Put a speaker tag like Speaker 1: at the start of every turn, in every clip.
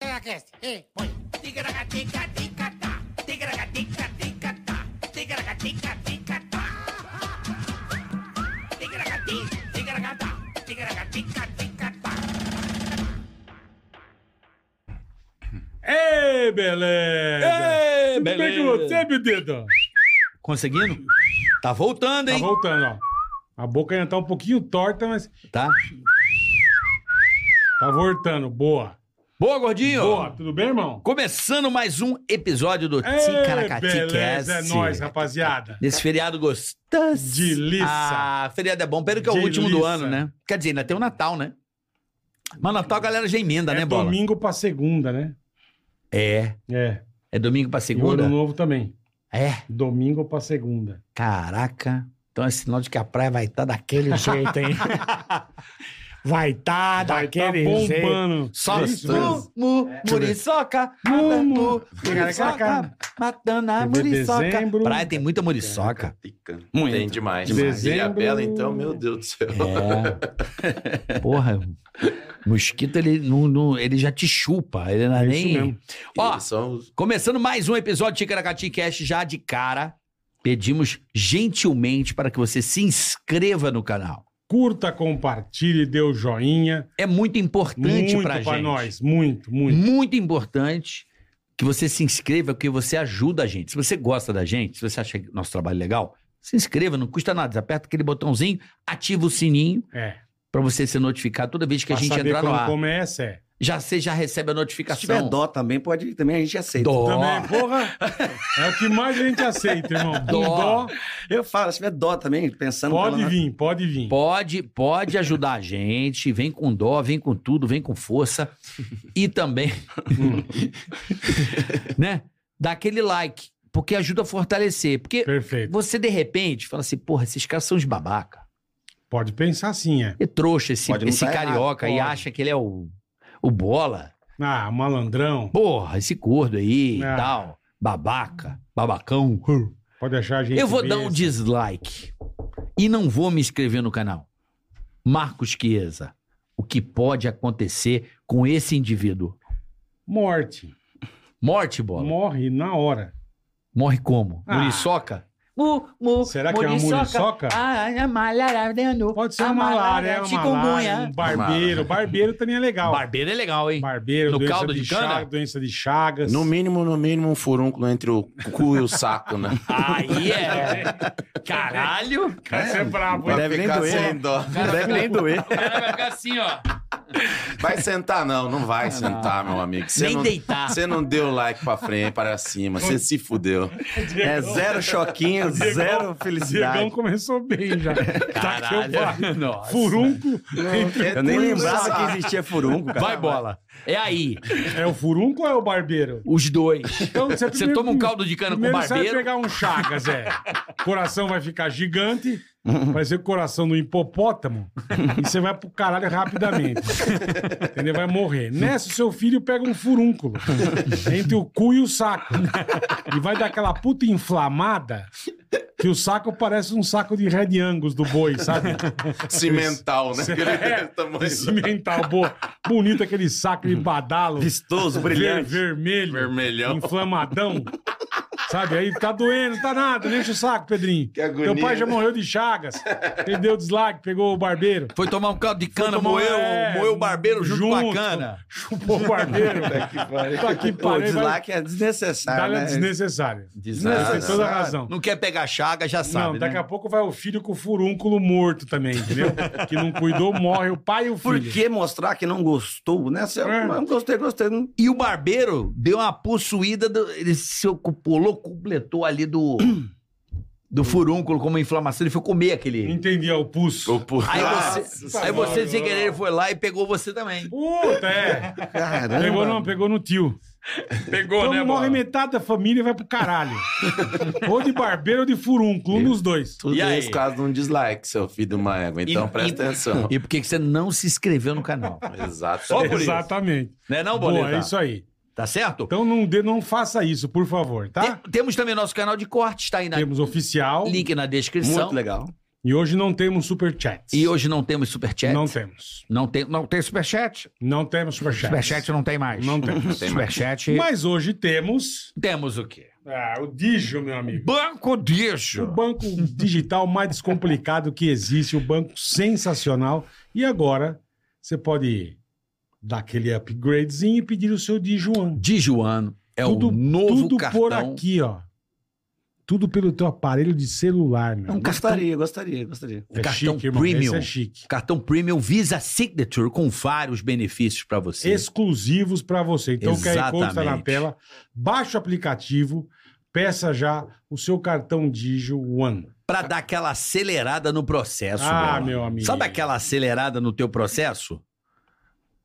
Speaker 1: é
Speaker 2: Tigracast, e põe. Tigracatica, ticatá. Tigracatica, ticatá. Tigracatica, ticatá. Tigracati, tigracatá. Tigracatica, ticatá.
Speaker 3: Ei, beleza!
Speaker 4: Ê,
Speaker 3: Tudo bem com você, menino?
Speaker 4: Conseguindo? Tá voltando,
Speaker 3: Tá
Speaker 4: hein?
Speaker 3: voltando, ó. A boca ainda tá um pouquinho torta, mas
Speaker 4: Tá.
Speaker 3: tá voltando. Boa.
Speaker 4: Boa, gordinho.
Speaker 3: Boa, tudo bem, irmão?
Speaker 4: Começando mais um episódio do
Speaker 3: Ei,
Speaker 4: Ticaracaticast.
Speaker 3: beleza, é nóis, rapaziada.
Speaker 4: Nesse feriado gostoso.
Speaker 3: Delícia.
Speaker 4: Ah, feriado é bom. Pena que é o
Speaker 3: Delícia.
Speaker 4: último do ano, né? Quer dizer, ainda tem o Natal, né? Mas Natal a galera já emenda,
Speaker 3: é
Speaker 4: né, Bola?
Speaker 3: domingo pra segunda, né?
Speaker 4: É.
Speaker 3: É.
Speaker 4: É domingo pra
Speaker 3: E o ano
Speaker 4: segunda?
Speaker 3: novo também.
Speaker 4: É.
Speaker 3: Domingo pra segunda.
Speaker 4: Caraca. Então é sinal de que a praia vai estar daquele jeito, hein?
Speaker 1: Vai tá daquele
Speaker 3: tá
Speaker 1: jeito.
Speaker 3: bombando.
Speaker 4: Só
Speaker 3: É isso mesmo.
Speaker 4: mu, mu, muriçoca,
Speaker 3: É. Mu,
Speaker 4: mu,
Speaker 3: mu,
Speaker 4: mu,
Speaker 3: muriçoca.
Speaker 4: muriçoca, matando a
Speaker 3: Teve
Speaker 4: muriçoca.
Speaker 3: dezembro.
Speaker 4: Praia tem muita muriçoca.
Speaker 5: Muito. Tem demais.
Speaker 3: Demais.
Speaker 5: Ilha Bela,
Speaker 3: Dezembro.
Speaker 5: então, meu Deus do céu.
Speaker 4: É. Porra, mosquito ele, não, não- ele já te chupa, ele não é
Speaker 3: É isso
Speaker 4: nem...
Speaker 3: mesmo.
Speaker 4: Ó,
Speaker 5: Eles são os-
Speaker 4: começando mais um episódio de Ticaracati Cast já de cara, pedimos gentilmente para que você se inscreva no canal.
Speaker 3: Curta, compartilhe, dê o joinha.
Speaker 4: É muito importante
Speaker 3: Muito
Speaker 4: pra
Speaker 3: pra,
Speaker 4: gente.
Speaker 3: nós. Muito, muito.
Speaker 4: muito importante que você se inscreva, porque você ajuda a gente. Se você gosta da gente, se você acha que nosso trabalho é legal, se inscreva, não custa nada. Você aperta aquele botãozinho, ativa o sininho
Speaker 3: É.
Speaker 4: pra você ser notificado toda vez que
Speaker 3: pra
Speaker 4: a gente
Speaker 3: saber
Speaker 4: entrar no
Speaker 3: quando
Speaker 4: ar.
Speaker 3: começa, é.
Speaker 4: Já você já recebe a notificação.
Speaker 6: Se tiver dó também, pode, também né? a gente aceita.
Speaker 4: Dó.
Speaker 3: Também, porra. É o que mais a gente aceita, irmão. Com
Speaker 4: Dó.
Speaker 3: dó
Speaker 6: Eu falo, se tiver dó também, pensando...
Speaker 3: pode
Speaker 6: pela-
Speaker 3: vir, pode vir.
Speaker 4: Pode, pode ajudar a gente. Vem com dó, vem com tudo, vem com força. E também,
Speaker 3: Hum,
Speaker 4: né? Dá aquele like, porque ajuda a fortalecer. Porque
Speaker 3: perfeito.
Speaker 4: você, de repente, fala assim, porra, esses caras são uns babaca.
Speaker 3: Pode pensar sim, é.
Speaker 4: É trouxa esse,
Speaker 6: Pode não
Speaker 4: esse
Speaker 6: tá errado,
Speaker 4: carioca e
Speaker 6: pode.
Speaker 4: acha que ele é o, o bola.
Speaker 3: Ah, malandrão.
Speaker 4: Porra, esse gordo aí e
Speaker 3: Ah.
Speaker 4: tal. Babaca, babacão.
Speaker 3: Pode achar a gente.
Speaker 4: Eu vou
Speaker 3: besta.
Speaker 4: dar um dislike. E não vou me inscrever no canal. Marcos Chiesa, o que pode acontecer com esse indivíduo?
Speaker 3: Morte.
Speaker 4: Morte, bola.
Speaker 3: Morre na hora.
Speaker 4: Morre como?
Speaker 3: Ah.
Speaker 4: Muriçoca? Mu, mu,
Speaker 3: Será que é uma muriçoca?
Speaker 4: Ah, é malária, dando.
Speaker 3: Pode ser uma
Speaker 4: A
Speaker 3: malária, é uma malária. Um
Speaker 4: chikungunya.
Speaker 3: barbeiro. Barbeiro também é legal.
Speaker 4: Barbeiro é legal, hein?
Speaker 3: Barbeiro,
Speaker 4: No
Speaker 3: doença
Speaker 4: caldo
Speaker 3: de,
Speaker 4: de cana?
Speaker 3: chagas, doença de chagas.
Speaker 5: No mínimo, no mínimo, um furúnculo entre o cu e o saco, né?
Speaker 6: Ah,
Speaker 4: Aí é. Caralho.
Speaker 3: Cara, você é brabo,
Speaker 5: Pra
Speaker 3: hein?
Speaker 6: Deve nem
Speaker 5: ficar
Speaker 6: doer. né?
Speaker 5: sem dó.
Speaker 6: Não deve nem doer.
Speaker 4: O cara vai ficar assim, ó.
Speaker 5: Vai sentar, não. Não vai sentar, meu amigo. Você
Speaker 4: Nem
Speaker 5: não,
Speaker 4: deitar.
Speaker 5: você não deu like pra frente, para cima. Você se fudeu.
Speaker 6: É zero choquinho,
Speaker 3: Diegão-
Speaker 6: zero
Speaker 3: Diegão
Speaker 6: felicidade.
Speaker 3: começou bem já. Tá que eu falo.
Speaker 4: Nossa.
Speaker 3: Furunco.
Speaker 6: Eu nem
Speaker 5: Cu e o
Speaker 6: lembrava
Speaker 5: saco.
Speaker 6: que existia furunco, cara.
Speaker 4: Vai bola. É aí.
Speaker 3: É o furunco ou é o barbeiro?
Speaker 4: Os dois.
Speaker 3: Então, você,
Speaker 4: Você toma um caldo de cana com
Speaker 3: Primeiro você vai
Speaker 4: barbeiro.
Speaker 3: pegar um Chagas, é. Coração vai ficar gigante, vai ser o coração do hipopótamo, e você vai pro caralho rapidamente. Entendeu? Vai morrer. Nessa, o seu filho pega um furúnculo entre o cu e o saco. E vai dar aquela puta inflamada que o saco parece um saco de Red Angus do boi, sabe?
Speaker 5: Cimental, né?
Speaker 3: É,
Speaker 5: Aquele tamanho.
Speaker 3: Esse mental boa. Bonito aquele saco de badalo.
Speaker 6: Vistoso, brilhante.
Speaker 3: Ver- vermelho.
Speaker 5: Vermelhão.
Speaker 3: Inflamadão. Sabe? Aí tá doendo, tá nada. Deixa o saco, Pedrinho.
Speaker 5: Que agonia,
Speaker 3: Teu pai já
Speaker 5: né?
Speaker 3: morreu de chagas. Ele deu dislike, pegou o barbeiro.
Speaker 4: Foi tomar um caldo de cana,
Speaker 3: tomar um-
Speaker 4: moeu,
Speaker 3: é,
Speaker 4: moeu o barbeiro junto, com
Speaker 3: junto.
Speaker 4: a cana.
Speaker 3: Chupou o barbeiro. Tá aqui,
Speaker 6: Pô, o
Speaker 3: parei. vai-
Speaker 6: dislike é desnecessário,
Speaker 3: Dá-lhe
Speaker 6: né?
Speaker 3: desnecessário.
Speaker 4: Desnecessário.
Speaker 3: Tem toda a razão.
Speaker 4: Não quer pegar chaga, já sabe.
Speaker 3: não, daqui
Speaker 4: né?
Speaker 3: a pouco vai o filho com o furúnculo morto também, entendeu? que não cuidou, morre o pai e o
Speaker 6: Por
Speaker 3: filho.
Speaker 6: que mostrar que não gostou, né? Se eu
Speaker 3: É.
Speaker 6: não gostei, gostei. Não...
Speaker 4: E o barbeiro deu uma possuída, do- ele se ocupou, completou ali do,
Speaker 3: Hum.
Speaker 4: do furúnculo como inflamação. Ele foi comer aquele.
Speaker 3: Entendi, é o pulso.
Speaker 5: O pu- Ah,
Speaker 4: Aí
Speaker 5: Nossa,
Speaker 4: você, aí você sem querer, foi lá e pegou você também.
Speaker 3: Puta, é.
Speaker 6: Caramba.
Speaker 3: Pegou não, pegou no tio.
Speaker 4: Pegou, né,
Speaker 3: Quando morre metade da família, vai pro caralho. ou de barbeiro ou de furúnculo, um dos dois.
Speaker 5: Tudo
Speaker 4: E aí?
Speaker 5: isso por causa de um dislike, seu filho de uma égua. Então,
Speaker 4: E-
Speaker 5: presta atenção.
Speaker 4: E por que que você não se inscreveu no canal?
Speaker 5: Exato.
Speaker 4: Só por isso.
Speaker 3: Exatamente.
Speaker 4: Né não, Boleta?
Speaker 3: Boa, é isso aí.
Speaker 4: Tá certo?
Speaker 3: Então não, dê, não faça isso, por favor, tá?
Speaker 4: Tem- temos também nosso canal de cortes, tá aí na
Speaker 3: Temos oficial.
Speaker 4: link na descrição.
Speaker 6: Muito legal.
Speaker 3: E hoje não temos superchats.
Speaker 4: E hoje é não temos superchat?
Speaker 3: Não temos.
Speaker 4: Não tem, não tem superchat?
Speaker 3: Não temos superchats.
Speaker 4: Superchat não tem mais.
Speaker 3: Não temos.
Speaker 5: Tem mais.
Speaker 4: Superchat.
Speaker 3: Mas hoje temos...
Speaker 4: Temos o quê?
Speaker 3: Ah, o Digio, meu amigo.
Speaker 4: Banco
Speaker 3: O
Speaker 4: Digio.
Speaker 3: banco digital mais descomplicado que existe, o banco sensacional. E agora você pode dar aquele upgradezinho e pedir o seu Dijuan.
Speaker 4: Dijuano é o novo
Speaker 3: tudo
Speaker 4: cartão.
Speaker 3: por aqui, ó. Tudo pelo teu aparelho de celular, meu.
Speaker 4: É um
Speaker 6: Gostaria, gostaria, gostaria.
Speaker 3: É
Speaker 4: cartão
Speaker 3: irmão.
Speaker 4: premium.
Speaker 3: Esse é chique.
Speaker 4: Cartão Premium Visa Signature com vários benefícios pra você.
Speaker 3: Exclusivos para você. Então o QR Code está na
Speaker 4: Exatamente.
Speaker 3: tela. Baixa o aplicativo, peça já o seu cartão Dijuan.
Speaker 4: Pra dar aquela acelerada no processo.
Speaker 3: Ah,
Speaker 4: meu.
Speaker 3: meu amigo.
Speaker 4: É Sabe aquela acelerada no teu processo?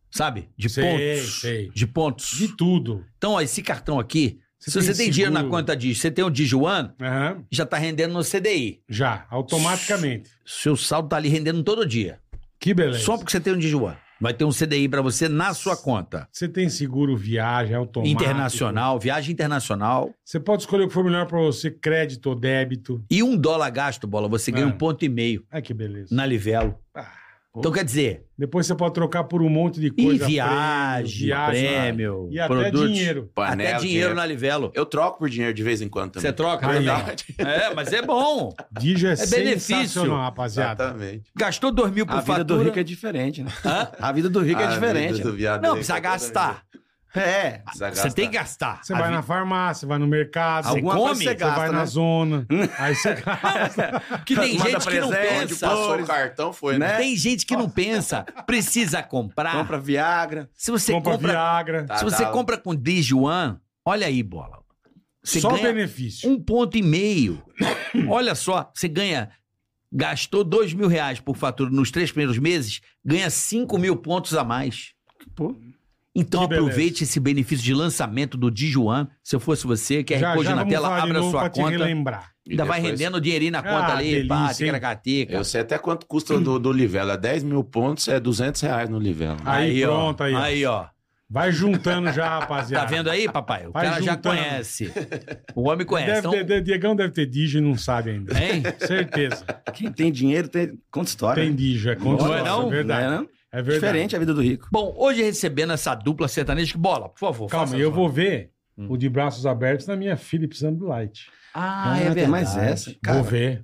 Speaker 4: Sabe? De
Speaker 3: Sei,
Speaker 4: pontos.
Speaker 3: sei.
Speaker 4: De pontos.
Speaker 3: De tudo.
Speaker 4: Então, ó, esse cartão aqui,
Speaker 3: Você
Speaker 4: se
Speaker 3: tem
Speaker 4: você tem dinheiro na
Speaker 3: seguro.
Speaker 4: conta de, você tem o Dijuan,
Speaker 3: Aham.
Speaker 4: já tá rendendo no CDI.
Speaker 3: Já, automaticamente.
Speaker 4: Seu saldo tá ali rendendo todo dia.
Speaker 3: Que beleza.
Speaker 4: Só porque você tem um Dijuan. Vai ter um CDI pra você na sua conta.
Speaker 3: Você tem seguro, viagem, automático.
Speaker 4: Internacional, viagem internacional.
Speaker 3: Você pode escolher o que for melhor para você, crédito ou débito.
Speaker 4: E um dólar gasto, bola, você ganha
Speaker 3: Ah.
Speaker 4: um ponto e meio
Speaker 3: Ai, que beleza.
Speaker 4: na Livelo.
Speaker 3: Ah.
Speaker 4: Então quer dizer,
Speaker 3: Depois você pode trocar por um monte de
Speaker 4: e
Speaker 3: coisa. ah,
Speaker 4: viagem, prêmio,
Speaker 3: E até
Speaker 4: produtos.
Speaker 3: dinheiro.
Speaker 5: Panela,
Speaker 4: até dinheiro né? na Livelo.
Speaker 5: Eu troco por dinheiro de vez em quando também.
Speaker 4: Você troca?
Speaker 5: É
Speaker 3: Aí, ó.
Speaker 5: verdade.
Speaker 4: É, mas é bom.
Speaker 3: Dijo é,
Speaker 4: É benefício.
Speaker 3: sensacional,
Speaker 4: é
Speaker 3: rapaziada.
Speaker 5: Exatamente.
Speaker 4: Gastou dois mil por
Speaker 6: A vida
Speaker 4: fatura.
Speaker 6: do rico é diferente, né?
Speaker 4: Hã?
Speaker 6: A vida do rico
Speaker 5: Ah,
Speaker 6: é diferente.
Speaker 5: do viado
Speaker 4: Não,
Speaker 5: aí,
Speaker 4: precisa
Speaker 5: totalmente.
Speaker 4: gastar.
Speaker 6: É.
Speaker 5: Precisa
Speaker 4: Você
Speaker 5: gastar.
Speaker 4: tem que gastar.
Speaker 3: Você
Speaker 4: A
Speaker 3: vai
Speaker 4: vi-
Speaker 3: na farmácia, vai no mercado,
Speaker 4: Você
Speaker 6: Alguma coisa
Speaker 4: come,
Speaker 6: você
Speaker 3: você vai
Speaker 6: gasta,
Speaker 3: na
Speaker 6: né?
Speaker 3: zona. aí você
Speaker 4: Que tem
Speaker 6: Manda
Speaker 4: gente que não
Speaker 6: presente,
Speaker 4: pensa.
Speaker 5: Passou
Speaker 6: flores.
Speaker 5: o cartão, foi, né?
Speaker 6: Né?
Speaker 4: Tem gente que não pensa. Precisa comprar.
Speaker 6: Compra Viagra.
Speaker 4: Se você
Speaker 3: compra,
Speaker 4: compra,
Speaker 3: Viagra.
Speaker 5: Tá,
Speaker 4: se você
Speaker 5: tá.
Speaker 4: compra com Dijuan, olha aí, bola. Você
Speaker 3: Só
Speaker 4: ganha
Speaker 3: benefício.
Speaker 4: um ponto e meio. Olha só, você ganha. Gastou dois mil reais por fatura nos três primeiros meses, ganha cinco mil pontos a mais.
Speaker 6: Pô.
Speaker 4: Então
Speaker 3: Que beleza.
Speaker 4: aproveite esse benefício de lançamento do Dijuan. Se eu fosse você, QR
Speaker 3: já,
Speaker 4: Code
Speaker 3: já
Speaker 4: na
Speaker 3: vamos
Speaker 4: tela,
Speaker 3: falar de
Speaker 4: abra
Speaker 3: novo
Speaker 4: sua
Speaker 3: pra te
Speaker 4: conta.
Speaker 3: relembrar.
Speaker 5: E
Speaker 4: Ainda vai
Speaker 5: depois-
Speaker 4: rendendo o dinheirinho na conta
Speaker 3: Ah,
Speaker 4: ali, pá,
Speaker 3: delícia, hein?
Speaker 4: ticaracateca.
Speaker 5: Eu sei até quanto custa o do, do Livelo. É 10 mil pontos, é 200 reais no Livelo.
Speaker 3: Aí,
Speaker 4: ó.
Speaker 3: pronto, aí. ó.
Speaker 4: Aí, ó.
Speaker 3: Vai juntando já, rapaziada.
Speaker 4: Tá vendo aí, papai? O
Speaker 3: Vai
Speaker 4: cara já
Speaker 3: juntando.
Speaker 4: conhece. O homem conhece.
Speaker 3: Deve
Speaker 4: Então,
Speaker 3: ter, de- Diegão deve ter Dijo e não sabe ainda.
Speaker 4: hein?
Speaker 3: Certeza.
Speaker 6: Quem tem dinheiro tem. Conta história.
Speaker 3: Tem
Speaker 6: né?
Speaker 3: Dijo, é
Speaker 4: é
Speaker 3: contra
Speaker 4: não?
Speaker 3: É verdade.
Speaker 6: Não é, não?
Speaker 3: É verdade.
Speaker 6: Diferente a vida do rico.
Speaker 4: Bom, hoje recebendo essa dupla sertaneja. Bola, por
Speaker 6: é
Speaker 4: favor.
Speaker 3: Calma,
Speaker 4: faça
Speaker 3: eu
Speaker 4: sua.
Speaker 3: vou ver
Speaker 4: Hum.
Speaker 3: o de braços abertos na minha Philips Ambilight.
Speaker 4: Ah, é
Speaker 6: Ah,
Speaker 4: verdade.
Speaker 6: tem mais essa.
Speaker 3: vou ver.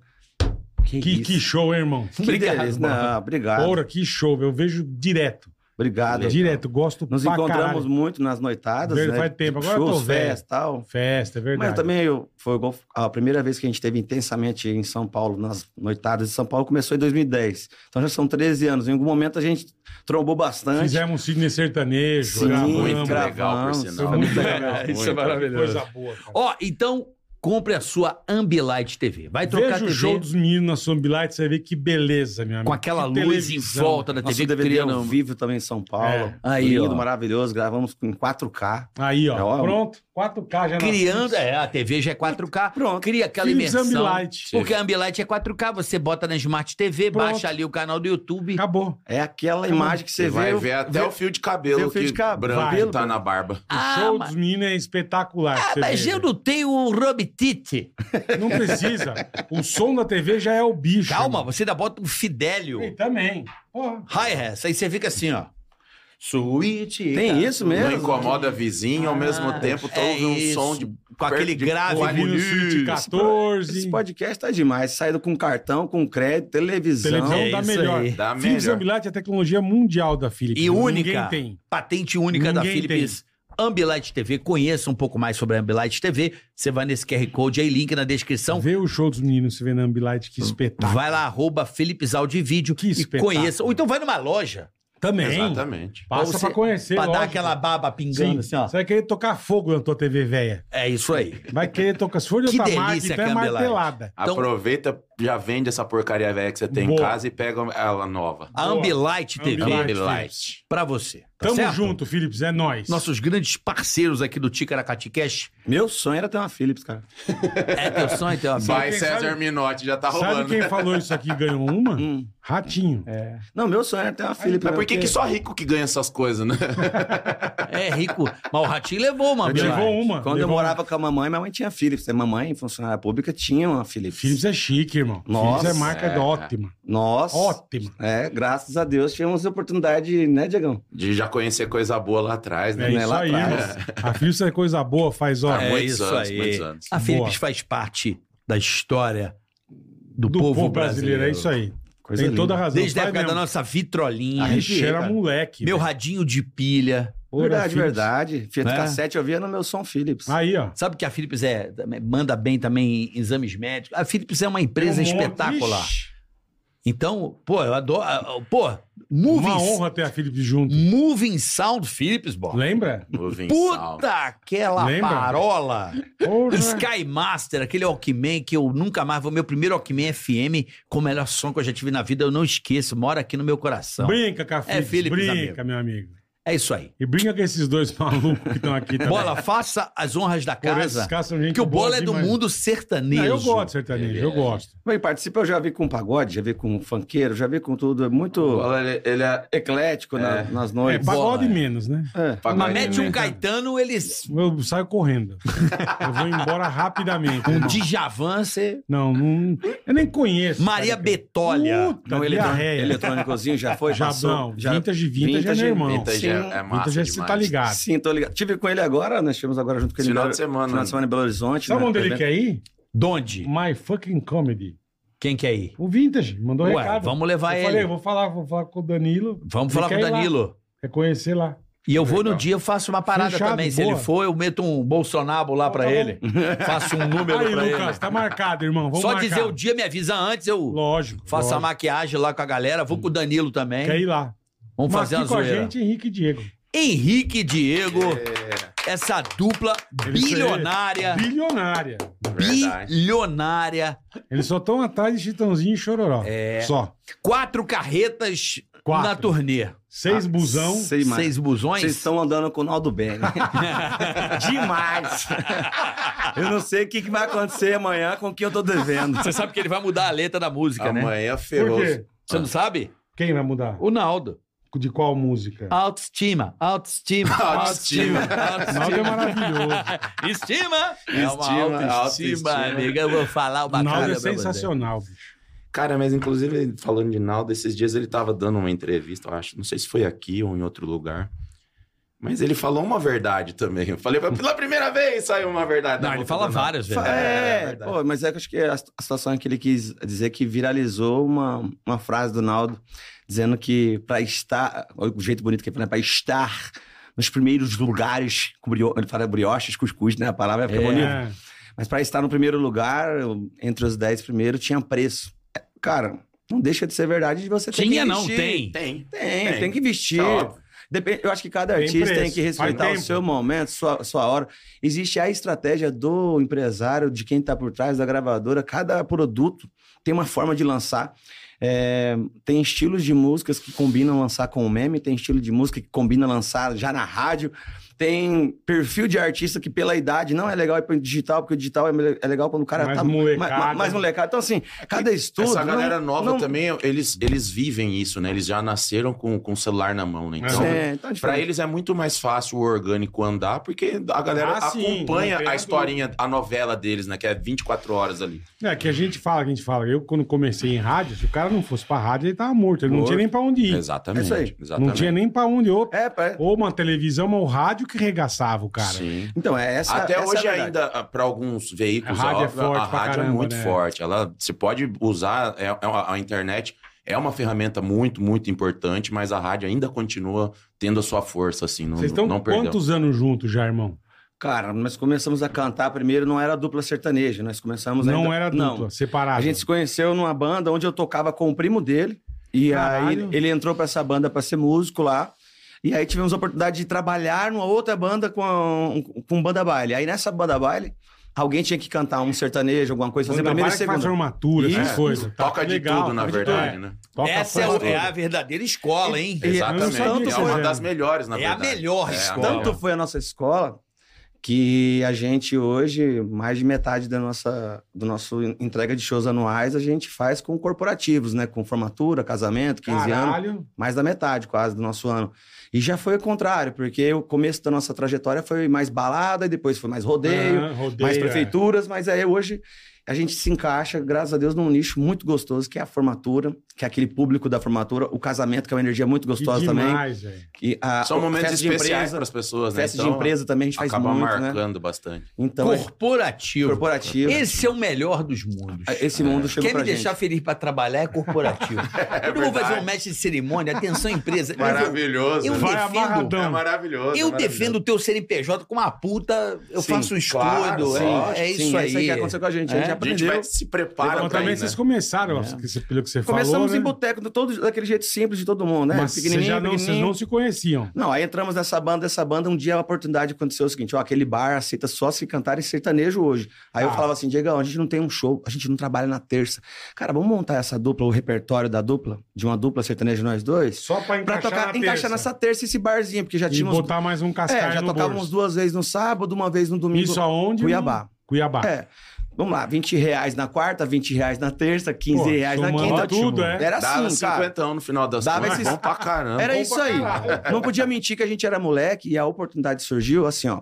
Speaker 6: Que,
Speaker 3: Que,
Speaker 6: isso.
Speaker 3: que show, hein, irmão.
Speaker 6: Que
Speaker 4: Obrigado,
Speaker 6: beleza.
Speaker 4: mano.
Speaker 6: Não, obrigado.
Speaker 3: Porra, que show. Eu vejo direto.
Speaker 6: Obrigado.
Speaker 3: Direto, gosto
Speaker 6: Nos
Speaker 3: pra
Speaker 6: encontramos
Speaker 3: caralho.
Speaker 6: muito nas noitadas,
Speaker 3: Verdade,
Speaker 6: né?
Speaker 3: faz tempo. Agora eu tô
Speaker 6: Shows,
Speaker 3: velho.
Speaker 6: festas, tal.
Speaker 3: Festa, é verdade.
Speaker 6: Mas também eu, foi igual a primeira vez que a gente teve intensamente em São Paulo, nas noitadas de São Paulo, começou em 2010. Então já são 13 anos. Em algum momento a gente trombou bastante.
Speaker 3: Fizemos um Sidney Sertanejo.
Speaker 6: é Sim,
Speaker 3: um gravamos.
Speaker 5: muito legal, por
Speaker 6: gravamos.
Speaker 5: sinal.
Speaker 3: Foi muito
Speaker 5: Muito
Speaker 3: legal.
Speaker 5: legal.
Speaker 4: Isso é
Speaker 5: Muito.
Speaker 4: maravilhoso.
Speaker 3: Coisa boa. cara.
Speaker 4: Ó, então, compre a sua Ambilight TV. Vai trocar
Speaker 3: Veja o
Speaker 4: TV
Speaker 3: show dos meninos na sua Ambilight, você vê que beleza, meu amigo.
Speaker 4: com aquela
Speaker 3: Que
Speaker 4: luz
Speaker 3: televisão.
Speaker 4: em volta da
Speaker 6: Nosso
Speaker 4: TV
Speaker 6: DVD
Speaker 4: criando...
Speaker 6: ao vivo também em São Paulo.
Speaker 3: É.
Speaker 4: Aí,
Speaker 6: Lindo,
Speaker 4: ó.
Speaker 6: maravilhoso. Gravamos em 4K.
Speaker 3: Aí, ó.
Speaker 6: É, ó.
Speaker 3: Pronto. 4K já na
Speaker 4: Criando, é, a TV já é 4K,
Speaker 6: Pronto.
Speaker 4: cria aquela
Speaker 3: Philips
Speaker 4: imersão.
Speaker 3: Ambilight.
Speaker 4: Porque a Ambilight é 4K, você bota na Smart TV,
Speaker 3: Pronto.
Speaker 4: baixa ali o canal do YouTube.
Speaker 3: Acabou.
Speaker 6: É aquela imagem que você
Speaker 5: Você
Speaker 6: vê.
Speaker 5: vai
Speaker 6: eu-
Speaker 5: ver até
Speaker 6: vê-
Speaker 5: o fio de cabelo
Speaker 6: vê o fio
Speaker 5: que
Speaker 6: de cabelo,
Speaker 5: branco que
Speaker 6: cabelo,
Speaker 5: tá
Speaker 6: cara.
Speaker 5: na barba.
Speaker 3: O
Speaker 4: Ah,
Speaker 3: show
Speaker 4: mas,
Speaker 3: dos meninos é espetacular.
Speaker 4: ah,
Speaker 3: você
Speaker 4: mas
Speaker 3: vê,
Speaker 4: eu
Speaker 3: velho.
Speaker 4: não tenho um Robitite.
Speaker 3: Não precisa. O som da TV já é o bicho.
Speaker 4: Calma,
Speaker 3: irmão.
Speaker 4: você ainda bota um Fidélio.
Speaker 3: E também. Porra.
Speaker 4: Hi-hats, aí você fica assim, ó. Suíte.
Speaker 6: Tem isso mesmo?
Speaker 5: Não incomoda vizinho, ao
Speaker 4: Ah,
Speaker 5: mesmo tempo
Speaker 4: é
Speaker 5: tá ouvindo um som de...
Speaker 4: Com aquele
Speaker 5: de-
Speaker 4: grave
Speaker 5: Vai
Speaker 3: Ouvindo
Speaker 5: bonito.
Speaker 3: Suite
Speaker 5: Esse
Speaker 3: 14.
Speaker 6: Esse podcast tá demais. Saído com cartão, com crédito, televisão.
Speaker 3: Televisão
Speaker 4: É
Speaker 3: da
Speaker 4: isso
Speaker 3: melhor.
Speaker 4: aí.
Speaker 5: Da
Speaker 3: Philips
Speaker 5: melhor.
Speaker 3: Ambilight é a tecnologia mundial da Philips.
Speaker 4: E única.
Speaker 3: Ninguém tem.
Speaker 4: patente única da
Speaker 3: Ninguém
Speaker 4: Philips. Ambilight TV, conheça um pouco mais sobre a Ambilight TV. Você vai nesse QR Code aí, link na descrição.
Speaker 3: Vê o show dos meninos se vê na Ambilight,
Speaker 4: Hum.
Speaker 3: que espetáculo.
Speaker 4: Vai lá, arroba Philips Audio e Vídeo
Speaker 3: Tá. Que
Speaker 4: e
Speaker 3: espetáculo.
Speaker 4: conheça. Ou então vai numa loja
Speaker 3: Também.
Speaker 5: Exatamente.
Speaker 3: Passa
Speaker 4: Pra
Speaker 3: pra,
Speaker 4: você-
Speaker 3: conhecer,
Speaker 4: pra dar
Speaker 3: lógico.
Speaker 4: aquela baba
Speaker 3: Sim,
Speaker 4: pingando assim, ó.
Speaker 3: você vai querer tocar fogo na tua TV velha.
Speaker 4: É isso aí.
Speaker 3: Vai querer tocar. Se for de
Speaker 4: Que
Speaker 3: outra marca,
Speaker 4: delícia,
Speaker 3: então é
Speaker 4: Cambelite.
Speaker 3: martelada.
Speaker 4: Então-
Speaker 5: Aproveita, já vende essa porcaria velha que você tem em
Speaker 3: Boa.
Speaker 5: casa e pega ela nova.
Speaker 4: A
Speaker 3: Boa.
Speaker 4: Ambilight TV
Speaker 3: Ambilight.
Speaker 5: Light.
Speaker 4: pra você. tá
Speaker 3: Tamo
Speaker 4: certo?
Speaker 3: junto, Philips. É nóis.
Speaker 4: Nossos grandes parceiros aqui do Ticaracati Cash.
Speaker 6: Meu sonho era ter uma Philips, cara.
Speaker 4: É teu sonho, teu amigo.
Speaker 5: Vai,
Speaker 3: quem
Speaker 5: César
Speaker 3: sabe-
Speaker 5: Minotti, já tá
Speaker 3: Sabe
Speaker 5: roubando.
Speaker 3: quem falou isso aqui e ganhou uma?
Speaker 6: Hum.
Speaker 3: Ratinho.
Speaker 4: É,
Speaker 6: Não, meu sonho era ter uma Philips.
Speaker 5: Mas
Speaker 6: né?
Speaker 5: por que, que
Speaker 6: Porque-
Speaker 5: só rico que ganha essas coisas, né?
Speaker 4: É rico. Mas o Ratinho levou uma Ambilight.
Speaker 3: Levou uma.
Speaker 6: Quando
Speaker 3: levou um-
Speaker 6: eu morava com a mamãe, minha mãe tinha Philips. A mamãe, né? funcionária pública, tinha uma
Speaker 3: uma.
Speaker 6: Philips.
Speaker 3: Philips é chique, irmão.
Speaker 6: Nossa.
Speaker 3: Filhos é marca
Speaker 5: É.
Speaker 3: ótima.
Speaker 6: Nós,
Speaker 3: Ótima.
Speaker 6: é, graças a Deus, tivemos a oportunidade, né, Diegão?
Speaker 5: De já conhecer coisa boa lá atrás,
Speaker 3: É
Speaker 5: né?
Speaker 6: Né,
Speaker 3: isso
Speaker 6: lá
Speaker 3: aí,
Speaker 6: atrás.
Speaker 3: mano. A Philips é coisa boa, faz ó.
Speaker 5: Há
Speaker 4: É
Speaker 5: muitos
Speaker 4: isso
Speaker 5: anos,
Speaker 4: aí.
Speaker 5: muitos anos.
Speaker 4: A Philips
Speaker 3: Boa.
Speaker 4: faz parte da história do,
Speaker 3: do
Speaker 4: povo, brasileiro.
Speaker 3: É isso aí.
Speaker 6: Coisa
Speaker 3: Tem
Speaker 6: linda.
Speaker 3: toda a razão.
Speaker 4: Desde a
Speaker 3: Faz
Speaker 4: época da
Speaker 3: mesmo.
Speaker 4: nossa vitrolinha.
Speaker 3: A gente
Speaker 4: Arrepiei,
Speaker 3: era
Speaker 4: cara.
Speaker 3: moleque.
Speaker 4: Meu
Speaker 3: velho.
Speaker 4: radinho de pilha.
Speaker 3: Porra,
Speaker 6: verdade,
Speaker 3: Philips.
Speaker 6: verdade. Fiat
Speaker 4: Né?
Speaker 6: cassete eu via no meu som Philips.
Speaker 3: Aí, ó.
Speaker 4: Sabe que a Philips é, também manda bem também em exames médicos. A Philips é uma empresa
Speaker 3: Um monte-
Speaker 4: espetacular.
Speaker 3: Ixi,
Speaker 4: Então, pô, eu adoro. ah, Pô, moving,
Speaker 3: Uma honra ter a Philips junto.
Speaker 4: moving Sound Philips, bó.
Speaker 3: Lembra?
Speaker 5: Moving Sound.
Speaker 4: Puta aquela
Speaker 3: Lembra?
Speaker 4: parola.
Speaker 3: Porra.
Speaker 4: Sky Master, aquele Walkman que eu nunca mais vou. Meu primeiro Walkman FM com o melhor som que eu já tive na vida, eu não esqueço. Mora aqui no meu coração.
Speaker 3: Brinca com a Philips.
Speaker 4: é Philips,
Speaker 3: brinca, meu amigo.
Speaker 4: É isso aí.
Speaker 3: E brinca com esses dois malucos que estão aqui também.
Speaker 4: Bola, faça as honras da
Speaker 3: Porra, esses
Speaker 4: casa.
Speaker 3: caras são gente
Speaker 4: Que o
Speaker 3: boa
Speaker 4: Bola é do
Speaker 3: demais.
Speaker 4: mundo
Speaker 3: Não,
Speaker 4: sertanejo.
Speaker 3: eu gosto de sertanejo, eu
Speaker 5: Ele é.
Speaker 3: gosto.
Speaker 6: Bem, participa, eu já vi com pagode, já vi com funkeiro, já vi com tudo. É muito
Speaker 5: Olha, Ele, ele é
Speaker 6: eclético na-
Speaker 5: É.
Speaker 6: nas
Speaker 3: É,
Speaker 6: noites.
Speaker 3: pagode
Speaker 4: Bola, é.
Speaker 3: menos, né?
Speaker 6: É.
Speaker 5: pagode,
Speaker 4: Mas mete
Speaker 5: né?
Speaker 4: um Caetano, eles.
Speaker 3: Eu saio correndo. Eu vou embora rapidamente.
Speaker 4: Um
Speaker 3: irmão.
Speaker 4: Djavan, você.
Speaker 3: Não, não. Eu nem conheço.
Speaker 4: Maria
Speaker 3: cara, que-
Speaker 4: Betólia.
Speaker 3: Puta,
Speaker 6: Não, eletro-
Speaker 3: diarreia.
Speaker 6: eletrônicozinho já foi,
Speaker 3: tá- Já
Speaker 6: passou.
Speaker 3: não, vintage, vintage, é meu irmão.
Speaker 5: Vintage
Speaker 6: Sim,
Speaker 5: é, é massa
Speaker 3: Puta, já você
Speaker 5: demais.
Speaker 3: tá ligado.
Speaker 6: Sim, tô ligado. Tive com ele agora, nós tivemos agora junto com ele. em
Speaker 5: Final
Speaker 6: Belo-
Speaker 5: de semana.
Speaker 6: Final de semana em Belo Horizonte.
Speaker 3: Sabe
Speaker 6: né,
Speaker 4: Tá
Speaker 3: onde ele
Speaker 6: evento.
Speaker 3: quer ir?
Speaker 4: Donde?
Speaker 3: My fucking comedy.
Speaker 4: Quem quer ir?
Speaker 3: O vintage, mandou
Speaker 4: Ué,
Speaker 3: recado.
Speaker 4: vamos levar
Speaker 3: eu
Speaker 4: ele.
Speaker 3: falei, eu vou falar, vou falar com o Danilo. Ele
Speaker 4: Vamos falar com
Speaker 3: quer
Speaker 4: o
Speaker 3: ir lá.
Speaker 4: Danilo.
Speaker 3: É conhecer lá.
Speaker 4: E eu vou no
Speaker 5: Legal.
Speaker 4: dia, eu faço uma parada
Speaker 3: Fechado,
Speaker 4: também. Se
Speaker 3: boa.
Speaker 4: ele for, eu meto um Bolsonaro lá pra
Speaker 3: Tá bom.
Speaker 4: ele. faço um número
Speaker 3: Aí,
Speaker 4: pra
Speaker 3: Lucas,
Speaker 4: ele.
Speaker 3: tá marcado, irmão. Vamos
Speaker 4: Só
Speaker 3: marcar.
Speaker 4: dizer o dia, me avisa antes, eu
Speaker 3: Lógico.
Speaker 4: faço a
Speaker 3: lógico.
Speaker 4: maquiagem lá com a galera. Vou com o Danilo também.
Speaker 3: Quer ir lá.
Speaker 4: Vamos
Speaker 3: Mas
Speaker 4: fazer
Speaker 3: aqui
Speaker 4: uma
Speaker 3: com a
Speaker 4: zoeira.
Speaker 3: gente, Henrique e Diego.
Speaker 4: Henrique e Diego,
Speaker 5: É,
Speaker 4: essa dupla
Speaker 3: Eles-
Speaker 4: bilionária.
Speaker 3: Bilionária.
Speaker 5: É
Speaker 4: né?
Speaker 5: verdade.
Speaker 4: Bilionária.
Speaker 3: Eles só estão atrás de Chitãozinho e Chororó.
Speaker 4: É.
Speaker 3: Só.
Speaker 4: Quatro carretas
Speaker 3: Quatro.
Speaker 4: na turnê.
Speaker 3: Seis
Speaker 4: Ah,
Speaker 3: busão.
Speaker 6: Sei mais.
Speaker 4: Seis busões.
Speaker 6: Vocês estão andando com o Naldo Belli. Demais. eu não sei o que, que vai acontecer amanhã com o que eu tô devendo.
Speaker 5: É,
Speaker 4: Você sabe que ele vai mudar a letra da música, né?
Speaker 5: Amanhã
Speaker 3: Por
Speaker 5: ferrou.
Speaker 3: quê?
Speaker 4: Você não sabe?
Speaker 3: Quem vai mudar?
Speaker 4: O Naldo.
Speaker 3: De qual música?
Speaker 4: Ah, Autoestima, autoestima,
Speaker 5: Autoestima.
Speaker 3: Naldo é maravilhoso.
Speaker 4: Estima! É uma
Speaker 5: Estima,
Speaker 4: autoestima,
Speaker 5: autoestima.
Speaker 4: amiga. Eu vou falar uma
Speaker 3: Naldo
Speaker 4: coisa
Speaker 3: é
Speaker 4: pra você.
Speaker 3: sensacional, bicho.
Speaker 5: Cara, mas inclusive, falando de Naldo, esses dias ele tava dando uma entrevista, eu acho. Não sei se foi aqui ou em outro lugar. Mas ele falou uma verdade também. Eu falei, pela primeira vez saiu uma verdade. da
Speaker 4: Não, ele
Speaker 5: boca
Speaker 4: fala
Speaker 5: do Naldo.
Speaker 4: várias vezes.
Speaker 5: É, é
Speaker 6: É,
Speaker 5: verdade.
Speaker 6: pô, mas é que eu acho que a a situação é que ele quis dizer que viralizou uma, uma frase do Naldo dizendo que pra estar, olha o jeito bonito que ele fala, né? pra estar nos primeiros lugares, com brio- ele fala brioches, cuscuz, né? A palavra fica
Speaker 4: É.
Speaker 6: bonita.
Speaker 3: É.
Speaker 6: Mas pra estar no primeiro lugar, eu- entre os dez primeiros, tinha preço. É, Cara, não deixa de ser verdade de você ter
Speaker 4: Tinha
Speaker 6: que
Speaker 4: não,
Speaker 6: vestir.
Speaker 4: tem.
Speaker 5: Tem.
Speaker 6: Tem, tem, que vestir.
Speaker 5: Tá óbvio.
Speaker 6: Depende, eu acho que cada
Speaker 3: Tem
Speaker 6: artista tem
Speaker 3: preço,
Speaker 6: que respeitar
Speaker 3: faz
Speaker 6: o
Speaker 3: tempo.
Speaker 6: seu momento, sua, sua hora. Existe a estratégia do empresário, de quem está por trás da gravadora. Cada produto tem uma forma de lançar. É, tem estilos de músicas que combinam lançar com o meme, tem estilo de música que combina lançar já na rádio. Tem perfil de artista que, pela idade, não é legal ir para digital, porque o digital é, mele- é legal quando o cara
Speaker 3: Mais
Speaker 6: tá
Speaker 3: molecada.
Speaker 6: ma- ma- mais molecada. Então, assim, cada estudo.
Speaker 5: É Essa galera
Speaker 6: não-
Speaker 5: nova
Speaker 6: não-
Speaker 5: também, eles, eles vivem isso, né? Eles já nasceram com, com o celular na mão, né? Então,
Speaker 6: É, então
Speaker 5: Pra
Speaker 6: é diferente.
Speaker 5: eles é muito mais fácil o orgânico andar, porque a galera
Speaker 3: Ah, sim, não
Speaker 5: acompanha
Speaker 3: tem a
Speaker 5: a historinha, a novela deles, né? Que é 24 horas ali.
Speaker 3: É, que a gente fala, que a gente fala. Eu, quando comecei em rádio, se o cara não fosse pra rádio, ele tava morto. Ele não
Speaker 5: Morto.
Speaker 3: tinha nem pra onde ir.
Speaker 5: Exatamente.
Speaker 6: É isso aí.
Speaker 5: Exatamente.
Speaker 3: Não tinha nem pra onde. Ou,
Speaker 6: É, pra-
Speaker 3: ou uma televisão, ou o rádio que regaçava o cara.
Speaker 5: Sim.
Speaker 6: Então, é essa
Speaker 5: Até
Speaker 6: essa é a
Speaker 5: hoje
Speaker 6: verdade.
Speaker 5: ainda, para alguns veículos,
Speaker 3: A
Speaker 5: a
Speaker 3: rádio é
Speaker 5: óbvio, a,
Speaker 3: forte pra
Speaker 5: rádio é
Speaker 3: caramba,
Speaker 5: muito
Speaker 3: né?
Speaker 5: forte. Ela se pode usar, é, é uma- a internet é uma ferramenta muito, muito importante, mas a rádio ainda continua tendo a sua força, assim, não,
Speaker 3: Vocês estão
Speaker 5: não perdeu.
Speaker 3: quantos anos juntos já, irmão?
Speaker 6: Cara, nós começamos a cantar primeiro, não era dupla sertaneja, nós começamos
Speaker 3: não
Speaker 6: ainda-
Speaker 3: era dupla, Ah, separado.
Speaker 6: então, A gente se conheceu numa banda onde eu tocava com o primo dele, e
Speaker 3: Caralho.
Speaker 6: aí ele entrou pra essa banda pra ser músico lá. E aí tivemos a oportunidade de trabalhar numa outra banda com, a- um, com banda baile. Aí nessa banda baile, alguém tinha que cantar um sertanejo, alguma coisa, fazer
Speaker 3: Banda
Speaker 6: primeira e
Speaker 3: Vara que faz
Speaker 6: segunda.
Speaker 3: formatura, essas
Speaker 6: Isso.
Speaker 3: coisas. Tá,
Speaker 5: Toca de
Speaker 3: legal,
Speaker 5: tudo, na
Speaker 3: toca de
Speaker 5: verdade,
Speaker 3: tudo,
Speaker 5: né?
Speaker 3: é. Toca
Speaker 4: Essa é,
Speaker 3: faz
Speaker 4: o-
Speaker 3: tudo.
Speaker 4: é a verdadeira escola, hein?
Speaker 3: E-
Speaker 5: Exatamente.
Speaker 3: Eu não sabia
Speaker 5: É uma
Speaker 3: disso.
Speaker 5: das melhores, na
Speaker 4: É a
Speaker 5: verdade.
Speaker 4: melhor escola.
Speaker 5: melhor.
Speaker 6: Tanto foi a nossa escola que a gente hoje, mais de metade da nossa do nosso entrega de shows anuais, a gente faz com corporativos, né? Com formatura, casamento, 15 anos.
Speaker 3: Caralho.
Speaker 6: mais da metade quase do nosso ano. E já foi o contrário, porque o começo da nossa trajetória foi mais balada, e depois foi mais rodeio,
Speaker 3: Ah, rodeio,
Speaker 6: mais
Speaker 3: é.
Speaker 6: prefeituras, mas aí hoje a gente se encaixa, graças a Deus, num nicho muito gostoso, que é a formatura, que é aquele público da formatura, o casamento, que é uma energia muito gostosa também.
Speaker 3: velho.
Speaker 6: E a,
Speaker 5: São momentos
Speaker 6: festa de
Speaker 5: especiais
Speaker 6: empresa,
Speaker 5: para as pessoas, né?
Speaker 6: festa de
Speaker 5: Então,
Speaker 6: empresa também a gente faz
Speaker 5: acaba
Speaker 6: muito, né?
Speaker 5: marcando bastante.
Speaker 6: Então, é
Speaker 4: Corporativo.
Speaker 6: corporativo. Ah,
Speaker 4: Esse é o melhor dos mundos.
Speaker 6: Esse mundo chegou
Speaker 4: Quer
Speaker 6: pra
Speaker 4: me deixar
Speaker 6: gente.
Speaker 4: feliz pra trabalhar é corporativo.
Speaker 5: É
Speaker 4: Quando eu vou fazer um
Speaker 5: verdade.
Speaker 4: mestre de cerimônia, atenção empresa. eu vou-
Speaker 5: Maravilhoso.
Speaker 4: Eu
Speaker 5: né?
Speaker 3: Vai
Speaker 4: defendo-
Speaker 3: amarradão.
Speaker 5: É maravilhoso.
Speaker 4: Eu
Speaker 5: é maravilhoso.
Speaker 4: defendo o teu CNPJ com uma puta, eu
Speaker 5: Sim,
Speaker 4: faço um estudo.
Speaker 5: claro,
Speaker 4: é-
Speaker 5: sim,
Speaker 4: é, isso
Speaker 6: Sim,
Speaker 4: aí.
Speaker 6: Isso aí que aconteceu com a
Speaker 3: É,
Speaker 6: gente. A gente
Speaker 5: A gente
Speaker 6: aprendeu.
Speaker 5: vai se prepara
Speaker 3: Mas
Speaker 5: pra
Speaker 3: também
Speaker 5: ir, né?
Speaker 3: vocês começaram, ó, que você- pelo que você
Speaker 6: É. Começamos em
Speaker 3: falou, né?
Speaker 6: boteco, do- todo daquele jeito simples de todo mundo, né?
Speaker 3: Mas vocês já não, vocês não se conheciam.
Speaker 6: Não, aí entramos nessa banda, essa banda, um dia a oportunidade aconteceu o seguinte, ó, aquele bar aceita só se cantarem sertanejo hoje. Aí eu
Speaker 3: Ah.
Speaker 6: falava assim, Diego, a gente não tem um show, a gente não trabalha na terça. Cara, vamos montar essa dupla, o repertório da dupla, de uma dupla sertaneja nós dois,
Speaker 3: Só pra
Speaker 6: pra
Speaker 3: encaixar
Speaker 6: tocar,
Speaker 3: na
Speaker 6: encaixar
Speaker 3: terça.
Speaker 6: nessa terça esse barzinho, porque já
Speaker 3: E
Speaker 6: tínhamos...
Speaker 3: botar mais um cascalho
Speaker 6: é, já
Speaker 3: no
Speaker 6: tocávamos
Speaker 3: bolso.
Speaker 6: duas vezes no sábado, uma vez no domingo.
Speaker 3: Isso aonde?
Speaker 6: Cuiabá.
Speaker 3: Cuiabá.
Speaker 6: É. Vamos lá, 20 reais na quarta, 20 reais na terça, 15
Speaker 3: Pô,
Speaker 6: reais na
Speaker 3: somando
Speaker 6: quinta.
Speaker 3: tudo, é.
Speaker 6: Era
Speaker 5: Dava
Speaker 6: assim, cara.
Speaker 5: 50 no final das
Speaker 6: Dava
Speaker 5: contas.
Speaker 6: esses-
Speaker 5: Bom pra caramba.
Speaker 6: Era
Speaker 3: Bom
Speaker 6: isso
Speaker 3: pra
Speaker 6: aí.
Speaker 3: caralho.
Speaker 6: Não podia mentir que a gente era moleque e a oportunidade surgiu assim, ó.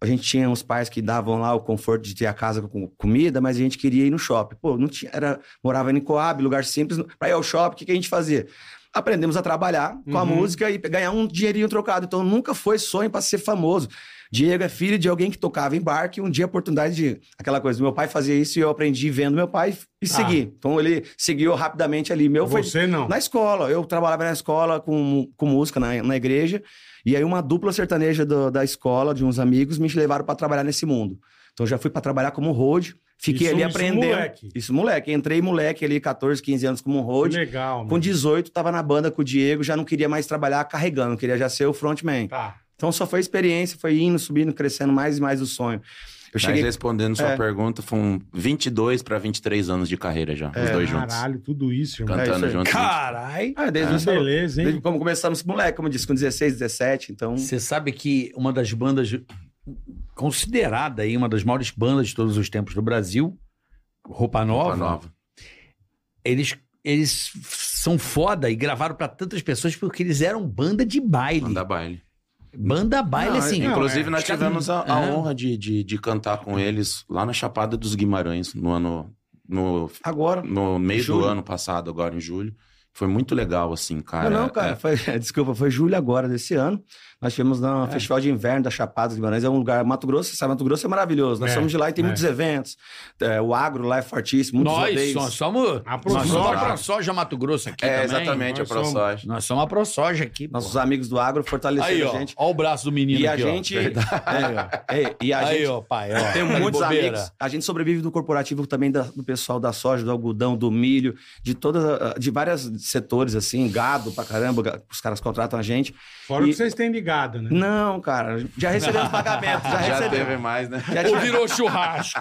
Speaker 6: A gente tinha uns pais que davam lá o conforto de ter a casa com comida, mas a gente queria ir no shopping. Pô, não tinha, era, morava em Coab, lugar simples, pra ir ao shopping, o que, que a gente fazia? Aprendemos a trabalhar com a
Speaker 3: Uhum.
Speaker 6: música e ganhar um dinheirinho trocado. Então nunca foi sonho pra ser famoso. Diego é filho de alguém que tocava em bar, que um dia a oportunidade de. Aquela coisa, meu pai fazia isso e eu aprendi vendo meu pai e segui. Então ele seguiu rapidamente ali. Meu foi
Speaker 3: Você não.
Speaker 6: na escola, eu trabalhava na escola com, com música na, na igreja, e aí uma dupla sertaneja do- da escola, de uns amigos, me levaram pra trabalhar nesse mundo. Então eu já fui pra trabalhar como road, fiquei
Speaker 3: Isso-
Speaker 6: ali
Speaker 3: isso
Speaker 6: aprendendo.
Speaker 3: moleque.
Speaker 6: Isso, moleque. Entrei moleque ali, 14, 15 anos como road.
Speaker 3: Legal, mano.
Speaker 6: Com 18, tava na banda com o Diego, já não queria mais trabalhar carregando, queria já ser o frontman.
Speaker 3: Tá.
Speaker 6: Então só foi experiência, foi indo, subindo, crescendo mais e mais o sonho. Eu
Speaker 5: Mas
Speaker 6: cheguei
Speaker 5: respondendo sua
Speaker 6: É.
Speaker 5: pergunta, foram 22 pra 23 anos de carreira já, os dois juntos.
Speaker 3: Caralho, tudo isso, irmão.
Speaker 6: É isso
Speaker 5: Cantando
Speaker 6: aí.
Speaker 5: juntos.
Speaker 4: Caralho.
Speaker 6: Ah, desde,
Speaker 3: Que
Speaker 6: o-
Speaker 3: beleza,
Speaker 6: desde
Speaker 3: hein?
Speaker 6: como começamos com moleque, como eu disse, com 16, 17, então...
Speaker 4: Você sabe que uma das bandas considerada aí uma das maiores bandas de todos os tempos do Brasil, Roupa Nova,
Speaker 5: Roupa nova.
Speaker 4: eles eles são foda e gravaram pra tantas pessoas porque eles eram banda de baile.
Speaker 5: Manda baile.
Speaker 4: Banda baile,
Speaker 3: Não,
Speaker 4: assim.
Speaker 3: não,
Speaker 5: Inclusive,
Speaker 3: é.
Speaker 5: nós
Speaker 4: Os caras-
Speaker 5: tivemos a, a
Speaker 4: É.
Speaker 5: honra de, de, de cantar com eles lá na Chapada dos Guimarães, no ano. No,
Speaker 6: Agora...
Speaker 5: no meio
Speaker 6: Julho.
Speaker 5: do ano passado, agora em julho. Foi muito legal, assim, cara.
Speaker 6: não, não, cara.
Speaker 5: É,
Speaker 6: Foi, desculpa, foi julho agora desse ano. Nós tivemos no Festival de Inverno da Chapada dos Guimarães. É um lugar, Mato Grosso, você sabe, Mato Grosso é maravilhoso. Nós
Speaker 3: É,
Speaker 6: somos de lá e tem
Speaker 3: é.
Speaker 6: muitos eventos. É, o agro lá é fortíssimo, muitos
Speaker 4: Nós
Speaker 6: rodeios.
Speaker 4: somos, somos,
Speaker 3: A
Speaker 4: nós somos
Speaker 3: ProSoja.
Speaker 4: a ProSoja Mato Grosso aqui também.
Speaker 5: é, exatamente, a
Speaker 3: nós somos-
Speaker 5: ProSoja.
Speaker 4: Nós somos a ProSoja aqui. pô.
Speaker 6: Nossos amigos do agro
Speaker 4: Aí,
Speaker 6: fortaleceram
Speaker 4: ó.
Speaker 6: a gente.
Speaker 4: Ó o braço do menino
Speaker 6: E a
Speaker 4: aqui,
Speaker 6: gente.
Speaker 4: ó.
Speaker 6: É, é, e a
Speaker 4: aí,
Speaker 6: gente.
Speaker 4: ó, pai, ó.
Speaker 6: Tem
Speaker 4: Tá de
Speaker 6: muitos
Speaker 4: bobeira.
Speaker 6: amigos. A gente sobrevive do corporativo também da- do pessoal da soja, do algodão, do milho, de todas, a- de vários setores, assim, gado pra caramba, ga- os caras contratam a gente.
Speaker 3: Fora o
Speaker 6: E-
Speaker 3: que vocês têm ligado, né?
Speaker 6: Não, cara, já recebemos pagamento, Ah, já,
Speaker 5: Já
Speaker 6: recebemos.
Speaker 5: teve mais, né?
Speaker 6: Já
Speaker 4: Ou
Speaker 6: tive-
Speaker 4: virou churrasco.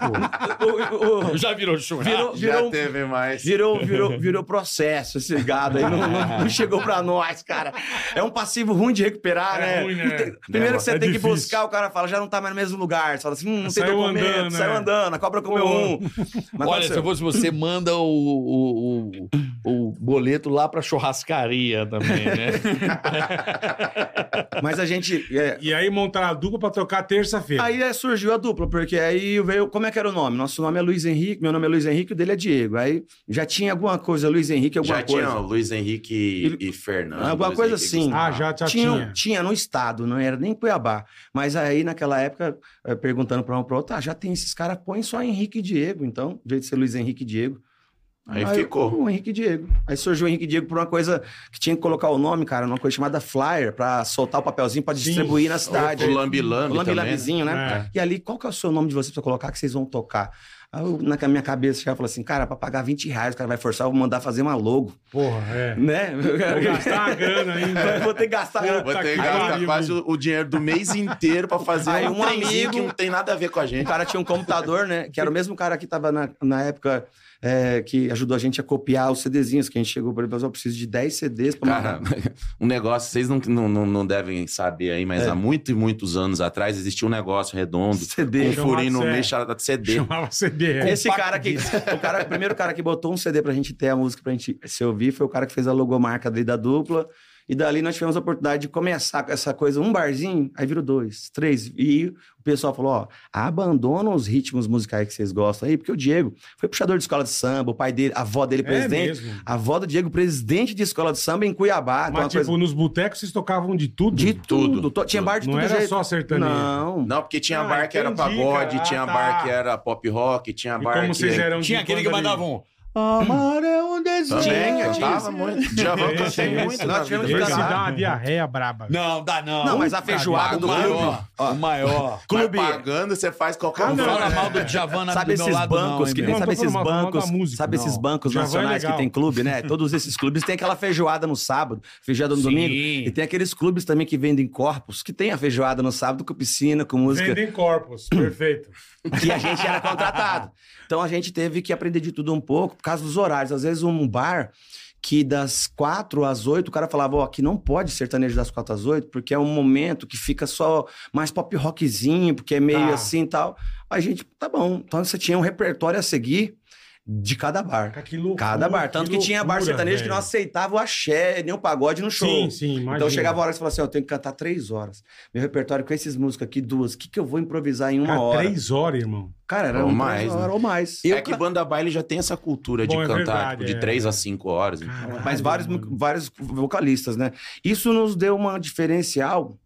Speaker 4: Já virou churrasco.
Speaker 6: virou,
Speaker 5: Já
Speaker 6: virou, um-
Speaker 5: teve mais.
Speaker 6: virou, virou, virou processo esse gado aí, não, não-
Speaker 3: É.
Speaker 6: não chegou pra nós, cara. É um passivo ruim de recuperar,
Speaker 3: É
Speaker 6: né?
Speaker 3: ruim, né?
Speaker 6: Primeiro que você
Speaker 3: É
Speaker 6: tem
Speaker 3: difícil.
Speaker 6: que buscar, o cara fala, já não tá mais no mesmo lugar. Você fala assim, hum, não tem
Speaker 3: Saiu
Speaker 6: documento,
Speaker 3: andando,
Speaker 6: saiu
Speaker 3: né?
Speaker 6: andando, a cobra comeu um. Mas
Speaker 4: Olha, se eu
Speaker 6: aconteceu.
Speaker 4: fosse você, manda o, o, o, o boleto lá pra churrascaria também, né?
Speaker 6: Mas a gente... é,
Speaker 3: E aí montaram a dupla pra tocar terça-feira.
Speaker 6: Aí é, surgiu a dupla, porque aí veio. Como é que era o nome? Nosso nome é Luiz Henrique, meu nome é Luiz Henrique, o dele é Diego. Aí já tinha alguma coisa, Luiz Henrique, alguma
Speaker 5: Já
Speaker 6: coisa.
Speaker 5: tinha o Luiz Henrique e, e Fernando.
Speaker 6: Alguma
Speaker 5: Luiz
Speaker 6: coisa
Speaker 5: Henrique e
Speaker 6: assim.
Speaker 5: Gustavo.
Speaker 3: Ah, já, já
Speaker 6: tinha,
Speaker 3: tinha.
Speaker 6: tinha no estado, não era nem Cuiabá. Mas aí, naquela época, eh, perguntando para um pro outro, ah, já tem esses caras, põe só Henrique e Diego, então, do jeito de ser Luiz Henrique e Diego.
Speaker 5: Aí ficou.
Speaker 6: O Henrique e Diego. Aí surgiu o Henrique e Diego por uma coisa que tinha que colocar o nome, cara, numa coisa chamada flyer, para soltar o papelzinho para
Speaker 3: Sim.
Speaker 6: distribuir na cidade.
Speaker 5: O Lambi Lambi.
Speaker 6: O lambi
Speaker 5: também, né?
Speaker 6: lambizinho, né? E ali, qual que é o seu nome de vocês pra colocar que vocês vão tocar? Aí eu, na minha cabeça já falou assim, cara, pra pagar 20 reais, o cara vai forçar, eu vou mandar fazer uma logo,
Speaker 3: Porra, é.
Speaker 6: né?
Speaker 3: Vou gastar a grana né? ainda.
Speaker 6: vou ter que gastar. grana.
Speaker 5: Vou
Speaker 3: Puta
Speaker 5: ter
Speaker 3: que
Speaker 5: que gastar
Speaker 3: pariu.
Speaker 5: quase o, o dinheiro do mês inteiro pra fazer
Speaker 6: Aí
Speaker 5: um,
Speaker 6: um
Speaker 5: trenzinho
Speaker 6: amigo-
Speaker 5: que não tem nada a ver com a
Speaker 6: O
Speaker 5: gente.
Speaker 6: cara tinha um computador, né? Que era o mesmo cara que tava na, na época é, que ajudou a gente a copiar os CDzinhos, que a gente chegou pra ele e falou, "Eu preciso de 10 CDs pra
Speaker 5: Cara, um negócio, vocês não, não, não- não devem saber aí, mas
Speaker 6: É.
Speaker 5: há muito e muitos anos atrás existia um negócio redondo,
Speaker 6: CD.
Speaker 5: um
Speaker 3: Chamado
Speaker 5: furinho no
Speaker 3: Zé.
Speaker 5: meio chamado CD.
Speaker 3: Chamava CDR.
Speaker 6: Esse cara que. O, cara, o primeiro cara que botou um CD pra gente ter a música pra gente se ouvir foi o cara que fez a logomarca dele da dupla. E dali nós tivemos a oportunidade de começar com essa coisa, um barzinho, aí virou dois, três. E o pessoal falou: ó, abandona os ritmos musicais que vocês gostam aí, porque o Diego foi puxador de escola de samba, o pai dele, a avó dele, presidente.
Speaker 3: É mesmo.
Speaker 6: A avó do Diego, presidente de escola de samba em Cuiabá. então
Speaker 3: Mas,
Speaker 6: uma
Speaker 3: tipo,
Speaker 6: coisa
Speaker 3: nos botecos vocês tocavam de tudo?
Speaker 6: de tudo. to- Tinha bar de
Speaker 3: Não
Speaker 6: tudo
Speaker 3: era
Speaker 6: jeito.
Speaker 3: só sertanejo.
Speaker 6: Não.
Speaker 5: Não, porque tinha
Speaker 3: Ah,
Speaker 5: bar que era
Speaker 3: entendi,
Speaker 5: pagode,
Speaker 3: cara.
Speaker 5: tinha
Speaker 3: Ah,
Speaker 5: bar
Speaker 3: tá.
Speaker 5: que era pop rock, tinha
Speaker 3: E
Speaker 5: bar
Speaker 3: como
Speaker 5: que...
Speaker 3: vocês eram
Speaker 4: Tinha
Speaker 3: de
Speaker 4: aquele que
Speaker 3: banda ali?
Speaker 4: mandava um. Amar é um destino.
Speaker 5: Também, cantava muito. Djavan
Speaker 3: Esse,
Speaker 5: cantei
Speaker 3: esse.
Speaker 5: muito.
Speaker 6: Nós
Speaker 5: na
Speaker 6: tivemos
Speaker 5: vida.
Speaker 3: Esse
Speaker 6: Caralho.
Speaker 3: dá uma diarreia braba.
Speaker 4: Não, dá não.
Speaker 6: Não, mas a
Speaker 4: Puta
Speaker 6: feijoada
Speaker 4: que
Speaker 6: do
Speaker 4: pariu.
Speaker 6: clube.
Speaker 4: Ó, O maior.
Speaker 5: Clube. Vai pagando, você faz qualquer
Speaker 3: Ah,
Speaker 4: Não
Speaker 5: um.
Speaker 4: fala
Speaker 3: é.
Speaker 4: mal do Djavan na- do
Speaker 6: Sabe
Speaker 4: meu
Speaker 6: esses
Speaker 4: lado
Speaker 6: bancos
Speaker 4: não,
Speaker 6: que
Speaker 4: hein,
Speaker 6: tem,
Speaker 3: Não,
Speaker 4: meu?
Speaker 3: tô
Speaker 6: sabe esses
Speaker 3: falando mal, tô falando
Speaker 6: bancos,
Speaker 3: da música.
Speaker 6: sabe esses
Speaker 3: Não.
Speaker 6: bancos
Speaker 3: Já vai
Speaker 6: nacionais que
Speaker 3: legal.
Speaker 6: tem clube, né? Todos esses clubes têm aquela feijoada no sábado, feijoada no
Speaker 4: Sim.
Speaker 6: domingo, e tem aqueles clubes também que vendem corpos, que tem a feijoada no sábado com piscina, com música,
Speaker 3: Vendem corpos, perfeito.
Speaker 6: que a gente era contratado. Então a gente teve que aprender de tudo um pouco, por causa dos horários. Às vezes um bar que das quatro às oito o cara falava, ó, aqui não pode sertanejo das quatro às oito porque é um momento que fica só mais pop rockzinho, porque é meio
Speaker 3: Tá.
Speaker 6: assim e tal. A gente, tá bom. Então você tinha um repertório a seguir de cada bar.
Speaker 3: Cara, que loucura,
Speaker 6: Cada bar. Tanto que, tinha bar
Speaker 3: loucura,
Speaker 6: sertanejo que não
Speaker 3: velho.
Speaker 6: aceitava o axé, nem o pagode no show.
Speaker 3: Sim, sim, imagina.
Speaker 6: Então chegava a hora que você falava assim, ó, eu tenho que cantar três horas. Meu repertório com esses músicos aqui, duas. O que, que eu vou improvisar em uma
Speaker 3: Cara,
Speaker 6: hora?
Speaker 3: três horas, irmão.
Speaker 6: Cara, era
Speaker 5: Ou
Speaker 6: um
Speaker 5: mais,
Speaker 6: mais,
Speaker 5: né?
Speaker 6: ou mais.
Speaker 5: É que banda baile já tem essa cultura de
Speaker 3: Bom, é
Speaker 5: cantar
Speaker 3: verdade,
Speaker 5: tipo, de
Speaker 3: é.
Speaker 5: 3 a 5 horas. então.
Speaker 6: Mas vários,
Speaker 3: mano.
Speaker 6: vários vocalistas, né? Isso nos deu uma diferencial,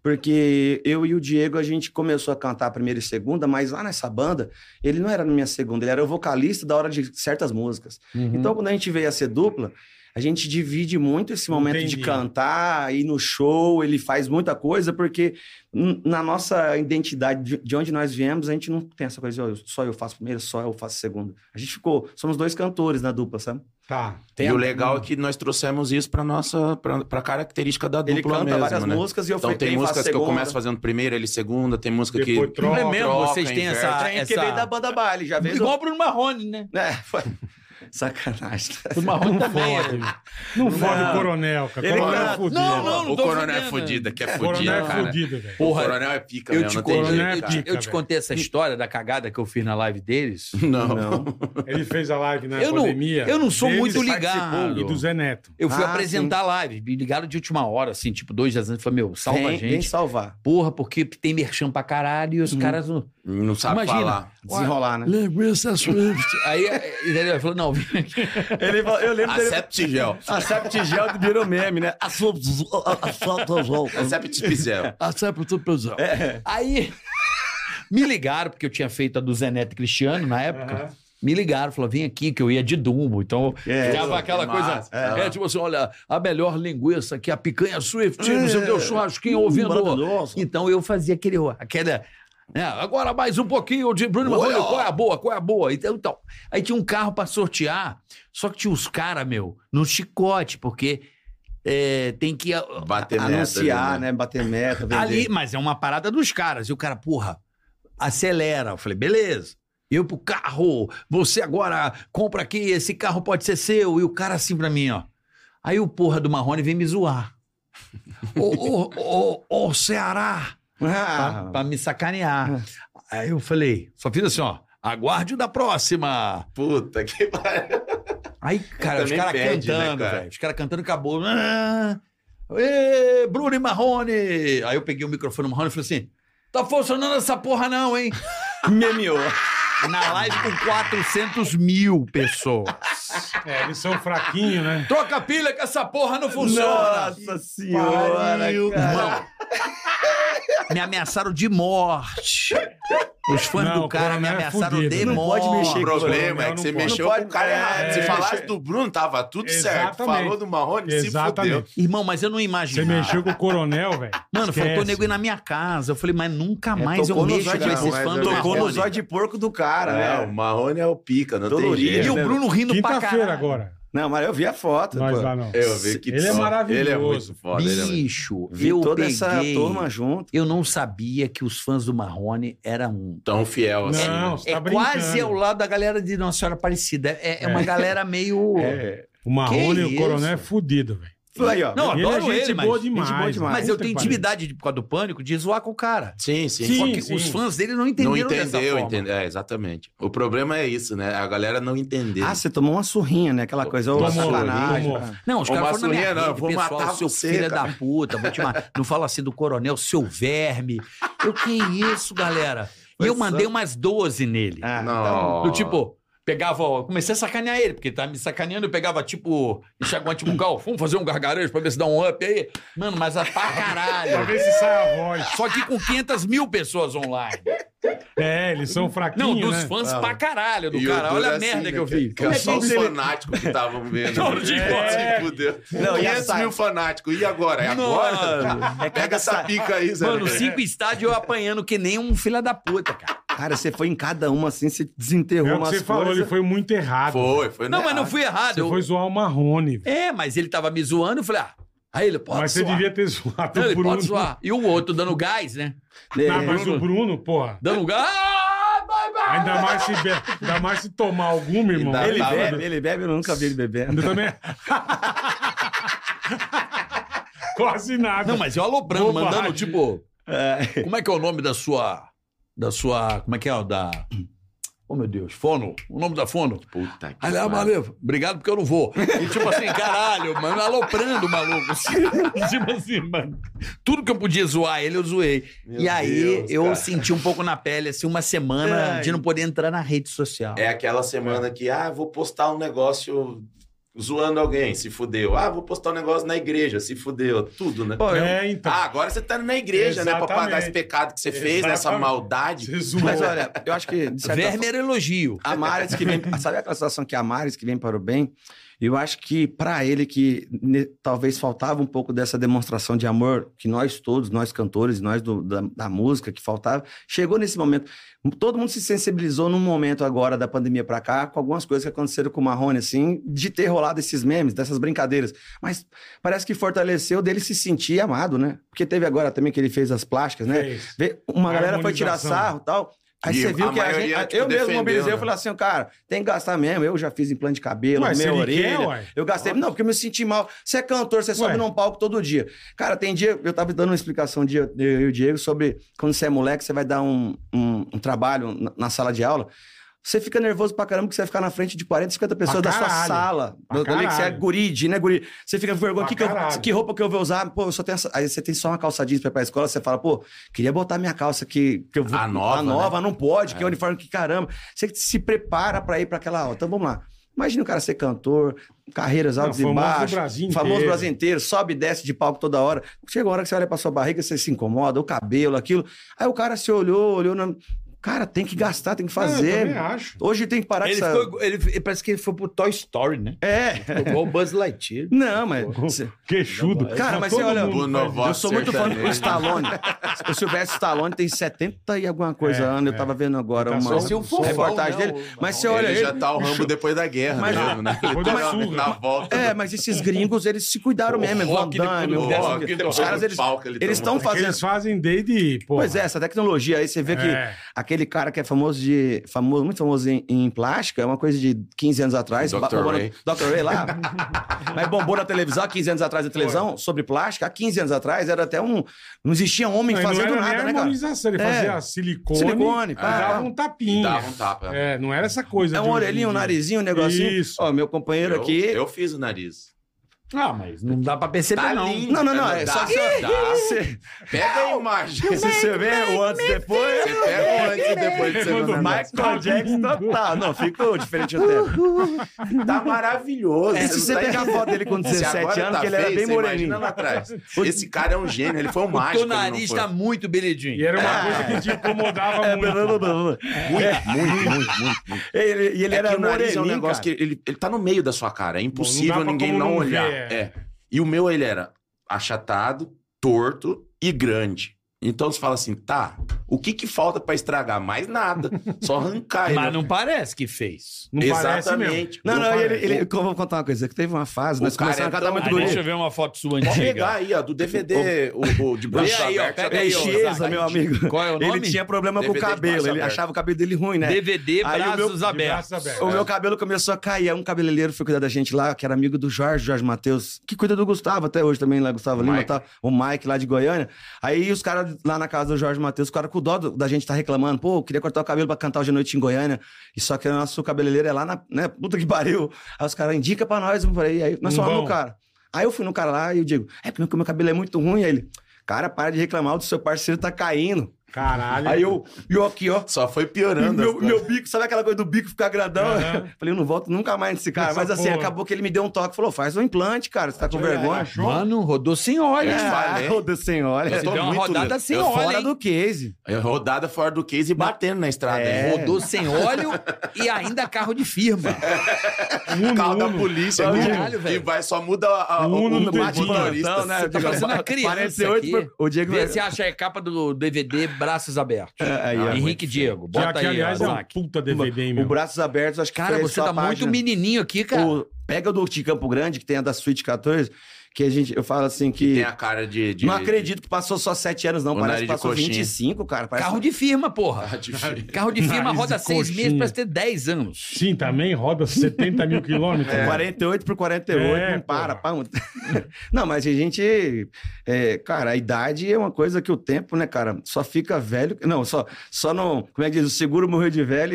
Speaker 6: porque eu e o Diego, a gente começou a cantar primeira e segunda, mas lá nessa banda, ele não era na minha segunda, ele era o vocalista da hora de certas músicas.
Speaker 5: Uhum.
Speaker 6: Então, quando a gente veio a ser dupla, a gente divide muito esse momento
Speaker 3: Entendi.
Speaker 6: de cantar, ir no show, ele faz muita coisa, porque n- na nossa identidade, de- de onde nós viemos, a gente não tem essa coisa, "Ó, eu- só eu faço primeiro, só eu faço segunda. A gente ficou, somos dois cantores na dupla, sabe?
Speaker 3: Tá.
Speaker 5: E o legal é que nós trouxemos isso pra nossa pra, pra característica da dupla
Speaker 6: Ele canta
Speaker 5: mesmo,
Speaker 6: várias
Speaker 5: né?
Speaker 6: músicas e eu
Speaker 5: Então
Speaker 6: fui-
Speaker 5: tem
Speaker 6: quem faz
Speaker 5: músicas que eu
Speaker 6: segunda.
Speaker 5: começo fazendo primeira, ele segunda, tem música que
Speaker 3: Depois troca.
Speaker 4: Não é mesmo?
Speaker 5: troca,
Speaker 4: Vocês têm
Speaker 5: inverte.
Speaker 4: essa...
Speaker 6: Trem Ah, é que
Speaker 4: essa-
Speaker 6: veio da banda baile, já veio
Speaker 4: Igual o Bruno Marrone, né?
Speaker 6: do... É, foi... Sacanagem.
Speaker 4: Bruno Marrone
Speaker 6: é
Speaker 4: também.
Speaker 3: fode.
Speaker 4: né?
Speaker 3: Não fode o coronel, cara.
Speaker 6: Ele
Speaker 3: coronel
Speaker 6: canta.
Speaker 3: é fudido.
Speaker 4: Não, não,
Speaker 5: O
Speaker 4: tô
Speaker 5: coronel é
Speaker 4: fudendo.
Speaker 5: fudido, que é
Speaker 3: O coronel
Speaker 5: fudido,
Speaker 3: é
Speaker 5: cara.
Speaker 3: fudido, velho.
Speaker 5: O
Speaker 4: Porra,
Speaker 5: coronel é pica,
Speaker 4: eu
Speaker 5: mesmo,
Speaker 4: te,
Speaker 5: não tem
Speaker 4: contei,
Speaker 5: jeito,
Speaker 3: coronel é
Speaker 5: cara.
Speaker 3: pica.
Speaker 4: eu te
Speaker 3: velho.
Speaker 4: contei essa história da cagada que eu fiz na live deles.
Speaker 5: Não.
Speaker 3: Ele fez a live na
Speaker 4: Eu não-
Speaker 3: pandemia.
Speaker 4: eu não sou
Speaker 3: deles,
Speaker 4: muito
Speaker 3: participou,
Speaker 4: ligado.
Speaker 3: E do Zé Neto.
Speaker 4: Eu fui
Speaker 6: Ah,
Speaker 4: apresentar a live, me ligaram de última hora, assim, tipo, dois dias antes. eu Falei, meu, salva
Speaker 6: Vem-
Speaker 4: a gente.
Speaker 6: Vem salvar.
Speaker 4: Porra, porque tem merchan pra caralho e os caras. não-
Speaker 5: Não sabe
Speaker 4: Imagina.
Speaker 5: falar.
Speaker 6: Desenrolar, né?
Speaker 4: Lembrança Swift. Aí eh, ele falou: não, vem aqui.
Speaker 6: Ele, fa- eu lembro dele...
Speaker 5: Aceptigel.
Speaker 6: A Septigel virou meme, né? A sua... A
Speaker 5: Aceptigel.
Speaker 4: Aceita o pesão.
Speaker 5: É.
Speaker 4: Aí me ligaram, porque eu tinha feito a do Zeneto Cristiano na época. Me ligaram, falaram, vem aqui, que eu ia de Dumbo. Então,
Speaker 6: É,
Speaker 4: ficava aquela
Speaker 5: que
Speaker 4: coisa.
Speaker 5: massa.
Speaker 4: É. tipo assim: olha, a melhor linguiça que a picanha Swift, não sei o que,
Speaker 5: É.
Speaker 4: o churrasquinho
Speaker 5: Uh,
Speaker 4: ouvindo. Então eu fazia aquele, aquela. né, agora mais um pouquinho de Bruno Marrone, qual é a boa, qual é a boa? Então, então. Aí tinha um carro pra sortear, só que tinha os caras, meu, no chicote, porque é, tem que.
Speaker 5: Bater meta.
Speaker 6: Anunciar, né? Bater meta, vender.
Speaker 4: Ali, mas é uma parada dos caras. E o cara, porra, acelera. Eu falei, beleza. Eu pro carro, você agora compra aqui, esse carro pode ser seu. E o cara assim pra mim, ó. Aí o porra do Marrone vem me zoar. Ô, ô, ô, ô, Ceará! pra,
Speaker 6: Ah,
Speaker 4: pra me sacanear. Aí eu falei, só fiz assim, ó. Aguarde o da próxima.
Speaker 5: Puta que pariu.
Speaker 4: Aí, cara, os
Speaker 5: Também
Speaker 4: caras
Speaker 5: perde,
Speaker 4: cantando,
Speaker 5: né, cara?
Speaker 4: velho. Os caras cantando, acabou. Ah, ê, Bruno e Marrone. Aí eu peguei o microfone do Marrone e falei assim, tá funcionando essa porra não, hein?
Speaker 6: memeou.
Speaker 4: Na live com 400 mil pessoas.
Speaker 3: É, eles são fraquinhos, né?
Speaker 4: Troca a pilha que essa porra não funciona.
Speaker 6: Nossa senhora, cara.
Speaker 4: Irmão, me ameaçaram de morte. Os fãs
Speaker 3: Não,
Speaker 4: do cara me
Speaker 3: coronel é
Speaker 4: ameaçaram
Speaker 3: fudido.
Speaker 4: de
Speaker 3: Não
Speaker 4: morte.
Speaker 6: pode mexer
Speaker 5: O
Speaker 6: Chico,
Speaker 5: problema é
Speaker 3: não
Speaker 5: que você
Speaker 3: pode.
Speaker 5: mexeu
Speaker 6: Não
Speaker 5: com o
Speaker 6: pode,
Speaker 5: cara
Speaker 6: é,
Speaker 5: errado. Se
Speaker 3: é,
Speaker 5: falasse
Speaker 3: mexer-
Speaker 5: do Bruno, tava tudo certo.
Speaker 3: Exatamente.
Speaker 5: Falou do Marrone, se fudeu.
Speaker 3: Exatamente.
Speaker 4: Irmão, mas eu não
Speaker 3: Você
Speaker 4: imaginava.
Speaker 3: mexeu com o coronel, velho.
Speaker 4: Mano,
Speaker 3: Esquece.
Speaker 4: faltou nego ir na minha casa. Eu falei, mas nunca
Speaker 6: É,
Speaker 4: mais eu
Speaker 6: tocou no
Speaker 4: mexo com
Speaker 6: zóio
Speaker 5: de-
Speaker 4: esses
Speaker 5: mas
Speaker 4: fãs do
Speaker 6: Tocou no
Speaker 4: Marrone.
Speaker 6: zóio de porco do cara,
Speaker 5: é,
Speaker 6: né?
Speaker 5: o Marrone é o pica, não
Speaker 6: Dolorido.
Speaker 5: tem
Speaker 4: E o
Speaker 5: jeito.
Speaker 4: Bruno rindo pra
Speaker 3: Quinta-feira
Speaker 4: caralho.
Speaker 3: agora.
Speaker 6: Não, mas eu vi a foto.
Speaker 3: Nós
Speaker 6: pô.
Speaker 3: lá não.
Speaker 5: Eu vi que
Speaker 3: Ele é
Speaker 5: só-
Speaker 3: maravilhoso.
Speaker 5: Ele é muito foda. Ele é muito...
Speaker 4: Bicho,
Speaker 6: Vi
Speaker 4: eu
Speaker 6: toda
Speaker 4: peguei...
Speaker 6: essa turma junto.
Speaker 4: Eu não sabia que os fãs do Marrone eram... um.
Speaker 5: Tão fiel assim.
Speaker 3: Não,
Speaker 5: né?
Speaker 3: você
Speaker 4: É
Speaker 3: tá brincando.
Speaker 4: quase ao lado da galera de Nossa Senhora Aparecida. É, é uma galera meio...
Speaker 3: O Marrone
Speaker 4: Que
Speaker 3: e o coronel
Speaker 4: isso?
Speaker 3: é fudido, velho.
Speaker 6: Aí, ó.
Speaker 4: Não,
Speaker 3: Ele
Speaker 4: adoro
Speaker 3: é
Speaker 4: ele,
Speaker 3: gente
Speaker 4: mas-
Speaker 3: boa
Speaker 6: gente boa
Speaker 3: demais.
Speaker 6: demais.
Speaker 4: Mas eu tenho intimidade de- por causa do pânico de zoar com o cara.
Speaker 5: Sim, sim.
Speaker 3: Sim,
Speaker 5: Só
Speaker 4: Só que os fãs dele não
Speaker 5: que não
Speaker 4: entenderam dessa
Speaker 5: entendeu,
Speaker 4: forma.
Speaker 5: entendeu? É, exatamente. O problema é isso, né? A galera não entendeu.
Speaker 6: Ah, você tomou uma surrinha, né? Aquela coisa, ô,
Speaker 3: Tomou,
Speaker 6: sacanagem.
Speaker 3: tomou.
Speaker 6: cara.
Speaker 4: Não, os
Speaker 5: Ô,
Speaker 4: caras foram na minha
Speaker 5: Massurinha,
Speaker 4: rede,
Speaker 5: não, eu vou
Speaker 4: pessoal,
Speaker 5: matar
Speaker 4: seu
Speaker 5: você,
Speaker 4: filho
Speaker 5: cara.
Speaker 4: da puta, vou te matar. Não fala assim do coronel, seu verme. Eu, que isso, galera? E
Speaker 5: Foi
Speaker 4: eu mandei
Speaker 5: só-
Speaker 4: umas 12 nele.
Speaker 6: Ah,
Speaker 5: não.
Speaker 4: Do tipo, pegava, ó, comecei a sacanear ele, porque ele tava me sacaneando, eu pegava tipo, enxaguante bucal, vamos fazer um gargarejo pra ver se dá um up aí. Mano, mas a pra
Speaker 3: Pra
Speaker 4: caralho.
Speaker 3: ver se sai a voz.
Speaker 4: Só que com 500 mil pessoas online.
Speaker 3: É, eles são
Speaker 4: Não,
Speaker 3: fraquinhos,
Speaker 4: dos
Speaker 3: né?
Speaker 4: fãs
Speaker 5: Ah.
Speaker 4: pra caralho do
Speaker 5: E o
Speaker 4: cara.
Speaker 5: duro
Speaker 4: Olha
Speaker 5: é
Speaker 4: a
Speaker 5: assim,
Speaker 4: merda
Speaker 5: né,
Speaker 4: que eu vi.
Speaker 5: Cara, só os
Speaker 4: que ele-
Speaker 5: fanáticos que estavam vendo.
Speaker 4: Não, de
Speaker 5: é, fudeu.
Speaker 6: Não, e
Speaker 5: 500
Speaker 6: essa-
Speaker 5: mil fanáticos. E agora? É agora?
Speaker 4: Mano,
Speaker 6: É
Speaker 5: Pega
Speaker 6: cada
Speaker 5: essa
Speaker 6: sa...
Speaker 5: pica aí, Zé.
Speaker 4: mano, cinco estádios eu apanhando que nem um filho da puta, cara.
Speaker 3: Né?
Speaker 6: Cara, você foi em cada uma assim, você desenterrou
Speaker 3: É o que
Speaker 6: umas
Speaker 3: você falou,
Speaker 6: coisas.
Speaker 3: ele foi muito errado.
Speaker 5: Foi, foi.
Speaker 4: Não, mas não fui errado.
Speaker 3: Ah, Você
Speaker 4: eu-
Speaker 3: foi zoar o Marrone. velho.
Speaker 4: É, mas ele tava me zoando, eu falei, ah, aí ele pode
Speaker 3: Mas você
Speaker 4: zoar.
Speaker 3: devia ter zoado um
Speaker 4: Não,
Speaker 3: o
Speaker 4: ele
Speaker 3: Bruno.
Speaker 4: pode zoar. E o outro dando gás, né?
Speaker 6: É,
Speaker 3: Não, Ah, mas o Bruno, porra.
Speaker 4: Dando gás. Ah, vai, vai.
Speaker 3: Ainda mais se, be... ainda mais se tomar alguma, irmão.
Speaker 5: Ainda-
Speaker 6: Ele
Speaker 5: Tava-
Speaker 6: bebe, ele bebe, eu nunca vi ele bebendo.
Speaker 3: Eu também. Quase nada.
Speaker 4: Não, mas é eu aloprando,
Speaker 3: Bobagem.
Speaker 4: mandando, tipo,
Speaker 6: É.
Speaker 4: como é que é o nome da sua. Da sua. Como é que é? o Da. Oh, meu Deus, fono. O nome da fono.
Speaker 5: Puta que
Speaker 4: Aí lá,
Speaker 5: pariu.
Speaker 4: Malevo, obrigado porque eu não vou. E tipo assim, caralho, mano, aloprando, maluco. tipo assim, mano. Tudo que eu podia zoar ele, eu zoei.
Speaker 5: Meu
Speaker 4: e aí
Speaker 5: Deus,
Speaker 4: eu
Speaker 5: cara.
Speaker 4: senti um pouco na pele, assim, uma semana
Speaker 6: É,
Speaker 4: de não poder entrar na rede social.
Speaker 5: É aquela semana que, ah, vou postar um negócio zoando alguém, se fudeu. Ah, vou postar um negócio na igreja, se fudeu. Tudo, né?
Speaker 3: É, então.
Speaker 5: Ah, agora você tá na igreja, né? Pra pagar
Speaker 3: Exatamente.
Speaker 5: esse pecado que você fez, nessa
Speaker 3: Exatamente.
Speaker 5: maldade.
Speaker 3: Você zoou.
Speaker 6: Mas olha, eu acho que, de certa
Speaker 4: Verme era elogio.
Speaker 6: A Maris que vem. Sabe aquela situação que a Maris que vem para o bem? Eu acho que para ele que ne- talvez faltava um pouco dessa demonstração de amor que nós todos, nós cantores, nós do- da, da música que faltava, chegou nesse momento. Todo mundo se sensibilizou num momento agora da pandemia para cá com algumas coisas que aconteceram com o Marrone, assim, de ter rolado esses memes, dessas brincadeiras. Mas parece que fortaleceu dele se sentir amado, né? Porque teve agora também que ele fez as plásticas, né?
Speaker 3: Fez.
Speaker 6: Vê, uma galera foi tirar
Speaker 3: Harmonização.
Speaker 6: sarro e tal. Aí
Speaker 5: E
Speaker 6: você viu
Speaker 5: a
Speaker 6: que a
Speaker 5: maioria,
Speaker 6: gente.
Speaker 5: tipo,
Speaker 6: eu mesmo
Speaker 5: defendeu,
Speaker 6: mobilizei, eu
Speaker 5: né?
Speaker 6: falei assim, ó, cara, tem que gastar mesmo. Eu já fiz implante de cabelo,
Speaker 3: Ué, se
Speaker 6: minha
Speaker 3: ele quer,
Speaker 6: orelha.
Speaker 3: ué.
Speaker 6: eu gastei. Não, porque eu me senti mal. Você é cantor, você sobe
Speaker 3: Ué.
Speaker 6: num palco todo dia. Cara, tem dia. Eu tava dando uma explicação um dia, eu e o Diego, sobre quando você é moleque, você vai dar um, um- um trabalho na, na sala de aula. Você fica nervoso pra caramba que você vai ficar na frente de 40, 50 pessoas da sua
Speaker 3: caralho.
Speaker 6: sala.
Speaker 3: Pra
Speaker 6: Do- do- que você é
Speaker 3: caralho.
Speaker 6: guri, de- né, guri? Você fica com vergonha.
Speaker 3: Pra
Speaker 6: Que, que, eu-
Speaker 3: caralho.
Speaker 6: que roupa que eu vou usar? Pô, eu só tenho essa... Aí você tem só uma calça jeans pra ir pra escola, você fala, pô, queria botar minha calça que, que eu vou.
Speaker 5: A nova,
Speaker 6: A nova,
Speaker 3: né?
Speaker 6: não pode, que é uniforme que caramba. Você se prepara pra ir pra aquela aula. Então vamos lá. Imagina o cara ser cantor, carreiras
Speaker 3: Não,
Speaker 6: altas e
Speaker 3: famoso do
Speaker 6: baixas.
Speaker 3: Brasil
Speaker 6: famoso
Speaker 3: inteiro.
Speaker 6: Brasil inteiro, sobe e desce de palco toda hora. Chega uma hora que você olha pra sua barriga, você se incomoda, o cabelo, aquilo. Aí o cara se olhou, olhou na. Cara, tem que gastar, tem que
Speaker 3: Ah, eu
Speaker 6: fazer.
Speaker 3: também acho.
Speaker 6: Hoje tem que parar
Speaker 4: Ele
Speaker 6: com essa...
Speaker 4: ficou. Ele, parece que ele foi pro Toy Story, né?
Speaker 6: É.
Speaker 4: Igual o Buzz Lightyear.
Speaker 6: Não, mas. cê-
Speaker 3: Queixudo.
Speaker 6: Cara, mas
Speaker 3: Todo
Speaker 6: você olha-
Speaker 3: mundo
Speaker 5: Bruno
Speaker 3: faz isso.
Speaker 5: Voz
Speaker 6: eu sou muito fã do
Speaker 5: sertanejo.
Speaker 6: Stallone. o Silvestre Stallone tem 70 e alguma coisa
Speaker 3: É,
Speaker 6: anos. Eu
Speaker 3: é.
Speaker 6: tava vendo agora
Speaker 3: Tá
Speaker 6: uma
Speaker 3: só-
Speaker 4: só-
Speaker 6: é um reportagem
Speaker 3: né,
Speaker 4: não,
Speaker 6: dele.
Speaker 4: não.
Speaker 6: Mas você
Speaker 5: Ele
Speaker 6: olha.
Speaker 5: já tá o Rambo depois da guerra
Speaker 6: Mas-
Speaker 5: mesmo, né? Ele
Speaker 3: Foi
Speaker 5: tá
Speaker 3: uma
Speaker 5: na,
Speaker 3: surra.
Speaker 5: na volta.
Speaker 6: É, mas esses gringos, eles se cuidaram mesmo. Van
Speaker 4: rock de
Speaker 6: Damme,
Speaker 4: tudo,
Speaker 6: o
Speaker 5: do-
Speaker 4: rock um
Speaker 6: rock.
Speaker 4: de tudo.
Speaker 6: Os caras, eles.
Speaker 5: pau que ele
Speaker 6: Eles
Speaker 5: tomou.
Speaker 6: estão
Speaker 3: É que
Speaker 6: fazendo.
Speaker 3: Eles fazem desde. Porra.
Speaker 6: Pois é, essa tecnologia aí, você vê que
Speaker 3: É.
Speaker 6: aquele cara que é famoso de. Famoso, muito famoso em, em plástica, é uma coisa de 15 anos atrás.
Speaker 5: Dr.
Speaker 6: ba- bombou na-
Speaker 5: Ray.
Speaker 6: Dr. Ray lá. mas bombou na televisão, há 15 anos atrás, a televisão sobre plástica. Há 15 anos atrás era até um. Não existia homem
Speaker 3: Não, e
Speaker 6: fazendo
Speaker 3: não era
Speaker 6: nada,
Speaker 3: nem
Speaker 6: né, cara?
Speaker 3: harmonização, ele
Speaker 6: É.
Speaker 3: fazia silicone,
Speaker 6: Silicone, tá.
Speaker 3: e
Speaker 6: pá.
Speaker 3: dava um
Speaker 5: E
Speaker 3: tapinha.
Speaker 5: dava um tapa.
Speaker 3: É, não era essa coisa.
Speaker 6: Tá. É
Speaker 3: de
Speaker 6: um
Speaker 3: hoje
Speaker 6: orelhinho, um
Speaker 3: em dia.
Speaker 6: narizinho, um negocinho.
Speaker 3: Isso.
Speaker 6: Ó, meu companheiro
Speaker 5: Eu,
Speaker 6: aqui.
Speaker 5: eu fiz o nariz.
Speaker 4: Ah, mas não dá pra perceber,
Speaker 5: Tá
Speaker 4: não.
Speaker 5: lindo.
Speaker 6: Não, não, não. É
Speaker 5: Dá,
Speaker 6: só que você.
Speaker 5: dá.
Speaker 6: você-
Speaker 5: Pega a imagem.
Speaker 6: Se você vê o antes e depois.
Speaker 5: Você pega o antes e depois
Speaker 6: é
Speaker 5: de
Speaker 3: Manda
Speaker 5: você
Speaker 3: um
Speaker 5: não-
Speaker 6: Michael Jackson total. Não, ficou diferente do tempo.
Speaker 5: Tá maravilhoso.
Speaker 6: E É, se você
Speaker 5: não tá
Speaker 6: pegar a foto dele com
Speaker 5: Se
Speaker 6: 17
Speaker 5: agora
Speaker 6: anos,
Speaker 5: tá
Speaker 6: que ele era
Speaker 5: feio,
Speaker 6: bem
Speaker 5: você imagina
Speaker 6: moreninho.
Speaker 5: lá atrás. Esse cara é um gênio, ele foi um
Speaker 4: O
Speaker 5: mágico.
Speaker 4: teu
Speaker 5: ele não
Speaker 4: nariz
Speaker 5: foi.
Speaker 4: tá muito beledinho.
Speaker 3: E é era uma coisa que te incomodava
Speaker 6: É, blá, blá,
Speaker 3: muito.
Speaker 6: blá, blá.
Speaker 5: muito, muito, muito, muito, muito.
Speaker 6: Ele, e ele
Speaker 5: É
Speaker 6: era
Speaker 5: que o nariz é um
Speaker 6: moreninho,
Speaker 5: negócio
Speaker 6: cara.
Speaker 5: que ele, ele tá no meio da sua cara. É impossível
Speaker 3: Não dá pra
Speaker 5: ninguém
Speaker 3: como
Speaker 5: não
Speaker 3: não
Speaker 5: olhar.
Speaker 3: ver, é.
Speaker 5: É. E o meu, ele era achatado, torto e grande. Então você fala assim, tá, o que que falta pra estragar? Mais nada, só arrancar ele.
Speaker 4: Mas não parece que fez.
Speaker 3: Não parece mesmo.
Speaker 5: Exatamente.
Speaker 6: Não, não, ele,
Speaker 5: parece.
Speaker 6: ele, eu vou contar uma coisa, que teve uma fase,
Speaker 5: O
Speaker 6: nós
Speaker 5: cara
Speaker 6: começamos
Speaker 5: é
Speaker 6: a cada
Speaker 5: tão-
Speaker 6: muito
Speaker 4: Ah,
Speaker 5: Adorei.
Speaker 4: deixa eu ver uma foto sua
Speaker 6: É
Speaker 5: Pode pegar
Speaker 4: antiga.
Speaker 5: aí, ó, do DVD, o, o de
Speaker 4: Vê
Speaker 5: braço
Speaker 4: aí, ó,
Speaker 5: aberto.
Speaker 4: pega
Speaker 6: É
Speaker 4: aí, ó.
Speaker 6: Chiesa, meu amigo.
Speaker 4: Qual é o nome?
Speaker 6: Ele tinha problema com
Speaker 5: DVD
Speaker 6: o
Speaker 5: de
Speaker 6: cabelo,
Speaker 5: braço
Speaker 6: ele
Speaker 5: aberto.
Speaker 6: achava o cabelo dele ruim, né?
Speaker 4: DVD
Speaker 6: Aí o meu-
Speaker 4: Braços
Speaker 3: De
Speaker 4: Abertos.
Speaker 3: braço aberto.
Speaker 6: O meu cabelo começou a cair. Aí um cabeleireiro foi cuidar da gente lá, que era amigo do Jorge, Jorge Matheus, que cuida do Gustavo até hoje também, lá, Gustavo Lima,
Speaker 5: Mike.
Speaker 6: tá? o Mike lá de Goiânia. Aí os caras lá na casa do Jorge Matheus, os caras com dó do- da gente tá reclamando, pô, eu queria cortar o cabelo pra cantar hoje à noite em Goiânia. E só que o nosso cabeleireiro é lá na, né, puta que pariu. Aí os caras indica pra nós, eu falei, aí nós
Speaker 3: Um
Speaker 6: falamos
Speaker 3: bom.
Speaker 6: no cara. Aí eu fui no cara lá e eu digo, é porque meu cabelo é muito ruim. Aí ele, cara, para de reclamar, o do seu parceiro tá caindo.
Speaker 3: Caralho.
Speaker 6: Aí eu, e eu aqui, ó.
Speaker 5: Só foi
Speaker 6: E
Speaker 5: piorando. as
Speaker 6: Meu,
Speaker 5: coisas.
Speaker 6: meu bico, sabe aquela coisa do bico ficar grandão?
Speaker 3: Aham.
Speaker 6: Falei, eu não volto nunca mais nesse cara.
Speaker 3: Essa
Speaker 6: Mas assim,
Speaker 3: porra.
Speaker 6: acabou que ele me deu um toque. Falou, faz um implante, cara. Você tá com vergonha?
Speaker 3: Achou?
Speaker 4: Mano, rodou sem
Speaker 6: É,
Speaker 4: olhos.
Speaker 5: falei.
Speaker 6: ô, do senhor.
Speaker 5: Eu
Speaker 6: é
Speaker 5: tô
Speaker 4: deu uma
Speaker 5: muito
Speaker 4: rodada
Speaker 5: liso.
Speaker 4: sem
Speaker 5: Eu
Speaker 4: óleo,
Speaker 6: Fora
Speaker 4: hein?
Speaker 6: do case.
Speaker 5: É Rodada fora do case e batendo na estrada.
Speaker 6: É.
Speaker 5: hein?
Speaker 4: Rodou sem óleo e ainda carro de firma.
Speaker 5: O carro da
Speaker 3: Uno.
Speaker 5: polícia.
Speaker 4: Uno.
Speaker 5: que-
Speaker 4: Caralho,
Speaker 5: que
Speaker 4: velho.
Speaker 5: vai só muda a, a,
Speaker 3: O Uno
Speaker 5: o,
Speaker 3: não tem
Speaker 5: bate
Speaker 3: botão,
Speaker 5: motorista.
Speaker 6: né? assim,
Speaker 4: Você tá parecendo uma criança
Speaker 6: 48
Speaker 4: aqui.
Speaker 6: por- O Diego... é-
Speaker 4: Vê se É acha a capa do DVD Braços Abertos.
Speaker 6: Aí, ó.
Speaker 4: Henrique Diego,
Speaker 3: Que,
Speaker 4: bota
Speaker 3: que,
Speaker 4: aí,
Speaker 3: aliás,
Speaker 4: ó,
Speaker 3: é um
Speaker 4: Zac.
Speaker 3: puta DVD, hein,
Speaker 6: o
Speaker 3: meu.
Speaker 6: braços abertos, acho que
Speaker 4: Cara,
Speaker 6: foi
Speaker 4: você
Speaker 6: sua
Speaker 4: tá muito
Speaker 6: página.
Speaker 4: menininho aqui, cara.
Speaker 6: O- Pega o do de Campo Grande, que tem a da Suite 14, que a gente... Eu falo assim que...
Speaker 5: Tem a cara de... de
Speaker 6: não acredito que passou só 7 anos, não.
Speaker 5: O
Speaker 6: Parece
Speaker 5: nariz
Speaker 6: que
Speaker 5: de
Speaker 6: passou
Speaker 5: coxinha.
Speaker 6: 25, cara. Parece
Speaker 4: Carro de firma, porra.
Speaker 5: de- de-
Speaker 4: Carro de firma
Speaker 3: Nariz
Speaker 4: roda
Speaker 3: de
Speaker 4: seis
Speaker 3: coxinha.
Speaker 4: meses, parece ter 10 anos.
Speaker 3: Sim, também roda 70 mil quilômetros. né?
Speaker 6: É. 48 por 48,
Speaker 3: É,
Speaker 6: não para.
Speaker 3: porra.
Speaker 6: Pá. Não, mas a gente. é, cara, a idade é uma coisa que o tempo, né, cara? Só fica velho. Não, só, só não. Como é que diz? O seguro morreu de velho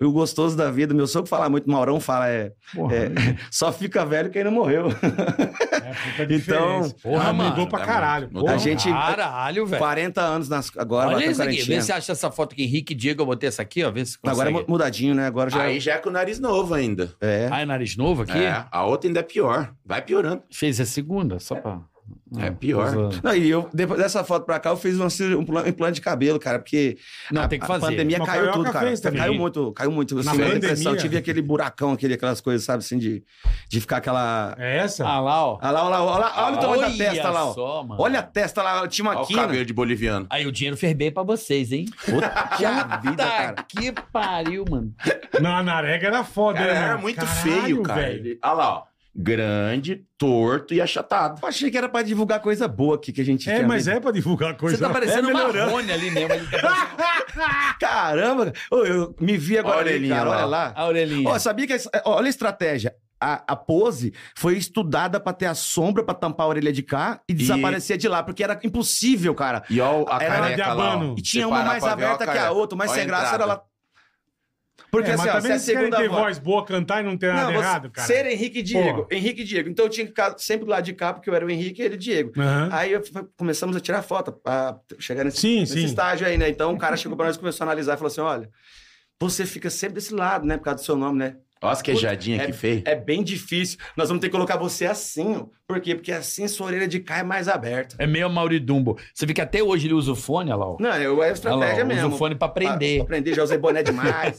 Speaker 6: e o gostoso da vida. Meu sogro fala muito, Maurão fala, é.
Speaker 3: Porra,
Speaker 6: é,
Speaker 4: né?
Speaker 6: só fica velho quem não morreu.
Speaker 3: é puta
Speaker 6: Então,
Speaker 3: diferença.
Speaker 4: porra,
Speaker 3: Ah,
Speaker 4: mano,
Speaker 3: Mudou pra
Speaker 5: tá
Speaker 3: caralho.
Speaker 5: muito.
Speaker 3: porra.
Speaker 6: A gente.
Speaker 4: Caralho, velho.
Speaker 6: 40 anos nas, agora,
Speaker 4: Olha
Speaker 6: bateu
Speaker 4: isso aqui.
Speaker 6: 40.
Speaker 4: Vê se acha essa foto aqui. Henrique Diego, eu botei essa aqui, ó. Vê se
Speaker 6: Agora
Speaker 4: consegue.
Speaker 6: é mudadinho, né? Agora já.
Speaker 5: Aí já é com o nariz novo ainda.
Speaker 6: É.
Speaker 4: Ah, é nariz novo aqui?
Speaker 5: É, a outra ainda é pior. Vai piorando.
Speaker 4: Fez a segunda, só pra...
Speaker 5: É pior.
Speaker 6: Não, e eu, depois dessa foto pra cá, eu fiz uma cirurgia- um plan- implante de cabelo, cara, porque
Speaker 4: Não,
Speaker 6: a,
Speaker 4: tem que
Speaker 6: a
Speaker 4: fazer.
Speaker 6: pandemia
Speaker 3: Mas
Speaker 6: caiu
Speaker 3: Carioca
Speaker 6: tudo, cara.
Speaker 3: fez também.
Speaker 6: Caiu muito, caiu muito.
Speaker 3: Na
Speaker 6: Assim, minha
Speaker 3: pandemia.
Speaker 6: depressão, eu tive aquele buracão, aquele, aquelas coisas, sabe, assim, de, de ficar aquela.
Speaker 3: É essa?
Speaker 4: Ah lá, ó.
Speaker 6: Olha lá, olha lá, olha lá, olha o tamanho da testa lá, ó.
Speaker 4: Só, mano.
Speaker 6: Olha a testa lá, tinha
Speaker 5: Olha
Speaker 6: uma
Speaker 5: o
Speaker 6: quina.
Speaker 5: cabelo de boliviano.
Speaker 4: Aí o dinheiro fez bem pra vocês, hein?
Speaker 6: Puta vida, cara.
Speaker 4: que pariu, mano.
Speaker 3: Na narega era
Speaker 6: Tá
Speaker 3: foda,
Speaker 5: Cara,
Speaker 3: né,
Speaker 5: era
Speaker 3: mano?
Speaker 5: muito
Speaker 3: Caralho,
Speaker 5: feio, cara.
Speaker 3: velho.
Speaker 5: Ele- Olha lá, ó. Grande, torto e achatado.
Speaker 6: Eu achei que era pra divulgar coisa boa aqui que a gente
Speaker 3: É,
Speaker 6: tinha
Speaker 3: mas
Speaker 6: feito.
Speaker 3: é pra divulgar coisa.
Speaker 4: Você tá parecendo
Speaker 6: é
Speaker 4: uma
Speaker 6: melhorando.
Speaker 4: Marrone ali mesmo. Ele tá parecendo-
Speaker 6: Caramba, cara. Ô, eu me vi agora,
Speaker 5: Olha ele,
Speaker 6: ali, cara,
Speaker 5: olha
Speaker 6: olha lá.
Speaker 4: a orelhinha.
Speaker 6: Ó, sabia que. essa- Olha a estratégia. A, a pose foi estudada pra ter a sombra pra tampar a orelha de cá e desaparecer de lá, porque era impossível, cara.
Speaker 5: E olha a
Speaker 6: Era
Speaker 5: careca lá. ó.
Speaker 3: diabano.
Speaker 6: E tinha
Speaker 5: Você
Speaker 6: uma
Speaker 5: parar
Speaker 6: mais
Speaker 5: pra ver, ó,
Speaker 6: aberta que a
Speaker 5: careca.
Speaker 6: outra, mas
Speaker 5: Olha
Speaker 6: sem
Speaker 5: a
Speaker 6: graça
Speaker 5: entrada.
Speaker 6: era lá. Porque
Speaker 3: é,
Speaker 6: assim,
Speaker 3: mas
Speaker 6: ó, se
Speaker 3: também
Speaker 6: a
Speaker 3: vocês querem ter
Speaker 6: segunda voz.
Speaker 3: voz boa, cantar e não ter nada
Speaker 6: você-
Speaker 3: Tá errado, cara.
Speaker 6: ser Henrique e Diego. Henrique e Diego. Então eu tinha que ficar sempre do lado de cá, porque eu era o Henrique e ele o Diego.
Speaker 3: Aham.
Speaker 6: Aí eu f- começamos a tirar foto pra chegar nesse,
Speaker 3: Sim,
Speaker 6: nesse
Speaker 3: sim.
Speaker 6: estágio aí, né? Então o cara chegou pra nós e começou a analisar e falou assim: olha, você fica sempre desse lado, né? Por causa do seu nome, né?
Speaker 5: Olha as queijadinhas
Speaker 6: É-
Speaker 5: que feio.
Speaker 6: É bem difícil. Nós vamos ter que colocar você assim, ó. Por quê? Porque assim sua orelha de cá é mais aberta.
Speaker 4: É meio Mauridumbo. Você vê que até hoje ele usa o fone, olha lá. ó.
Speaker 6: Não, eu,
Speaker 4: Olha
Speaker 6: é
Speaker 4: lá,
Speaker 6: estratégia
Speaker 4: ó,
Speaker 6: mesmo. Ah,
Speaker 4: Usa o fone pra aprender.
Speaker 6: Aprendi, já usei boné demais.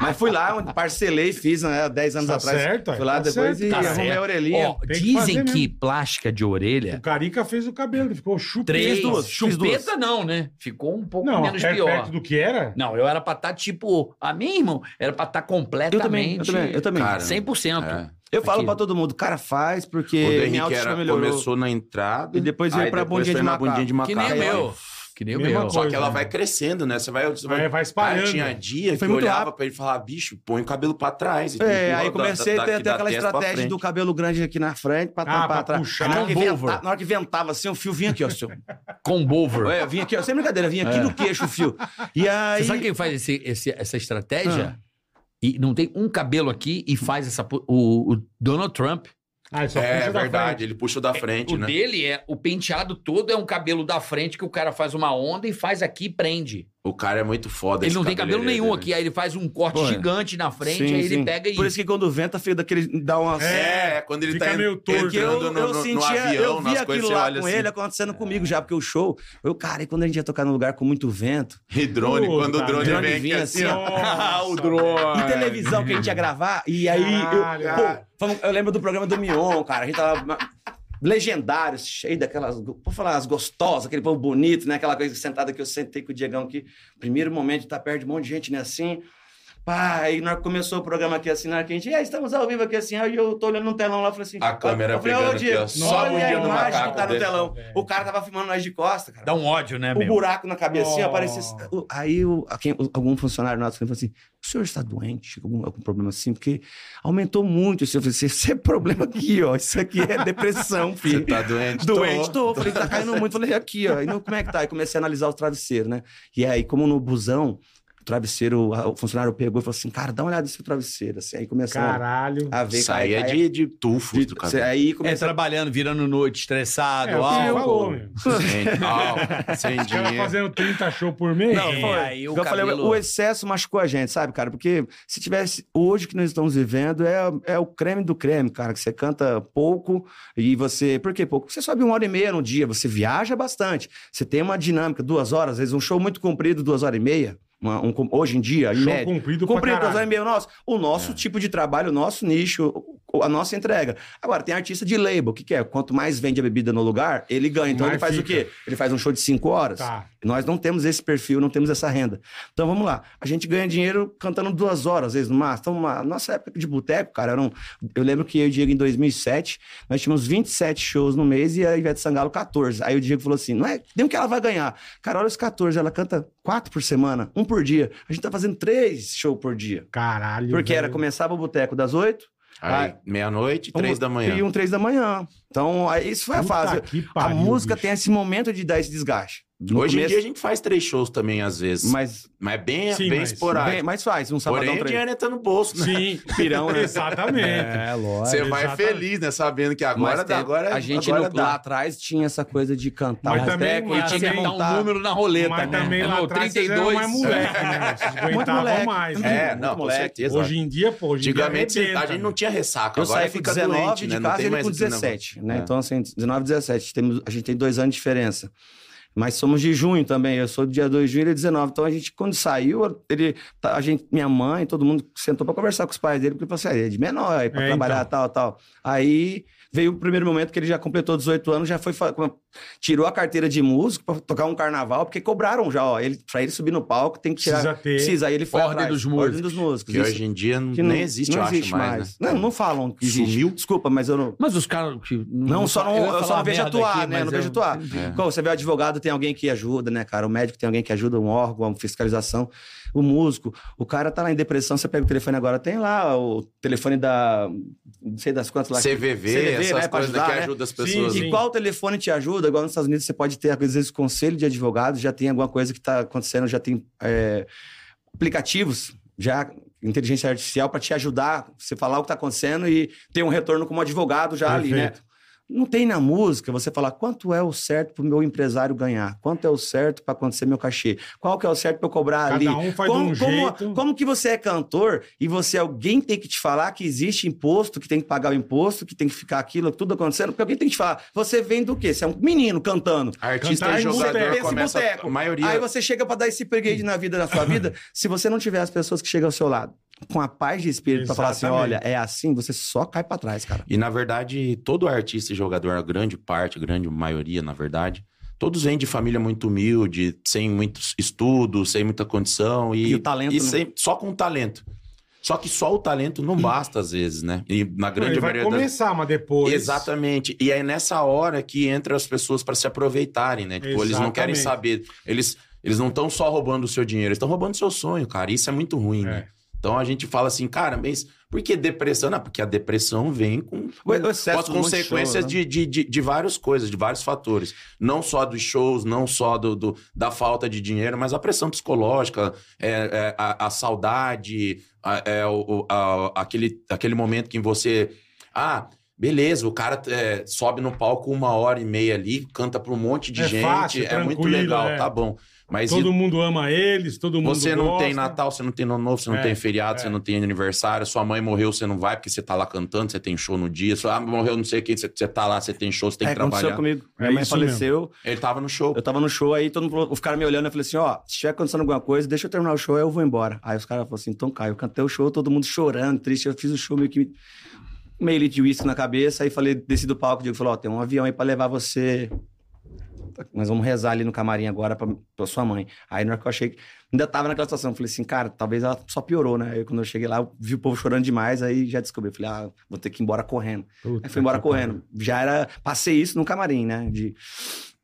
Speaker 6: Mas fui lá, onde parcelei, fiz né, 10 anos
Speaker 3: Tá
Speaker 6: atrás.
Speaker 3: certo,
Speaker 6: fui lá
Speaker 3: tá
Speaker 6: depois
Speaker 3: certo,
Speaker 6: e é um
Speaker 4: tá
Speaker 6: arrumei
Speaker 4: certo.
Speaker 6: a orelhinha.
Speaker 4: Ó,
Speaker 3: Tem que
Speaker 4: dizem
Speaker 3: fazer
Speaker 4: que, plástica de orelha.
Speaker 3: O Carica fez o cabelo, ele ficou chupado.
Speaker 4: Três.
Speaker 6: duas, fiz
Speaker 4: chupeta não, né? Ficou um pouco
Speaker 3: Não,
Speaker 4: menos
Speaker 3: é
Speaker 4: pior.
Speaker 3: perto do que era?
Speaker 4: Não, eu era pra estar tipo. A minha, irmão, era pra estar completamente.
Speaker 6: eu também, eu também, eu também.
Speaker 5: Cara,
Speaker 4: 100%.
Speaker 5: É.
Speaker 6: eu falo
Speaker 4: aqui.
Speaker 6: pra todo mundo, cara, faz,
Speaker 5: O do
Speaker 6: porque é, minha
Speaker 5: Henrique
Speaker 6: autoestima
Speaker 5: era,
Speaker 6: melhorou.
Speaker 5: começou na entrada.
Speaker 6: E depois veio
Speaker 5: aí
Speaker 6: pra
Speaker 5: depois
Speaker 6: bundinha
Speaker 5: foi
Speaker 6: de
Speaker 5: na
Speaker 6: macaco.
Speaker 5: bundinha de
Speaker 4: Que
Speaker 5: macaco.
Speaker 4: nem o
Speaker 5: Aí,
Speaker 4: meu. Que nem o
Speaker 3: Mesma
Speaker 4: meu.
Speaker 3: coisa.
Speaker 5: Só que ela vai crescendo, né? Você vai. Você
Speaker 3: Vai- vai espalhando.
Speaker 5: Aí tinha dia
Speaker 6: Foi
Speaker 5: que eu
Speaker 6: muito
Speaker 5: olhava
Speaker 6: rápido.
Speaker 5: pra ele e falava, bicho, põe o cabelo pra trás. e tem que
Speaker 6: É, aí
Speaker 5: rodar
Speaker 6: comecei
Speaker 5: da-
Speaker 6: a ter,
Speaker 5: daqui
Speaker 6: ter
Speaker 5: da
Speaker 6: aquela
Speaker 5: testa pra
Speaker 6: estratégia
Speaker 5: frente.
Speaker 6: do cabelo grande aqui na frente pra
Speaker 3: Ah, pra
Speaker 6: tampar atrás.
Speaker 3: puxar.
Speaker 6: Aí Na hora, que
Speaker 4: Combover.
Speaker 6: venta- na hora que ventava assim, o fio vinha aqui, ó. Assim, ó.
Speaker 4: Combover.
Speaker 6: É, vinha aqui, ó. Sem brincadeira, vinha aqui no queixo o fio. E aí.
Speaker 4: É.
Speaker 6: Ah.
Speaker 4: Você sabe quem faz esse- esse- essa estratégia? E não tem um cabelo aqui e faz essa. pu- O, o Donald Trump.
Speaker 3: Ah, ele só
Speaker 5: É
Speaker 3: puxa da
Speaker 5: verdade,
Speaker 3: frente.
Speaker 5: ele puxou da frente,
Speaker 4: o
Speaker 5: né?
Speaker 4: dele é. O penteado todo é um cabelo da frente que o cara faz uma onda e faz aqui e prende.
Speaker 5: O cara é muito foda.
Speaker 4: ele
Speaker 5: esse
Speaker 4: não tem cabelo
Speaker 5: cabeleireiro,
Speaker 4: nenhum
Speaker 5: né?
Speaker 4: aqui. Aí ele faz um corte
Speaker 6: Pô, é.
Speaker 4: gigante na frente,
Speaker 6: Sim,
Speaker 4: aí ele
Speaker 6: sim.
Speaker 4: pega e.
Speaker 6: Por isso que quando venta, fica daquele. dá uma.
Speaker 5: É, quando ele
Speaker 3: Fica
Speaker 5: tá en-
Speaker 3: meio torto.
Speaker 5: entrando
Speaker 6: Porque eu,
Speaker 5: no,
Speaker 6: eu
Speaker 5: no- no
Speaker 6: sentia,
Speaker 5: avião,
Speaker 6: eu
Speaker 5: nas
Speaker 6: via aquilo
Speaker 5: coisas, você
Speaker 6: lá
Speaker 5: olha
Speaker 6: com
Speaker 5: assim,
Speaker 6: ele acontecendo comigo já, porque o show. Eu, cara, e quando a gente ia tocar num lugar com muito vento,
Speaker 5: E drone,
Speaker 3: Puta
Speaker 5: quando o drone
Speaker 6: merda.
Speaker 5: vem aqui
Speaker 6: Vinha
Speaker 5: assim,
Speaker 6: assim,
Speaker 5: ó.
Speaker 3: ó.
Speaker 5: o drone.
Speaker 6: e televisão que a gente ia gravar, e aí. eu-
Speaker 3: Caralho,
Speaker 6: pô,
Speaker 3: cara.
Speaker 6: vamos- eu, lembro do programa do Mion, cara. A gente tava. legendário, cheio daquelas, vou falar, as gostosas, aquele povo bonito, né? Aquela coisa sentada que eu sentei com o Diegão aqui. Primeiro momento de estar perto de um monte de gente, né? Assim. Pá, aí nós começou o programa aqui assim, na hora que a gente, e aí, estamos ao vivo aqui assim, aí eu tô olhando no telão lá, eu falei assim,
Speaker 5: A câmera
Speaker 6: eu falei, ô,
Speaker 5: pegando aqui,
Speaker 6: Diego,
Speaker 5: ó, só
Speaker 6: olha
Speaker 5: o
Speaker 6: a
Speaker 5: Diego no
Speaker 6: imagem que
Speaker 5: macaco
Speaker 6: tá no
Speaker 5: dele.
Speaker 6: telão. O cara tava filmando nós de costa, cara
Speaker 7: Dá um ódio,
Speaker 5: É
Speaker 7: né,
Speaker 6: o
Speaker 7: meu?
Speaker 6: buraco na cabeça, assim,
Speaker 3: Oh.
Speaker 6: aparece. o- Aí o, a quem- o- algum funcionário nosso falou assim: o senhor está doente, algum, algum problema assim? Porque aumentou muito. Eu falei assim: esse é problema aqui, ó. Isso aqui é depressão,
Speaker 5: Você
Speaker 6: filho.
Speaker 5: tá doente?
Speaker 6: Doente, tô. Falei, tá caindo muito. Falei, aqui, ó. E não, como é que tá? Aí comecei a analisar os travesseiros, né? E aí, como no busão, o travesseiro, a- o funcionário pegou e falou assim: cara, dá uma olhada nesse travesseiro. Assim, aí começamos
Speaker 3: Caralho.
Speaker 6: a ver.
Speaker 5: Saía
Speaker 6: cara,
Speaker 5: é de, de tufos do
Speaker 6: de-
Speaker 5: cabelo.
Speaker 6: Aí
Speaker 7: É,
Speaker 6: começou.
Speaker 7: trabalhando, virando noite, estressado,
Speaker 3: É, o que você
Speaker 7: álcool.
Speaker 3: falou, meu.
Speaker 5: Sem, álcool, sem
Speaker 3: Os caras
Speaker 5: dinheiro.
Speaker 3: fazendo 30 shows por mês.
Speaker 7: Não,
Speaker 3: É.
Speaker 7: foi. Aí o
Speaker 6: Então eu falei,
Speaker 7: cabelo-
Speaker 6: o excesso machucou a gente, sabe, cara? Porque se tivesse. Hoje que nós estamos vivendo é, é o creme do creme, cara. Que você canta pouco e você. Por que pouco? Você sobe uma hora e meia no dia, você viaja bastante. Você tem uma dinâmica, duas horas, às vezes um show muito comprido, duas horas e meia. uma- um com- hoje em dia, em
Speaker 3: Show
Speaker 6: média.
Speaker 3: cumprido,
Speaker 6: Cumprir
Speaker 3: pra
Speaker 6: duas horas
Speaker 3: caralho.
Speaker 6: e meia, o nosso, o
Speaker 7: É.
Speaker 6: nosso tipo de trabalho, o nosso nicho, o- a nossa entrega. Agora, tem artista de label, o que, que é? Quanto mais vende a bebida no lugar, ele ganha. Então
Speaker 3: Mais
Speaker 6: ele faz o
Speaker 3: fica.
Speaker 6: quê? Ele faz um show de cinco horas.
Speaker 3: Tá.
Speaker 6: Nós não temos esse perfil, não temos essa renda. Então vamos lá. A gente ganha dinheiro cantando duas horas, às vezes, no máximo. Então, uma- nossa época de boteco, cara, era um- eu lembro que eu e o Diego, em 2007, nós tínhamos 27 shows no mês e a Ivete Sangalo 14. Aí o Diego falou assim: não é nem o que ela vai ganhar. Cara, olha os 14, ela canta quatro por semana, um por dia. A gente tá fazendo três shows por dia.
Speaker 3: Caralho.
Speaker 6: Porque era, é
Speaker 3: velho.
Speaker 6: começava o boteco das oito
Speaker 5: Aí, meia-noite, três
Speaker 6: um-
Speaker 5: da manhã.
Speaker 6: e um três da manhã. Então, aí, isso foi a
Speaker 3: Puta
Speaker 6: fase.
Speaker 3: que
Speaker 6: A
Speaker 3: pariu,
Speaker 6: música
Speaker 3: bicho.
Speaker 6: tem esse momento de dar esse desgaste. No
Speaker 5: Hoje em
Speaker 6: começo,
Speaker 5: dia a gente faz três shows também, às vezes. Mas,
Speaker 6: Mas
Speaker 5: é bem,
Speaker 3: Sim,
Speaker 5: bem
Speaker 3: mas-
Speaker 5: esporádico.
Speaker 6: Bem, mas faz, um sabadão
Speaker 5: Porém, é o
Speaker 6: pra ele.
Speaker 5: dinheiro entra no bolso, né?
Speaker 3: Sim, pirão, né? Exatamente.
Speaker 7: lógico.
Speaker 5: Você vai
Speaker 3: Exatamente.
Speaker 5: feliz, né? Sabendo que agora,
Speaker 7: Mas tem-
Speaker 5: dá, agora é
Speaker 7: a gente
Speaker 5: agora
Speaker 7: não-
Speaker 5: dá.
Speaker 6: Lá atrás tinha essa coisa de cantar
Speaker 3: Mas
Speaker 6: no
Speaker 3: também
Speaker 6: boteco,
Speaker 3: não
Speaker 6: e
Speaker 3: era
Speaker 6: tinha
Speaker 7: Tinha
Speaker 6: que
Speaker 7: que dar
Speaker 6: montar.
Speaker 7: um número na roleta,
Speaker 3: Mas
Speaker 7: né?
Speaker 4: É,
Speaker 3: também lá
Speaker 7: Não,
Speaker 3: atrás vocês eram mais
Speaker 7: é.
Speaker 3: moleque, né? Vocês aguentavam
Speaker 6: moleque.
Speaker 3: mais.
Speaker 5: É,
Speaker 3: né?
Speaker 5: não, com
Speaker 6: moleque.
Speaker 5: certeza.
Speaker 3: Hoje em dia, pô, hoje em dia
Speaker 5: Antigamente você- a
Speaker 3: arrebenta, né?
Speaker 5: gente não tinha ressaca.
Speaker 6: Eu
Speaker 5: agora
Speaker 6: saí com
Speaker 5: fica
Speaker 6: 19
Speaker 5: doente,
Speaker 6: de
Speaker 5: né? Não
Speaker 6: casa e
Speaker 5: tem
Speaker 6: ele
Speaker 5: mais
Speaker 6: com
Speaker 5: esse negócio.
Speaker 6: 17, né?
Speaker 5: É.
Speaker 6: Então, assim, 19 e 17, temos, a gente tem dois anos de diferença. Mas somos de junho também, eu sou do dia 2 de junho, ele é 19. Então, a gente, quando saiu, ele, tá- a gente, minha mãe, todo mundo sentou pra conversar com os pais dele, porque ele falou assim, ah, ele é de menor, é pra
Speaker 3: É,
Speaker 6: trabalhar, tal, tal. Aí, veio o primeiro momento que ele já completou 18 anos, já foi, fa- com- tirou a carteira de músico pra tocar um carnaval, porque cobraram já, ó, ele, pra ele subir no palco, tem que tirar...
Speaker 3: Precisa ter.
Speaker 6: Precisa, aí ele foi
Speaker 7: Ordem
Speaker 6: atrás.
Speaker 7: dos músicos.
Speaker 6: Ordem dos músicos.
Speaker 5: Que
Speaker 6: isso.
Speaker 5: hoje em dia não,
Speaker 6: Que
Speaker 5: nem existe, eu acho, mais. né?
Speaker 6: Não, não falam que existe.
Speaker 5: Sumiu?
Speaker 6: Desculpa, mas eu não.
Speaker 7: Mas os caras. que-
Speaker 6: Não, só não,
Speaker 7: ia
Speaker 6: eu, só
Speaker 7: falar
Speaker 6: não vejo
Speaker 7: merda
Speaker 6: atuar,
Speaker 7: aqui,
Speaker 6: né?
Speaker 7: mas
Speaker 6: Não vejo
Speaker 7: eu-
Speaker 5: É.
Speaker 6: atuar. Como você vê o advogado, tem alguém que ajuda, né, cara? O médico tem alguém que ajuda, um órgão, uma fiscalização. O músico, o cara tá lá em depressão, você pega o telefone agora, tem lá o telefone da. Não sei das quantas lá.
Speaker 5: CVV,
Speaker 6: CVV,
Speaker 5: essas
Speaker 6: né, pra
Speaker 5: coisas
Speaker 6: ajudar,
Speaker 5: que
Speaker 6: né?
Speaker 5: ajudam as
Speaker 3: Sim,
Speaker 5: pessoas.
Speaker 3: sim.
Speaker 5: né?
Speaker 6: E qual telefone te ajuda? Agora nos Estados Unidos você pode ter, às vezes, conselho de advogado, já tem alguma coisa que está acontecendo, já tem é, aplicativos, já inteligência artificial para te ajudar, você falar o que está acontecendo e ter um retorno como advogado já ali, né?
Speaker 3: Perfeito.
Speaker 6: Não tem na música você falar quanto é o certo para o meu empresário ganhar, quanto é o certo para acontecer meu cachê, qual que é o certo para eu cobrar ali.
Speaker 3: Cada um faz de
Speaker 6: como,
Speaker 3: um
Speaker 6: como-
Speaker 3: jeito.
Speaker 6: como que você é cantor e você alguém tem que te falar que existe imposto, que tem que pagar o imposto, que tem que ficar aquilo, tudo acontecendo? Porque alguém tem que te falar. Você vem do quê? Você é um menino cantando.
Speaker 5: Artista
Speaker 3: Cantar
Speaker 5: e
Speaker 3: em boteco.
Speaker 5: jogador começa...
Speaker 6: Esse é boteco.
Speaker 5: A maioria...
Speaker 6: Aí você chega para dar esse pergueide na vida, na sua vida, se você não tiver as pessoas que chegam ao seu lado com a paz de espírito para falar assim,
Speaker 3: Exatamente.
Speaker 6: olha, é assim, você só cai para trás, cara.
Speaker 5: E, na verdade, todo artista e jogador, a grande parte, a grande maioria, na verdade, todos vêm de família muito humilde, sem muito estudo, sem muita condição. E,
Speaker 6: E o talento,
Speaker 5: E
Speaker 6: né? Hum.
Speaker 5: sem- só com o talento. Só que só o talento não basta, às vezes, né? E na
Speaker 3: Não,
Speaker 5: grande
Speaker 3: ele vai
Speaker 5: maioria das
Speaker 3: começar, mas depois...
Speaker 5: Exatamente. E é nessa hora que entra as pessoas para se aproveitarem, né? Tipo, eles não querem
Speaker 3: Exatamente.
Speaker 5: saber. Eles, eles não estão só roubando o seu dinheiro, eles estão roubando o seu sonho, cara. Isso é muito ruim, né? Então a gente fala assim, cara, mas por que depressão? Não, porque a depressão vem com,
Speaker 6: O- o
Speaker 5: com
Speaker 6: excesso
Speaker 5: as
Speaker 6: de um monte de
Speaker 5: consequências
Speaker 6: show,
Speaker 5: de,
Speaker 3: né?
Speaker 5: de, de, de várias coisas, de vários fatores. Não só dos shows, não só do, do- da falta de dinheiro, mas a pressão psicológica, é, é, a, a saudade, a- é, o- o- a- aquele, aquele momento que você. Ah, beleza, o cara é, sobe no palco uma hora e meia ali, canta para um monte de
Speaker 3: É
Speaker 5: gente,
Speaker 3: fácil,
Speaker 5: é muito
Speaker 3: tranquilo,
Speaker 5: legal,
Speaker 3: é.
Speaker 5: tá bom. Mas e
Speaker 3: Todo mundo ama eles, todo mundo
Speaker 5: você não
Speaker 3: gosta.
Speaker 5: tem Natal, você não tem Ano Novo, você não
Speaker 3: É,
Speaker 5: tem feriado, você não tem aniversário, sua mãe morreu, você não vai porque você tá lá cantando, você tem show no dia, sua ah, morreu não sei quem, você, você tá lá, você tem show, você tem
Speaker 6: é,
Speaker 5: que
Speaker 6: aconteceu É
Speaker 5: trabalhar.
Speaker 6: comigo.
Speaker 3: É
Speaker 6: Minha mãe
Speaker 3: isso
Speaker 6: faleceu,
Speaker 5: Ele tava no show.
Speaker 6: Eu tava no show aí, todo mundo falou, ficaram me olhando, eu falei assim, ó, se estiver acontecendo alguma coisa, deixa eu terminar o show, aí eu vou embora. Aí os caras falaram assim, então cai, eu cantei o show, todo mundo chorando, triste, eu fiz o show meio que... meio litro de uísque na cabeça, aí falei, desci do palco, o Diego falou, ó, tem um avião aí pra levar você. Nós vamos rezar ali no camarim agora pra, pra sua mãe. Aí na hora que eu achei que ainda tava naquela situação, eu falei assim, cara, talvez ela só piorou, né? Aí quando eu cheguei lá, eu vi o povo chorando demais, aí já descobri. Eu falei, ah, vou ter que ir embora correndo. Aí É, fui embora correndo. Já era. Passei isso no camarim, né? De,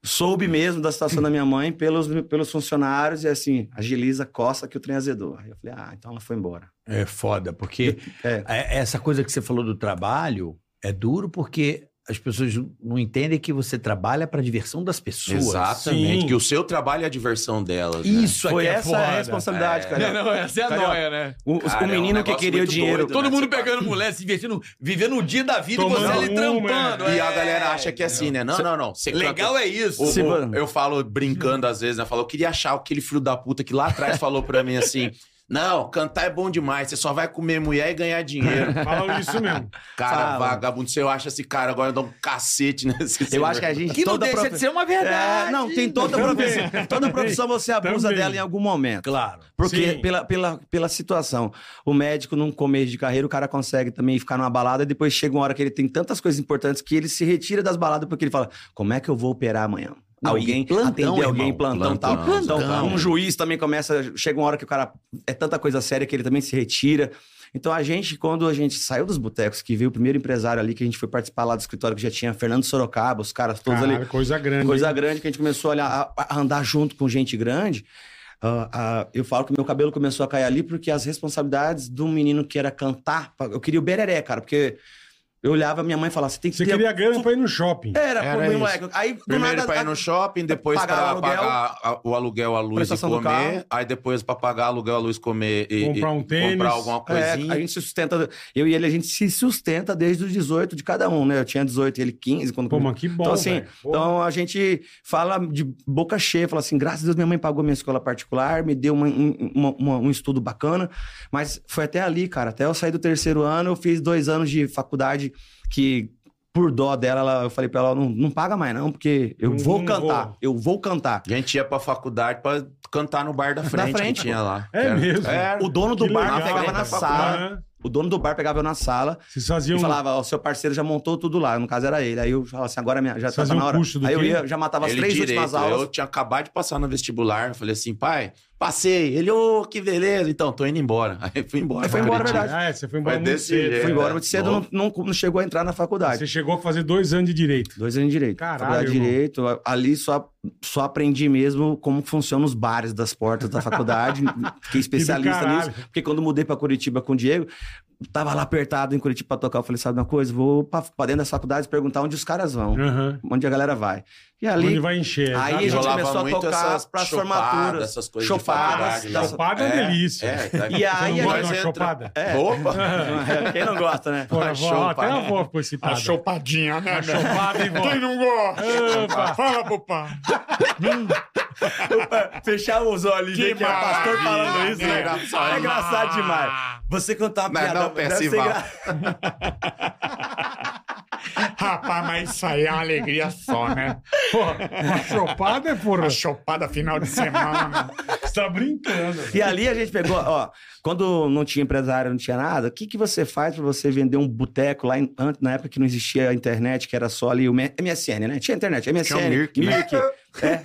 Speaker 6: soube mesmo da situação da minha mãe pelos, pelos funcionários e assim, agiliza, coça que o trem azedou. Aí eu falei, ah, então ela foi embora.
Speaker 7: É foda, porque
Speaker 6: É.
Speaker 7: é- essa coisa que você falou do trabalho é duro porque as pessoas não entendem que você trabalha para diversão das pessoas.
Speaker 5: Exatamente.
Speaker 3: Sim.
Speaker 5: Que o seu trabalho é a diversão delas. né?
Speaker 7: Isso aqui
Speaker 6: Foi
Speaker 7: é
Speaker 6: essa
Speaker 7: foda.
Speaker 6: a responsabilidade, cara.
Speaker 7: Não, não, essa é a
Speaker 6: Carioca.
Speaker 7: noia, né?
Speaker 6: O,
Speaker 5: Cara,
Speaker 6: o
Speaker 5: é um
Speaker 6: menino que
Speaker 5: negócio
Speaker 6: queria o
Speaker 5: muito
Speaker 6: dinheiro.
Speaker 5: doido,
Speaker 7: Todo
Speaker 5: né?
Speaker 7: mundo
Speaker 5: Você
Speaker 7: pegando mulher, se divertindo, vivendo o dia da vida e você
Speaker 3: Tomando
Speaker 7: ali
Speaker 3: uma,
Speaker 7: trampando.
Speaker 5: E
Speaker 7: é.
Speaker 5: a galera acha que é assim, né? Não, não, não. Você canta-
Speaker 7: Legal é isso.
Speaker 5: O-
Speaker 6: Se
Speaker 5: o-
Speaker 6: van-
Speaker 5: eu falo brincando às vezes, né? Eu falo, eu queria achar aquele filho da puta que lá atrás falou pra mim assim: Não, cantar é bom demais, você só vai comer mulher e ganhar dinheiro.
Speaker 3: Falam isso mesmo.
Speaker 5: Cara,
Speaker 6: Fala.
Speaker 5: vagabundo, você acha esse cara agora eu dou um cacete nesse
Speaker 6: Eu acho que a gente.
Speaker 7: Que não
Speaker 6: toda
Speaker 7: deixa
Speaker 6: profe-
Speaker 7: de ser uma verdade.
Speaker 6: É, não, tem toda profissão. Toda profissão você abusa
Speaker 3: Também.
Speaker 6: dela em algum momento.
Speaker 7: Claro.
Speaker 6: Porque
Speaker 3: Sim.
Speaker 6: pela, pela, pela situação. O médico, num começo de carreira, o cara consegue também ficar numa balada e depois chega uma hora que ele tem tantas coisas importantes que ele se retira das baladas porque ele fala: como é que eu vou operar amanhã?
Speaker 7: Não,
Speaker 6: alguém,
Speaker 7: Ah, e plantão,
Speaker 6: atender alguém,
Speaker 7: irmão,
Speaker 6: plantão,
Speaker 5: plantão,
Speaker 6: tal.
Speaker 7: plantão.
Speaker 6: Então, um juiz também começa. Chega uma hora que o cara. É tanta coisa séria que ele também se retira. Então a gente, quando a gente saiu dos botecos, que veio o primeiro empresário ali, que a gente foi participar lá do escritório que já tinha Fernando Sorocaba, os caras todos ali.
Speaker 3: Caralho, coisa grande.
Speaker 6: Coisa
Speaker 3: hein?
Speaker 6: grande que a gente começou a, olhar- a- a andar junto com gente grande. Ah, ah, eu falo que meu cabelo começou a cair ali porque as responsabilidades do menino que era cantar. Eu queria o bereré, cara, porque eu olhava minha mãe e falava: você tem que É.
Speaker 3: Você
Speaker 6: ter.
Speaker 3: queria grana pra ir no shopping.
Speaker 6: Era,
Speaker 3: Era
Speaker 6: pô, meu
Speaker 3: isso.
Speaker 6: moleque. Aí do
Speaker 5: Primeiro
Speaker 6: nada.
Speaker 5: pra ir no shopping, depois
Speaker 6: pagar
Speaker 5: pra
Speaker 6: o aluguel,
Speaker 5: pagar a- o aluguel, a luz e
Speaker 6: prestação do
Speaker 5: comer.
Speaker 6: carro.
Speaker 5: Aí depois pra pagar aluguel, a luz, comer e
Speaker 3: Comprar um
Speaker 5: e
Speaker 3: tênis.
Speaker 5: comprar alguma
Speaker 6: é,
Speaker 5: coisinha.
Speaker 6: a gente se sustenta. Eu e ele, a gente se sustenta desde os 18 de cada um, né? Eu tinha 18 e ele 15 quando
Speaker 3: Pô, mas que bom.
Speaker 6: Então, assim,
Speaker 3: velho. Pô,
Speaker 6: Então a gente fala de boca cheia, fala assim: graças a Deus minha mãe pagou minha escola particular, me deu uma- um- uma- uma- um estudo bacana, mas foi até ali, cara. Até eu sair do terceiro ano, eu fiz dois anos de faculdade que, por dó dela, ela- eu falei pra ela: não, não paga mais não, porque eu
Speaker 3: Não-
Speaker 6: vou
Speaker 3: não
Speaker 6: cantar,
Speaker 3: vou.
Speaker 6: eu vou cantar.
Speaker 5: A gente ia pra faculdade pra cantar no bar da frente,
Speaker 6: frente,
Speaker 5: que tinha lá.
Speaker 3: É mesmo?
Speaker 5: Era.
Speaker 6: O dono do
Speaker 3: que
Speaker 6: bar
Speaker 3: legal,
Speaker 6: pegava na
Speaker 3: velho.
Speaker 6: sala,
Speaker 3: Ah,
Speaker 6: o dono do bar pegava eu na sala
Speaker 3: Vocês faziam.
Speaker 6: e falava: ó, seu parceiro já montou tudo lá, no caso era ele. Aí eu falava assim: agora minha- já
Speaker 3: Fazia
Speaker 6: tava na
Speaker 3: um
Speaker 6: hora.
Speaker 3: curso do
Speaker 6: Aí eu
Speaker 3: quê?
Speaker 6: ia, já matava as
Speaker 5: Ele
Speaker 6: três
Speaker 5: direito, é
Speaker 6: últimas aulas.
Speaker 5: Eu tinha acabado de passar no vestibular. Eu falei assim, pai, passei. Ele, ô, que beleza. Então, tô indo embora. Aí eu fui embora.
Speaker 6: Aí foi embora,
Speaker 5: Curitiba.
Speaker 6: verdade.
Speaker 3: Ah, é, você foi embora
Speaker 5: Foi
Speaker 3: muito
Speaker 5: desse
Speaker 3: cedo.
Speaker 5: jeito.
Speaker 6: Fui embora
Speaker 5: É,
Speaker 6: muito cedo,
Speaker 5: bom.
Speaker 6: não, não, não chegou a entrar na faculdade.
Speaker 3: Você chegou a fazer dois anos de direito.
Speaker 6: Dois anos de direito.
Speaker 3: Caralho,
Speaker 6: faculdade de
Speaker 3: irmão.
Speaker 6: direito, a- ali só, só aprendi mesmo como funcionam os bares das portas da faculdade. Fiquei especialista
Speaker 3: caralho.
Speaker 6: nisso. Porque quando mudei pra Curitiba com o Diego, tava lá apertado em Curitiba pra tocar. Eu falei, sabe uma coisa? Vou pra, pra dentro das faculdades perguntar onde os caras vão,
Speaker 3: Aham.
Speaker 6: onde a galera vai. E
Speaker 3: Onde
Speaker 6: ali,
Speaker 3: vai encher? é
Speaker 6: Aí
Speaker 3: exato.
Speaker 6: a gente
Speaker 5: Rolava
Speaker 6: começou a
Speaker 5: muito
Speaker 6: tocar pras
Speaker 5: chopadas,
Speaker 6: formaturas.
Speaker 5: Essas coisas
Speaker 6: Chopadas,
Speaker 5: de
Speaker 6: das-
Speaker 5: faculdade,
Speaker 3: Chopada
Speaker 5: né?
Speaker 3: é, uma delícia.
Speaker 5: É, tá-
Speaker 6: E
Speaker 3: Você
Speaker 6: aí
Speaker 3: não
Speaker 6: a
Speaker 3: gosta
Speaker 5: gente-
Speaker 3: de uma chopada?
Speaker 6: É.
Speaker 5: Opa!
Speaker 6: quem não gosta, né?
Speaker 3: Pô, a
Speaker 5: Uma
Speaker 3: avó, até a
Speaker 5: chopada.
Speaker 3: avó ficou
Speaker 1: A
Speaker 3: excitada.
Speaker 1: chopadinha, né,
Speaker 3: A
Speaker 1: meu?
Speaker 3: chopada, hein, vó?
Speaker 1: Quem não gosta?
Speaker 3: Opa.
Speaker 1: Fala pro pai.
Speaker 6: Fechar os olhos,
Speaker 1: Que
Speaker 6: né? Que é pastor
Speaker 1: maravilha,
Speaker 6: falando isso,
Speaker 1: né?
Speaker 6: né? É engraçado
Speaker 3: Ah.
Speaker 6: demais. Você cantar uma
Speaker 5: Não,
Speaker 6: piada... é
Speaker 5: não,
Speaker 6: deve ser
Speaker 5: Percival.
Speaker 6: engra-
Speaker 1: Rapaz, mas isso aí é uma alegria só, né?
Speaker 3: Pô, a chopada é porra.
Speaker 1: A chopada final de semana.
Speaker 3: Você tá brincando. velho.
Speaker 6: E ali a gente pegou, ó, quando não tinha empresário, não tinha nada, o que, que você faz pra você vender um boteco lá em- antes, na época que não existia a internet, que era só ali o M- MSN, né? Tinha internet, MSN,
Speaker 5: Tinha o Mirk, né?
Speaker 6: Mirk, é.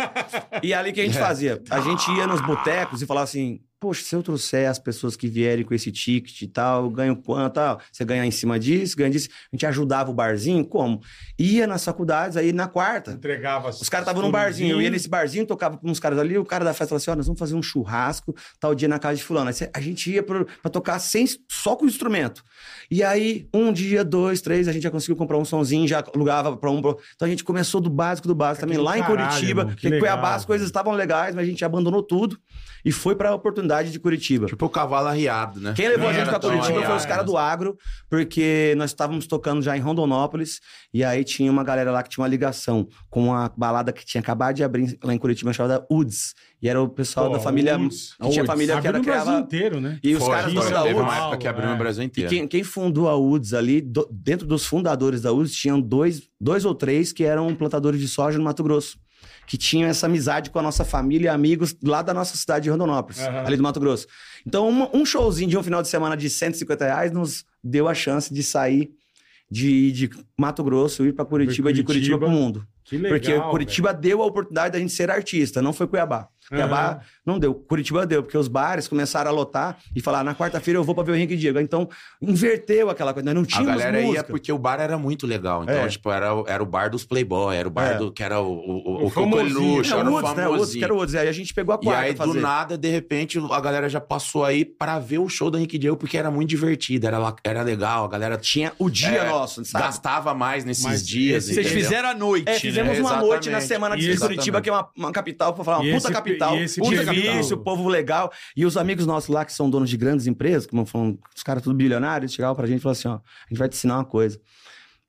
Speaker 6: E ali o que a gente fazia? A gente ia nos botecos e falava assim, poxa, se eu trouxer as pessoas que vierem com esse ticket e tal, eu ganho quanto, tal, você ganha em cima disso, ganha disso. A gente ajudava o barzinho, como? Ia nas faculdades, aí na quarta,
Speaker 3: Entregava.
Speaker 6: os caras estavam num barzinho, eu ia nesse barzinho, tocava com uns caras ali, o cara da festa falava assim: ó, nós vamos fazer um churrasco tal dia na casa de fulano. Aí cê- a gente ia pro- pra tocar sem, só com o instrumento. E aí, um dia, dois, três, a gente já conseguiu comprar um sonzinho, já alugava pra um. pro- Então a gente começou do básico do
Speaker 3: Que
Speaker 6: básico também,
Speaker 3: do
Speaker 6: lá em
Speaker 3: caralho,
Speaker 6: Curitiba.
Speaker 3: irmão, que
Speaker 6: Porque em Cuiabá
Speaker 3: legal,
Speaker 6: as coisas
Speaker 3: velho.
Speaker 6: estavam legais, mas a gente abandonou tudo e foi pra oportunidade de Curitiba.
Speaker 5: Tipo o cavalo arriado, né?
Speaker 6: Quem levou a
Speaker 3: Não
Speaker 6: gente
Speaker 3: era
Speaker 6: pra
Speaker 3: tão
Speaker 6: Curitiba foi
Speaker 3: aliado,
Speaker 6: os caras do agro, porque nós estávamos tocando já em Rondonópolis, e aí tinha uma galera lá que tinha uma ligação com uma balada que tinha acabado de abrir lá em Curitiba, chamada Uds. E era o pessoal
Speaker 3: Pô,
Speaker 6: da família.
Speaker 3: Uds.
Speaker 6: que tinha família que
Speaker 3: Abriu
Speaker 6: era
Speaker 3: no Brasil
Speaker 6: criava.
Speaker 3: inteiro, né?
Speaker 6: E os
Speaker 5: Foi,
Speaker 6: caras
Speaker 5: foi.
Speaker 6: donos da
Speaker 5: Teve uma
Speaker 6: Uds.
Speaker 5: época que abriu
Speaker 3: É.
Speaker 5: no Brasil
Speaker 6: E
Speaker 5: inteiro.
Speaker 6: quem, quem fundou a Uds ali, do- dentro dos fundadores da Uds, tinham dois, dois ou três que eram plantadores de soja no Mato Grosso. Que tinham essa amizade com a nossa família e amigos lá da nossa cidade de Rondonópolis,
Speaker 3: Aham.
Speaker 6: ali do Mato Grosso. Então, uma- um showzinho de um final de semana de 150 reais nos deu a chance de sair de ir de Mato Grosso, ir para Curitiba, de
Speaker 3: Curitiba.
Speaker 6: Curitiba para o mundo.
Speaker 3: Que legal.
Speaker 6: porque Curitiba deu a oportunidade da gente ser artista, não foi Cuiabá.
Speaker 3: velho.
Speaker 6: Cuiabá não deu, Curitiba deu, porque os bares começaram a lotar e falar na quarta-feira eu vou para ver o Henrique e Diego. Então, inverteu aquela coisa, nós não
Speaker 5: A
Speaker 6: tínhamos
Speaker 5: galera ia
Speaker 6: música.
Speaker 5: porque o bar era muito legal. Então,
Speaker 6: É.
Speaker 5: tipo, era, o- era o bar dos Playboy, era o bar
Speaker 6: É.
Speaker 5: do que era o, o, o,
Speaker 3: O
Speaker 5: o Coqueluche,
Speaker 3: famosinho.
Speaker 5: era
Speaker 6: Era
Speaker 5: o
Speaker 6: outros, né? Outros que
Speaker 5: famosinho.
Speaker 6: era outros. Aí a gente pegou a
Speaker 5: E
Speaker 6: quarta
Speaker 5: aí,
Speaker 6: fazer.
Speaker 5: do nada, de repente, a galera já passou aí pra ver o show do Henrique Diego, porque era muito divertido, era, la- era legal, a galera
Speaker 6: Tinha o dia
Speaker 5: É,
Speaker 6: nosso, sabe?
Speaker 5: gastava mais nesses
Speaker 3: Mas
Speaker 5: dias.
Speaker 3: esse-
Speaker 7: Vocês
Speaker 5: entendeu?
Speaker 7: fizeram à noite,
Speaker 6: É,
Speaker 7: né?
Speaker 6: fizemos uma
Speaker 5: Exatamente.
Speaker 6: noite na semana
Speaker 3: E
Speaker 6: de
Speaker 3: esse-
Speaker 6: Curitiba, que é uma, uma capital, pra falar, uma
Speaker 3: E
Speaker 6: puta
Speaker 3: esse-
Speaker 6: capital,
Speaker 3: e esse
Speaker 6: puta
Speaker 3: capital.
Speaker 6: difícil, povo legal. E os amigos nossos lá, que são donos de grandes empresas, como falam, os caras tudo bilionários, chegavam pra gente e falavam assim, ó, a gente vai te ensinar uma coisa.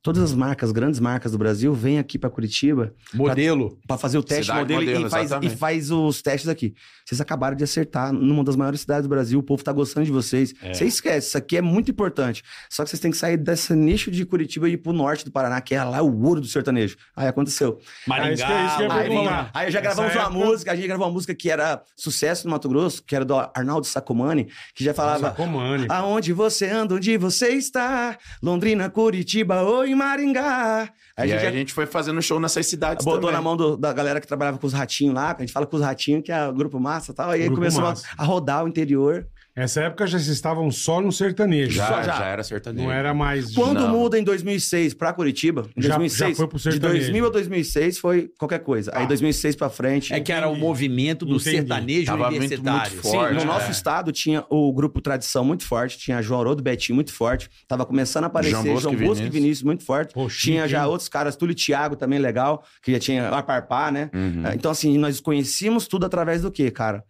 Speaker 6: Todas as marcas, grandes marcas do Brasil, vêm aqui pra Curitiba
Speaker 7: Modelo.
Speaker 6: pra fazer o teste
Speaker 5: Cidade
Speaker 6: modelo,
Speaker 5: modelo,
Speaker 6: e, faz,
Speaker 5: exatamente.
Speaker 6: e faz os testes aqui. Vocês acabaram de acertar numa das maiores cidades do Brasil, o povo tá gostando de vocês. Vocês esquecem, isso aqui é muito importante. Só que vocês têm que sair desse nicho de Curitiba e ir pro norte do Paraná, que é lá o ouro do sertanejo. Aí aconteceu.
Speaker 3: É isso que- é isso que eu ia
Speaker 6: Aí,
Speaker 3: perguntar.
Speaker 6: vamos lá. Aí
Speaker 3: Essa
Speaker 6: já gravamos uma
Speaker 3: época-
Speaker 6: música, a gente gravou uma música que era sucesso no Mato Grosso, que era do Arnaldo Sacomani, que já falava.
Speaker 3: Sacomani.
Speaker 6: Aonde você anda, onde você está? Londrina, Curitiba ou em Maringá. Aí
Speaker 5: E
Speaker 6: a gente
Speaker 5: aí
Speaker 6: já
Speaker 5: a gente foi fazendo show nessas cidades
Speaker 6: Botou
Speaker 5: também.
Speaker 6: na mão do- da galera que trabalhava com os ratinhos lá, que a gente fala com os ratinhos, que é o grupo massa e tal. Aí
Speaker 3: Grupo
Speaker 6: começou a,
Speaker 3: Massa.
Speaker 6: a rodar o interior.
Speaker 3: Essa época já vocês estavam só no sertanejo.
Speaker 5: Já,
Speaker 3: Só-
Speaker 5: já. era sertanejo.
Speaker 6: é
Speaker 3: Não era mais.
Speaker 6: Quando
Speaker 5: Não.
Speaker 6: muda em 2006 pra Curitiba, em
Speaker 3: Já-
Speaker 6: 2006,
Speaker 3: já foi pro
Speaker 6: de
Speaker 3: sertanejo. Ah.
Speaker 6: 2000 a 2006 foi qualquer coisa. Aí 2006 pra frente,
Speaker 7: É que era o movimento do
Speaker 3: Entendi.
Speaker 7: sertanejo
Speaker 5: Tava muito,
Speaker 7: universitário.
Speaker 5: muito forte,
Speaker 6: no
Speaker 5: né?
Speaker 6: nosso estado tinha o grupo Tradição muito forte, tinha João Haroldo Betinho muito forte, tava começando a aparecer
Speaker 5: João
Speaker 6: João
Speaker 5: Bosco
Speaker 6: Bosco,
Speaker 5: e
Speaker 6: e
Speaker 5: Vinícius.
Speaker 6: Vinícius muito forte.
Speaker 3: Pô, chique,
Speaker 6: tinha já
Speaker 3: hein?
Speaker 6: outros caras, Túlio e Thiago também legal, que já tinha a Parpá, né?
Speaker 5: Uhum.
Speaker 6: É, Então, assim, nós conhecíamos tudo através do quê, cara?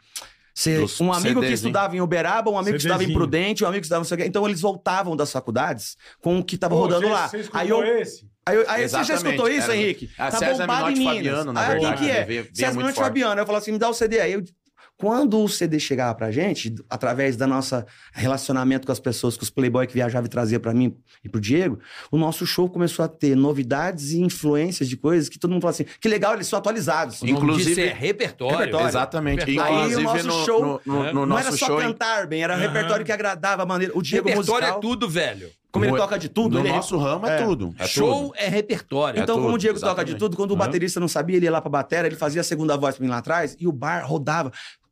Speaker 6: Cê-
Speaker 5: Dos
Speaker 6: um amigo
Speaker 5: CDs,
Speaker 6: que
Speaker 5: hein?
Speaker 6: estudava em Uberaba, um amigo que estudava em
Speaker 3: CDzinho.
Speaker 6: Prudente, um amigo que estudava não sei o quê. Então eles voltavam das faculdades com o que estava
Speaker 3: Pô,
Speaker 6: rodando
Speaker 3: cê-
Speaker 6: lá.
Speaker 3: cê escutou
Speaker 6: Aí, eu,
Speaker 3: esse?
Speaker 6: aí, eu- aí você já
Speaker 5: Exatamente,
Speaker 6: escutou isso,
Speaker 5: era-
Speaker 6: Henrique?
Speaker 5: A
Speaker 6: tá
Speaker 5: César
Speaker 6: bombado em
Speaker 5: Minotti
Speaker 6: Minas.
Speaker 5: Fabiano, na
Speaker 6: aí quem
Speaker 5: verdade,
Speaker 6: que
Speaker 5: né?
Speaker 6: é?
Speaker 5: Veio- veio
Speaker 6: César
Speaker 5: muito
Speaker 6: Minotti
Speaker 5: forte.
Speaker 6: Fabiano. Eu falo assim, me dá o CD. Aí eu- quando o CD chegava pra gente, através da nossa relacionamento com as pessoas, com os playboy que viajavam e trazia pra mim e pro Diego, o nosso show começou a ter novidades e influências de coisas que todo mundo fala assim, que legal, eles são atualizados.
Speaker 5: Inclusive-
Speaker 7: Isso é repertório.
Speaker 6: Repertório.
Speaker 5: Exatamente.
Speaker 7: Repertório.
Speaker 5: Inclusive,
Speaker 6: Aí o nosso
Speaker 5: no,
Speaker 6: show-
Speaker 5: no, no, no
Speaker 6: não
Speaker 5: nosso
Speaker 6: era só
Speaker 5: show.
Speaker 6: cantar bem, era
Speaker 3: Aham.
Speaker 6: repertório que agradava a maneira. O Diego
Speaker 7: Repertório
Speaker 6: musical,
Speaker 7: é tudo, velho.
Speaker 6: como ele
Speaker 5: No-
Speaker 6: toca de tudo,
Speaker 5: no
Speaker 6: ele é-
Speaker 5: nosso ramo é,
Speaker 6: é.
Speaker 5: tudo. é
Speaker 7: Show
Speaker 5: tudo.
Speaker 7: é repertório.
Speaker 6: Então,
Speaker 5: tudo,
Speaker 6: como o Diego toca
Speaker 5: exatamente.
Speaker 6: de tudo, quando o
Speaker 5: Aham.
Speaker 6: baterista não sabia, ele ia lá pra batera, ele fazia a segunda voz pra mim lá atrás e o bar rodava.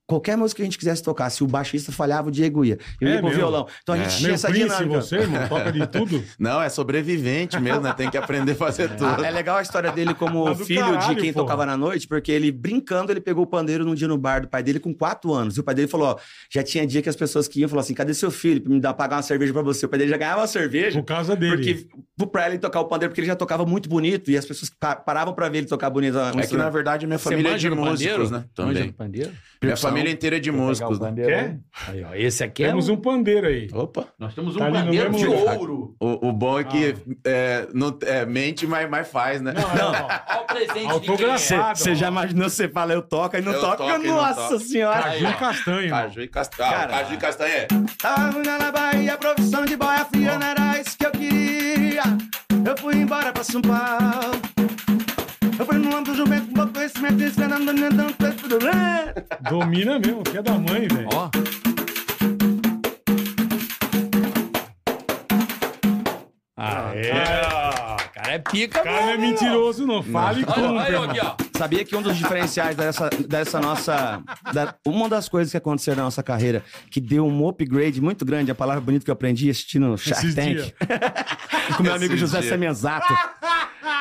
Speaker 6: Qualquer música que a gente quisesse tocar, se o baixista falhava, o Diego ia. Eu
Speaker 3: É
Speaker 6: ia pro
Speaker 3: mesmo?
Speaker 6: violão. Então a gente
Speaker 5: É.
Speaker 6: tinha
Speaker 3: Meu
Speaker 6: essa
Speaker 3: príncipe,
Speaker 6: dinâmica.
Speaker 3: você, irmão, toca de tudo.
Speaker 5: Não, é sobrevivente mesmo, né? Tem que aprender a fazer tudo.
Speaker 6: Ah, é legal a história dele como
Speaker 3: Tá do
Speaker 6: filho
Speaker 3: caralho,
Speaker 6: de quem
Speaker 3: porra.
Speaker 6: tocava na noite, porque ele brincando, ele pegou o pandeiro num dia no bar do pai dele com quatro anos. E o pai dele falou: ó, já tinha dia que as pessoas que iam falavam assim: cadê seu filho? Pra me dar pagar uma cerveja pra você. O pai dele já ganhava uma cerveja.
Speaker 3: Por causa dele.
Speaker 6: Porque pro- pra ele tocar o pandeiro, porque ele já tocava muito bonito e as pessoas pa- paravam pra ver ele tocar bonito. um
Speaker 5: É que, na verdade, minha
Speaker 7: Você
Speaker 5: família é
Speaker 7: manja
Speaker 5: de
Speaker 7: no
Speaker 5: músicos,
Speaker 7: pandeiro?
Speaker 5: né?
Speaker 7: Manja
Speaker 5: Também.
Speaker 7: do pandeiro?
Speaker 5: Minha família inteira é de músicos, né?
Speaker 3: Quer?
Speaker 7: Aí, ó, esse aqui é
Speaker 3: Temos
Speaker 7: um-
Speaker 3: um pandeiro aí.
Speaker 5: Opa.
Speaker 7: Nós temos um
Speaker 3: Tá ali no
Speaker 7: pandeiro
Speaker 3: mesmo
Speaker 7: de
Speaker 3: lugar.
Speaker 7: ouro.
Speaker 5: O, o bom é que é, não, é, mente, mas, mas faz, né?
Speaker 3: Não,
Speaker 7: Olha o um presente de quem é.
Speaker 3: autografado.
Speaker 6: Você já imaginou, você fala, eu toco e não
Speaker 5: Eu
Speaker 6: toca.
Speaker 5: toco e não
Speaker 6: Nossa
Speaker 5: toco.
Speaker 6: senhora!
Speaker 3: Caju e Um castanho. irmão.
Speaker 5: Caju e castanha. Ah,
Speaker 6: Cara.
Speaker 5: Caju e castanha é.
Speaker 6: Tava vindo na Bahia, profissão de boia fria, não era isso que eu queria. Eu fui embora pra São Paulo. Eu fui no lombo do jumento com pouco conhecimento, esperando nem tanto tudo bem.
Speaker 3: Domina mesmo, que é da mãe, velho.
Speaker 7: Ó,
Speaker 3: Ah,
Speaker 7: o cara é pica,
Speaker 3: O cara não é mentiroso, não. Fale com
Speaker 7: Olha, olha eu aqui, ó.
Speaker 6: Sabia que um dos diferenciais dessa, dessa nossa. da- uma das coisas que aconteceram na nossa carreira, que deu um upgrade muito grande, a palavra bonita que eu aprendi assistindo Shark
Speaker 3: Esses
Speaker 6: Tank,
Speaker 3: dias.
Speaker 6: com meu amigo
Speaker 5: Esses
Speaker 6: José
Speaker 5: dias.
Speaker 6: Semenzato.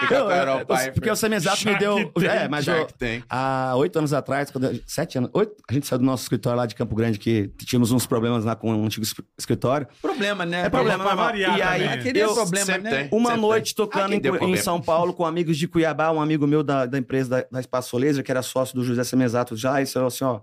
Speaker 5: Fica
Speaker 6: Eu,
Speaker 5: com a Carol
Speaker 6: eu-
Speaker 5: Piper.
Speaker 6: porque o Semenzato me
Speaker 3: Shark
Speaker 6: deu.
Speaker 3: Tank,
Speaker 6: É, mas eu,
Speaker 5: Shark Tank.
Speaker 6: Há oito anos atrás, quando eu- sete anos, oito, a gente saiu do nosso escritório lá de Campo Grande, que tínhamos uns problemas lá com um antigo es- escritório.
Speaker 7: Problema, né?
Speaker 6: É problema,
Speaker 3: pra
Speaker 6: normal.
Speaker 3: variar
Speaker 6: E aí,
Speaker 3: também.
Speaker 7: Aquele é
Speaker 6: eu-
Speaker 7: o problema,
Speaker 5: sempre
Speaker 7: né?
Speaker 5: tem.
Speaker 6: uma
Speaker 5: sempre
Speaker 6: noite
Speaker 5: Ah,
Speaker 6: tocando
Speaker 5: quem
Speaker 6: em,
Speaker 5: deu
Speaker 6: Cu- em
Speaker 5: problema?
Speaker 6: São Paulo com amigos de Cuiabá, um amigo meu da, da empresa da, da Espaço Laser, que era sócio do José Semenzato já, e falou assim: ó,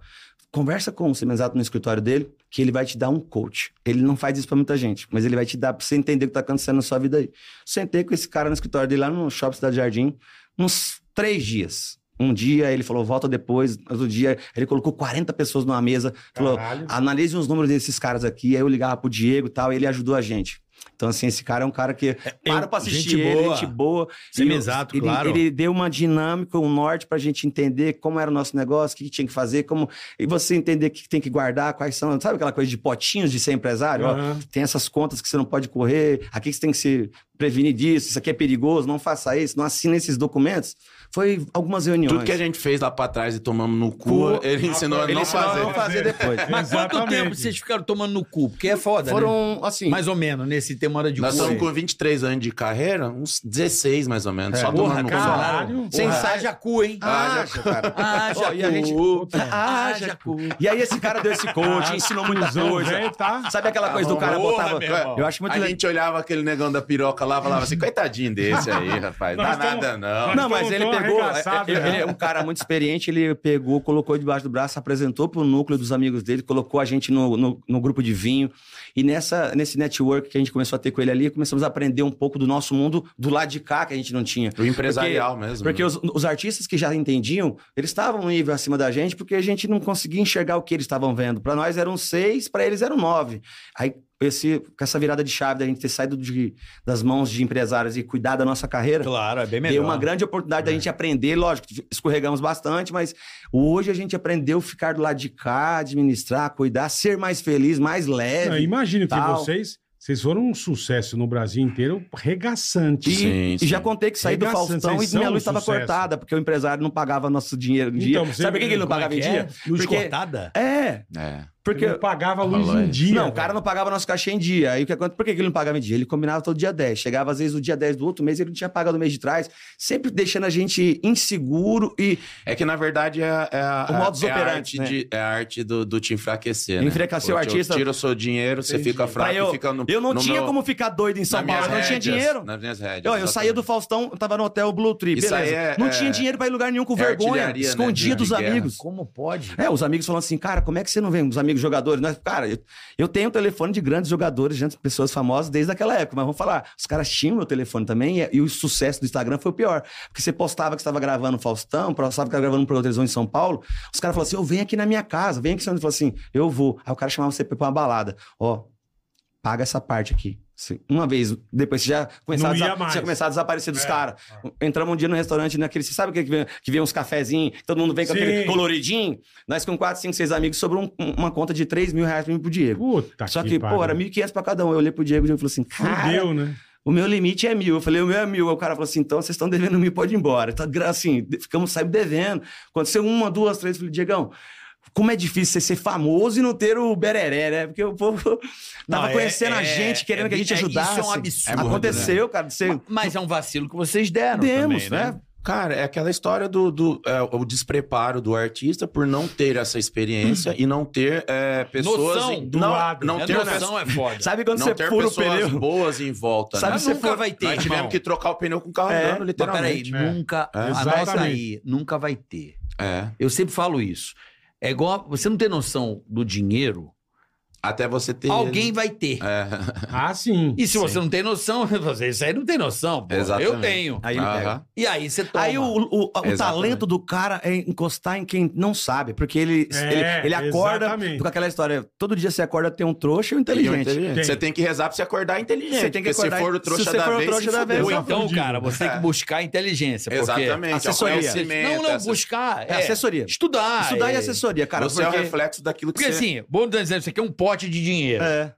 Speaker 6: conversa com o Semenzato no escritório dele, que ele vai te dar um coach. Ele não faz isso pra muita gente, mas ele vai te dar pra você entender o que tá acontecendo na sua vida aí. Sentei com esse cara no escritório dele lá no Shopping Cidade Jardim, uns três dias. Um dia ele falou, volta depois. Outro dia ele colocou 40 pessoas numa mesa. Falou,
Speaker 3: Caralho.
Speaker 6: analise os números desses caras aqui. Aí eu ligava pro Diego e tal, e ele ajudou a gente. Então, assim, esse cara é um cara que para pra assistir
Speaker 7: gente
Speaker 6: ele,
Speaker 7: boa.
Speaker 6: gente boa.
Speaker 7: Semi
Speaker 6: E o-
Speaker 7: exato,
Speaker 6: ele,
Speaker 7: claro.
Speaker 6: Ele deu uma dinâmica, um norte pra gente entender como era o nosso negócio, o que que tinha que fazer, como... E você entender o que que tem que guardar, quais são... Sabe aquela coisa de potinhos de ser empresário? Ó,
Speaker 3: Aham.
Speaker 6: tem essas contas que você não pode correr, aqui que você tem que se prevenir disso, isso aqui é perigoso, não faça isso, não assina esses documentos. Foi algumas reuniões.
Speaker 5: Tudo que a gente fez lá pra trás e tomamos no cu,
Speaker 6: Cu.
Speaker 5: ele ensinou a
Speaker 3: Ele
Speaker 5: não
Speaker 6: ensinou a
Speaker 5: fazer.
Speaker 6: não fazer depois.
Speaker 7: Mas quanto
Speaker 3: Exatamente.
Speaker 7: tempo vocês ficaram tomando no cu? Porque é foda, né?
Speaker 6: Foram, assim...
Speaker 7: Mais ou menos, nesse tema hora de
Speaker 5: Nós
Speaker 7: cu.
Speaker 5: estamos com 23 anos de carreira, uns 16 mais ou menos.
Speaker 7: É.
Speaker 5: Só
Speaker 7: Porra,
Speaker 5: tomando no cu.
Speaker 3: caralho.
Speaker 7: caralho. Sem haja cu, hein?
Speaker 6: Ah, cara.
Speaker 7: Haja
Speaker 6: Ó, e a gente-
Speaker 7: cu.
Speaker 6: Haja cu. E aí esse cara deu esse coach, ensinou muita
Speaker 3: Cusão
Speaker 6: coisa.
Speaker 3: velho, tá?
Speaker 6: Sabe aquela coisa do cara
Speaker 5: Porra,
Speaker 6: botava.
Speaker 5: meu irmão.
Speaker 6: Eu acho muito
Speaker 5: A
Speaker 6: legal.
Speaker 5: gente olhava aquele negão da piroca lá e falava assim, coitadinho desse aí, rapaz. Não
Speaker 3: Nós
Speaker 5: dá nada
Speaker 3: tamo-
Speaker 5: não.
Speaker 3: nós
Speaker 6: Não, mas
Speaker 3: tão-
Speaker 6: ele
Speaker 3: tão
Speaker 6: pegou.
Speaker 3: arregaçado,
Speaker 6: Ele,
Speaker 3: né?
Speaker 6: ele é um cara muito experiente, ele pegou, colocou debaixo do braço, apresentou pro núcleo dos amigos dele, colocou a gente no, no, no grupo de vinho. E nessa, nesse network que a gente começou a ter com ele ali, começamos a aprender um pouco do nosso mundo do lado de cá que a gente não tinha.
Speaker 5: O empresarial mesmo.
Speaker 3: Uhum.
Speaker 6: Porque os, os artistas que já entendiam, eles estavam um nível acima da gente, porque a gente não conseguia enxergar o que eles estavam vendo. Para nós eram seis, para eles eram nove. Aí, esse, com essa virada de chave da gente ter saído de- das mãos de empresários e cuidar da nossa carreira,
Speaker 7: Claro, é bem melhor.
Speaker 6: deu uma grande oportunidade
Speaker 3: É.
Speaker 6: da gente aprender. Lógico, escorregamos bastante, mas hoje a gente aprendeu a ficar do lado de cá, administrar, cuidar, ser mais feliz, mais
Speaker 3: Não,
Speaker 6: leve.
Speaker 3: imagino que
Speaker 6: tal.
Speaker 3: vocês, vocês foram um sucesso no Brasil inteiro, regaçante.
Speaker 6: E,
Speaker 5: Sim,
Speaker 6: e
Speaker 5: sim.
Speaker 6: já contei que saí do
Speaker 3: Regaçando,
Speaker 6: Faustão
Speaker 3: vocês
Speaker 6: e minha
Speaker 3: são
Speaker 6: luz
Speaker 3: um
Speaker 6: estava
Speaker 3: sucesso.
Speaker 6: cortada, porque o empresário não pagava nosso dinheiro em dia.
Speaker 3: Então, você-
Speaker 6: Sabe por que que ele não
Speaker 3: como é
Speaker 6: pagava
Speaker 3: que
Speaker 6: em
Speaker 3: é?
Speaker 6: dia?
Speaker 7: Luz
Speaker 6: Porque-
Speaker 7: cortada?
Speaker 6: É,
Speaker 5: É.
Speaker 3: Porque
Speaker 6: porque.
Speaker 3: não pagava a luz
Speaker 5: Falou,
Speaker 3: em
Speaker 5: é.
Speaker 3: dia. né?
Speaker 6: não, o cara não pagava nosso cachê em dia. Aí o que acontece? Por que que ele não pagava em dia? Ele combinava todo dia 10. Chegava às vezes o dia 10 do outro mês, ele não tinha pagado o mês de trás, sempre deixando a gente inseguro e
Speaker 5: É que, na verdade, é, é, a-
Speaker 6: O modus
Speaker 5: é a
Speaker 6: operandi,
Speaker 5: arte,
Speaker 6: né?
Speaker 5: de- é a arte do, do te enfraquecer, né?
Speaker 6: Enfraquecer o
Speaker 5: Eu te-
Speaker 6: artista.
Speaker 5: Eu tiro o seu dinheiro, você fica fraco
Speaker 6: Pra eu-
Speaker 5: e fica no
Speaker 6: Eu não
Speaker 5: no
Speaker 6: tinha
Speaker 5: meu-
Speaker 6: como ficar doido em São
Speaker 5: nas
Speaker 6: Paulo, eu
Speaker 5: minhas
Speaker 6: não tinha
Speaker 5: rédeas,
Speaker 6: dinheiro.
Speaker 5: Nas minhas rédeas.
Speaker 6: Eu, eu saía do
Speaker 5: exatamente.
Speaker 6: Faustão, eu tava no hotel Blue Tree,
Speaker 5: Isso
Speaker 6: beleza.
Speaker 5: aí é-
Speaker 6: não
Speaker 5: é-
Speaker 6: tinha dinheiro pra ir em lugar nenhum com
Speaker 5: é
Speaker 6: vergonha,
Speaker 5: artilharia, né,
Speaker 6: escondia
Speaker 5: de-
Speaker 6: dos
Speaker 5: de guerra.
Speaker 6: amigos.
Speaker 7: Como pode?
Speaker 6: É, os amigos falam assim, cara, como é que você não vem? Os amigos jogadores, né? Cara, eu, eu tenho o telefone de grandes jogadores, de pessoas famosas desde aquela época, mas vamos falar, os caras tinham meu telefone também e, e o sucesso do Instagram foi o pior. Porque você postava que estava gravando Faustão, postava que estava gravando para televisão em São Paulo, os caras falavam assim, eu venho aqui na minha casa, venho aqui, você falou assim, eu vou. Aí o cara chamava você pra ir pra uma balada, ó, paga essa parte aqui. Se- Uma vez, depois você já começava a,
Speaker 3: Não ia
Speaker 6: desa-
Speaker 3: mais.
Speaker 6: você já começava a desaparecer dos
Speaker 3: É.
Speaker 6: caras. Entramos um dia no restaurante, naquele, você sabe aquele que vem, que vem uns cafezinhos, que todo mundo vem com
Speaker 3: Sim.
Speaker 6: aquele coloridinho? Nós com quatro, cinco, seis amigos, sobrou um- um- uma conta de 3 mil reais pra mim e pro Diego.
Speaker 3: Puta
Speaker 6: Só que, pô,
Speaker 3: pariu.
Speaker 6: era 1.500 pra cada um. Eu olhei pro Diego e o Diego falou assim, cara,
Speaker 3: Fudeu, né?
Speaker 6: o meu limite é mil. Eu falei, o meu é mil. Aí O cara falou assim, então vocês estão devendo mil, pode ir embora. Então, gra- assim, de- ficamos saindo devendo. Aconteceu uma, duas, três. Eu falei, Diegão, como é difícil você ser famoso e não ter o bereré, né? Porque o povo tava
Speaker 7: Não, é-
Speaker 6: conhecendo a
Speaker 7: é-
Speaker 6: gente, querendo
Speaker 7: é-
Speaker 6: que a gente
Speaker 7: é- isso é um
Speaker 6: ajudasse.
Speaker 7: absurdo,
Speaker 6: Aconteceu, cara. de ser-
Speaker 7: Mas é um vacilo que vocês deram
Speaker 6: Demos,
Speaker 7: também,
Speaker 6: né?
Speaker 7: né?
Speaker 5: Cara, é aquela história do, do é, o despreparo do artista por não ter essa experiência e não ter é, pessoas.
Speaker 7: Noção
Speaker 5: em-
Speaker 3: do
Speaker 5: não,
Speaker 3: lado.
Speaker 5: não
Speaker 7: É
Speaker 5: ter
Speaker 7: noção, é foda.
Speaker 6: Sabe quando
Speaker 5: não
Speaker 6: você
Speaker 5: ter
Speaker 6: fura o
Speaker 5: pessoas
Speaker 6: pneu?
Speaker 5: boas em volta.
Speaker 6: Sabe
Speaker 5: né?
Speaker 7: Mas
Speaker 6: se
Speaker 7: nunca
Speaker 6: for-
Speaker 7: vai ter,
Speaker 5: Nós tivemos
Speaker 7: irmão.
Speaker 5: que trocar o peraí, pneu com o carro
Speaker 6: É,
Speaker 5: andando,
Speaker 7: Mas peraí,
Speaker 5: literalmente.
Speaker 3: né?
Speaker 7: nunca...
Speaker 5: É.
Speaker 7: Anota
Speaker 3: Exatamente.
Speaker 7: aí, nunca vai ter.
Speaker 5: É.
Speaker 7: Eu sempre falo isso. É igual... Você não tem noção do dinheiro,
Speaker 5: Até você ter.
Speaker 7: alguém vai ter.
Speaker 5: É.
Speaker 3: Ah, sim.
Speaker 7: E se
Speaker 5: Sim.
Speaker 7: você não tem noção, você, isso aí não tem noção. pô.
Speaker 5: Exatamente.
Speaker 7: Eu tenho.
Speaker 6: Aí ele pega.
Speaker 5: Aham.
Speaker 7: E aí você toma.
Speaker 6: Aí o, o, o
Speaker 5: Exatamente.
Speaker 6: talento do cara é encostar em quem não sabe, porque ele,
Speaker 3: É,
Speaker 6: ele, ele acorda
Speaker 3: exatamente.
Speaker 6: com aquela história. Todo dia você acorda tem um trouxa e um inteligente.
Speaker 3: Tem.
Speaker 5: Você tem que rezar pra você acordar inteligente.
Speaker 6: Você tem que
Speaker 5: porque
Speaker 6: acordar-
Speaker 5: se for o
Speaker 6: se
Speaker 5: trouxa
Speaker 6: você
Speaker 5: da
Speaker 6: for o
Speaker 5: vez.
Speaker 6: trouxa
Speaker 5: se
Speaker 6: da vez,
Speaker 5: fudeu.
Speaker 7: Ou então,
Speaker 3: Fudido.
Speaker 7: cara, você tem
Speaker 5: É.
Speaker 7: que buscar a inteligència. porque-
Speaker 5: Exatamente. é
Speaker 6: Assessoria.
Speaker 7: Não, não, buscar.
Speaker 6: É assessoria.
Speaker 7: Estudar.
Speaker 6: Isso daí é
Speaker 7: é-
Speaker 6: assessoria, cara.
Speaker 5: Cara, você é
Speaker 6: porque-
Speaker 5: o reflexo daquilo que
Speaker 7: Porque
Speaker 5: você...
Speaker 7: assim, vamos dar um exemplo, isso aqui é um pote de dinheiro.
Speaker 6: É,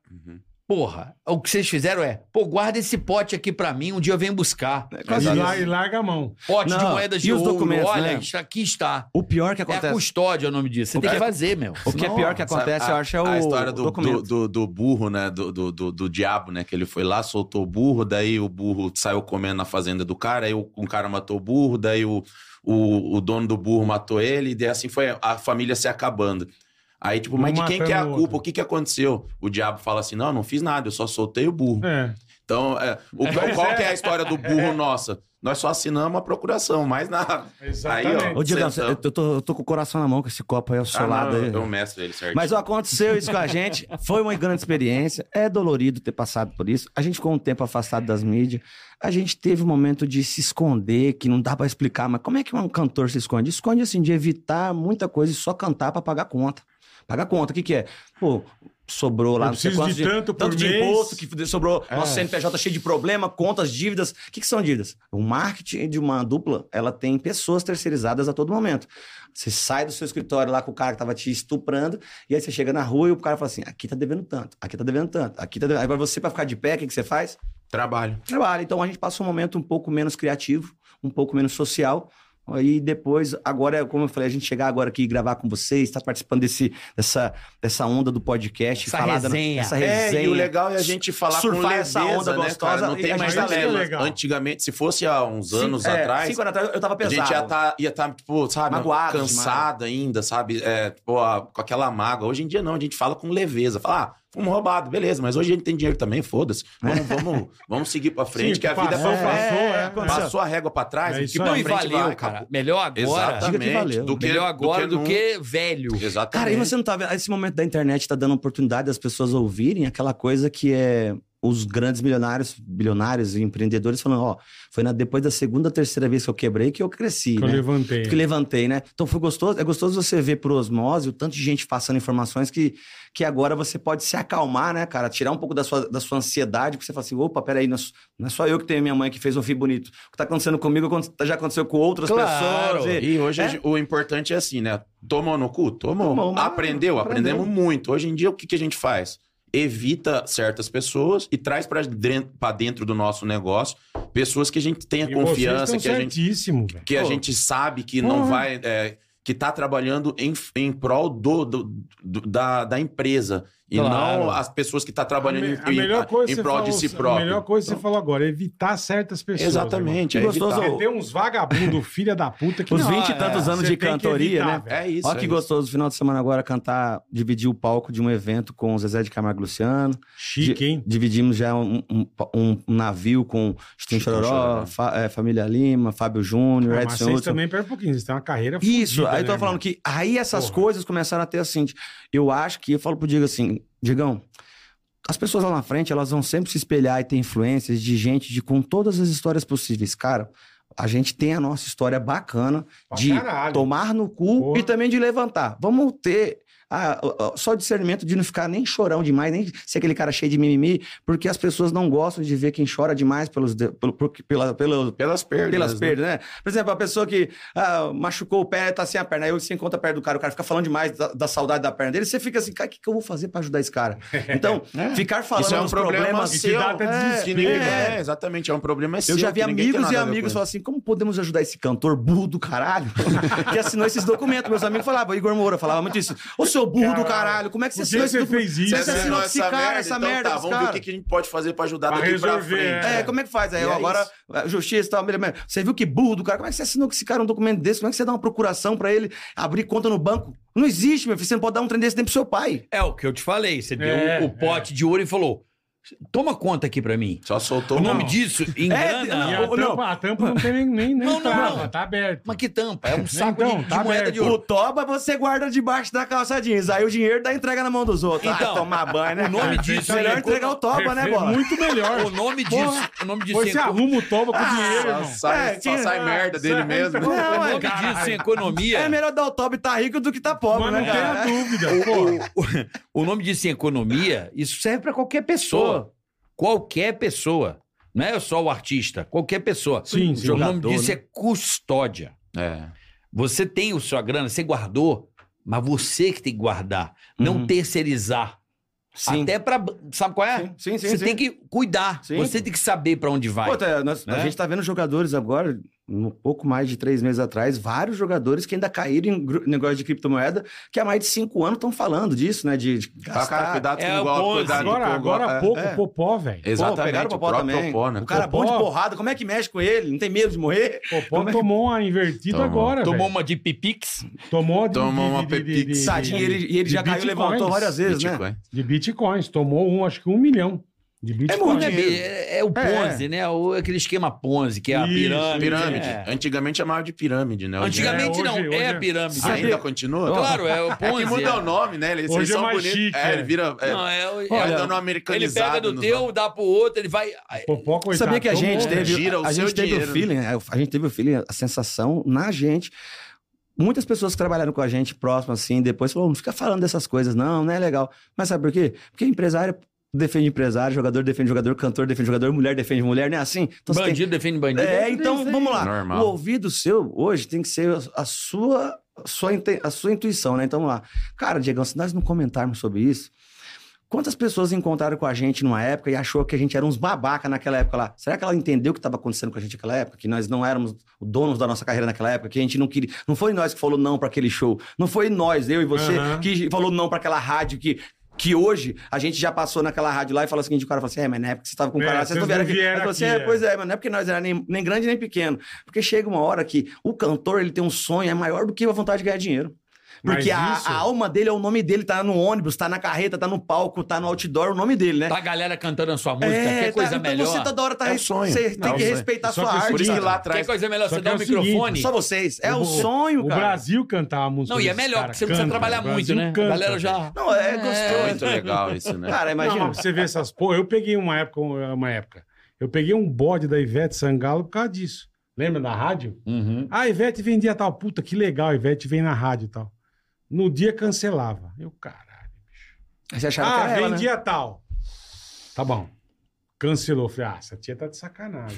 Speaker 7: Porra, o que vocês fizeram é, pô, guarda esse pote aqui pra mim, um dia eu venho buscar.
Speaker 6: é quase
Speaker 3: E,
Speaker 6: isso.
Speaker 3: lá- e larga a mão.
Speaker 7: Pote de
Speaker 6: Não,
Speaker 7: moedas
Speaker 6: e
Speaker 7: de
Speaker 6: os
Speaker 7: ouro,
Speaker 6: documentos,
Speaker 7: olha,
Speaker 6: né?
Speaker 7: isso aqui está.
Speaker 6: O pior que
Speaker 7: É a
Speaker 6: acontece.
Speaker 7: custódia o nome disso, você tem que fazer, meu.
Speaker 6: o que é
Speaker 7: Senão-
Speaker 6: pior que acontece,
Speaker 5: Sabe,
Speaker 6: eu acho, é o
Speaker 5: A história do, do,
Speaker 6: documento.
Speaker 5: do- do burro, né? Do, do, do, do diabo, né? Que ele foi lá, soltou o burro, daí o burro saiu comendo na fazenda do cara, aí o- um cara matou o burro, daí o, o, o dono do burro matou ele, e daí assim foi a família se acabando. Aí, tipo,
Speaker 3: Um
Speaker 5: mas de quem que é a
Speaker 3: matando o
Speaker 5: culpa?
Speaker 3: outro.
Speaker 5: O que que aconteceu? O diabo fala assim, não, não fiz nada, eu só soltei o burro.
Speaker 3: É.
Speaker 5: Então, é, o- qual que é a história do burro nossa? Nós só assinamos a procuração, mais nada.
Speaker 3: Exatamente.
Speaker 5: Aí,
Speaker 6: Ô, Diego,
Speaker 5: Cê-
Speaker 6: eu, tô, eu tô com o coração na mão com esse copo aí, o
Speaker 5: Ah, não,
Speaker 6: solado aí.
Speaker 5: eu mestre ele certinho.
Speaker 6: é. Mas ó, aconteceu isso com a gente. Foi uma grande experiência. É dolorido ter passado por isso. A gente ficou um tempo afastado das mídias. A gente teve um momento de se esconder, que não dá pra explicar. Mas como é que um cantor se esconde? Esconde assim, de evitar muita coisa e só cantar pra pagar conta. Paga a conta. O que, que é? Pô, sobrou lá
Speaker 3: Eu
Speaker 6: não sei
Speaker 3: preciso
Speaker 6: quantos
Speaker 3: de
Speaker 6: di-
Speaker 3: tanto por
Speaker 6: tanto de
Speaker 3: mês.
Speaker 6: imposto que sobrou.
Speaker 3: É.
Speaker 6: Nosso CNPJ cheio de problema, contas, dívidas. O que, que são dívidas? O marketing de uma dupla, ela tem pessoas terceirizadas a todo momento. Você sai do seu escritório lá com o cara que tava te estuprando, e aí você chega na rua e o cara fala assim: aqui tá devendo tanto, aqui tá devendo tanto, aqui tá devendo. Aí pra você, pra ficar de pé, o que, que você faz?
Speaker 5: Trabalho.
Speaker 6: trabalho. Então a gente passa um momento um pouco menos criativo, um pouco menos social. E depois, agora, como eu falei, a gente chegar agora aqui e gravar com vocês, estar participando desse, dessa, dessa onda do podcast,
Speaker 7: Essa
Speaker 6: falada no-
Speaker 7: resenha.
Speaker 6: essa resenha.
Speaker 5: É, e o legal é a gente falar com
Speaker 6: surfar
Speaker 5: leveza,
Speaker 6: essa onda
Speaker 5: né,
Speaker 6: gostosa
Speaker 5: cara? Não
Speaker 6: e
Speaker 5: tem
Speaker 6: é
Speaker 5: mais
Speaker 3: mais isso que é
Speaker 5: leva.
Speaker 3: legal.
Speaker 5: Antigamente, se fosse há uns
Speaker 6: Cinco-
Speaker 5: anos
Speaker 6: é,
Speaker 5: atrás,
Speaker 6: Cinco anos atrás eu tava
Speaker 5: a
Speaker 6: pesado.
Speaker 5: gente ia estar, ia tá, tipo, sabe,
Speaker 6: Magoado
Speaker 5: cansada ainda, sabe? É, tipo, a- com aquela mágoa. Hoje em dia não, a gente fala com leveza. Fala, ah, fomos roubados, beleza, mas hoje a gente tem dinheiro também, foda-se. Vamos,
Speaker 6: É.
Speaker 5: vamos, vamos seguir pra frente,
Speaker 3: Sim,
Speaker 5: que a vida
Speaker 3: passou,
Speaker 5: é pra frente.
Speaker 3: passou, é.
Speaker 5: Passou, a régua pra trás,
Speaker 3: É
Speaker 5: e
Speaker 3: isso
Speaker 5: que
Speaker 3: aí.
Speaker 5: pra
Speaker 3: Não,
Speaker 4: e
Speaker 5: frente
Speaker 4: valeu,
Speaker 5: vai,
Speaker 4: cara.
Speaker 5: acabou.
Speaker 4: Melhor agora.
Speaker 6: Diga que valeu.
Speaker 5: Exatamente. Do que,
Speaker 4: Melhor agora do
Speaker 5: nunca.
Speaker 4: que, velho.
Speaker 5: Exatamente.
Speaker 6: Cara, e você não tá vendo? Esse momento da internet tá dando oportunidade das pessoas ouvirem aquela coisa que é os grandes milionários, bilionários e empreendedores falando, ó, foi na, depois da segunda, terceira vez que eu quebrei que eu cresci,
Speaker 3: Que eu
Speaker 6: né?
Speaker 3: levantei.
Speaker 6: que levantei, né? Então foi gostoso. É gostoso você ver por osmose o tanto de gente passando informações que, que agora você pode se acalmar, né, cara? Tirar um pouco da sua, da sua ansiedade, porque você fala assim: opa, peraí, não é, s- não é só eu que tenho a minha mãe que fez um filho bonito. O que tá acontecendo comigo aconte- já aconteceu com outras
Speaker 4: Claro.
Speaker 6: pessoas. E...
Speaker 5: E hoje
Speaker 6: É?
Speaker 5: a gen- o importante é assim, né? Tomou no cu? Tomou.
Speaker 6: Tomou, mas
Speaker 5: aprendeu?
Speaker 6: aprendeu.
Speaker 5: Aprendemos muito. Hoje em dia, o que, que a gente faz? Evita certas pessoas e traz pra dren- pra dentro do nosso negócio pessoas que a gente tenha
Speaker 3: E
Speaker 5: confiança,
Speaker 3: vocês
Speaker 5: que
Speaker 3: estão
Speaker 5: a gente,
Speaker 3: certíssimo, velho.
Speaker 5: que a gente sabe que não
Speaker 3: Porra.
Speaker 5: vai. é, que tá trabalhando em, em prol do, do- do- da, da empresa. E
Speaker 4: Claro.
Speaker 5: não as pessoas que tá
Speaker 3: A,
Speaker 5: trabalhando
Speaker 3: me-
Speaker 5: em-
Speaker 3: a
Speaker 5: em,
Speaker 3: melhor coisa que
Speaker 5: em
Speaker 3: você
Speaker 5: prol de
Speaker 3: falou-
Speaker 5: si
Speaker 3: A
Speaker 5: próprio.
Speaker 3: melhor coisa que você falou agora, é evitar certas pessoas.
Speaker 5: Exatamente.
Speaker 6: Que
Speaker 3: né?
Speaker 5: É,
Speaker 6: gostoso.
Speaker 5: evitar.
Speaker 3: irmão. Tem uns vagabundos, filha da puta, que
Speaker 6: Os
Speaker 3: não,
Speaker 6: 20 e
Speaker 3: é,
Speaker 6: tantos anos
Speaker 3: você
Speaker 6: de
Speaker 3: tem que
Speaker 6: cantoria,
Speaker 3: evitar,
Speaker 6: né?
Speaker 3: velho.
Speaker 5: é isso.
Speaker 6: Olha que
Speaker 5: é
Speaker 6: gostoso, final de semana agora, cantar, dividir o palco de um evento com o Zezé de Camargo e Luciano.
Speaker 3: É Chique, hein?
Speaker 6: Dividimos já um, um- um- um navio com
Speaker 5: Chiquinho
Speaker 6: Chiquinho Chororó,
Speaker 5: Chororó.
Speaker 6: Fa- é, Família Lima, Fábio Júnior,
Speaker 3: Ah, mas
Speaker 6: Edson
Speaker 3: vocês
Speaker 6: Hudson.
Speaker 3: também, pera um pouquinho, vocês têm uma carreira
Speaker 6: é Isso,
Speaker 3: fodida,
Speaker 6: aí eu
Speaker 3: né,
Speaker 6: tava falando
Speaker 3: irmão?
Speaker 6: que aí essas
Speaker 3: Porra.
Speaker 6: coisas começaram a ter assim. Eu acho que eu falo pro Diego assim, Digão, as pessoas lá na frente, elas vão sempre se espelhar e ter influências de gente de com todas as histórias possíveis, cara. A gente tem a nossa história bacana
Speaker 3: né, Pra
Speaker 6: de
Speaker 3: caralho.
Speaker 6: tomar no cu
Speaker 3: Porra.
Speaker 6: e também de levantar. Vamos ter a- a- a- só o discernimento de não ficar nem chorão demais, nem ser aquele cara cheio de mimimi, porque as pessoas não gostam de ver quem chora demais pelos, de- pelo, por- pela- pelo,
Speaker 5: Pelas perdas.
Speaker 6: pelas
Speaker 5: né?
Speaker 6: perdas, né? Por exemplo, a pessoa que ah, machucou o pé, tá sem a perna, aí você encontra a perna do cara, o cara fica falando demais da, da saudade da perna dele, você fica assim, cara, o que, que eu vou fazer pra ajudar esse cara? Então, ficar falando
Speaker 5: Isso é um
Speaker 6: dos
Speaker 5: problema
Speaker 6: problemas...
Speaker 5: seu.
Speaker 3: E te dá até
Speaker 5: Que
Speaker 3: desespero.
Speaker 5: ninguém-
Speaker 3: né?
Speaker 5: é, exatamente, é um problema seu.
Speaker 6: Eu já vi
Speaker 5: que ninguém tem
Speaker 6: amigos e
Speaker 5: nada a ver
Speaker 6: amigos
Speaker 5: com
Speaker 6: falar assim: como podemos ajudar esse cantor burro do caralho que assinou esses documentos? Meus amigos falavam, Igor Moura falava muito isso. Ô seu burro do caralho, como é que você
Speaker 3: Por
Speaker 6: assinou
Speaker 3: que
Speaker 6: esse
Speaker 3: você
Speaker 6: documento?
Speaker 3: fez isso?
Speaker 5: isso.
Speaker 3: né?
Speaker 6: Você
Speaker 5: Você
Speaker 6: assinou
Speaker 5: assinou
Speaker 6: esse cara, essa
Speaker 5: então
Speaker 6: merda
Speaker 5: Tá,
Speaker 6: desse
Speaker 5: vamos ver
Speaker 6: cara.
Speaker 5: o que que a gente pode fazer pra ajudar
Speaker 3: Pra
Speaker 5: daqui
Speaker 3: resolver,
Speaker 5: pra frente.
Speaker 3: é.
Speaker 6: É, como é que faz? Aí
Speaker 5: E
Speaker 6: eu
Speaker 5: é
Speaker 6: agora, justiça e tal, beleza, mas você viu que burro do cara? Como é que você assinou com esse cara um documento desse? Como é que você dá uma procuração pra ele abrir conta no banco? Não existe, meu filho. Você não pode dar um trem desse nem pro seu pai.
Speaker 7: É o que eu te falei. Você deu
Speaker 3: É,
Speaker 7: o pote de ouro e falou: toma conta aqui pra mim.
Speaker 5: Só soltou
Speaker 7: O
Speaker 5: o
Speaker 7: nome
Speaker 5: nome.
Speaker 7: disso
Speaker 3: E
Speaker 7: engana.
Speaker 3: a, tampa, a tampa não tem nem, nem, nem
Speaker 7: Não, não,
Speaker 3: trava,
Speaker 7: não.
Speaker 3: tá aberta.
Speaker 7: Mas que tampa? É um saco
Speaker 3: Então,
Speaker 7: de, de
Speaker 3: tá
Speaker 7: moeda
Speaker 3: aberto.
Speaker 7: de ouro.
Speaker 6: toba você guarda debaixo da calça jeans. Aí o dinheiro dá entrega na mão dos outros. Ah,
Speaker 7: Então,
Speaker 6: banho,
Speaker 7: o nome
Speaker 6: cara?
Speaker 7: disso é
Speaker 6: Melhor entregar o toba, né, bola?
Speaker 3: Muito melhor.
Speaker 7: O nome
Speaker 3: Porra.
Speaker 7: disso. O nome disso.
Speaker 3: Depois você
Speaker 7: em-
Speaker 3: arruma o toba
Speaker 6: Ah,
Speaker 3: com o dinheiro,
Speaker 5: Só
Speaker 3: irmão.
Speaker 5: sai,
Speaker 6: É,
Speaker 5: só
Speaker 6: que-
Speaker 5: sai merda dele
Speaker 3: sai-
Speaker 5: mesmo.
Speaker 3: Não,
Speaker 7: O
Speaker 6: Não,
Speaker 7: nome
Speaker 6: é,
Speaker 7: disso em economia.
Speaker 6: é melhor dar o toba e tá rico do que tá pobre,
Speaker 3: Mas
Speaker 6: né,
Speaker 3: não
Speaker 6: cara?
Speaker 3: tenha dúvida.
Speaker 7: o,
Speaker 3: Pô,
Speaker 7: o- o nome disso em economia, isso serve pra qualquer pessoa. Qualquer pessoa. Não é só o artista, qualquer pessoa.
Speaker 3: Sim, sim.
Speaker 7: o nome
Speaker 6: Jogador,
Speaker 7: disso
Speaker 6: né?
Speaker 7: é custódia.
Speaker 5: É.
Speaker 7: Você tem o sua grana, você guardou, mas você que tem que guardar, não
Speaker 6: Uhum.
Speaker 7: terceirizar. Até pra. sabe qual é?
Speaker 6: Sim, sim, sim.
Speaker 7: você
Speaker 6: sim.
Speaker 7: tem que cuidar,
Speaker 6: Sim.
Speaker 7: você tem que saber pra onde vai.
Speaker 6: Pô, tá, nós- A
Speaker 7: né?
Speaker 6: gente tá vendo jogadores agora, um pouco mais de três meses atrás, vários jogadores que ainda caíram em gru- negócio de criptomoeda, que há mais de cinco anos estão falando disso, né? De, de
Speaker 5: Ah, cara,
Speaker 6: gastar.
Speaker 5: cuidado
Speaker 7: É
Speaker 5: com
Speaker 7: o
Speaker 5: o golpe.
Speaker 7: Ponzi.
Speaker 5: Cuidado
Speaker 3: agora,
Speaker 5: com o golpe.
Speaker 3: agora há pouco,
Speaker 6: é.
Speaker 3: o Popó, velho.
Speaker 5: Exatamente.
Speaker 6: Pô, pegaram o Popó
Speaker 5: próprio
Speaker 6: também.
Speaker 5: Popó, né?
Speaker 6: O cara é bom de
Speaker 3: Popó.
Speaker 6: porrada, como é que mexe com ele? Não tem medo de morrer?
Speaker 3: Popó
Speaker 6: Como é que-
Speaker 3: tomou uma invertida
Speaker 5: Tomou.
Speaker 3: agora, velho.
Speaker 7: Tomou uma de pipix.
Speaker 3: Tomou, de,
Speaker 5: Tomou
Speaker 3: de- de-
Speaker 5: uma
Speaker 3: de- de-
Speaker 5: pepix.
Speaker 3: de-
Speaker 6: Sadinho, e ele, e ele
Speaker 3: de
Speaker 6: já caiu e
Speaker 3: bitcoins.
Speaker 6: levantou várias vezes, né?
Speaker 5: Bitcoin.
Speaker 3: De bitcoins. Tomou um, acho que um milhão de bitcoins.
Speaker 6: muito né,
Speaker 7: É,
Speaker 6: dinheiro.
Speaker 7: é- é o Ponzi, né? O, aquele esquema Ponzi, que é a
Speaker 3: Isso,
Speaker 7: pirâmide.
Speaker 5: Pirâmide.
Speaker 7: É.
Speaker 5: Antigamente chamava de pirâmide, né? Hoje
Speaker 7: Antigamente
Speaker 3: É,
Speaker 7: não,
Speaker 3: hoje-
Speaker 7: é
Speaker 3: hoje-
Speaker 5: em
Speaker 7: pirâmide.
Speaker 5: dia- Ainda continua?
Speaker 7: Claro, é o
Speaker 5: É
Speaker 7: Ponzi.
Speaker 5: que muda o nome, né? Eles
Speaker 3: Hoje
Speaker 5: são
Speaker 3: é mais
Speaker 5: bonitos.
Speaker 3: chique,
Speaker 5: É,
Speaker 3: é.
Speaker 5: ele vira. É,
Speaker 7: Não, é, o-
Speaker 5: Olha,
Speaker 7: é-
Speaker 5: dando uma
Speaker 7: ele
Speaker 5: americanizada.
Speaker 7: pega do
Speaker 5: nos
Speaker 7: teu, dá pro outro, ele vai.
Speaker 3: Popó, coitado.
Speaker 6: Sabia que a
Speaker 3: tomou,
Speaker 6: gente
Speaker 3: velho.
Speaker 6: teve.
Speaker 5: Gira o
Speaker 6: a
Speaker 5: seu
Speaker 6: gente teve o
Speaker 5: dinheiro,
Speaker 6: feeling, a gente teve o feeling, a sensação na gente. Muitas pessoas que trabalharam com a gente próximo, assim, depois falaram, "Ô, não fica falando dessas coisas, não, não é legal. Mas sabe por quê? Porque empresário defende empresário, jogador defende jogador, cantor defende jogador, mulher defende mulher, não é assim? Então você tem-
Speaker 4: Bandido defende bandido.
Speaker 6: É, então vamos lá.
Speaker 5: Normal.
Speaker 6: O ouvido seu hoje tem que ser a- a sua, a sua, inte- a sua intuição, né? Então vamos lá. Cara, Diegão, se nós não comentarmos sobre isso, quantas pessoas encontraram com a gente numa época e achou que a gente era uns babaca naquela época lá? Será que ela entendeu o que estava acontecendo com a gente naquela época? Que nós não éramos donos da nossa carreira naquela época, que a gente não queria. Não foi nós que falou não para aquele show. Não foi nós, eu e você,
Speaker 3: Aham.
Speaker 6: que falou não para aquela rádio que. Que hoje a gente já passou naquela rádio lá e fala o seguinte: o cara fala assim, é, mas na época que você tava com o
Speaker 3: É,
Speaker 6: cara, lá, vocês não vieram aqui.
Speaker 3: vieram
Speaker 6: Aí fala assim,
Speaker 3: aqui,
Speaker 6: é,
Speaker 3: é.
Speaker 6: pois é, mas não é porque nós era nem, nem grande nem pequeno. Porque chega uma hora que o cantor ele tem um sonho, é maior do que a vontade de ganhar dinheiro. Porque
Speaker 3: Mas
Speaker 6: a,
Speaker 3: isso-
Speaker 6: a alma dele é o nome dele, tá no ônibus, tá na carreta, tá no palco, tá no outdoor, o nome dele, né?
Speaker 4: Tá a galera cantando a sua música,
Speaker 6: É,
Speaker 4: quer coisa
Speaker 6: tá,
Speaker 4: melhor.
Speaker 6: Então você toda hora tá.
Speaker 5: É um sonho.
Speaker 6: Você
Speaker 5: É
Speaker 6: tem
Speaker 5: um
Speaker 6: que
Speaker 5: sonho.
Speaker 6: respeitar a
Speaker 3: Só
Speaker 6: sua
Speaker 3: que isso-
Speaker 6: arte.
Speaker 5: Por isso que lá
Speaker 4: Quer
Speaker 5: atrás.
Speaker 4: coisa melhor,
Speaker 3: Só
Speaker 4: você
Speaker 3: que
Speaker 4: dá
Speaker 3: é
Speaker 4: o
Speaker 3: o seguinte,
Speaker 4: microfone.
Speaker 6: Só vocês. É o,
Speaker 3: O-
Speaker 6: sonho,
Speaker 3: O
Speaker 6: cara.
Speaker 3: Brasil canta a música.
Speaker 4: Não, e é
Speaker 3: desses
Speaker 4: melhor,
Speaker 3: caras,
Speaker 4: porque você não precisa
Speaker 3: canta,
Speaker 4: trabalhar
Speaker 3: o Brasil
Speaker 4: muito, né?
Speaker 3: canta,
Speaker 4: a galera
Speaker 3: cara.
Speaker 4: já...
Speaker 6: Não, é
Speaker 5: É
Speaker 6: gostoso.
Speaker 5: muito legal isso, né?
Speaker 6: Cara,
Speaker 3: Não,
Speaker 6: imagina.
Speaker 3: mas pra você vê essas porra. Eu peguei uma época, uma época. Eu peguei um bode da Ivete Sangalo por causa disso. Lembra da rádio?
Speaker 4: Uhum.
Speaker 3: Ah, a Ivete vendia tal. Puta, que legal, a Ivete vem na rádio e tal. No dia cancelava. Eu, caralho.
Speaker 6: Você achava
Speaker 3: Ah,
Speaker 6: que era ela, né?
Speaker 3: vendia tal. Tá bom. Cancelou. Falei, ah, essa tia tá de sacanagem.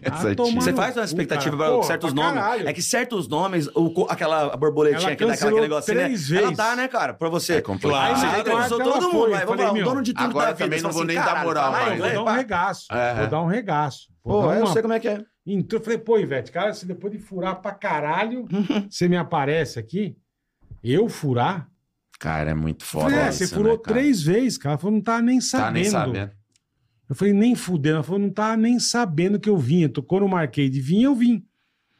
Speaker 5: Essa tia.
Speaker 3: tomar
Speaker 6: Você
Speaker 3: no
Speaker 6: faz uma
Speaker 3: cu,
Speaker 6: expectativa
Speaker 3: cara.
Speaker 6: para
Speaker 3: Pô,
Speaker 6: certos
Speaker 3: pra
Speaker 6: nomes.
Speaker 3: caralho.
Speaker 6: É que certos nomes, o co- aquela borboletinha,
Speaker 3: Ela
Speaker 6: aquela, aquela, aquele
Speaker 3: cancelou
Speaker 6: negocinho, né?
Speaker 3: três
Speaker 6: Ela
Speaker 3: vezes.
Speaker 6: dá, né, cara? Pra você.
Speaker 5: É complicado.
Speaker 3: Claro.
Speaker 6: Você já entrevistou
Speaker 3: Agora que
Speaker 6: todo
Speaker 3: ela
Speaker 6: mundo,
Speaker 3: foi,
Speaker 6: vai. Vamos
Speaker 3: falei,
Speaker 6: lá, o
Speaker 3: meu,
Speaker 6: dono de tudo
Speaker 5: agora
Speaker 6: da vida.
Speaker 5: também
Speaker 6: você
Speaker 5: não
Speaker 6: fala
Speaker 5: vou nem
Speaker 6: assim,
Speaker 5: dar
Speaker 6: "Caralho,
Speaker 4: Tá
Speaker 5: moral
Speaker 6: vai,
Speaker 5: mais,
Speaker 3: Eu vou
Speaker 5: né?
Speaker 6: vai,
Speaker 3: dar um
Speaker 6: vai."
Speaker 3: regaço.
Speaker 5: É.
Speaker 3: Vou dar um regaço. Vou
Speaker 6: Pô,
Speaker 3: dar
Speaker 6: eu
Speaker 3: uma
Speaker 6: sei como é que é.
Speaker 3: Então eu falei, pô, Ivete, cara, você depois de furar pra caralho, você me aparece aqui. Eu furar?
Speaker 5: Cara, é muito foda.
Speaker 3: Falei, é,
Speaker 5: isso,
Speaker 3: você furou
Speaker 5: né, cara?
Speaker 3: três vezes, cara. Ela falou, não tava nem sabendo.
Speaker 5: Tá nem sabendo.
Speaker 3: Eu falei, nem fudendo. Ela falou, não tava nem sabendo que eu vinha. Tô- Quando eu marquei de vir, eu vim.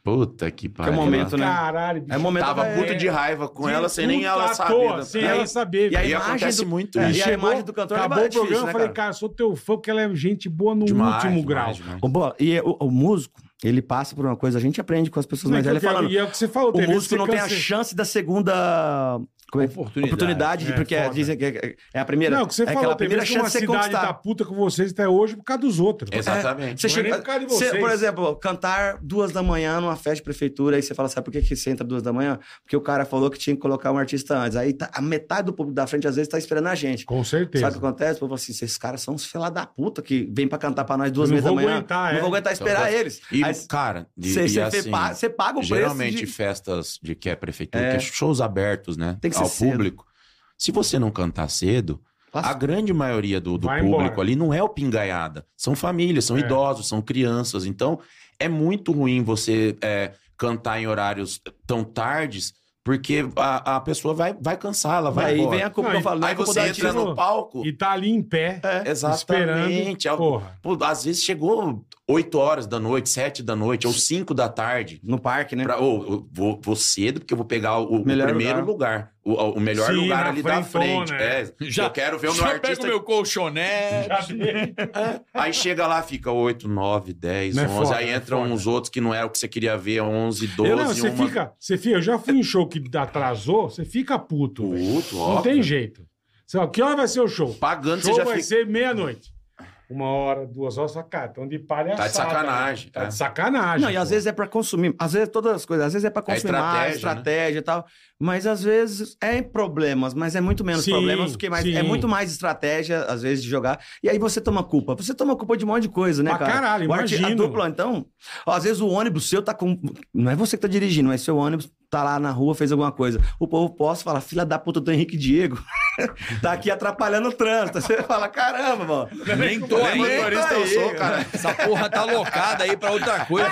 Speaker 5: Puta que pariu.
Speaker 6: momento, né?
Speaker 3: Caralho, bicho.
Speaker 6: É momento
Speaker 5: Tava
Speaker 6: da-
Speaker 5: puto de raiva com
Speaker 3: De
Speaker 5: ela sem nem
Speaker 3: puta
Speaker 5: ela
Speaker 3: à
Speaker 5: saber.
Speaker 3: toa,
Speaker 5: da-
Speaker 3: Sem
Speaker 5: E
Speaker 3: ela
Speaker 5: aí-
Speaker 3: saber.
Speaker 6: né? E a
Speaker 5: E
Speaker 6: imagem
Speaker 5: acontece
Speaker 6: do-
Speaker 5: muito
Speaker 6: É,
Speaker 5: isso.
Speaker 6: e a imagem do cantor é
Speaker 3: acabou o
Speaker 6: difícil,
Speaker 3: programa, eu
Speaker 6: né,
Speaker 3: falei,
Speaker 6: cara?
Speaker 3: cara, sou teu fã, porque ela é gente boa no
Speaker 5: Demais,
Speaker 3: último
Speaker 5: demais,
Speaker 3: grau.
Speaker 5: demais.
Speaker 6: Ô, Bola, e o, o músico, ele passa por uma coisa, a gente aprende com as pessoas mais
Speaker 3: Não,
Speaker 6: velhas
Speaker 3: que eu quero-
Speaker 6: falando.
Speaker 3: E é o que você falou,
Speaker 6: O
Speaker 3: tem vezes
Speaker 6: músico
Speaker 3: que
Speaker 6: não tem a
Speaker 3: cansa-
Speaker 6: chance da segunda como é?
Speaker 4: Oportunidade.
Speaker 6: oportunidade, de-
Speaker 3: É,
Speaker 6: porque
Speaker 3: foda.
Speaker 6: dizem que é, é a primeira.
Speaker 3: Não, o que você
Speaker 6: é
Speaker 3: falou,
Speaker 6: aquela
Speaker 3: tem
Speaker 6: primeira
Speaker 3: vezes que uma
Speaker 6: chance de você
Speaker 3: cidade tá
Speaker 6: conquistar.
Speaker 3: puta com vocês até hoje por causa dos outros.
Speaker 5: Exatamente.
Speaker 6: Você
Speaker 3: Não é nem
Speaker 6: chega,
Speaker 3: por causa de
Speaker 6: você,
Speaker 3: vocês.
Speaker 6: por exemplo, cantar duas da manhã numa festa de prefeitura, aí você fala, sabe por que, que você entra duas da manhã? Porque o cara falou que tinha que colocar um artista antes. Aí tá- a metade do público da frente, às vezes, tá esperando a gente.
Speaker 3: Com certeza.
Speaker 6: Sabe o que acontece? O povo fala assim, esses caras são uns fela da puta que vem pra cantar pra nós duas e
Speaker 3: Eu não
Speaker 6: meia da
Speaker 3: vou
Speaker 6: manhã.
Speaker 3: aguentar,
Speaker 6: não
Speaker 3: é.
Speaker 6: vou aguentar esperar
Speaker 5: Então,
Speaker 6: eles.
Speaker 5: E,
Speaker 6: Aí
Speaker 5: cara, e,
Speaker 6: você
Speaker 5: e
Speaker 6: você
Speaker 5: assim,
Speaker 6: fe- pa- você paga o preço
Speaker 5: geralmente
Speaker 6: de-
Speaker 5: festas de que é prefeitura,
Speaker 6: É.
Speaker 5: que é shows abertos, né?
Speaker 6: Tem que ser
Speaker 5: ao
Speaker 6: cedo.
Speaker 5: público. Se você não cantar cedo, a grande maioria do, do
Speaker 3: Vai
Speaker 5: público
Speaker 3: embora.
Speaker 5: ali não é o pingaiada. São famílias, são
Speaker 3: É.
Speaker 5: idosos, são crianças. Então, é muito ruim você é, cantar em horários tão tardes, porque a, a pessoa vai, vai cansar, ela vai
Speaker 6: Aí
Speaker 5: embora.
Speaker 6: vem a culpa
Speaker 3: Não,
Speaker 6: que
Speaker 3: e-
Speaker 6: eu falo, não é
Speaker 5: Aí
Speaker 6: culpa
Speaker 5: você
Speaker 6: do
Speaker 5: entra
Speaker 6: artista.
Speaker 5: no palco, é,
Speaker 3: E tá ali em pé,
Speaker 5: exatamente. é
Speaker 3: esperando. Porra.
Speaker 5: Pô, às vezes chegou 8 horas da noite, 7 da noite, ou 5 da tarde.
Speaker 6: No parque, né?
Speaker 5: Pra, ô, eu vou, vou cedo, porque eu vou pegar o, o
Speaker 6: Melhor
Speaker 5: primeiro lugar. o, o melhor
Speaker 3: Sim,
Speaker 5: lugar
Speaker 3: na
Speaker 5: ali da
Speaker 3: frentona,
Speaker 5: frente. É,
Speaker 4: Já-
Speaker 5: eu quero ver o meu
Speaker 4: Já pega
Speaker 5: artista.
Speaker 4: o meu colchoné.
Speaker 5: Aí chega lá, fica 8, 9, 10,
Speaker 3: Não é
Speaker 5: 11.
Speaker 3: foda,
Speaker 5: aí
Speaker 3: não é
Speaker 5: entram
Speaker 3: foda.
Speaker 5: uns outros que não era o que você queria ver, 11, 12,
Speaker 3: Eu, não, você
Speaker 5: uma...
Speaker 3: fica, você fica. Eu já fui em show que atrasou, você fica puto. velho.
Speaker 5: Puto,
Speaker 3: Não
Speaker 5: óbvio.
Speaker 3: tem jeito. Você fala, que hora vai ser o show?
Speaker 5: Pagando,
Speaker 3: show
Speaker 5: você já
Speaker 3: vai
Speaker 5: fica...
Speaker 3: ser meia-noite. Uma hora, duas horas, só cara, tão de palhaçada.
Speaker 5: Tá de sacanagem,
Speaker 3: né? Tá
Speaker 5: é.
Speaker 3: de sacanagem.
Speaker 6: Não, e às
Speaker 3: pô.
Speaker 6: vezes é pra consumir. Às vezes todas as coisas, às vezes é pra consumir mais,
Speaker 5: estratégia, né?
Speaker 6: estratégia e tal. Mas às vezes é em problemas, mas é muito menos
Speaker 3: Sim,
Speaker 6: problemas, porque mais,
Speaker 3: sim.
Speaker 6: é muito mais estratégia, às vezes, de jogar. E aí você toma culpa. Você toma culpa de um monte de coisa, né,
Speaker 3: Pra
Speaker 6: cara?
Speaker 3: caralho,
Speaker 6: o arti- a
Speaker 3: imagino.
Speaker 6: dupla, então. ó, às vezes o ônibus seu tá com. Não é você que tá dirigindo, mas seu ônibus tá lá na rua, fez alguma coisa. O povo posta e fala: filha da puta do Henrique Diego. tá aqui atrapalhando o trânsito. Você fala: caramba, mano.
Speaker 4: Nem
Speaker 3: tá
Speaker 4: tô
Speaker 5: Nem
Speaker 4: aí.
Speaker 5: motorista eu sou, cara.
Speaker 4: Essa porra tá locada aí pra outra coisa.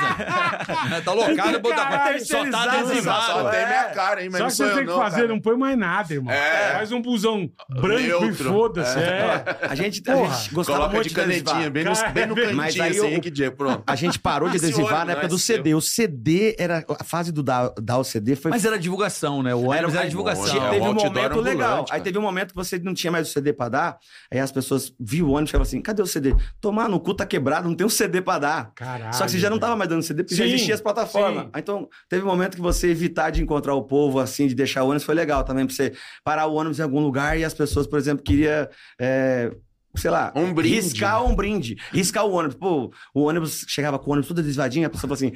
Speaker 4: tá locada pra outra
Speaker 6: Caralho,
Speaker 4: coisa. Só tá
Speaker 6: terceirizado,
Speaker 4: adesivado.
Speaker 5: Só
Speaker 6: É.
Speaker 5: tem minha cara, hein? Mas
Speaker 3: Só
Speaker 5: não
Speaker 3: que
Speaker 5: sou
Speaker 3: você
Speaker 5: eu
Speaker 3: tem que
Speaker 5: não,
Speaker 3: fazer, um-
Speaker 5: cara.
Speaker 3: não põe mais nada, irmão.
Speaker 5: É.
Speaker 3: Faz um busão branco e
Speaker 5: Neutro.
Speaker 3: foda-se. É.
Speaker 6: A gente, a
Speaker 3: Porra.
Speaker 6: gente gostava
Speaker 5: Coloca
Speaker 6: muito
Speaker 5: de canetinha,
Speaker 6: adesivar.
Speaker 5: bem no,
Speaker 3: Cara,
Speaker 5: bem no
Speaker 3: é verdade.
Speaker 5: cantinho,
Speaker 6: Mas aí
Speaker 5: assim,
Speaker 6: eu-
Speaker 5: Henrique Diego, pronto.
Speaker 6: A gente parou de
Speaker 5: Esse
Speaker 6: adesivar
Speaker 5: ônibus
Speaker 6: na época
Speaker 5: não é
Speaker 6: do
Speaker 5: seu.
Speaker 6: CD. O CD era. A fase do dar da o CD foi.
Speaker 4: Mas era divulgação, né? O ônibus era divulgação.
Speaker 5: é,
Speaker 6: teve
Speaker 5: o
Speaker 6: um
Speaker 5: outdoor
Speaker 6: momento
Speaker 5: ambulante,
Speaker 6: legal.
Speaker 5: cara.
Speaker 6: Aí teve um momento que você não tinha mais o CD pra dar. Aí as pessoas viam o ônibus e falavam assim: cadê o CD? Tomar no cu tá quebrado, não tem um CD pra dar.
Speaker 3: Caralho.
Speaker 6: Só que você já não tava mais dando CD porque já
Speaker 3: Sim,
Speaker 6: existia as plataformas.
Speaker 3: sim.
Speaker 6: Aí, Então, teve um momento que você evitar de encontrar o povo, assim, de deixar o ônibus, foi legal também, pra você parar o ônibus em algum lugar e as pessoas, por exemplo, queriam. é, Sei lá,
Speaker 5: Um brinde.
Speaker 6: riscar um brinde, riscar o ônibus. Pô, o ônibus chegava com o ônibus tudo desvadinho, a pessoa falou assim: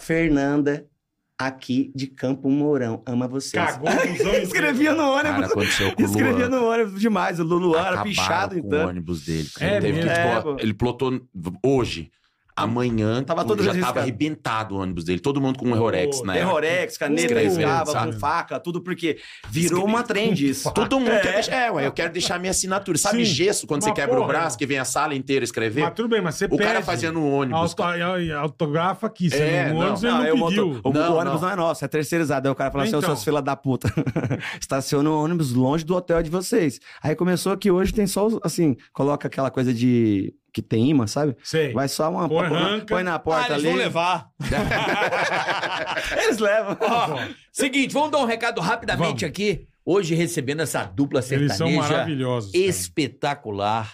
Speaker 6: Fernanda, aqui de Campo Mourão. Ama vocês.
Speaker 3: Cagou nos anos.
Speaker 6: Escrevia no
Speaker 3: é
Speaker 5: Cara,
Speaker 6: ônibus.
Speaker 5: aconteceu com o
Speaker 6: Escrevia
Speaker 5: Luan.
Speaker 6: no ônibus demais. O Luluan era
Speaker 5: Acabaram
Speaker 6: pichado,
Speaker 5: com o
Speaker 6: então.
Speaker 5: ônibus dele. cara.
Speaker 3: É
Speaker 5: Ele teve que
Speaker 3: mesmo?
Speaker 5: desplo-
Speaker 6: É, pô.
Speaker 5: ele plotou hoje. Amanhã
Speaker 6: Tava todo
Speaker 5: já
Speaker 6: riscado.
Speaker 5: tava arrebentado o ânibus dele. Todo mundo com um Rorex
Speaker 3: Pô,
Speaker 5: na época.
Speaker 6: Terrorex, caneta,
Speaker 5: Escrevendo,
Speaker 6: escava, com
Speaker 5: sabe?
Speaker 6: faca, tudo porque virou uma trend isso.
Speaker 5: Todo mundo quer deixar. É, ué, eu quero deixar minha assinatura. Sabe
Speaker 3: Sim.
Speaker 5: gesso quando
Speaker 3: Uma
Speaker 5: você quebra
Speaker 3: porra, né?
Speaker 5: o braço,
Speaker 3: irmão.
Speaker 5: que vem a sala inteira escrever?
Speaker 3: Mas tudo bem, mas você
Speaker 5: o cara
Speaker 3: pede.
Speaker 5: fazia no ônibus.
Speaker 3: Auto- Autografa aqui. Você
Speaker 5: É,
Speaker 3: não,
Speaker 5: não.
Speaker 3: ônibus, ele não,
Speaker 6: aí Ah, o
Speaker 3: pediu.
Speaker 6: motor- o
Speaker 5: Não,
Speaker 6: ônibus não. é nosso, é terceirizado. Aí o cara fala assim, ô
Speaker 3: Então.
Speaker 6: seus fila da puta, estaciona o ônibus longe do hotel de vocês. Aí começou que hoje tem só, os- assim, coloca aquela coisa de... que tem imã, sabe?
Speaker 3: Sei.
Speaker 6: Vai só uma...
Speaker 3: Põe, arranca.
Speaker 6: põe na porta
Speaker 4: eles
Speaker 6: ali.
Speaker 4: vão levar.
Speaker 6: Eles levam.
Speaker 4: Seguinte, vamos dar um recado rapidamente
Speaker 3: Vamos.
Speaker 4: aqui. Hoje recebendo essa dupla
Speaker 3: Eles são
Speaker 4: sertaneja
Speaker 3: maravilhosos. cara.
Speaker 4: espetacular.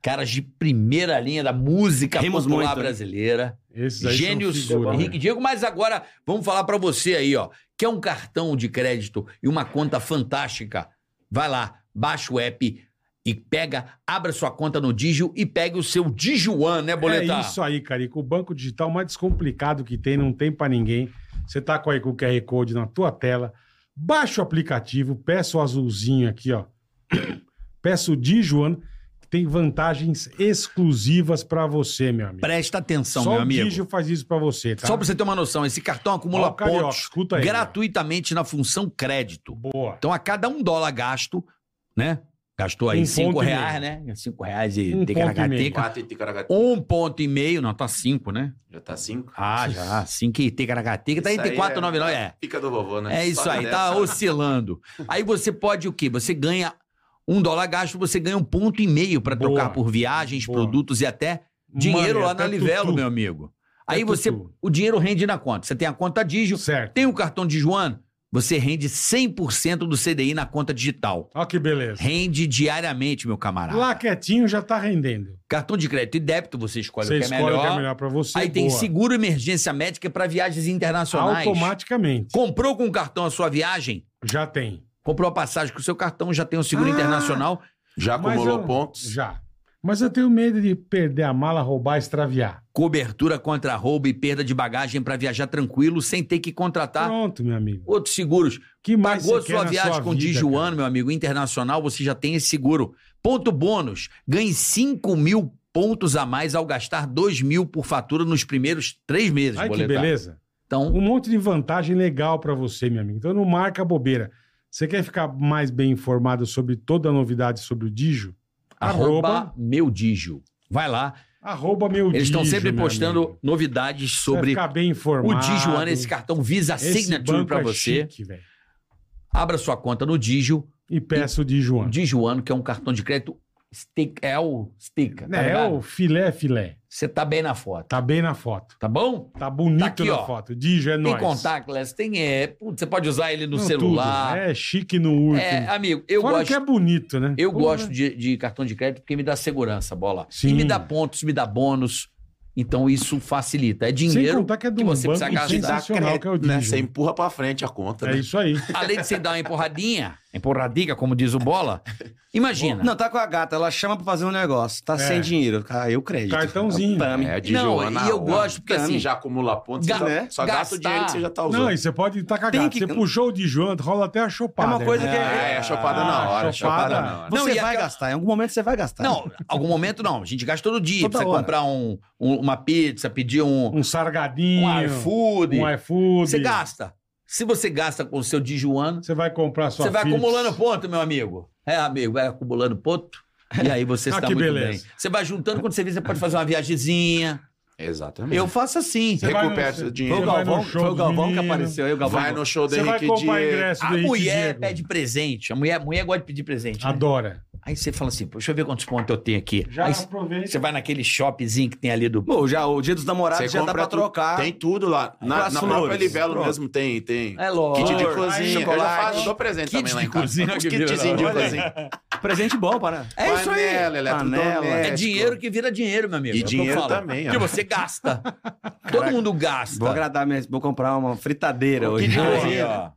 Speaker 4: Caras de primeira linha da música
Speaker 6: Rimos
Speaker 4: popular
Speaker 6: muito, né?
Speaker 4: brasileira.
Speaker 3: Esses aí são
Speaker 4: Gênios
Speaker 3: figura,
Speaker 4: Henrique
Speaker 3: né?
Speaker 4: e Diego, mas agora vamos falar pra você aí, ó. Quer um cartão de crédito e uma conta fantástica? Vai lá, baixa o app e pega, abra sua conta no Digio e pegue o seu Dijuan, né, Boletar?
Speaker 3: É isso aí, Carico. O banco digital mais descomplicado que tem, não tem pra ninguém. Você tá com aí com o QR Code na tua tela. Baixa o aplicativo, peça o azulzinho aqui, ó. Peça o Dijuan, que tem vantagens exclusivas pra você, meu amigo.
Speaker 4: Presta atenção,
Speaker 3: Só
Speaker 4: meu
Speaker 3: o
Speaker 4: amigo.
Speaker 3: Digio faz isso pra você, tá?
Speaker 4: Só pra você ter uma noção, esse cartão acumula
Speaker 3: Ó, o Carioca,
Speaker 4: pontos
Speaker 3: escuta aí,
Speaker 4: gratuitamente na função crédito.
Speaker 3: Boa.
Speaker 4: Então, a cada um dólar gasto, né? Gastou aí
Speaker 3: Um
Speaker 4: cinco
Speaker 3: ponto e
Speaker 4: reais, né? Cinco reais e
Speaker 3: Um ponto e meio.
Speaker 4: ticaracateca.
Speaker 5: Quatro e ticaracati-
Speaker 4: Um ponto e meio, não, tá cinco, né?
Speaker 5: Já tá cinco?
Speaker 4: Ah, já. Cinco e ticaracateca. Tá
Speaker 5: Isso
Speaker 4: entre
Speaker 5: aí
Speaker 4: quatro
Speaker 5: é-
Speaker 4: e nove, nove, é.
Speaker 5: Pica do vovô, né?
Speaker 4: É isso
Speaker 5: Só
Speaker 4: aí,
Speaker 5: dessa,
Speaker 4: tá
Speaker 5: né?
Speaker 4: oscilando. Aí você pode o quê? Você ganha um dólar gasto, você ganha um ponto e meio pra
Speaker 3: Boa.
Speaker 4: trocar por viagens,
Speaker 3: Boa.
Speaker 4: produtos e até dinheiro
Speaker 3: Mano,
Speaker 4: lá na
Speaker 3: até
Speaker 4: Livelo,
Speaker 3: tutu.
Speaker 4: meu amigo.
Speaker 3: Até
Speaker 4: Aí você,
Speaker 3: tutu.
Speaker 4: o dinheiro rende na conta. Você tem a conta Digio,
Speaker 3: Certo.
Speaker 4: tem o cartão de Joana, você rende 100% do CDI na conta digital.
Speaker 3: Olha que beleza.
Speaker 4: Rende diariamente, meu camarada.
Speaker 3: Lá quietinho já tá rendendo.
Speaker 4: Cartão de crédito e débito, você escolhe
Speaker 3: você
Speaker 4: o que é
Speaker 3: escolhe
Speaker 4: melhor.
Speaker 3: o que é melhor pra você.
Speaker 4: Aí tem
Speaker 3: boa.
Speaker 4: seguro emergência médica para viagens internacionais.
Speaker 3: Automaticamente.
Speaker 4: Comprou com o cartão a sua viagem?
Speaker 3: Já tem.
Speaker 4: Comprou a passagem com o seu cartão, já tem o seguro
Speaker 3: Ah!
Speaker 4: internacional.
Speaker 5: Já
Speaker 3: Mas
Speaker 5: acumulou
Speaker 3: eu-
Speaker 5: pontos.
Speaker 3: Já. Mas eu tenho medo de perder a mala, roubar, extraviar.
Speaker 4: Cobertura contra roubo e perda de bagagem para viajar tranquilo, sem ter que contratar
Speaker 3: Pronto, meu amigo.
Speaker 4: outros seguros.
Speaker 3: Que mais
Speaker 4: Pagou
Speaker 3: você quer
Speaker 4: sua
Speaker 3: na
Speaker 4: viagem
Speaker 3: sua
Speaker 4: Tá com o
Speaker 3: vida,
Speaker 4: Dijuano, meu amigo, internacional, você já tem esse seguro. Ponto bônus, ganhe 5 mil pontos a mais ao gastar 2 mil por fatura nos primeiros três meses,
Speaker 3: Ai, que
Speaker 4: boletar.
Speaker 3: beleza.
Speaker 4: Então,
Speaker 3: Um monte de vantagem legal pra você, meu amigo. Então não marca bobeira. Você quer ficar mais bem informado sobre toda a novidade sobre o Dijo?
Speaker 4: arroba, meu Digio. Vai lá.
Speaker 3: Arroba meu
Speaker 4: Eles estão
Speaker 3: Digio,
Speaker 4: sempre
Speaker 3: meu
Speaker 4: postando
Speaker 3: amigo.
Speaker 4: novidades
Speaker 3: Você vai
Speaker 4: sobre
Speaker 3: ficar bem
Speaker 4: o
Speaker 3: informado.
Speaker 4: Dijuano, esse cartão Visa
Speaker 3: Esse
Speaker 4: Signature
Speaker 3: banco
Speaker 4: para
Speaker 3: é
Speaker 4: você.
Speaker 3: chique, velho.
Speaker 4: Abra sua conta no Digio.
Speaker 3: e peça o
Speaker 4: O
Speaker 3: Dijuano.
Speaker 4: Dijuano, que é um cartão de crédito, stick, é o sticker, tá
Speaker 3: É,
Speaker 4: ligado?
Speaker 3: o filé, filé.
Speaker 4: Você tá bem na foto,
Speaker 3: Tá bem na foto.
Speaker 4: tá bom?
Speaker 3: Tá bonito
Speaker 4: Tá aqui,
Speaker 3: na
Speaker 4: ó.
Speaker 3: foto. Dijo é
Speaker 4: Tem
Speaker 3: nóis.
Speaker 4: contactless, tem é, putz, você pode usar ele no
Speaker 3: Não,
Speaker 4: celular.
Speaker 3: tudo. É chique no último.
Speaker 4: É, amigo, eu
Speaker 3: Fora
Speaker 4: gosto,
Speaker 3: que é bonito, né?
Speaker 4: eu
Speaker 3: Porra.
Speaker 4: gosto de, de cartão de crédito porque me dá segurança, bola. E
Speaker 3: Sim.
Speaker 4: me dá pontos, me dá bônus. Então isso facilita. É
Speaker 3: Sem
Speaker 4: dinheiro,
Speaker 3: contar que é de
Speaker 4: que
Speaker 3: um
Speaker 4: você
Speaker 3: banco
Speaker 4: precisa gastar.
Speaker 3: sensacional, que é o
Speaker 5: né?
Speaker 3: Digio.
Speaker 5: Você empurra pra frente a conta,
Speaker 3: É
Speaker 5: né?
Speaker 3: isso aí.
Speaker 4: além de você dar uma empurradinha, empurradiga, como diz o bola. Imagina.
Speaker 6: Não, tá com a gata, ela chama pra fazer um negócio, tá
Speaker 3: É.
Speaker 6: sem dinheiro, caiu o
Speaker 4: Tá
Speaker 6: crédito.
Speaker 3: Cartãozinho.
Speaker 6: Pame.
Speaker 5: É, de
Speaker 4: Não,
Speaker 5: Joana,
Speaker 4: e eu
Speaker 5: ó.
Speaker 4: gosto porque,
Speaker 5: Você
Speaker 4: assim,
Speaker 5: já acumula pontos,
Speaker 4: ga-
Speaker 5: você
Speaker 6: né?
Speaker 5: já- só gasta
Speaker 4: gastar.
Speaker 5: o dinheiro que você já tá usando.
Speaker 3: Não, e você pode estar
Speaker 6: Tem
Speaker 3: cagado.
Speaker 6: que-
Speaker 3: Você puxou o Dijuan, rola até a chopada.
Speaker 6: É uma coisa
Speaker 3: né?
Speaker 6: que-
Speaker 5: Ah, é, a chopada
Speaker 3: Ah,
Speaker 5: na
Speaker 3: chopada.
Speaker 5: hora, chopada, na hora.
Speaker 4: Não,
Speaker 6: Você
Speaker 4: e
Speaker 6: vai
Speaker 4: aquela-
Speaker 6: gastar, em algum momento você vai gastar.
Speaker 4: Não, algum momento não. A gente gasta todo dia.
Speaker 6: Toda
Speaker 4: precisa
Speaker 6: hora.
Speaker 4: comprar um, um- uma pizza, pedir um,
Speaker 3: Um sargadinho.
Speaker 4: um iFood.
Speaker 3: Um iFood.
Speaker 4: Você gasta. Se você gasta com o seu Dijuano,
Speaker 3: Você vai comprar sua
Speaker 4: você vai
Speaker 3: Philips.
Speaker 4: acumulando ponto, meu amigo. É, amigo, vai acumulando ponto. E aí você
Speaker 3: Ah,
Speaker 4: está
Speaker 3: que
Speaker 4: muito
Speaker 3: beleza.
Speaker 4: bem. Você vai juntando, quando você vê, você pode fazer uma viagemzinha.
Speaker 5: Exatamente.
Speaker 4: Eu faço assim.
Speaker 3: Você vai no-
Speaker 5: Recupera seu dinheiro.
Speaker 3: Você
Speaker 6: Foi o
Speaker 3: vai no
Speaker 6: Galvão,
Speaker 3: show
Speaker 6: foi o
Speaker 3: dos
Speaker 6: Galvão que
Speaker 3: meninos.
Speaker 6: apareceu aí, o Galvão.
Speaker 5: Vai no show do
Speaker 3: Você vai
Speaker 5: Henrique
Speaker 3: comprar
Speaker 5: Diego.
Speaker 3: ingresso
Speaker 4: A
Speaker 3: do Henrique
Speaker 4: mulher
Speaker 3: Diego.
Speaker 4: pede presente. A mulher, a mulher gosta de pedir presente. né?
Speaker 3: Adora.
Speaker 4: Aí você fala assim, pô, deixa eu ver quantos pontos eu tenho aqui.
Speaker 3: Já é
Speaker 4: Aí
Speaker 3: aproveita.
Speaker 4: você vai naquele shoppingzinho que tem ali do...
Speaker 6: Bom, já, o dia dos
Speaker 5: Você
Speaker 6: namorados já dá
Speaker 5: compra
Speaker 6: pra
Speaker 5: tu-
Speaker 6: trocar.
Speaker 5: Tem tudo lá. Na,
Speaker 6: Pras
Speaker 5: na
Speaker 6: flores.
Speaker 5: própria Livelo
Speaker 6: Pronto.
Speaker 5: mesmo tem, tem.
Speaker 4: É lógico.
Speaker 5: Kit de
Speaker 6: Flor,
Speaker 5: cozinha. Eu já
Speaker 6: chocolate.
Speaker 5: faço, dou presente
Speaker 4: Kit
Speaker 5: também lá
Speaker 4: de
Speaker 5: em casa.
Speaker 4: cozinha,
Speaker 5: Os
Speaker 4: que beleza.
Speaker 5: kitzinhos de
Speaker 4: Olha aí.
Speaker 5: cozinha.
Speaker 6: Presente bom, para.
Speaker 4: É isso aí.
Speaker 5: é Panela, eletrodoméstico.
Speaker 6: Panela.
Speaker 4: É dinheiro que vira dinheiro, meu amigo.
Speaker 5: E
Speaker 4: É o que eu
Speaker 5: dinheiro
Speaker 4: falo.
Speaker 5: também, ó.
Speaker 4: Que você gasta. Todo mundo gasta.
Speaker 6: Vou agradar mesmo, vou comprar uma fritadeira
Speaker 5: Ô,
Speaker 6: hoje.
Speaker 5: que
Speaker 4: Aí,
Speaker 5: cozinha.
Speaker 4: ó.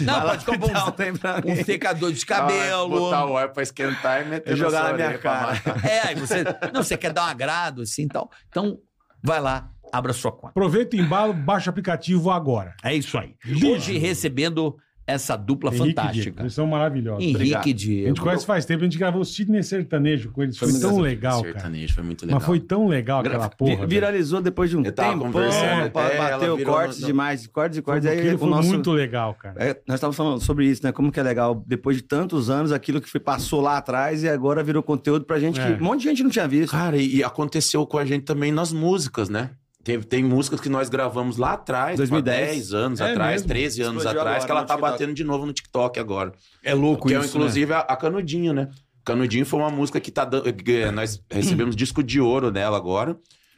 Speaker 4: Não, pode comprar
Speaker 6: Não
Speaker 4: um,
Speaker 6: tem pra mim.
Speaker 4: um secador de
Speaker 5: Ah, Botar
Speaker 4: cabelo.
Speaker 5: o óleo pra esquentar e meter
Speaker 6: E jogar
Speaker 5: sua
Speaker 6: na minha
Speaker 5: orelha pra
Speaker 6: cara.
Speaker 5: matar.
Speaker 4: É, aí você. Não, você quer dar um agrado, assim e tal. Então, vai lá,
Speaker 7: abra sua conta.
Speaker 3: Aproveita o embalo, baixa o aplicativo agora.
Speaker 7: É isso aí.
Speaker 3: Diga.
Speaker 7: Hoje recebendo essa
Speaker 4: Tá
Speaker 7: dupla
Speaker 3: Henrique Diego,
Speaker 7: fantástica.
Speaker 3: Eles são maravilhosos.
Speaker 7: Henrique
Speaker 5: Obrigado.
Speaker 3: A gente
Speaker 7: Diego.
Speaker 3: conhece faz tempo, a gente gravou o Sidney Sertanejo com eles. Foi tão legal, cara.
Speaker 5: Sertanejo, foi muito legal.
Speaker 3: Mas foi tão legal aquela porra. velho.
Speaker 6: Viralizou depois de um
Speaker 5: Eu tava
Speaker 6: tempo.
Speaker 5: conversando até, ela
Speaker 6: bateu
Speaker 5: virou
Speaker 6: cortes
Speaker 5: no-
Speaker 6: demais, cortes e
Speaker 3: Foi-
Speaker 6: cortes. Aí
Speaker 3: aquilo
Speaker 6: o
Speaker 3: foi
Speaker 6: nosso.
Speaker 3: muito legal, cara.
Speaker 6: É, nós estávamos falando sobre isso, né? Como que é legal, depois de tantos anos, aquilo que foi- passou lá atrás e agora virou conteúdo pra gente
Speaker 3: É.
Speaker 6: que um monte de gente não tinha visto.
Speaker 5: Cara, e e aconteceu com a gente também nas músicas, né? Tem, tem músicas que nós gravamos lá atrás,
Speaker 6: 2010.
Speaker 5: 10 anos
Speaker 3: É
Speaker 5: atrás,
Speaker 3: mesmo.
Speaker 5: 13 anos
Speaker 6: Explodiu
Speaker 5: atrás,
Speaker 6: agora
Speaker 5: que ela
Speaker 6: no
Speaker 5: tá
Speaker 6: TikTok.
Speaker 5: batendo de novo no TikTok agora.
Speaker 7: É louco
Speaker 5: Que é,
Speaker 7: isso, né?
Speaker 5: inclusive, a, a Canudinho, né? Canudinho foi uma música que tá dando. que, eh, Nós recebemos disco de ouro dela agora.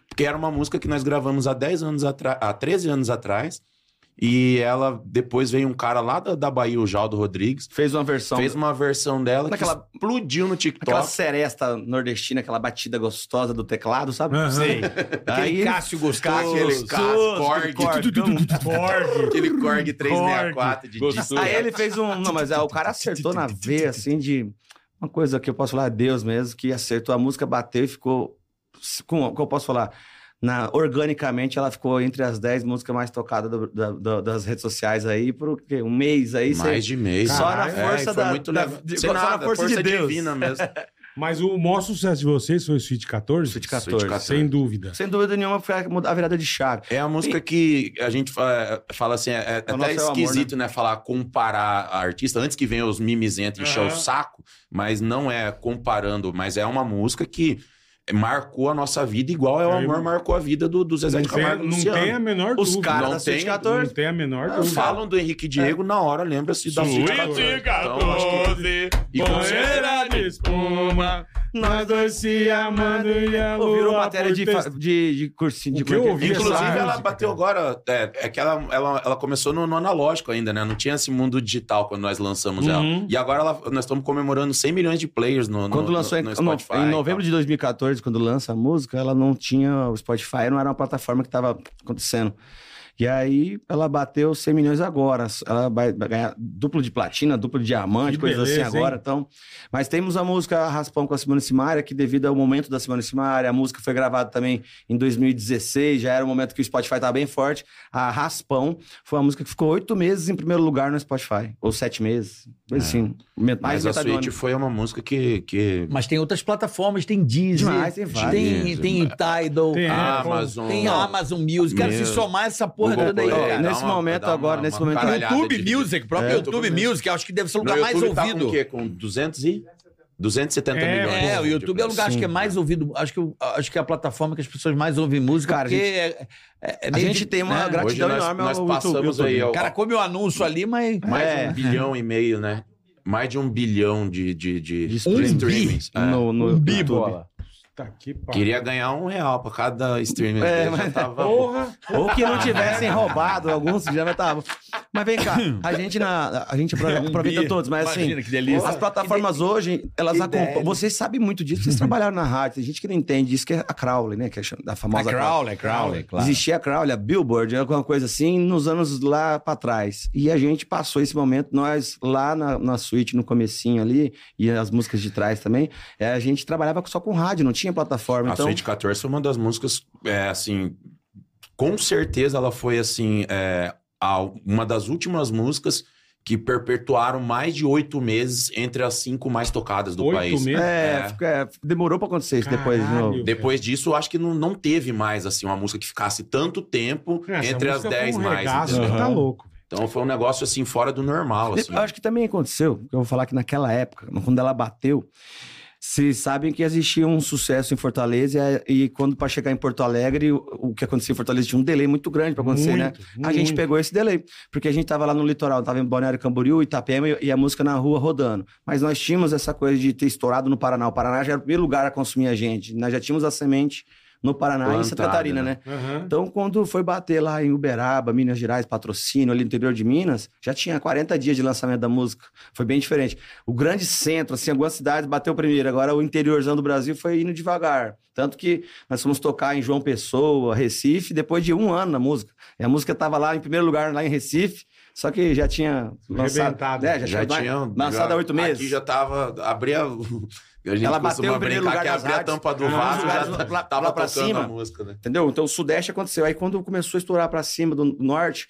Speaker 5: Porque era uma música que nós gravamos há 10 anos atrás, há 13 anos atrás. E ela depois veio um cara lá da, da Bahia, o Jaldo Rodrigues,
Speaker 6: Fez uma versão.
Speaker 5: fez uma versão dela que
Speaker 6: Então, Naquela-
Speaker 5: explodiu no TikTok.
Speaker 6: Aquela seresta nordestina, aquela batida gostosa do teclado, sabe?
Speaker 3: Aham.
Speaker 6: Sei. Aí,
Speaker 7: Cássio
Speaker 5: Cássio, aquele Cássio, Korg.
Speaker 3: Korg.
Speaker 5: Aquele Korg 364 de disco.
Speaker 6: aí ele fez um. Não, mas é, o cara acertou na veia, assim, de. Uma coisa que eu posso falar, Deus mesmo, que acertou a música, bateu e ficou. Como como eu posso falar? Na, organicamente, ela ficou entre as 10 músicas mais tocadas do- da- da- das redes sociais aí, por o quê? um mês aí.
Speaker 5: Mais de mês.
Speaker 3: Só na
Speaker 5: e
Speaker 6: força
Speaker 5: foi
Speaker 6: da-
Speaker 5: muito
Speaker 6: da-
Speaker 5: legal.
Speaker 6: de-
Speaker 5: Sem
Speaker 6: só na
Speaker 5: nada,
Speaker 6: força de Deus.
Speaker 5: divina mesmo.
Speaker 3: Mas o maior sucesso de vocês foi o Suite 14?
Speaker 6: Suite 14.
Speaker 5: Suíte 14.
Speaker 3: Sem dúvida.
Speaker 6: Sem dúvida nenhuma, foi a a virada de chave.
Speaker 5: É a música que a gente fa- fala assim, é, é
Speaker 6: O
Speaker 5: até
Speaker 6: nosso é o amor,
Speaker 5: esquisito, né? Falar comparar a artista, antes que venham os mimizentos e encher o
Speaker 3: Aham.
Speaker 5: saco, mas não é comparando, mas é uma música que marcou a nossa vida, igual é o
Speaker 3: É,
Speaker 5: amor
Speaker 3: irmão.
Speaker 5: marcou a vida do, do Zezé
Speaker 3: Não
Speaker 5: de Camargo
Speaker 3: tem,
Speaker 5: e
Speaker 3: não
Speaker 5: Luciano.
Speaker 3: tem a menor
Speaker 6: Os
Speaker 3: dúvida.
Speaker 6: caras
Speaker 5: não
Speaker 6: da Suíte
Speaker 5: tem-
Speaker 6: 14.
Speaker 3: Não tem a menor dúvida.
Speaker 5: Falam do Henrique Diego, na hora lembra-se da
Speaker 3: Suíte
Speaker 5: Suíte 14. Então, acho que-
Speaker 1: 14.
Speaker 5: e com certeza-
Speaker 3: de espuma, nós dois se amando e a
Speaker 6: Pô, Virou
Speaker 3: lua
Speaker 6: matéria
Speaker 3: por
Speaker 6: de,
Speaker 3: texto.
Speaker 6: fa- de, de cursinho
Speaker 3: O
Speaker 6: de
Speaker 3: que eu
Speaker 6: porque-
Speaker 3: ouvi,
Speaker 6: Inclusive,
Speaker 5: Inclusive,
Speaker 3: Essa
Speaker 5: ela
Speaker 3: música,
Speaker 5: bateu
Speaker 3: cara.
Speaker 5: agora. É, é que ela, ela, ela começou no, no analógico ainda, né? Não tinha esse mundo digital quando nós lançamos
Speaker 3: Uhum.
Speaker 5: ela. E agora ela- nós estamos comemorando 100 milhões de players no, no,
Speaker 6: Quando
Speaker 5: no,
Speaker 6: lançou em-
Speaker 5: no
Speaker 6: no-
Speaker 5: Spotify.
Speaker 6: em novembro de 2014, quando lança a música, ela não tinha o Spotify, não era uma plataforma que estava acontecendo. E aí ela bateu 100 milhões agora. Ela vai vai ganhar duplo de platina, duplo de diamante,
Speaker 3: Que
Speaker 6: coisas assim
Speaker 3: beleza,
Speaker 6: agora.
Speaker 3: hein?
Speaker 6: Então, mas temos a música Raspão com a Simone Simaria, que devido ao momento da Simone Simaria, a música foi gravada também em 2016, já era um momento que o Spotify estava bem forte. A Raspão foi uma música que ficou oito meses em primeiro lugar no Spotify. Ou sete meses. Coisa Assim, met-
Speaker 5: É. Mas
Speaker 6: mais da
Speaker 5: a
Speaker 6: metade do
Speaker 5: Switch
Speaker 6: ano.
Speaker 5: foi uma música que. que...
Speaker 7: Mas tem outras plataformas, tem Deezer,
Speaker 6: Demais, tem várias.
Speaker 7: tem, tem Tidal,
Speaker 3: Tem
Speaker 7: tem,
Speaker 5: Ah,
Speaker 3: É, foi-
Speaker 5: Amazon.
Speaker 7: a Amazon Music. Cara, se
Speaker 5: Meu.
Speaker 7: somar essa porra
Speaker 5: Google
Speaker 7: toda aí,
Speaker 5: Play,
Speaker 7: cara.
Speaker 5: dá
Speaker 6: Nesse momento
Speaker 5: dá
Speaker 6: agora, nesse momento,
Speaker 5: caralhada
Speaker 7: YouTube
Speaker 5: de- de-
Speaker 7: Music, próprio
Speaker 5: É,
Speaker 7: YouTube
Speaker 5: YouTube
Speaker 7: Music, acho que deve ser o
Speaker 5: No
Speaker 7: lugar mais
Speaker 5: YouTube tá com o
Speaker 7: ouvido.
Speaker 5: quê? Com 200 e. 270
Speaker 3: É,
Speaker 5: milhões.
Speaker 7: É, o
Speaker 5: de
Speaker 7: YouTube é
Speaker 4: um
Speaker 7: o lugar
Speaker 5: plays.
Speaker 7: acho que é mais ouvido. Acho que, o- acho que é a plataforma que as pessoas mais ouvem música.
Speaker 6: Cara, a
Speaker 7: porque é, é- é
Speaker 6: A
Speaker 7: meio
Speaker 6: gente
Speaker 7: de-
Speaker 6: tem uma
Speaker 7: né?
Speaker 5: Hoje
Speaker 6: gratidão
Speaker 5: nós,
Speaker 6: enorme
Speaker 5: nós
Speaker 6: ao
Speaker 5: passamos aí
Speaker 7: O
Speaker 5: ao,
Speaker 7: cara come o anúncio ali, mas.
Speaker 5: mais
Speaker 6: É.
Speaker 5: um bilhão e meio, né? Mais de um bilhão de, de, de,
Speaker 6: De
Speaker 7: bi.
Speaker 5: streamings. É.
Speaker 6: no, no
Speaker 7: Um bi,
Speaker 6: YouTube.
Speaker 7: bola.
Speaker 3: Tá que pariu.
Speaker 5: Queria ganhar um real pra cada streaming.
Speaker 6: É,
Speaker 5: Eu já
Speaker 6: mas-
Speaker 5: tava-
Speaker 3: Porra!
Speaker 6: Ou que não tivessem roubado, alguns já estavam. Mas vem cá, a gente, na, a gente apro- aproveita
Speaker 7: Um bi.
Speaker 6: todos, mas assim,
Speaker 7: Imagina que delícia.
Speaker 6: as plataformas hoje, elas acompanham. Vocês sabem muito disso, vocês trabalharam na rádio, tem gente que não entende isso, que é a Crowley, né? Que é a famosa
Speaker 7: É Crowley, é Crowley, claro.
Speaker 6: Existia a Crowley, a Billboard, alguma coisa assim, nos anos lá pra trás. E a gente passou esse momento, nós lá na, na suíte, no comecinho ali, e as músicas de trás também, eh, a gente trabalhava só com rádio, não tinha plataforma.
Speaker 5: A
Speaker 6: então,
Speaker 5: Suite 14 foi uma das músicas, é, assim, com certeza ela foi, assim, é, a- uma das últimas músicas que perpetuaram mais de oito meses entre as cinco mais tocadas do
Speaker 3: Oito
Speaker 5: país.
Speaker 3: meses?
Speaker 6: É,
Speaker 5: É.
Speaker 6: fica- é, demorou pra acontecer isso depois de
Speaker 3: Caralho.
Speaker 6: novo.
Speaker 5: Depois disso, eu acho que não, não teve mais, assim, uma música que ficasse tanto tempo
Speaker 3: Cara, essa
Speaker 5: entre as
Speaker 3: música foi
Speaker 5: dez
Speaker 3: um
Speaker 5: mais.
Speaker 3: regaço,
Speaker 5: entendeu?
Speaker 3: Tá
Speaker 6: Aham.
Speaker 3: louco.
Speaker 5: Então foi um negócio, assim, fora do normal, assim.
Speaker 6: Eu acho que também aconteceu, porque eu vou falar que naquela época, quando ela bateu, vocês sabem que existia um sucesso em Fortaleza e, e quando para chegar em Porto Alegre, o, o que acontecia em Fortaleza tinha um delay muito grande pra acontecer, né? A gente pegou esse delay, porque a gente tava lá no litoral, tava em Balneário Camboriú, Itapema e- e a música na rua rodando. Mas nós tínhamos essa coisa de ter estourado no Paraná. O Paraná já era o primeiro lugar a consumir a gente. Nós já tínhamos a semente no Paraná e em Santa
Speaker 5: Plantada,
Speaker 6: Catarina,
Speaker 5: né?
Speaker 6: né?
Speaker 3: Aham.
Speaker 6: Então, quando foi bater lá em Uberaba, Minas Gerais, patrocínio, ali no interior de Minas, já tinha 40 dias de lançamento da música. Foi bem diferente. O grande centro, assim, algumas cidades bateu primeiro, agora o interiorzão do Brasil foi indo devagar. Tanto que nós fomos tocar em João Pessoa, Recife, depois de um ano na música. E a música estava lá em primeiro lugar, lá em Recife. Só que já tinha lançado.
Speaker 3: Arrebentado.
Speaker 6: É, já,
Speaker 5: Já
Speaker 6: tinha
Speaker 5: tinha.
Speaker 6: lançado
Speaker 5: já-
Speaker 6: há oito meses.
Speaker 5: Aqui já tava. Abria. A gente
Speaker 6: Ela
Speaker 5: Ela
Speaker 6: bateu
Speaker 5: costuma
Speaker 6: em primeiro
Speaker 5: brincar
Speaker 6: lugar
Speaker 5: que
Speaker 6: nas
Speaker 5: abria a
Speaker 6: rádios.
Speaker 5: tampa do
Speaker 6: Nos
Speaker 5: vaso já
Speaker 6: lugares
Speaker 5: t-
Speaker 6: lá-
Speaker 5: tava
Speaker 6: lá pra
Speaker 5: tocando
Speaker 6: cima.
Speaker 5: a música, né?
Speaker 6: Entendeu? Então o Sudeste aconteceu. Aí quando começou a estourar pra cima do Norte,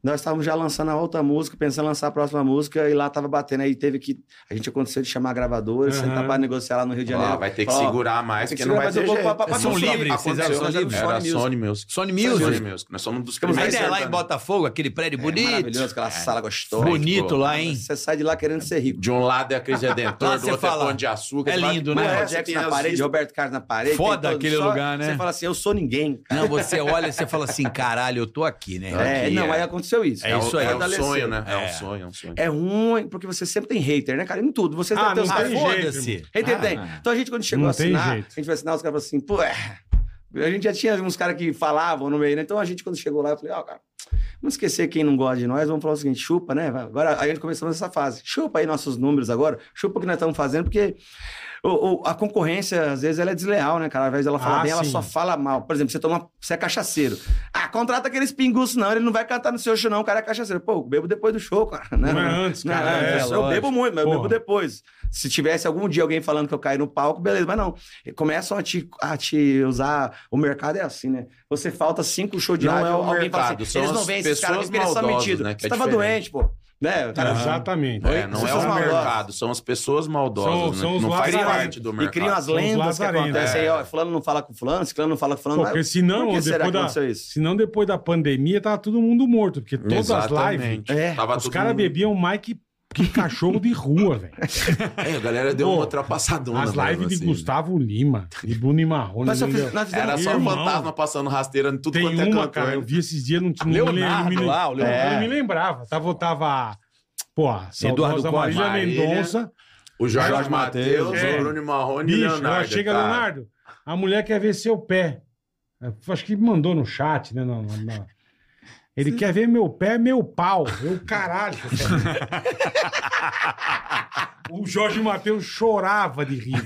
Speaker 6: nós estávamos já lançando a outra música, pensando em lançar a próxima música, e lá tava batendo. Aí teve que. A gente aconteceu de chamar a gravadora,
Speaker 3: Aham.
Speaker 6: sentar pra negociar lá no Rio de Janeiro.
Speaker 5: Ah, vai ter que
Speaker 6: Falar, ó,
Speaker 5: segurar mais,
Speaker 6: tem que
Speaker 5: porque não
Speaker 6: segurar
Speaker 5: vai
Speaker 6: mais
Speaker 5: ter
Speaker 6: um pouco
Speaker 5: jeito.
Speaker 6: pra- pra-
Speaker 5: São
Speaker 6: pra-
Speaker 5: livres,
Speaker 6: pra-
Speaker 5: vocês
Speaker 6: pra-
Speaker 5: eram
Speaker 6: pra-
Speaker 5: livres.
Speaker 6: pra-
Speaker 5: Era
Speaker 6: Sony
Speaker 5: Sony Music.
Speaker 4: Sony
Speaker 5: Sony
Speaker 4: Music.
Speaker 5: Music. Nós somos um dos
Speaker 6: Temos
Speaker 5: primeiros.
Speaker 4: Ainda é lá em
Speaker 5: sertanejo.
Speaker 4: Botafogo, aquele prédio bonito.
Speaker 6: é Maravilhoso,
Speaker 5: É.
Speaker 6: aquela sala gostosa.
Speaker 4: Bonito lá, hein?
Speaker 6: Você sai de lá querendo ser rico.
Speaker 5: De um lado é a Cris
Speaker 4: Lá
Speaker 5: Redentor, do
Speaker 4: você
Speaker 5: outro é
Speaker 4: fala,
Speaker 5: Pão de Açúcar.
Speaker 4: é
Speaker 5: Você fala,
Speaker 4: lindo, né?
Speaker 5: "Mas
Speaker 6: Michael
Speaker 5: você
Speaker 6: Jackson
Speaker 5: tem
Speaker 6: na
Speaker 5: as
Speaker 6: parede, Roberto Carlos na parede.
Speaker 4: Foda
Speaker 6: tem todo-
Speaker 4: aquele
Speaker 6: só-
Speaker 4: lugar, né?
Speaker 6: Você fala assim, eu sou ninguém.
Speaker 4: Não, você olha e você fala assim, caralho, eu tô aqui, né?
Speaker 6: É,
Speaker 5: aqui,
Speaker 6: não,
Speaker 5: é.
Speaker 6: aí aconteceu isso.
Speaker 4: É
Speaker 5: É,
Speaker 4: isso
Speaker 5: isso
Speaker 4: aí,
Speaker 5: é um
Speaker 4: adolescente.
Speaker 5: sonho, né? É.
Speaker 4: É.
Speaker 5: um sonho, é um sonho.
Speaker 6: É ruim, porque você sempre tem hater, né, cara? Em tudo. Você
Speaker 3: Ah,
Speaker 6: tem
Speaker 3: não
Speaker 4: Ah,
Speaker 3: tem
Speaker 4: foda-se.
Speaker 6: Hater tem. Então a gente, quando chegou
Speaker 3: Ah. Não
Speaker 6: a
Speaker 3: tem
Speaker 6: assinar,
Speaker 3: jeito.
Speaker 6: a gente vai assinar, os caras falaram assim, pô, é. A gente já tinha uns caras que falavam no meio, né? Então a gente, quando chegou lá, eu falei, ó, cara, vamos esquecer quem não gosta de nós, vamos falar o seguinte, chupa, né? Vai, Agora aí a gente começou nessa fase. Chupa aí nossos números agora, chupa o que nós estamos fazendo, porque o- o- a concorrência, às vezes, ela é desleal, né, cara? Às vezes ela fala
Speaker 3: Ah,
Speaker 6: bem, ela
Speaker 3: sim.
Speaker 6: só fala mal. Por exemplo, você toma. Você é cachaceiro. Ah, contrata aqueles pinguços, não. Ele não vai cantar no seu show, não. O cara é cachaceiro. Pô, eu bebo depois do show, cara. né?
Speaker 3: Não é antes,
Speaker 6: Não,
Speaker 3: cara.
Speaker 6: é,
Speaker 3: É,
Speaker 6: eu bebo muito, mas eu bebo
Speaker 3: Porra.
Speaker 6: depois. Se tivesse algum dia alguém falando que eu caí no palco, beleza, mas não. Começam a te, a te usar. O mercado é assim, né? Você falta cinco shows de
Speaker 5: Não
Speaker 6: rádio,
Speaker 5: é o
Speaker 6: alguém fala
Speaker 5: mercado,
Speaker 6: assim,
Speaker 5: são
Speaker 6: eles não
Speaker 5: as
Speaker 6: vêm esses caras
Speaker 5: pessoas
Speaker 6: porque eles são
Speaker 5: maldosas,
Speaker 6: metidos.
Speaker 5: né, que
Speaker 6: Você
Speaker 5: é
Speaker 6: tava
Speaker 5: diferente.
Speaker 6: doente, pô. Né? O cara,
Speaker 3: Exatamente.
Speaker 5: É, não é
Speaker 6: Pessoas
Speaker 5: o
Speaker 6: maldosas.
Speaker 5: mercado, são as pessoas maldosas,
Speaker 3: São-
Speaker 5: né?
Speaker 3: são os
Speaker 5: não faz
Speaker 3: lazarentos.
Speaker 5: parte do
Speaker 6: E
Speaker 5: mercado.
Speaker 6: criam as
Speaker 3: São os
Speaker 6: lendas que
Speaker 3: lazarentos,
Speaker 6: acontecem aí,
Speaker 5: é.
Speaker 6: ó. Fulano não fala com fulano, ciclano não fala com fulano.
Speaker 3: Porque
Speaker 6: Mas
Speaker 3: senão,
Speaker 6: por que será
Speaker 3: depois,
Speaker 6: que
Speaker 3: da,
Speaker 6: aconteceu isso?
Speaker 3: senão depois da pandemia, tava todo mundo morto. Porque todas as lives,
Speaker 5: Exatamente.
Speaker 6: É.
Speaker 5: Tava
Speaker 3: os
Speaker 5: todo
Speaker 3: caras
Speaker 5: mundo-
Speaker 3: bebiam mais que, que cachorro de rua, velho.
Speaker 5: É, a galera deu
Speaker 3: Pô,
Speaker 5: uma ultrapassadona.
Speaker 3: As
Speaker 5: mesmo,
Speaker 3: lives de
Speaker 5: assim.
Speaker 3: Gustavo Lima, de Bruno e Marrone.
Speaker 6: Nós só
Speaker 3: não
Speaker 6: fiz-
Speaker 3: deu.
Speaker 6: nós fizemos
Speaker 5: Era só um
Speaker 3: Irmão.
Speaker 5: fantasma passando rasteira em tudo
Speaker 3: Tem
Speaker 5: quanto é
Speaker 3: uma,
Speaker 5: canto,
Speaker 3: cara,
Speaker 5: né?
Speaker 3: eu vi esses dias, não tinha... não
Speaker 4: Leonardo
Speaker 3: lembro, não
Speaker 4: lá, o Leonardo.
Speaker 3: Eu não me lembrava. Tava, tava pô, a
Speaker 4: Eduardo
Speaker 3: saudosa
Speaker 4: Costa.
Speaker 3: Marília
Speaker 5: Marília.
Speaker 3: Mendonça.
Speaker 5: O Jorge,
Speaker 6: Jorge
Speaker 5: Matheus,
Speaker 3: Mateus, é.
Speaker 5: o Bruno Marrone e
Speaker 3: Bicho, ela
Speaker 5: Leonardo.
Speaker 3: chega,
Speaker 5: cara.
Speaker 3: Leonardo, a mulher quer ver seu pé. Eu Acho que mandou no chat, né? na- na- na- Ele quer ver meu pé, meu pau. Eu, caralho. cara. o Jorge Matheus chorava de rir.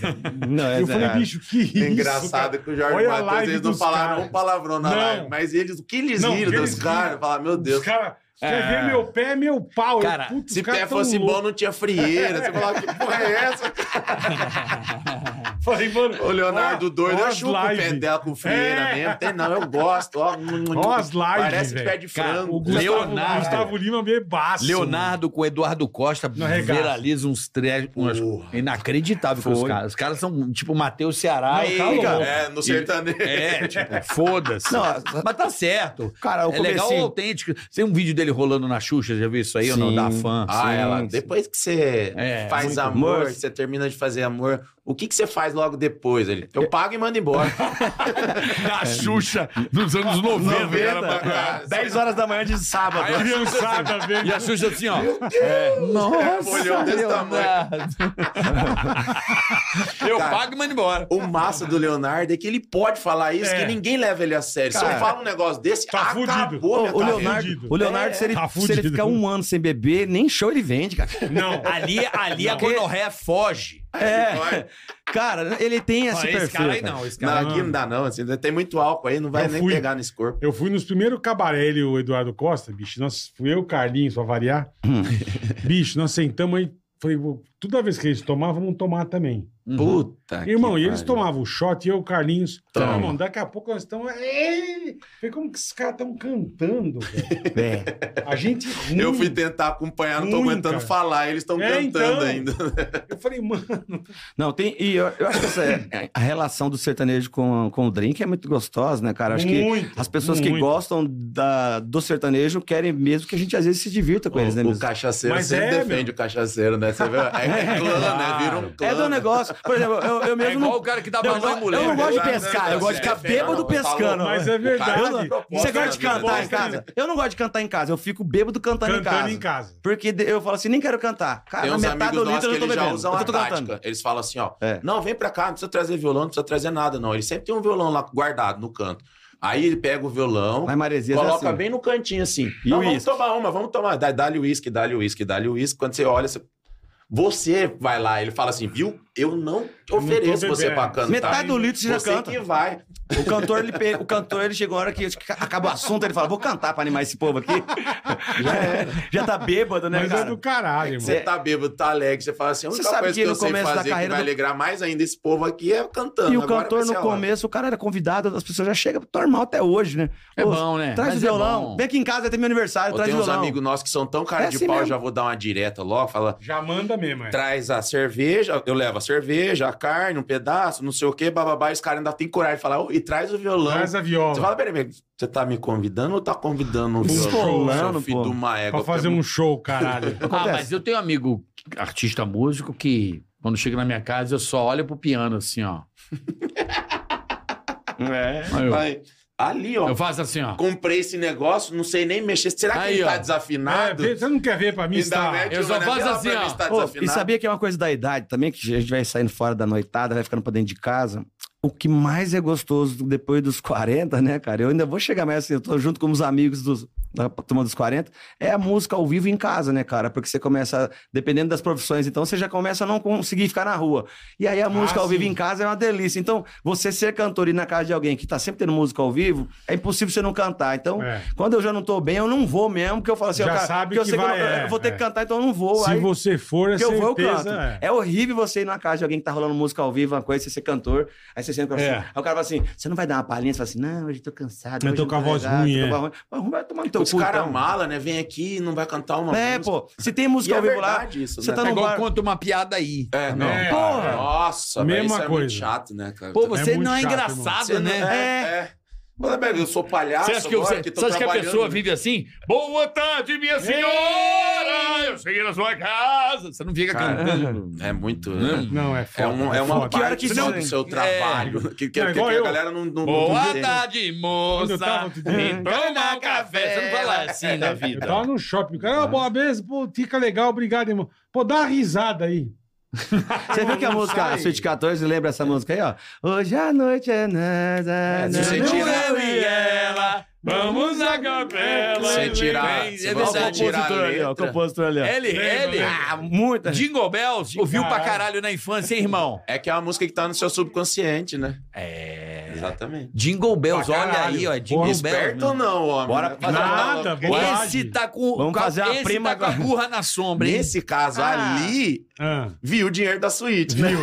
Speaker 6: Não, é
Speaker 3: eu falei,
Speaker 6: zero.
Speaker 3: bicho, que isso,
Speaker 5: É engraçado
Speaker 3: cara.
Speaker 5: que o Jorge
Speaker 3: Olha a
Speaker 5: Matheus,
Speaker 3: live
Speaker 5: eles não
Speaker 3: dos
Speaker 5: falaram
Speaker 3: caras.
Speaker 5: um palavrão na
Speaker 3: Não.
Speaker 5: live, mas eles, o que eles
Speaker 3: Não,
Speaker 5: viram
Speaker 3: o que
Speaker 5: dos
Speaker 3: eles
Speaker 5: caras?
Speaker 3: viram.
Speaker 5: Falaram, meu
Speaker 3: Os
Speaker 5: Deus.
Speaker 3: caras, quer
Speaker 4: É.
Speaker 3: ver meu pé, meu pau. Eu,
Speaker 4: Cara,
Speaker 3: putz,
Speaker 5: Se
Speaker 3: os caras
Speaker 5: pé
Speaker 3: tão
Speaker 5: fosse
Speaker 3: loucos.
Speaker 5: bom, não tinha frieira. Você falava, que porra é essa?
Speaker 3: Falei, mano,
Speaker 5: O Leonardo
Speaker 3: ó,
Speaker 5: doido,
Speaker 3: ó
Speaker 5: eu
Speaker 3: as
Speaker 5: chupo o pé
Speaker 3: live.
Speaker 5: dela com frieira
Speaker 3: É.
Speaker 5: mesmo. Tem não, eu gosto. Ó, um,
Speaker 3: Ó as lives,
Speaker 5: Parece
Speaker 3: velho.
Speaker 5: pé de
Speaker 4: Cara,
Speaker 3: O
Speaker 5: frango.
Speaker 3: Gustavo,
Speaker 4: Leonardo.
Speaker 3: Gustavo Lima bebaço.
Speaker 4: Leonardo com Eduardo Costa
Speaker 3: arregaça.
Speaker 4: viraliza uns trechos umas...
Speaker 5: Porra.
Speaker 4: inacreditável com os
Speaker 6: Foi.
Speaker 4: caras. Os caras são tipo Matheus Ceará
Speaker 3: Não,
Speaker 4: e...
Speaker 3: tá louco.
Speaker 4: cara,
Speaker 5: É, no sertanejo.
Speaker 4: É, tipo, foda-se.
Speaker 6: Não,
Speaker 4: Mas tá certo.
Speaker 6: Cara, eu
Speaker 4: é legal
Speaker 6: comecei-
Speaker 4: ou autêntico. Tem um vídeo dele rolando na Xuxa, já viu isso aí ou não?
Speaker 6: Sim.
Speaker 4: Da fã.
Speaker 5: Ah,
Speaker 6: Sim,
Speaker 5: ela.
Speaker 6: sim.
Speaker 5: Depois que você
Speaker 4: É,
Speaker 5: faz
Speaker 6: muito.
Speaker 5: amor,
Speaker 6: Amor.
Speaker 5: você termina de fazer amor, o que, que você faz logo depois? Ele, eu pago e mando embora. É.
Speaker 4: Da Xuxa dos anos 90.
Speaker 5: cara.
Speaker 6: 10 horas da manhã de sábado.
Speaker 3: Criançada, velho.
Speaker 4: E a Xuxa assim, ó.
Speaker 5: Nossa, olhão desse tamanho.
Speaker 4: Eu
Speaker 5: Cara,
Speaker 4: pago e mando embora.
Speaker 5: O massa do Leonardo é que ele pode falar isso,
Speaker 3: É.
Speaker 5: que ninguém leva ele a sério. Se eu
Speaker 6: Cara,
Speaker 5: falo um negócio desse,
Speaker 3: tá
Speaker 5: acabou
Speaker 3: fudido.
Speaker 5: minha
Speaker 6: O
Speaker 5: carreira.
Speaker 6: Leonardo,
Speaker 3: fudido.
Speaker 6: o Leonardo se, ele,
Speaker 3: Tá
Speaker 6: se ele
Speaker 3: fudido.
Speaker 6: ficar um ano sem beber, nem show ele vende, cara.
Speaker 3: Não.
Speaker 4: Ali, ali a gonorreia foge.
Speaker 6: É. Cara, ele tem esse
Speaker 4: Ah,
Speaker 6: perfil.
Speaker 4: esse cara aí
Speaker 6: cara.
Speaker 4: não, esse
Speaker 5: Não,
Speaker 4: cara.
Speaker 5: aqui não dá não, assim, tem muito álcool aí, não vai
Speaker 3: Eu
Speaker 5: nem
Speaker 3: fui.
Speaker 5: pegar nesse corpo.
Speaker 3: Eu fui nos primeiros cabaré, ele e o Eduardo Costa, bicho. Nós, fui eu, o Carlinhos, pra variar. bicho, nós sentamos aí. Falei, "Vou- toda vez que eles tomavam, vamos tomar também.
Speaker 6: Uhum.
Speaker 5: Puta
Speaker 3: Irmão, e
Speaker 5: que
Speaker 3: eles
Speaker 5: pariu.
Speaker 3: tomavam o shot e eu, o Carlinhos.
Speaker 5: Toma.
Speaker 3: Falei, Irmão, daqui a pouco nós estamos. Ei! Falei, como que esses caras estão cantando, velho?
Speaker 6: É.
Speaker 3: A gente. ruim.
Speaker 5: Eu fui tentar acompanhar, não tô
Speaker 3: Ruim,
Speaker 5: aguentando
Speaker 3: cara.
Speaker 5: falar, eles estão
Speaker 3: É, então.
Speaker 5: cantando ainda.
Speaker 3: Eu falei, mano.
Speaker 6: Não, tem. E eu, eu acho que essa é- a relação do sertanejo com, com o drink é muito gostosa, né, cara? Acho que
Speaker 3: muito.
Speaker 6: as pessoas que
Speaker 3: muito.
Speaker 6: gostam da, do sertanejo querem mesmo que a gente às vezes se divirta com eles, né?
Speaker 5: o
Speaker 6: mesmo?
Speaker 5: cachaceiro
Speaker 3: Mas
Speaker 5: sempre
Speaker 3: é,
Speaker 5: defende o cachaceiro, né? Você viu? É, clã, né? Vira um clã.
Speaker 6: É do negócio. Por exemplo, eu, eu
Speaker 4: É
Speaker 6: mesmo
Speaker 4: igual
Speaker 6: não.
Speaker 4: o cara que dá
Speaker 6: Eu,
Speaker 4: banho em
Speaker 6: não-
Speaker 4: mulher.
Speaker 6: eu não gosto de
Speaker 5: verdade,
Speaker 6: pescar,
Speaker 5: né?
Speaker 6: eu gosto de ficar
Speaker 5: É, é,
Speaker 6: bêbado
Speaker 5: não, tá
Speaker 6: pescando.
Speaker 3: Mas é verdade.
Speaker 6: né? Eu não- Você
Speaker 5: Nossa,
Speaker 6: gosta de
Speaker 5: cara,
Speaker 6: cantar em
Speaker 5: gosta,
Speaker 6: casa? Eu não gosto de cantar em casa. Eu fico bêbado cantando em
Speaker 3: Cantando
Speaker 6: casa.
Speaker 3: em casa.
Speaker 6: Porque de- eu falo assim, nem quero cantar. Cara,
Speaker 5: Tem
Speaker 6: na
Speaker 5: uns
Speaker 6: Ah, metade
Speaker 5: amigos
Speaker 6: do litro
Speaker 5: nossos
Speaker 6: eu
Speaker 5: que
Speaker 6: não tô
Speaker 5: eles já
Speaker 6: bebendo.
Speaker 5: usam
Speaker 6: eu
Speaker 5: uma
Speaker 6: tô
Speaker 5: tática.
Speaker 6: cantando.
Speaker 5: Eles falam assim, ó.
Speaker 6: É.
Speaker 5: Não, vem pra cá, não precisa trazer violão, não precisa trazer nada, não. Ele sempre tem um violão lá guardado no canto. Aí ele pega o violão,
Speaker 6: Lá em Maresias é
Speaker 5: coloca
Speaker 6: assim.
Speaker 5: bem no cantinho assim.
Speaker 6: E
Speaker 5: não,
Speaker 6: o
Speaker 5: vamos
Speaker 6: uísque?
Speaker 5: tomar uma, vamos tomar. Dá- Dá-lhe uísque, dá-lhe uísque, dá-lhe uísque. Quando você olha, você... Você vai lá, ele fala assim, viu? Eu não
Speaker 3: tô
Speaker 5: ofereço você
Speaker 3: bebendo.
Speaker 5: pra cantar.
Speaker 6: Metade do litro você já
Speaker 5: você
Speaker 6: canta.
Speaker 5: que vai.
Speaker 6: O cantor, ele, pe- o cantor, ele chegou a hora que acaba o assunto, ele fala, vou cantar pra animar esse povo aqui. Já, é- já tá bêbado, né,
Speaker 3: Mas é
Speaker 6: cara?
Speaker 3: do caralho,
Speaker 5: Você
Speaker 3: mano.
Speaker 5: tá bêbado, tá alegre, você fala assim, a
Speaker 6: É. Você
Speaker 5: única
Speaker 6: sabe
Speaker 5: coisa
Speaker 6: que
Speaker 5: que, eu
Speaker 6: no
Speaker 5: sei
Speaker 6: começo da
Speaker 5: fazer que vai
Speaker 6: carreira do-
Speaker 5: alegrar mais ainda esse povo aqui é cantando.
Speaker 6: E o
Speaker 5: Agora vai
Speaker 6: cantor,
Speaker 5: ser
Speaker 6: no
Speaker 5: a hora.
Speaker 6: começo, o cara era convidado, as pessoas já chegam normal até hoje, né?
Speaker 4: É
Speaker 6: Ô,
Speaker 4: bom, né?
Speaker 6: Traz
Speaker 4: Mas
Speaker 6: o
Speaker 4: é
Speaker 6: violão.
Speaker 4: bom.
Speaker 6: Vem aqui em casa, vai ter meu aniversário,
Speaker 5: Eu
Speaker 6: traz o
Speaker 5: tenho uns
Speaker 6: violão.
Speaker 5: amigos nossos que são tão cara
Speaker 6: É
Speaker 5: de
Speaker 6: assim
Speaker 5: pau, eu
Speaker 6: mesmo.
Speaker 5: já vou dar uma direta logo, fala,
Speaker 3: Já manda mesmo, é.
Speaker 5: traz a cerveja, eu levo a cerveja, a carne, um pedaço, não sei o quê, bababá, e os caras ainda têm coragem de falar, "Ô, e traz o violão.
Speaker 3: Traz a
Speaker 5: Você
Speaker 3: viola.
Speaker 5: fala, peraí, peraí, você tá me convidando ou tá convidando o
Speaker 3: Esfolando,
Speaker 5: violão? Seu filho
Speaker 6: pô.
Speaker 5: de uma égua. é
Speaker 3: Pra fazer um show, caralho.
Speaker 4: Ah,
Speaker 6: Acontece.
Speaker 4: mas eu tenho amigo artista músico que quando chega na minha casa eu só olho pro piano assim, ó.
Speaker 5: É.
Speaker 4: Aí eu,
Speaker 5: Vai. Ali, ó.
Speaker 4: eu faço assim, ó.
Speaker 5: Comprei esse negócio, não sei nem mexer. Será que
Speaker 4: Aí,
Speaker 5: ele
Speaker 4: ó.
Speaker 5: tá
Speaker 3: É,
Speaker 5: desafinado?
Speaker 3: vê- você não quer ver pra mim
Speaker 5: Me dá,
Speaker 3: estar...
Speaker 5: né,
Speaker 4: Eu só
Speaker 5: Giovana?
Speaker 4: faço
Speaker 5: Vê lá
Speaker 4: assim,
Speaker 5: pra
Speaker 4: ó.
Speaker 5: mim se tá
Speaker 6: Ô, e
Speaker 5: desafinado.
Speaker 6: sabia que é uma coisa da idade também, que a gente vai saindo fora da noitada, vai ficando pra dentro de casa. O que mais é gostoso depois dos 40, né, cara? Eu ainda vou chegar mais assim, eu tô junto com os amigos dos- da turma dos 40, é a música ao vivo em casa, né, cara? Porque você começa, dependendo das profissões, então você já começa a não conseguir ficar na rua. E aí a música ao vivo
Speaker 3: Ah, sim.
Speaker 6: em casa é uma delícia. Então, você ser cantor e ir na casa de alguém que tá sempre tendo música ao vivo, é impossível você não cantar. Então,
Speaker 3: É.
Speaker 6: quando eu já não tô bem, eu não vou mesmo, porque eu falo assim,
Speaker 3: Já
Speaker 6: ó, cara,
Speaker 3: sabe
Speaker 6: porque eu
Speaker 3: que
Speaker 6: sei eu,
Speaker 3: vai,
Speaker 6: não-
Speaker 3: é,
Speaker 6: eu vou ter
Speaker 3: é.
Speaker 6: que cantar, então eu não vou.
Speaker 3: Se
Speaker 6: Aí-
Speaker 3: você for, é
Speaker 6: que eu vou, eu canto.
Speaker 3: certeza.
Speaker 6: É.
Speaker 3: é.
Speaker 6: horrível você ir na casa de alguém que tá rolando música ao vivo, uma coisa, você ser cantor, aí você senta com a-
Speaker 3: É.
Speaker 6: Aí o cara fala assim: você não vai dar uma palhinha? Você fala assim: não, hoje eu tô cansado.
Speaker 3: Eu
Speaker 6: hoje
Speaker 3: tô
Speaker 6: não
Speaker 3: com a voz
Speaker 6: legal,
Speaker 3: ruim,
Speaker 6: tô
Speaker 3: é.
Speaker 6: com a voz ruim. Mas ruim vai tomar no teu
Speaker 5: Os
Speaker 6: cu.
Speaker 5: caras
Speaker 6: então.
Speaker 5: mala, né? Vem aqui e não vai cantar uma
Speaker 6: É,
Speaker 5: música.
Speaker 6: pô, se tem
Speaker 5: E
Speaker 6: música
Speaker 5: é
Speaker 6: ao vivo lá,
Speaker 5: verdade isso,
Speaker 6: você
Speaker 5: né?
Speaker 6: tá
Speaker 4: É
Speaker 6: no né?
Speaker 4: igual
Speaker 6: bar-
Speaker 4: conta uma piada aí.
Speaker 5: É, não.
Speaker 3: É,
Speaker 5: cara.
Speaker 3: cara.
Speaker 5: Nossa,
Speaker 3: Mesma
Speaker 5: velho, isso é
Speaker 3: coisa.
Speaker 5: muito chato, né, cara?
Speaker 4: Pô, você
Speaker 3: muito
Speaker 4: não é
Speaker 3: chato,
Speaker 4: engraçado,
Speaker 5: Você não-
Speaker 4: né?
Speaker 5: É. é. Olha, velho, eu sou palhaço
Speaker 4: Você acha que,
Speaker 5: agora,
Speaker 4: você-
Speaker 5: tô
Speaker 4: você acha que a
Speaker 5: trabalhando,
Speaker 4: pessoa
Speaker 5: né?
Speaker 4: vive assim? Boa tarde, minha senhora! Eu cheguei na sua casa! Você não fica
Speaker 5: Cara,
Speaker 4: cantando.
Speaker 5: É muito...
Speaker 3: Não, é foda.
Speaker 5: É, um, é uma
Speaker 3: foda.
Speaker 5: parte
Speaker 6: Que hora que
Speaker 5: do,
Speaker 6: isso-
Speaker 5: do seu trabalho.
Speaker 4: É.
Speaker 5: Que, que,
Speaker 3: Não,
Speaker 5: que
Speaker 3: igual
Speaker 5: a
Speaker 3: eu.
Speaker 5: galera não... não, não
Speaker 4: Boa
Speaker 5: entende.
Speaker 4: tarde,
Speaker 3: Quando eu
Speaker 4: moça!
Speaker 3: tava-
Speaker 4: Me toma um café! Você não fala assim na
Speaker 3: Eu
Speaker 4: vida.
Speaker 3: tava no shopping. O cara, ah, boa beleza, pô, fica legal, obrigado, irmão. Pô, dá uma risada aí.
Speaker 6: Você viu que a
Speaker 3: Não
Speaker 6: música
Speaker 3: sai.
Speaker 6: Sweet 14 lembra essa música aí, ó? Hoje a noite é nada.
Speaker 5: se você
Speaker 6: nada.
Speaker 5: tirar-
Speaker 4: eu e ela, vamos à capela.
Speaker 5: Sem tirar,
Speaker 4: Vem,
Speaker 5: se
Speaker 4: é
Speaker 5: você
Speaker 6: Ó, o
Speaker 4: verdade.
Speaker 5: tirar-
Speaker 6: compositor ali, ó. O
Speaker 5: letra. é
Speaker 6: compositor ali, ó.
Speaker 4: Ele, ele.
Speaker 6: Ah, muita.
Speaker 4: Jingle Bells ouviu pra caralho na infância, hein, irmão?
Speaker 5: É que é uma música que tá no seu subconsciente, né?
Speaker 4: É.
Speaker 5: Exatamente.
Speaker 4: Jingle Bells,
Speaker 3: Pra
Speaker 4: olha
Speaker 3: caralho.
Speaker 4: aí, ó. Jingle
Speaker 3: Porra,
Speaker 4: Bells.
Speaker 5: Esperto ou
Speaker 4: mano.
Speaker 5: não, homem?
Speaker 6: Bora
Speaker 5: né?
Speaker 6: fazer
Speaker 3: Nada,
Speaker 5: Porque
Speaker 3: boa.
Speaker 4: Esse tá com,
Speaker 6: Vamos
Speaker 4: com a-
Speaker 6: fazer uma
Speaker 4: esse
Speaker 6: prima
Speaker 4: tá com a
Speaker 6: agora.
Speaker 4: burra na sombra, hein?
Speaker 5: Nesse caso
Speaker 4: Ah.
Speaker 5: ali,
Speaker 3: Ah,
Speaker 5: viu o dinheiro da suíte, né?
Speaker 3: viu?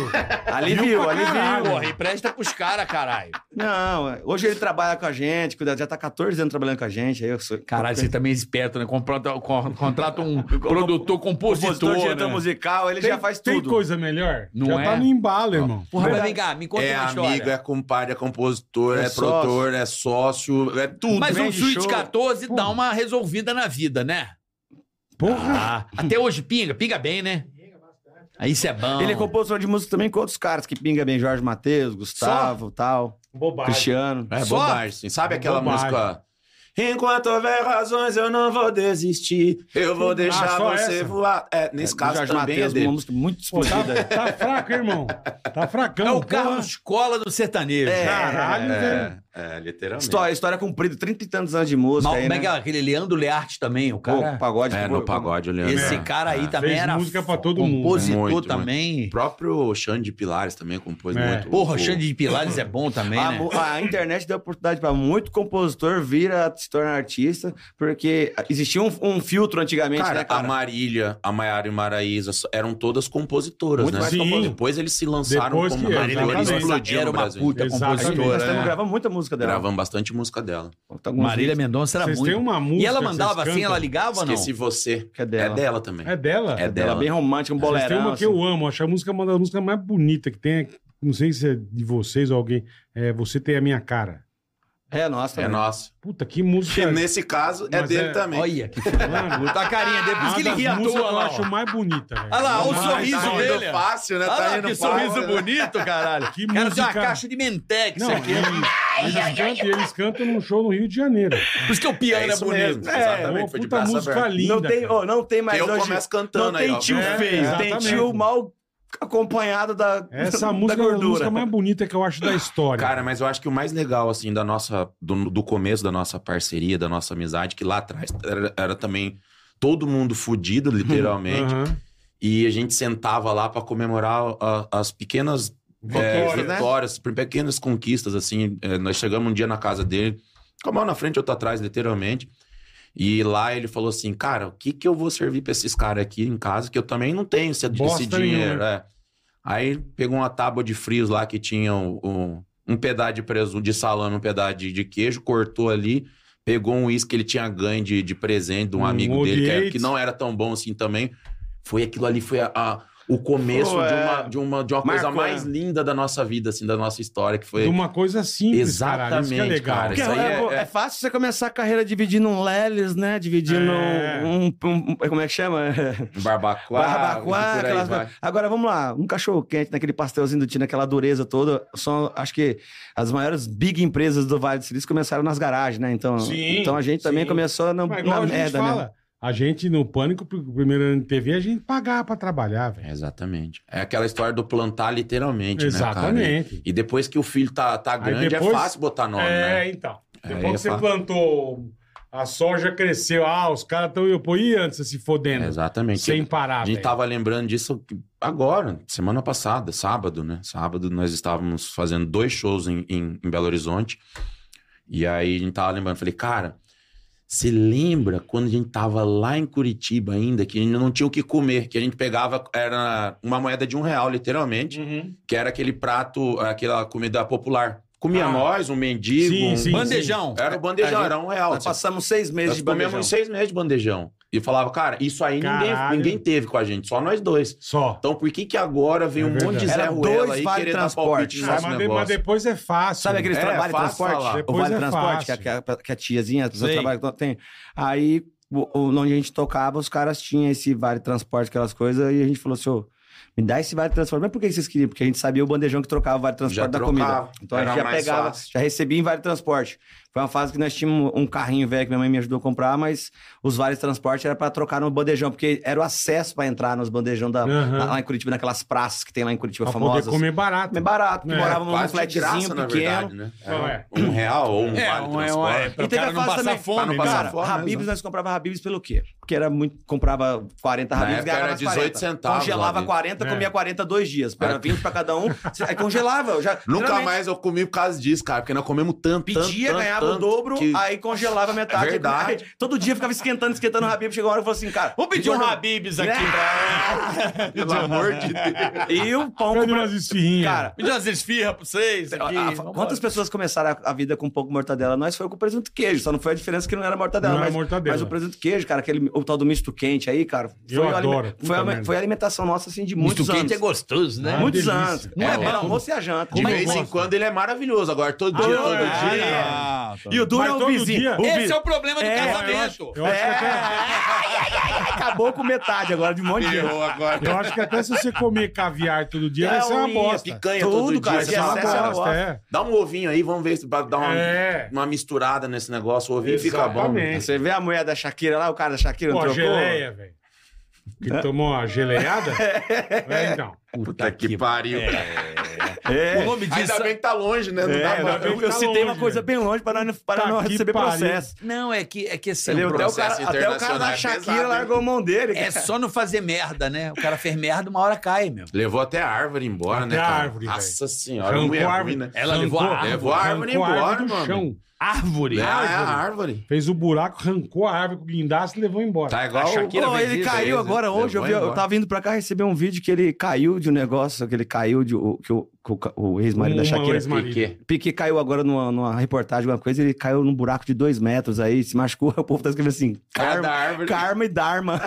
Speaker 6: Ali viu, ali
Speaker 3: caralho.
Speaker 6: viu.
Speaker 4: Porra, empresta pros caras, caralho.
Speaker 6: Não, é. hoje ele trabalha com a gente, cuidado, já tá 14 anos trabalhando com a gente. Aí eu sou.
Speaker 4: Caralho, você também é esperto, né? Contrata, con- contrata um produtor, compositor,
Speaker 6: compositor, diretor
Speaker 4: né?
Speaker 6: musical, ele já faz
Speaker 3: Tem
Speaker 6: tudo.
Speaker 3: coisa melhor?
Speaker 4: Não
Speaker 3: Já
Speaker 4: é? Ah,
Speaker 3: tá no embalo, irmão.
Speaker 4: Porra, mas vem cá, me conta
Speaker 5: é
Speaker 4: uma história.
Speaker 5: amigo, é compadre, é compositor,
Speaker 6: É
Speaker 5: é,
Speaker 6: sócio.
Speaker 5: produtor, é sócio, é tudo.
Speaker 4: Mas um
Speaker 6: vende
Speaker 4: Switch
Speaker 6: show.
Speaker 4: 14 dá uma resolvida na vida, né?
Speaker 3: Porra.
Speaker 4: Ah, até hoje pinga, pinga bem, né? Aí isso é bom.
Speaker 6: Ele é compositor de música também com outros caras que pinga bem, Jorge Matheus, Gustavo, tal,
Speaker 3: Bobagem.
Speaker 6: Cristiano.
Speaker 5: É
Speaker 4: Só?
Speaker 5: bobagem. sim. Sabe
Speaker 3: É
Speaker 5: aquela
Speaker 3: bobagem.
Speaker 5: música? Enquanto houver razões, eu não vou desistir. Eu vou deixar
Speaker 3: só
Speaker 5: você
Speaker 3: essa?
Speaker 5: voar. É, nesse caso
Speaker 6: Jorge
Speaker 5: também
Speaker 6: Matheus,
Speaker 5: é dele.
Speaker 6: uma música muito
Speaker 3: Pô, tá,
Speaker 6: explodida.
Speaker 3: tá fraco, irmão. Tá fracão.
Speaker 4: É o
Speaker 3: porra.
Speaker 4: Carlos Escola do sertanejo.
Speaker 6: É.
Speaker 3: Caralho, velho.
Speaker 5: É, é, literalmente.
Speaker 6: história, história cumprida, 30 e tantos anos de música.
Speaker 4: Mal,
Speaker 6: aí,
Speaker 4: como é que é
Speaker 6: né?
Speaker 4: aquele Leandro Learte também, o cara.
Speaker 6: Pô, pagode.
Speaker 5: É,
Speaker 6: pô,
Speaker 5: no pagode, Leandro.
Speaker 4: esse cara aí também
Speaker 3: Fez
Speaker 4: era
Speaker 3: música pra
Speaker 4: fo-
Speaker 3: todo mundo.
Speaker 4: compositor
Speaker 5: Muito,
Speaker 4: também.
Speaker 5: O próprio Xande Pilares também compôs
Speaker 3: É.
Speaker 5: muito.
Speaker 4: Porra,
Speaker 5: O-
Speaker 4: Xande de Pilares é bom também,
Speaker 6: A,
Speaker 4: né?
Speaker 6: mu- a internet deu oportunidade para muito compositor vir a se tornar artista, porque existia um, um filtro antigamente,
Speaker 5: Cara,
Speaker 6: né, cara?
Speaker 5: a Marília, a Maiara e Maraísa só- eram todas compositoras,
Speaker 6: Muito
Speaker 5: né?
Speaker 6: mais
Speaker 5: Sim.
Speaker 3: compositoras.
Speaker 5: Depois eles se lançaram
Speaker 3: Depois
Speaker 5: como
Speaker 3: que-
Speaker 5: Marília, eles
Speaker 3: exatamente.
Speaker 5: explodiram
Speaker 4: Era
Speaker 5: no
Speaker 4: uma
Speaker 5: Brasil.
Speaker 4: puta
Speaker 3: Exatamente.
Speaker 4: compositora.
Speaker 6: Nós estamos
Speaker 4: né?
Speaker 6: gravando muita música dela.
Speaker 5: Gravamos bastante música dela.
Speaker 6: Alguns
Speaker 4: Marília
Speaker 6: vídeos
Speaker 4: Mendonça era
Speaker 3: um Vocês
Speaker 4: muito.
Speaker 3: têm uma música.
Speaker 4: E ela mandava
Speaker 3: vocês
Speaker 4: assim, ela
Speaker 3: cantam?
Speaker 4: ligava ou não?
Speaker 5: Esqueci você.
Speaker 6: que é
Speaker 5: É
Speaker 6: dela.
Speaker 5: dela também.
Speaker 3: É dela?
Speaker 5: É
Speaker 6: Ela
Speaker 5: dela.
Speaker 6: é bem romântica, um
Speaker 3: Vocês têm
Speaker 6: bolerão.
Speaker 3: uma que eu amo. Acho a música uma das músicas mais bonitas que tem. Não sei se é de vocês ou alguém. É Você Tem a Minha Cara.
Speaker 6: assim. É nossa.
Speaker 5: É
Speaker 6: né?
Speaker 5: nossa.
Speaker 3: Puta, que
Speaker 5: Que
Speaker 3: música.
Speaker 5: nesse caso é
Speaker 3: Mas
Speaker 5: dele
Speaker 3: é-
Speaker 5: também.
Speaker 4: Olha que Puta a carinha dele, por isso que ele
Speaker 3: Uma Ah, das
Speaker 4: ri à
Speaker 3: músicas
Speaker 4: toa
Speaker 3: que Eu
Speaker 4: lá.
Speaker 3: acho
Speaker 4: ó.
Speaker 3: mais bonita, velho.
Speaker 4: Olha lá, olha o
Speaker 3: Mas-
Speaker 4: sorriso
Speaker 5: tá
Speaker 4: dele.
Speaker 5: rindo fácil, né?
Speaker 4: Olha
Speaker 5: tá
Speaker 4: lá,
Speaker 5: indo
Speaker 4: que
Speaker 5: fácil,
Speaker 4: sorriso
Speaker 5: né?
Speaker 4: bonito, caralho.
Speaker 3: Que
Speaker 4: Cara, tem
Speaker 3: música.
Speaker 4: uma caixa de Mentex
Speaker 3: Não,
Speaker 4: aqui. né?
Speaker 3: eles, eles cantam, e eles cantam num show no Rio de Janeiro.
Speaker 4: Por isso que o
Speaker 5: É
Speaker 4: piano é,
Speaker 5: isso
Speaker 4: bonito.
Speaker 5: mesmo.
Speaker 6: É,
Speaker 5: Exatamente.
Speaker 3: Uma
Speaker 5: Foi de
Speaker 3: puta
Speaker 5: braço
Speaker 3: música
Speaker 5: aberto.
Speaker 3: linda.
Speaker 6: não, tem,
Speaker 3: cara.
Speaker 6: ó, não tem mais
Speaker 5: Eu
Speaker 6: hoje.
Speaker 5: começo
Speaker 6: não
Speaker 5: cantando aí,
Speaker 6: tem
Speaker 5: ó.
Speaker 6: tio
Speaker 3: É,
Speaker 6: feio, tem
Speaker 3: exatamente.
Speaker 6: tio mal acompanhado da,
Speaker 3: Essa
Speaker 6: da
Speaker 3: música é a
Speaker 6: gordura.
Speaker 3: música mais bonita que eu acho da história.
Speaker 5: Cara, mas eu acho que o mais legal, assim, da nossa. Do, do começo da nossa parceria, da nossa amizade, que lá atrás era, era também todo mundo fudido, literalmente.
Speaker 3: Aham.
Speaker 5: E a gente sentava lá para comemorar a- as pequenas é,
Speaker 1: Vitórias, né?
Speaker 5: vitórias, pequenas conquistas, assim. É, nós chegamos um dia na casa dele, com a mão na frente e outra atrás, literalmente. E lá ele falou assim, cara, o que que eu vou servir pra esses caras aqui em casa, que eu também não tenho esse,
Speaker 3: Bosta
Speaker 5: esse dinheiro. é. Aí pegou uma tábua de frios lá que tinha um, um, um pedaço de presunto, de salame, um pedaço de, de queijo, cortou ali, pegou um uísque que ele tinha ganho de, de presente de um
Speaker 3: Um
Speaker 5: amigo dele, que, era-
Speaker 3: Old
Speaker 5: que não era tão bom assim também. Foi aquilo ali, foi a- a- o começo
Speaker 6: Pô,
Speaker 5: de
Speaker 6: é.
Speaker 5: uma, de uma, de uma coisa
Speaker 6: Marcou,
Speaker 5: mais
Speaker 6: é.
Speaker 5: linda da nossa vida, assim, da nossa história, que foi...
Speaker 3: De uma coisa simples, caralho. Isso que é
Speaker 5: Exatamente,
Speaker 3: legal.
Speaker 5: cara.
Speaker 6: Porque
Speaker 5: Isso aí
Speaker 6: é,
Speaker 5: é-
Speaker 6: é fácil você começar a carreira dividindo um Lelis, né? Dividindo
Speaker 3: É.
Speaker 6: um, um- um- Como é que chama?
Speaker 5: Barbacoa,
Speaker 6: Barbacoa,
Speaker 5: por aí
Speaker 6: aquelas
Speaker 5: vai.
Speaker 6: coisas. Agora vamos lá, um cachorro quente naquele pastelzinho do Tino, aquela dureza toda. São, acho que as maiores big empresas do Vale do Silício começaram nas garagens, né? Então,
Speaker 1: Sim,
Speaker 6: então a gente também
Speaker 1: sim.
Speaker 6: começou na,
Speaker 3: Mas
Speaker 6: na
Speaker 3: é igual a gente
Speaker 6: merda
Speaker 5: né?
Speaker 3: fala,
Speaker 6: mesmo.
Speaker 3: a gente no Pânico, o primeiro ano de TV, a gente pagava pra trabalhar, velho.
Speaker 5: Exatamente. É aquela história do plantar literalmente, né, cara?
Speaker 3: Exatamente.
Speaker 5: E depois que o filho tá, tá
Speaker 3: Aí
Speaker 5: grande,
Speaker 3: depois-
Speaker 5: é fácil botar nome,
Speaker 3: é,
Speaker 5: né?
Speaker 3: então.
Speaker 5: Aí
Speaker 3: Depois que você
Speaker 5: fa-
Speaker 3: plantou, a soja cresceu. Ah, os caras estão... Eu pô, e antes você se fodendo?
Speaker 5: Exatamente.
Speaker 3: Sem parar,
Speaker 5: a gente
Speaker 3: velho.
Speaker 5: tava lembrando disso agora, semana passada, sábado, né? Sábado nós estávamos fazendo dois shows em, em, em Belo Horizonte. E aí a gente tava lembrando, falei, cara, você lembra quando a gente tava lá em Curitiba ainda, que a gente não tinha o que comer, que a gente pegava, era uma moeda de um real, literalmente.
Speaker 3: Uhum.
Speaker 5: que era aquele prato, aquela comida popular. Comia
Speaker 3: Ah.
Speaker 5: nós, um mendigo.
Speaker 3: Sim,
Speaker 5: um-
Speaker 3: sim.
Speaker 4: Bandejão.
Speaker 5: Era o bandejão,
Speaker 6: A
Speaker 5: era um real.
Speaker 6: Nós passamos seis meses
Speaker 5: Nós
Speaker 6: de
Speaker 5: comemos
Speaker 6: bandejão.
Speaker 5: uns seis meses de bandejão. E falava, cara, isso aí ninguém,
Speaker 3: Caralho.
Speaker 5: ninguém teve com a gente, só nós dois.
Speaker 3: Só.
Speaker 5: Então por que que agora vem
Speaker 3: É
Speaker 5: um monte
Speaker 3: verdade.
Speaker 5: de Zé
Speaker 6: Era
Speaker 5: Ruela
Speaker 6: dois
Speaker 5: aí
Speaker 6: vale
Speaker 5: querer dar
Speaker 6: transporte.
Speaker 5: palpite no
Speaker 6: Ah,
Speaker 3: Mas,
Speaker 5: nosso
Speaker 3: mas de- mas
Speaker 5: negócio?
Speaker 3: depois é fácil.
Speaker 6: Sabe aqueles
Speaker 5: É,
Speaker 6: trabalho
Speaker 5: fácil falar.
Speaker 6: transporte? O
Speaker 3: Depois
Speaker 6: vale
Speaker 3: é
Speaker 6: transporte, que,
Speaker 3: fácil.
Speaker 6: a, que a- que a tiazinha, as pessoas
Speaker 7: Sei.
Speaker 6: trabalham, então tem. Aí, o- o- onde a gente tocava, os caras tinham esse vale transporte, aquelas coisas, e a gente falou assim, ô, me dá esse vale transporte. Mas por que vocês queriam? Porque a gente sabia o bandejão que trocava o vale transporte
Speaker 5: Já
Speaker 6: da
Speaker 5: trocava.
Speaker 6: comida. Então a gente
Speaker 5: Era
Speaker 6: já
Speaker 5: mais
Speaker 6: pegava,
Speaker 5: fácil.
Speaker 6: já recebia em vale transporte. Foi uma fase que nós tínhamos um carrinho velho que minha mãe me ajudou a comprar, mas os vales transporte era pra trocar no bandejão, porque era o acesso pra entrar nos bandejão da,
Speaker 3: Aham.
Speaker 6: lá em Curitiba, naquelas praças que tem lá em Curitiba
Speaker 3: Pra
Speaker 6: famosas.
Speaker 3: poder comer barato.
Speaker 6: É barato, porque
Speaker 3: É,
Speaker 6: morava num
Speaker 5: Quase de graça,
Speaker 6: flatzinho
Speaker 5: na
Speaker 6: pequeno.
Speaker 5: verdade, né?
Speaker 3: Não, é.
Speaker 5: Um real ou um
Speaker 4: É,
Speaker 5: vale
Speaker 4: um- é, um- é,
Speaker 5: transporte.
Speaker 4: pra o cara não
Speaker 6: fase
Speaker 4: passar
Speaker 6: também-
Speaker 4: fome,
Speaker 5: Pra não
Speaker 4: né?
Speaker 5: passar
Speaker 6: Cara,
Speaker 5: fome,
Speaker 6: Habibs,
Speaker 5: né?
Speaker 6: nós comprava Habibs pelo quê? Porque era muito. Comprava 40
Speaker 5: Na
Speaker 6: Habibs,
Speaker 5: época era
Speaker 6: ganhava
Speaker 5: 18 centavos,
Speaker 6: Congelava
Speaker 5: Habibs.
Speaker 6: 40,
Speaker 3: É.
Speaker 6: comia 40 dois dias. Era
Speaker 5: Aí-
Speaker 6: 20 pra cada um. Aí congelava. eu Já,
Speaker 5: Nunca
Speaker 6: geralmente,
Speaker 5: mais eu comi por causa disso, cara, porque nós comemos tanto, tanto,
Speaker 6: Pedia,
Speaker 5: tanto,
Speaker 6: ganhava o
Speaker 5: tanto
Speaker 6: dobro,
Speaker 5: que-
Speaker 6: aí congelava metade.
Speaker 5: É verdade.
Speaker 6: Aí, todo dia ficava esquentando, esquentando o Habibs. Chegou uma hora e falou assim, cara.
Speaker 7: Vou pedir um
Speaker 6: engordou. né?"
Speaker 7: Habibs aqui.
Speaker 5: Pelo amor de Deus.
Speaker 6: E o pão
Speaker 3: Cadê
Speaker 6: com.
Speaker 3: umas esfirrinhas?
Speaker 6: Cara,
Speaker 7: Me dá umas esfirras pra vocês aqui.
Speaker 6: a- a-
Speaker 7: Vambora.
Speaker 6: ah, quantas pessoas começaram a, a vida com um pouco mortadela? Nós foi com presunto e queijo, só não foi a diferença que não era mortadela.
Speaker 3: Não era
Speaker 6: mas,
Speaker 3: mortadela.
Speaker 6: mas o presunto e queijo, cara, aquele, o tal do misto quente aí, cara.
Speaker 3: Eu
Speaker 6: foi o alime-
Speaker 3: adoro, puta
Speaker 6: Foi, a,
Speaker 3: merda.
Speaker 6: foi a alimentação nossa, assim, de muitos
Speaker 7: Muito quente é
Speaker 6: anos.
Speaker 7: gostoso, né?
Speaker 3: Ah,
Speaker 6: muitos
Speaker 3: delícia.
Speaker 6: anos. Não
Speaker 5: É,
Speaker 6: é, bom,
Speaker 5: ó.
Speaker 6: almoço e a janta.
Speaker 5: De
Speaker 6: Mas-
Speaker 5: vez em
Speaker 3: gosto.
Speaker 5: quando ele é maravilhoso, agora todo dia,
Speaker 6: Ah,
Speaker 5: todo
Speaker 6: é.
Speaker 5: dia.
Speaker 7: Ah, tá.
Speaker 6: E o duro
Speaker 3: Mas
Speaker 6: é o
Speaker 3: todo
Speaker 6: vizinho.
Speaker 3: dia-
Speaker 6: O vi-
Speaker 7: Esse é o problema do
Speaker 6: É,
Speaker 7: casamento.
Speaker 3: Eu acho
Speaker 5: é.
Speaker 3: que até...
Speaker 6: Acabou com metade agora, de um monte de gente.
Speaker 5: Ferrou agora.
Speaker 3: Eu acho que até se você comer caviar todo dia,
Speaker 5: É um
Speaker 3: vai ser uma
Speaker 6: unha,
Speaker 3: bosta.
Speaker 5: Picanha
Speaker 6: É um Tudo,
Speaker 5: todo
Speaker 6: cara,
Speaker 3: né?
Speaker 5: dia.
Speaker 6: esse
Speaker 5: você fala,
Speaker 6: acesso é uma
Speaker 5: cara,
Speaker 6: bosta.
Speaker 3: É.
Speaker 5: Dá um ovinho aí, vamos ver se dá uma,
Speaker 3: É.
Speaker 5: uma misturada nesse negócio. O ovinho fica bom. né?
Speaker 3: Exatamente.
Speaker 6: Você vê a mulher da Shakira lá, o cara da Shakira não
Speaker 3: Pô, a
Speaker 6: trocou?
Speaker 3: geleia, velho. Que tomou a geleiada? é, então.
Speaker 5: Puta que pariu.
Speaker 6: É.
Speaker 7: O nome disso.
Speaker 5: Ainda bem que tá longe, né? Não
Speaker 6: É,
Speaker 5: dá pra...
Speaker 3: bem
Speaker 6: eu,
Speaker 3: que
Speaker 6: eu
Speaker 3: tá
Speaker 6: citei uma
Speaker 3: longe,
Speaker 6: coisa
Speaker 3: né?
Speaker 6: bem longe para não, para
Speaker 3: Tá
Speaker 6: não
Speaker 3: que
Speaker 6: receber
Speaker 3: pariu.
Speaker 6: processo.
Speaker 7: Não, é que, é que assim,
Speaker 6: Entendeu?
Speaker 7: o
Speaker 6: Até o,
Speaker 7: processo-
Speaker 6: cara,
Speaker 5: processo
Speaker 6: até o cara
Speaker 5: internacional
Speaker 6: da
Speaker 5: é
Speaker 6: Shakira
Speaker 5: pesado, hein?
Speaker 6: largou a mão dele.
Speaker 7: É
Speaker 6: cara.
Speaker 7: só não fazer merda, né? O cara fez merda, uma hora cai, meu.
Speaker 5: Levou até a árvore embora,
Speaker 3: Até
Speaker 5: né,
Speaker 3: a
Speaker 5: cara?
Speaker 3: árvore,
Speaker 5: Nossa senhora,
Speaker 3: Arrancou
Speaker 5: mulher
Speaker 3: a
Speaker 5: ruim, né?
Speaker 3: árvore.
Speaker 7: Ela levou a
Speaker 3: arrancou-
Speaker 7: árvore.
Speaker 5: Levou a árvore
Speaker 3: arrancou a
Speaker 5: embora,
Speaker 3: árvore do
Speaker 5: mano.
Speaker 3: chão.
Speaker 7: Árvore.
Speaker 5: É, é a
Speaker 3: árvore.
Speaker 5: árvore.
Speaker 3: Fez o buraco, arrancou a árvore com o guindaste e levou embora.
Speaker 5: Tá igual
Speaker 7: A Shakira
Speaker 6: Pô,
Speaker 7: fez
Speaker 6: ele
Speaker 7: isso,
Speaker 6: caiu
Speaker 5: fez
Speaker 6: agora
Speaker 5: isso.
Speaker 6: hoje. Eu, vi,
Speaker 5: Levou
Speaker 6: eu
Speaker 5: embora.
Speaker 6: tava vindo pra cá receber um vídeo que ele caiu de um negócio, que ele caiu de o, que o, que o, ca- o ex-marido da
Speaker 7: Um
Speaker 3: Uma
Speaker 6: Shakira.
Speaker 5: o
Speaker 3: ex-marido.
Speaker 5: Piquet.
Speaker 6: Piquet caiu agora numa, numa reportagem, alguma coisa, ele caiu num buraco de dois metros aí, se machucou, o povo tá escrevendo assim,
Speaker 5: Cara da
Speaker 6: karma,
Speaker 5: árvore.
Speaker 6: karma e dharma.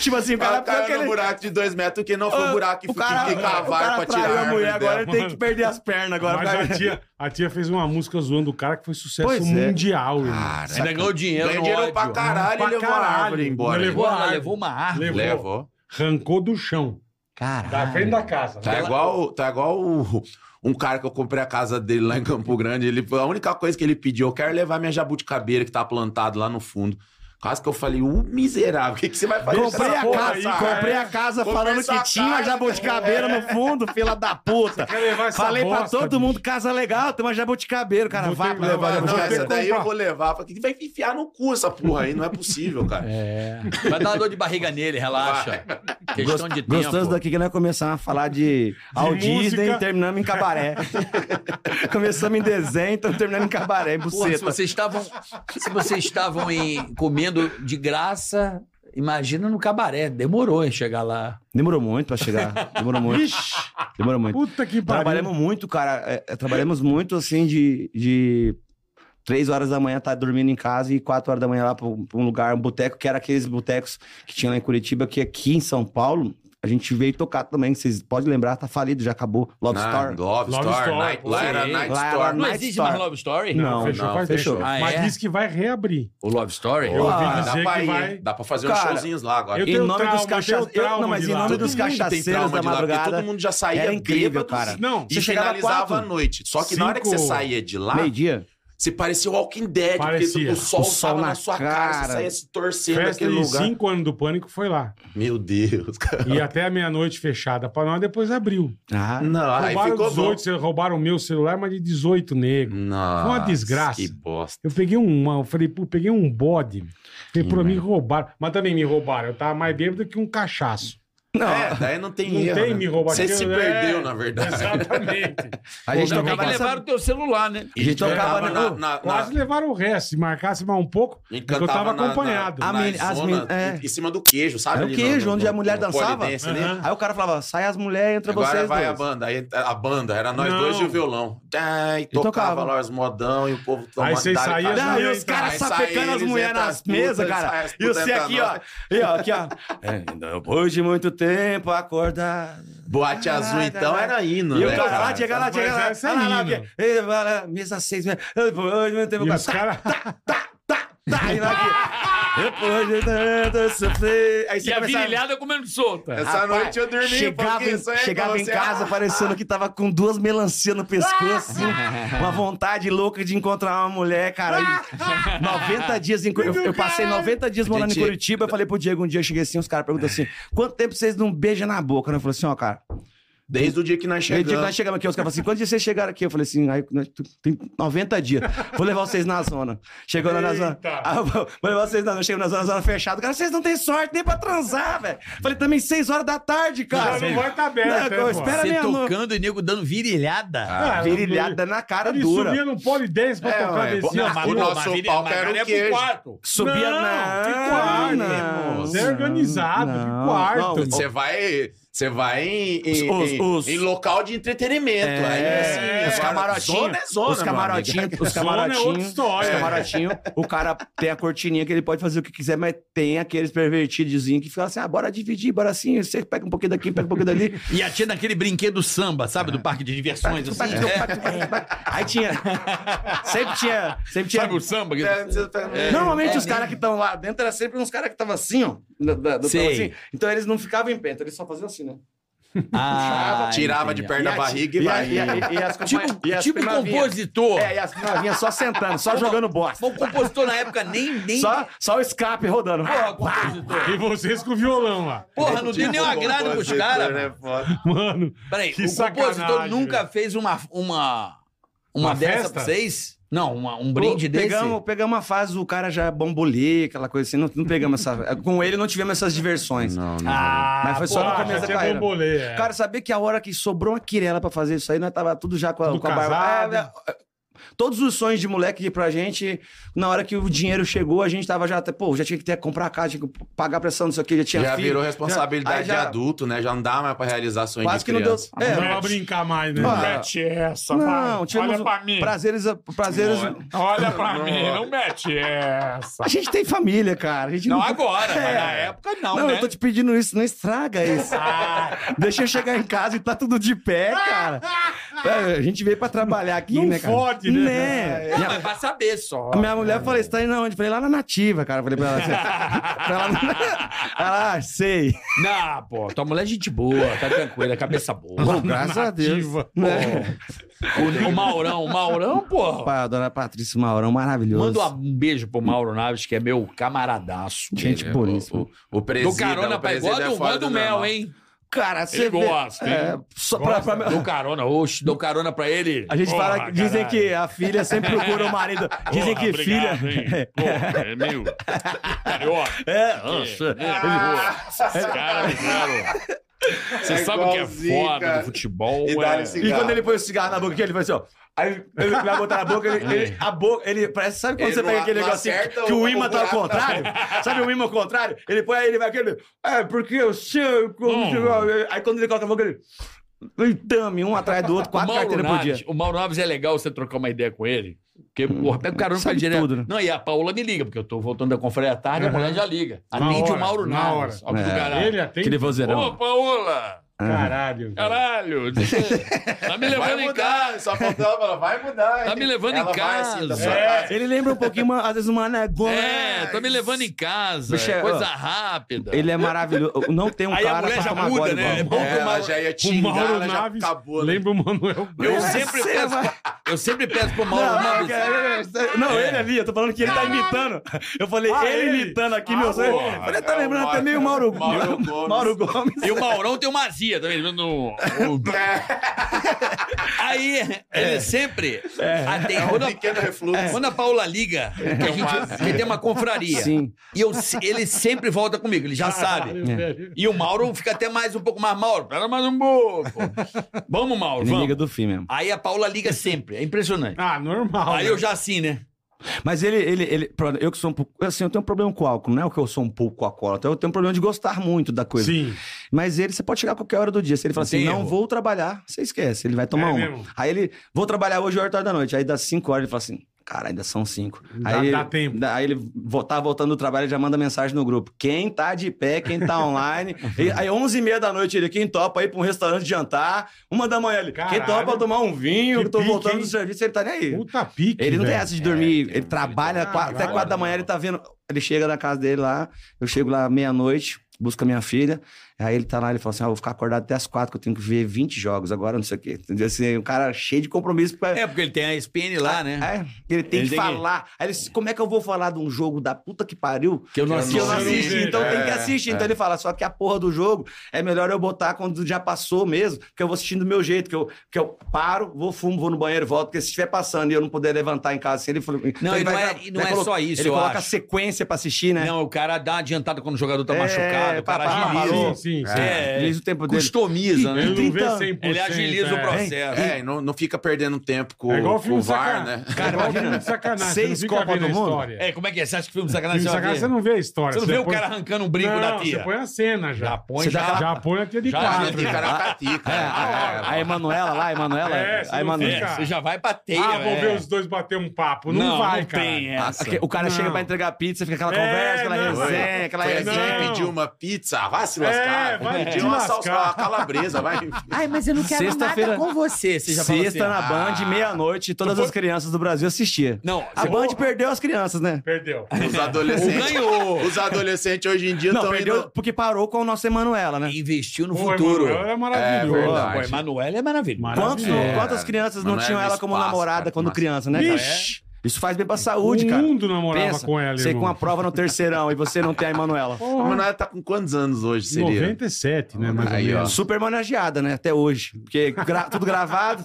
Speaker 6: tipo assim, o cara...
Speaker 5: o cara
Speaker 6: aquele-
Speaker 5: no buraco de dois metros que não foi
Speaker 3: Ah,
Speaker 5: um buraco que
Speaker 6: o cara,
Speaker 5: que
Speaker 6: o cara
Speaker 5: cavaram pra
Speaker 6: traiu
Speaker 5: tirar a
Speaker 6: a
Speaker 5: árvore
Speaker 6: mulher, agora
Speaker 5: dela.
Speaker 6: ele tem que perder as pernas agora.
Speaker 3: Mas
Speaker 6: cara.
Speaker 3: a tia, a tia fez uma música zoando o cara que foi sucesso
Speaker 6: Pois é.
Speaker 3: mundial, irmão.
Speaker 5: Cara,
Speaker 7: Ainda ganhou dinheiro,
Speaker 5: ganhou
Speaker 7: no
Speaker 5: dinheiro
Speaker 7: é ódio. né?
Speaker 5: pra caralho e
Speaker 3: Pra
Speaker 5: levou a
Speaker 3: caralho.
Speaker 5: árvore embora.
Speaker 3: Mas levou
Speaker 5: Levou.
Speaker 7: Levou,
Speaker 3: a árvore.
Speaker 7: levou uma
Speaker 4: Ah,
Speaker 7: árvore.
Speaker 3: Levou. Arrancou do chão.
Speaker 7: Caralho.
Speaker 3: Da frente da casa. né?
Speaker 5: Tá igual, tá igual o- um cara que eu comprei a casa dele lá em Campo Grande. Ele, a única coisa que ele pediu, eu quero levar minha jabuticabeira que tá plantada lá no fundo. Quase que eu falei, o miserável, o que, que você vai fazer? com
Speaker 6: Comprei
Speaker 5: essa
Speaker 6: a
Speaker 5: porra
Speaker 6: casa,
Speaker 5: aí,
Speaker 6: comprei a casa
Speaker 5: Comprei
Speaker 6: falando
Speaker 5: essa
Speaker 6: que tinha
Speaker 5: casa,
Speaker 6: jabuticabeira no fundo, fila da puta.
Speaker 3: Quer levar essa
Speaker 6: Falei pra
Speaker 3: bosta,
Speaker 6: todo
Speaker 3: bicho?
Speaker 6: mundo, casa legal, tem uma jabuticabeira, cara,
Speaker 3: Vou
Speaker 6: vá
Speaker 3: ter-
Speaker 6: pra
Speaker 5: Não,
Speaker 6: levar
Speaker 5: não,
Speaker 3: vou ter
Speaker 5: essa
Speaker 3: que
Speaker 6: jabuticabeira.
Speaker 5: daí eu
Speaker 3: comprar.
Speaker 5: vou levar. Falei, que vai enfiar no cu essa porra aí, não é possível, cara.
Speaker 4: Vai dar uma dor de barriga nele, relaxa. Questão de tempo.
Speaker 6: Gostoso daqui que nós começamos a falar de Walt Disney
Speaker 3: música.
Speaker 6: e terminamos em cabaré. começamos em desenho, então terminamos em cabaré, em
Speaker 4: Porra, se
Speaker 6: buceta.
Speaker 4: vocês estavam, se vocês estavam em, comendo de graça, imagina no cabaré. Demorou em chegar lá.
Speaker 6: Demorou muito pra chegar, demorou muito. Demorou muito.
Speaker 3: Puta que pariu.
Speaker 6: Trabalhamos muito, cara. é, é, trabalhamos muito assim de. de... Três horas da manhã tá dormindo em casa e quatro horas da manhã lá pra um pra um lugar, um boteco, que era aqueles botecos que tinha lá em Curitiba, que aqui em São Paulo a gente veio tocar também. Vocês podem lembrar, tá falido, já acabou. Love
Speaker 5: Na-
Speaker 6: Store.
Speaker 5: Love,
Speaker 3: Love
Speaker 5: Store,
Speaker 3: Store,
Speaker 5: Night, lá
Speaker 3: sim.
Speaker 5: era Night
Speaker 6: Lá era
Speaker 5: Store.
Speaker 4: Não
Speaker 6: Night
Speaker 4: existe
Speaker 6: Store.
Speaker 4: mais Love Story?
Speaker 3: Não,
Speaker 6: Não,
Speaker 3: fechou,
Speaker 5: não,
Speaker 3: faz
Speaker 6: fechou.
Speaker 3: tempo.
Speaker 4: Ah,
Speaker 3: Mas
Speaker 4: é?
Speaker 3: diz que vai reabrir.
Speaker 4: O Love Story?
Speaker 3: Eu ouvi
Speaker 6: Ah,
Speaker 5: Dá
Speaker 3: dizer
Speaker 5: pra,
Speaker 3: que
Speaker 5: ir,
Speaker 3: vai...
Speaker 5: dá pra fazer uns
Speaker 6: Cara,
Speaker 5: showzinhos lá agora.
Speaker 3: Eu
Speaker 6: Em
Speaker 3: tenho
Speaker 6: nome
Speaker 3: trauma,
Speaker 6: dos
Speaker 3: eu tenho
Speaker 6: cachaceiros.
Speaker 3: trauma
Speaker 6: Não, mas
Speaker 3: de
Speaker 6: em
Speaker 3: lá.
Speaker 6: nome
Speaker 3: Todo
Speaker 6: dos
Speaker 5: mundo tem
Speaker 6: cachaceiros
Speaker 5: trauma
Speaker 6: da
Speaker 5: de lá, porque
Speaker 6: madrugada.
Speaker 5: todo mundo já saía
Speaker 6: Era incrível,
Speaker 5: bêbado
Speaker 6: cara.
Speaker 3: Não,
Speaker 5: Tá. E
Speaker 6: Você chegava
Speaker 5: finalizava
Speaker 6: quatro,
Speaker 5: a noite. Só que na hora que você
Speaker 3: cinco-
Speaker 5: saía de lá,
Speaker 6: Meio-dia.
Speaker 5: você parecia o Walking Dead, porque
Speaker 3: Parecia.
Speaker 5: o sol,
Speaker 6: O sol
Speaker 5: tava na
Speaker 6: na
Speaker 5: sua cara,
Speaker 6: cara.
Speaker 5: você saía se torcendo
Speaker 3: Festa
Speaker 5: naquele
Speaker 3: de
Speaker 5: lugar.
Speaker 3: cinco anos do Pânico foi lá.
Speaker 5: Meu Deus, cara.
Speaker 3: E até a meia-noite fechada pra nós, depois abriu.
Speaker 6: Ah,
Speaker 5: Não, aí
Speaker 3: Roubaram
Speaker 5: ficou
Speaker 3: 18,
Speaker 5: bom.
Speaker 3: cel- roubaram o meu celular, mas de 18 negros.
Speaker 5: Nossa,
Speaker 3: Foi uma desgraça.
Speaker 5: Que bosta.
Speaker 3: Eu peguei uma, eu falei, pô, peguei um bode. Falei, pra mim
Speaker 6: né?
Speaker 3: roubaram. Mas também me roubaram. Eu tava mais bêbado que um cachaço.
Speaker 6: não.
Speaker 5: É, daí não tem
Speaker 3: Não
Speaker 5: erro,
Speaker 3: tem
Speaker 5: né?
Speaker 3: me roubar.
Speaker 5: Você
Speaker 3: porque
Speaker 5: se
Speaker 3: eu-
Speaker 5: perdeu,
Speaker 3: é,
Speaker 5: na verdade.
Speaker 3: Exatamente.
Speaker 6: A gente
Speaker 4: Não,
Speaker 6: tocava
Speaker 4: mas levaram
Speaker 6: nessa...
Speaker 4: o teu celular, né?
Speaker 6: A gente tocava
Speaker 5: Tava
Speaker 6: na-
Speaker 5: na-
Speaker 3: Quase levaram o resto. Se marcasse mais um pouco,
Speaker 5: Ele
Speaker 3: porque eu
Speaker 5: cantava
Speaker 3: tava
Speaker 5: na- na-
Speaker 3: acompanhado.
Speaker 5: na
Speaker 6: A meni- as
Speaker 5: zona,
Speaker 6: meni- é.
Speaker 5: Em cima do É queijo, sabe?
Speaker 6: Era o
Speaker 5: Ali
Speaker 6: queijo,
Speaker 5: no- no-
Speaker 6: onde a mulher
Speaker 5: no
Speaker 6: dançava.
Speaker 5: Polidense, né?
Speaker 3: Aham.
Speaker 6: Aí o cara falava, sai as mulheres, entra
Speaker 5: Agora
Speaker 6: vocês
Speaker 5: vai
Speaker 6: dois.
Speaker 5: a banda. Aí a banda, era nós
Speaker 3: Não.
Speaker 5: dois e o violão. Tá, E tocava,
Speaker 6: tocava.
Speaker 5: lá os modão e o povo tomava.
Speaker 3: Aí vocês
Speaker 5: dá-
Speaker 3: saíam,
Speaker 5: dá-
Speaker 6: Não, e os
Speaker 3: Então,
Speaker 6: caras
Speaker 5: aí
Speaker 6: sapecando
Speaker 5: saem
Speaker 6: as
Speaker 5: eles,
Speaker 6: mulheres
Speaker 5: entra
Speaker 6: nas
Speaker 5: as putas,
Speaker 6: mesas,
Speaker 5: sai
Speaker 6: cara.
Speaker 5: as
Speaker 6: E
Speaker 5: putas,
Speaker 6: você
Speaker 5: entra
Speaker 6: aqui, ó.
Speaker 5: nós. então,
Speaker 6: E ó, aqui, ó. É, Depois de muito tempo acordar.
Speaker 5: Boate azul, então, era hino,
Speaker 6: E
Speaker 5: né?
Speaker 6: o cara lá,
Speaker 5: cara?
Speaker 6: chega lá,
Speaker 3: é Mas
Speaker 6: chega lá.
Speaker 3: essa é
Speaker 6: lá, lá, lá,
Speaker 3: hino.
Speaker 6: aqui. Ei, vai lá, Mesa seis, né? Depois de muito tempo
Speaker 3: E os
Speaker 6: acordar.
Speaker 3: caras.
Speaker 6: Tá, e lá aqui. Depois de tanto sofrer. Aí
Speaker 4: E
Speaker 6: você
Speaker 4: a
Speaker 6: começava-
Speaker 4: virilhada comendo solta.
Speaker 5: tipo, Essa
Speaker 6: Rapaz,
Speaker 5: noite eu dormi um
Speaker 6: Chegava,
Speaker 5: pouquinho,
Speaker 6: em,
Speaker 5: sonhei com
Speaker 6: chegava em
Speaker 3: é
Speaker 5: você. é
Speaker 6: casa parecendo que tava com duas melancia no pescoço. assim, uma vontade louca de encontrar uma mulher, cara. E 90 dias em Cu- eu, eu passei 90 dias morando
Speaker 5: Gente,
Speaker 6: em Curitiba. Eu falei pro Diego um dia, eu cheguei assim, os caras perguntam assim: quanto tempo vocês não beijam na boca? né? Eu falei assim, ó, cara.
Speaker 5: Desde o dia que nós
Speaker 6: Chegamos. Diego,
Speaker 5: chegamos.
Speaker 6: nós chegamos aqui, os caras falaram assim: quantos dias vocês chegaram aqui? Eu falei assim, aí, nós- tu- tem 90 dias. Vou levar vocês na zona. Chegou lá na zona.
Speaker 3: Eita.
Speaker 6: Ah, vou vou levar vocês na zona. Chegou na zona, zona fechada. Cara, vocês não têm sorte nem pra transar, velho. Falei, também 6 horas da tarde, cara.
Speaker 3: Já não vai tá aberto,
Speaker 6: Não,
Speaker 3: né,
Speaker 6: espera
Speaker 7: Você
Speaker 6: meia-noite.
Speaker 7: tocando e nego dando virilhada.
Speaker 3: Ah,
Speaker 6: Virilhada na cara
Speaker 3: Ele
Speaker 6: dura.
Speaker 3: subia no polidense pra
Speaker 5: É,
Speaker 3: tocar
Speaker 5: ué,
Speaker 3: desse
Speaker 5: não,
Speaker 3: assim,
Speaker 5: o
Speaker 3: ó.
Speaker 5: nosso palco era o queijo.
Speaker 4: quarto.
Speaker 6: Subia
Speaker 3: Não, que
Speaker 6: na.
Speaker 3: quarto, Você é organizado, que quarto. É
Speaker 5: Você vai. Você vai em, em-
Speaker 6: Os-
Speaker 5: em-
Speaker 6: os-
Speaker 5: em local de entretenimento. aí, assim,
Speaker 6: os
Speaker 5: agora,
Speaker 6: camarotinhos.
Speaker 5: Zona é zona,
Speaker 6: É, os
Speaker 5: meu amigo.
Speaker 6: camarotinhos.
Speaker 3: Zona é
Speaker 6: Os
Speaker 3: outra
Speaker 6: camarotinhos.
Speaker 3: história.
Speaker 6: Os camarotinhos. O cara tem a cortininha que ele pode fazer o que quiser, mas tem aqueles pervertidozinhos que ficam assim: ah, bora dividir, bora assim. Você pega um pouquinho daqui, pega um pouquinho dali.
Speaker 7: E a tia naquele brinquedo samba, sabe?
Speaker 4: É.
Speaker 7: Do parque de diversões, assim.
Speaker 5: É.
Speaker 6: Aí tinha. Sempre tinha. Sempre tinha.
Speaker 7: Sabe o samba? que-
Speaker 5: É, você tá-
Speaker 6: Normalmente os caras que estão lá dentro era sempre uns caras que estavam assim, ó. da- da- da-
Speaker 7: Sei.
Speaker 6: assim. Então eles não ficavam em pé, então eles só faziam assim, né?
Speaker 7: Ah,
Speaker 5: Tirava de
Speaker 7: entendi.
Speaker 5: perto da barriga e,
Speaker 6: E, a-
Speaker 5: vai.
Speaker 6: e, a- e, as compa-
Speaker 7: Tipo,
Speaker 6: e as
Speaker 7: tipo
Speaker 6: primavinhas.
Speaker 7: compositor.
Speaker 6: É, e as novinhas só sentando, só jogando bosta.
Speaker 7: Mas o compositor na época nem. nem...
Speaker 6: Só, só o escape rodando.
Speaker 7: Porra, um
Speaker 4: um
Speaker 7: compositor.
Speaker 4: É.
Speaker 3: E vocês com o violão lá.
Speaker 7: Porra,
Speaker 4: Tipo
Speaker 6: Tipo
Speaker 7: não deu nem um agrado pros caras.
Speaker 6: né?
Speaker 7: mano.
Speaker 3: Mano,
Speaker 7: Peraí,
Speaker 3: Que
Speaker 7: o compositor
Speaker 3: sacanagem,
Speaker 7: nunca
Speaker 3: velho.
Speaker 7: fez uma, uma, uma,
Speaker 3: Uma
Speaker 7: dessa
Speaker 3: festa?
Speaker 7: pra vocês? Não, uma- um brinde desse?
Speaker 6: Pegamos, pegamos uma fase, o cara já bombolê, aquela coisa assim. Não, não pegamos essa. Com ele não tivemos essas diversões.
Speaker 5: Não, não.
Speaker 3: Ah,
Speaker 6: Mas foi só
Speaker 3: porra,
Speaker 6: no começo
Speaker 3: já
Speaker 6: da
Speaker 3: tinha
Speaker 6: carreira.
Speaker 3: bombolê, é.
Speaker 6: Cara, sabia que a hora que sobrou uma quirela pra fazer isso aí, nós tava tudo já com a,
Speaker 3: Tudo
Speaker 6: com a barba.
Speaker 3: casado.
Speaker 6: É, é, Todos os sonhos de moleque pra gente, na hora que o dinheiro chegou, a gente tava já, até, pô, já tinha que ter que comprar a casa, tinha que pagar pressão, não sei o que, já tinha
Speaker 5: já
Speaker 6: filho.
Speaker 5: virou responsabilidade
Speaker 6: Aí já-
Speaker 5: de adulto, né? Já não dá mais pra realizar sonho
Speaker 6: Quase
Speaker 5: de
Speaker 6: que não deu.
Speaker 5: criança.
Speaker 3: não vai brincar mais, né?
Speaker 6: Ah,
Speaker 1: Mete essa,
Speaker 6: Não,
Speaker 1: vai.
Speaker 6: tivemos
Speaker 1: Olha pra mim.
Speaker 6: prazeres, prazeres.
Speaker 3: é.
Speaker 1: Olha pra mim, não mete essa.
Speaker 6: A gente tem família, cara. A gente não,
Speaker 4: Não agora, É, mas na época não,
Speaker 6: É. Não,
Speaker 4: né?
Speaker 6: eu tô te pedindo isso, não estraga isso. Deixa eu chegar em casa e tá tudo de pé, cara. A gente veio pra trabalhar aqui,
Speaker 3: Não
Speaker 6: né, cara?
Speaker 3: fode, né?
Speaker 6: Né?
Speaker 4: Não, mas pra saber só.
Speaker 6: A minha mulher falou, você tá indo aonde? Eu Falei, lá na Nativa, cara. Eu Falei pra ela assim. pra ela, ah, sei.
Speaker 4: Não, pô, tua mulher é gente boa, tá tranquila, cabeça boa.
Speaker 6: Bom, graças a Deus.
Speaker 3: Nativa.
Speaker 6: Né?
Speaker 4: O, o Maurão, o Maurão, porra.
Speaker 6: Pá, a dona Patrícia Maurão, maravilhoso.
Speaker 4: Manda um beijo pro Mauro Naves, que é meu camaradaço.
Speaker 6: Gente
Speaker 5: Ele é
Speaker 6: boníssima.
Speaker 5: O, o, o presida,
Speaker 4: Do carona
Speaker 5: o
Speaker 4: pra
Speaker 5: presida
Speaker 4: igual
Speaker 5: é
Speaker 4: do
Speaker 5: fora
Speaker 4: Mando Mel,
Speaker 5: normal.
Speaker 4: hein?
Speaker 6: Cara,
Speaker 4: Ele
Speaker 6: você vê...
Speaker 4: gosta, hein?
Speaker 6: É, só pra, pra-
Speaker 4: Do carona, oxe, dou carona pra ele.
Speaker 6: A gente
Speaker 1: Porra,
Speaker 6: fala, que- dizem
Speaker 1: caralho.
Speaker 6: que a filha sempre procura o marido. Dizem
Speaker 1: Porra,
Speaker 6: que
Speaker 1: obrigado,
Speaker 6: filha.
Speaker 1: hein? Porra, é meio carioca.
Speaker 6: É, nossa.
Speaker 1: Esse cara
Speaker 4: é
Speaker 1: me deram. Você sabe o que é
Speaker 5: igualzinho,
Speaker 1: foda
Speaker 5: cara.
Speaker 1: do futebol?
Speaker 5: E dá-lhe
Speaker 1: é...
Speaker 6: E
Speaker 5: cigarro.
Speaker 6: quando ele põe o cigarro na boca aqui, ele faz assim, ó. Aí ele vai botar na boca, ele, ele- a boca, ele parece, sabe quando
Speaker 5: Ele
Speaker 6: você
Speaker 5: não
Speaker 6: pega
Speaker 5: a-
Speaker 6: aquele
Speaker 5: não
Speaker 6: negocinho
Speaker 5: acerta
Speaker 6: que
Speaker 5: o-
Speaker 6: o imã tá ao
Speaker 5: o buraco da
Speaker 6: contrário? Sabe o imã ao contrário? Ele põe aí, ele vai aquele. É, porque eu sei como.
Speaker 4: Hum.
Speaker 6: Aí quando ele coloca a boca, ele. Entame, um atrás do outro,
Speaker 4: O
Speaker 6: quatro
Speaker 4: Mauro,
Speaker 6: carteiras por
Speaker 4: Naves,
Speaker 6: dia.
Speaker 4: o Mauro Naves é legal você trocar uma ideia com ele. Porque, porra, pega o carona e fala
Speaker 6: Sabe
Speaker 4: direto.
Speaker 6: tudo, né?
Speaker 4: Não, e a Paola me liga, porque eu tô voltando da conferência à tarde, a
Speaker 3: Uhum.
Speaker 4: mulher já liga.
Speaker 3: Na
Speaker 4: Atende o
Speaker 3: hora,
Speaker 4: Mauro
Speaker 3: na
Speaker 4: Naves. Óbvio do
Speaker 6: É.
Speaker 4: caralho. É.
Speaker 3: Ele atende.
Speaker 6: Aquele vozeirão.
Speaker 4: Ô, Paola!
Speaker 6: É.
Speaker 3: Caralho. velho.
Speaker 4: Caralho! Tá me levando
Speaker 5: Vai
Speaker 4: em
Speaker 5: mudar,
Speaker 4: casa.
Speaker 5: só faltava falar, vai mudar.
Speaker 4: Tá
Speaker 5: hein?
Speaker 4: me levando
Speaker 5: Ela
Speaker 4: em
Speaker 5: vai assim,
Speaker 4: casa.
Speaker 5: da sua
Speaker 3: É.
Speaker 5: casa.
Speaker 6: Ele lembra um pouquinho, uma- às vezes, uma negona.
Speaker 4: É, tá me levando em casa.
Speaker 6: Bicho, é,
Speaker 4: coisa
Speaker 6: ó,
Speaker 4: rápida.
Speaker 6: Ele é maravilhoso. Não tem um
Speaker 4: Aí a
Speaker 6: cara
Speaker 4: mulher
Speaker 6: pra
Speaker 4: já
Speaker 6: tomar
Speaker 4: muda,
Speaker 6: gole
Speaker 4: né?
Speaker 6: igual.
Speaker 4: É bom que o
Speaker 5: Ela
Speaker 4: Mauro-
Speaker 5: já ia
Speaker 3: O
Speaker 5: xingar,
Speaker 3: Mauro
Speaker 5: ela já
Speaker 3: Naves.
Speaker 5: acabou. né?
Speaker 3: Lembra o Manuel Gomes?
Speaker 4: Eu sempre
Speaker 6: Você
Speaker 4: peço.
Speaker 6: vai-
Speaker 4: Eu sempre peço pro Mauro
Speaker 6: Não,
Speaker 4: Naves.
Speaker 6: cara, não,
Speaker 5: É.
Speaker 6: ele ali, eu tô falando que ele tá
Speaker 5: Ah,
Speaker 6: imitando. Eu falei,
Speaker 3: Ah,
Speaker 6: ele,
Speaker 3: ele.
Speaker 6: imitando aqui,
Speaker 3: Ah,
Speaker 6: meu sonho.
Speaker 3: porra.
Speaker 6: Eu falei, tá
Speaker 5: É o
Speaker 6: lembrando
Speaker 5: Mauro-
Speaker 6: também o Mauro,
Speaker 5: Mauro Gomes.
Speaker 6: Mauro Gomes.
Speaker 4: E o Maurão tem uma azia também. No, no-
Speaker 5: É,
Speaker 4: Aí,
Speaker 6: É.
Speaker 4: ele sempre.
Speaker 3: É,
Speaker 4: atende- quando, a,
Speaker 5: um Pequeno refluxo.
Speaker 4: quando a Paula liga, que a gente que tem uma confraria.
Speaker 6: É Sim.
Speaker 4: E eu se- ele sempre volta comigo, ele já sabe.
Speaker 3: Caralho, velho.
Speaker 4: E o Mauro fica até mais um pouco mais. Mauro, para mais um pouco. Vamos, Mauro, vamos.
Speaker 6: do fim
Speaker 5: Ah.
Speaker 6: mesmo.
Speaker 4: Aí a Paula liga sempre. É impressionante.
Speaker 3: Ah, normal.
Speaker 4: Aí
Speaker 3: né?
Speaker 4: eu já assim, né?
Speaker 6: Mas ele, ele, ele, pronto, eu que sou um pouco, assim, eu tenho um problema com álcool, não é o que eu sou um pouco alcoólatra, eu tenho um problema de gostar muito da coisa.
Speaker 3: Sim.
Speaker 6: Mas ele, você pode chegar a qualquer hora do dia. Se ele falar assim,
Speaker 4: Tem
Speaker 6: não
Speaker 4: erro.
Speaker 6: vou trabalhar, você esquece, ele vai tomar
Speaker 3: É
Speaker 6: uma.
Speaker 3: mesmo?
Speaker 6: Aí ele, vou trabalhar hoje 8 horas da noite. Aí das 5 horas ele fala assim, cara, ainda são 5.
Speaker 3: Dá-
Speaker 6: Aí,
Speaker 3: dá
Speaker 6: ele-
Speaker 3: tempo.
Speaker 6: dá- aí ele vo- tá voltando do trabalho ele já manda mensagem no grupo. Quem tá de pé, quem tá online. E aí 11 e meia da noite ele, quem topa ir pra um restaurante jantar. Uma da manhã ele,
Speaker 3: Caralho.
Speaker 6: quem topa tomar um vinho,
Speaker 3: Que
Speaker 6: eu tô
Speaker 3: pique,
Speaker 6: voltando
Speaker 3: hein?
Speaker 6: do serviço, ele tá nem aí.
Speaker 3: Puta pique.
Speaker 6: Ele não tem
Speaker 3: velho.
Speaker 6: essa de
Speaker 4: É, um
Speaker 6: dormir, ele
Speaker 3: ele
Speaker 6: trabalha
Speaker 3: tá-
Speaker 6: qua- até
Speaker 3: trabalha,
Speaker 6: quatro da manhã,
Speaker 3: né?
Speaker 6: ele tá vendo. Ele chega na casa dele lá, eu chego lá meia-noite, busco a minha filha. Aí ele tá lá, ele fala assim: ah, eu vou ficar acordado até as quatro, que eu tenho que ver 20 jogos agora, não sei o quê. Entendeu? Assim, um cara cheio de compromisso. Pra...
Speaker 4: É, porque ele tem a SPN lá, né?
Speaker 6: É, ele tem
Speaker 4: Ele
Speaker 6: que
Speaker 4: tem que-
Speaker 6: falar. Aí ele disse, como é que eu vou falar de um jogo da puta que pariu?
Speaker 4: Que eu não
Speaker 6: Se eu não
Speaker 4: assisto.
Speaker 6: assisti, então tem que assistir. Então ele fala, só que a porra do jogo é melhor eu botar quando já passou mesmo, porque eu vou assistindo do meu jeito, que eu, que eu paro, vou fumo, vou no banheiro, volto, porque se estiver passando e eu não puder levantar em casa, assim, ele falou... então
Speaker 4: e
Speaker 6: ele
Speaker 4: não
Speaker 6: vai
Speaker 4: é-
Speaker 6: gra-
Speaker 4: e não
Speaker 6: vai
Speaker 4: é só isso,
Speaker 6: Ele
Speaker 4: eu
Speaker 6: coloca a
Speaker 4: acho.
Speaker 6: sequência pra assistir, né?
Speaker 4: Não, o cara dá adiantado quando o jogador tá
Speaker 6: É,
Speaker 4: machucado, o cara
Speaker 6: papai,
Speaker 4: agiliza.
Speaker 6: parou.
Speaker 3: Sim, sim, sim.
Speaker 4: É,
Speaker 6: Utiliza o tempo dele.
Speaker 4: customiza, né?
Speaker 3: Ele não vê
Speaker 6: 30
Speaker 3: 100%.
Speaker 4: Ele agiliza o
Speaker 3: é.
Speaker 4: processo.
Speaker 5: É, e não, não fica perdendo tempo com,
Speaker 3: É igual o
Speaker 5: com
Speaker 3: filme
Speaker 5: o
Speaker 3: de
Speaker 5: VAR, né?
Speaker 3: sacanagem. É igual o filme de sacanagem. você não
Speaker 6: Seis
Speaker 3: fica
Speaker 6: Copa
Speaker 3: vendo
Speaker 6: do
Speaker 3: a
Speaker 6: Mundo?
Speaker 3: história.
Speaker 4: É, como é que é? Você acha que filme de
Speaker 3: Filme
Speaker 4: sacanagem
Speaker 3: de
Speaker 4: você vai
Speaker 3: sacanagem
Speaker 4: ver?
Speaker 3: você não vê a história.
Speaker 4: Você não vê o
Speaker 3: põe-
Speaker 4: cara arrancando um brinco
Speaker 3: não,
Speaker 4: da tia?
Speaker 3: Você põe a cena já.
Speaker 4: Já põe,
Speaker 3: Você
Speaker 4: já-
Speaker 3: já, põe a tia de
Speaker 4: já-
Speaker 3: quatro. É,
Speaker 5: De
Speaker 3: já.
Speaker 5: caracatica. né?
Speaker 6: É, A Emanuela lá, a Emanuela.
Speaker 3: É, você
Speaker 6: a
Speaker 3: não
Speaker 6: Emanuela.
Speaker 3: fica-
Speaker 4: É, você já vai pra teia,
Speaker 3: Ah, vou
Speaker 4: é.
Speaker 3: ver os dois bater um papo. Não, vai, cara.
Speaker 4: tem
Speaker 6: Ah,
Speaker 4: essa.
Speaker 6: o cara
Speaker 3: Não.
Speaker 6: chega pra entregar pizza, fica aquela
Speaker 3: É,
Speaker 6: conversa, aquela
Speaker 3: não.
Speaker 6: resenha, aquela
Speaker 5: Foi assim
Speaker 6: resenha.
Speaker 5: que
Speaker 3: Não.
Speaker 5: pediu uma pizza, ah, vai se
Speaker 3: É,
Speaker 5: lascar.
Speaker 3: vai te
Speaker 5: pediu uma salsa,
Speaker 3: lascar.
Speaker 5: uma calabresa, vai.
Speaker 4: Ai, mas eu não
Speaker 6: Sexta-feira-
Speaker 4: você. Você já falou
Speaker 6: Sexta
Speaker 4: assim,
Speaker 6: na Band, meia-noite, todas as crianças do Brasil assistiam.
Speaker 4: Não,
Speaker 6: a
Speaker 4: você-
Speaker 6: Band perdeu as crianças, né?
Speaker 3: Perdeu.
Speaker 4: É
Speaker 5: Os
Speaker 4: Ou
Speaker 5: adolescentes.
Speaker 4: ganhou.
Speaker 5: Os adolescentes hoje em dia
Speaker 6: Não,
Speaker 5: estão
Speaker 6: perdeu
Speaker 5: indo.
Speaker 6: porque parou com o nosso Emanuela, né?
Speaker 4: Investiu no
Speaker 3: Pô,
Speaker 4: futuro.
Speaker 3: Emanuel é
Speaker 5: É
Speaker 3: maravilhoso.
Speaker 5: verdade.
Speaker 4: Pô, Emanuel é maravilhoso.
Speaker 3: Maravilhoso.
Speaker 6: Quantos-
Speaker 3: Maravilha.
Speaker 6: quantas crianças não
Speaker 5: Manoela
Speaker 6: tinham ela
Speaker 5: no
Speaker 6: como
Speaker 5: espaço,
Speaker 6: namorada
Speaker 5: cara,
Speaker 6: quando
Speaker 5: é massa.
Speaker 6: criança, né? cara?
Speaker 3: Vixe.
Speaker 6: Isso faz bem pra
Speaker 3: o
Speaker 6: saúde, cara.
Speaker 3: mundo namorava
Speaker 6: Pensa,
Speaker 3: com ela,
Speaker 6: você
Speaker 3: irmão.
Speaker 6: com a prova no terceirão e você não tem a Emanuela.
Speaker 5: A Manoela tá com quantos anos hoje, seria?
Speaker 3: 97, né, mais
Speaker 5: Aí,
Speaker 3: ou
Speaker 5: ó.
Speaker 3: menos.
Speaker 6: Super homenageada, né? Até hoje. Porque gra- tudo gravado.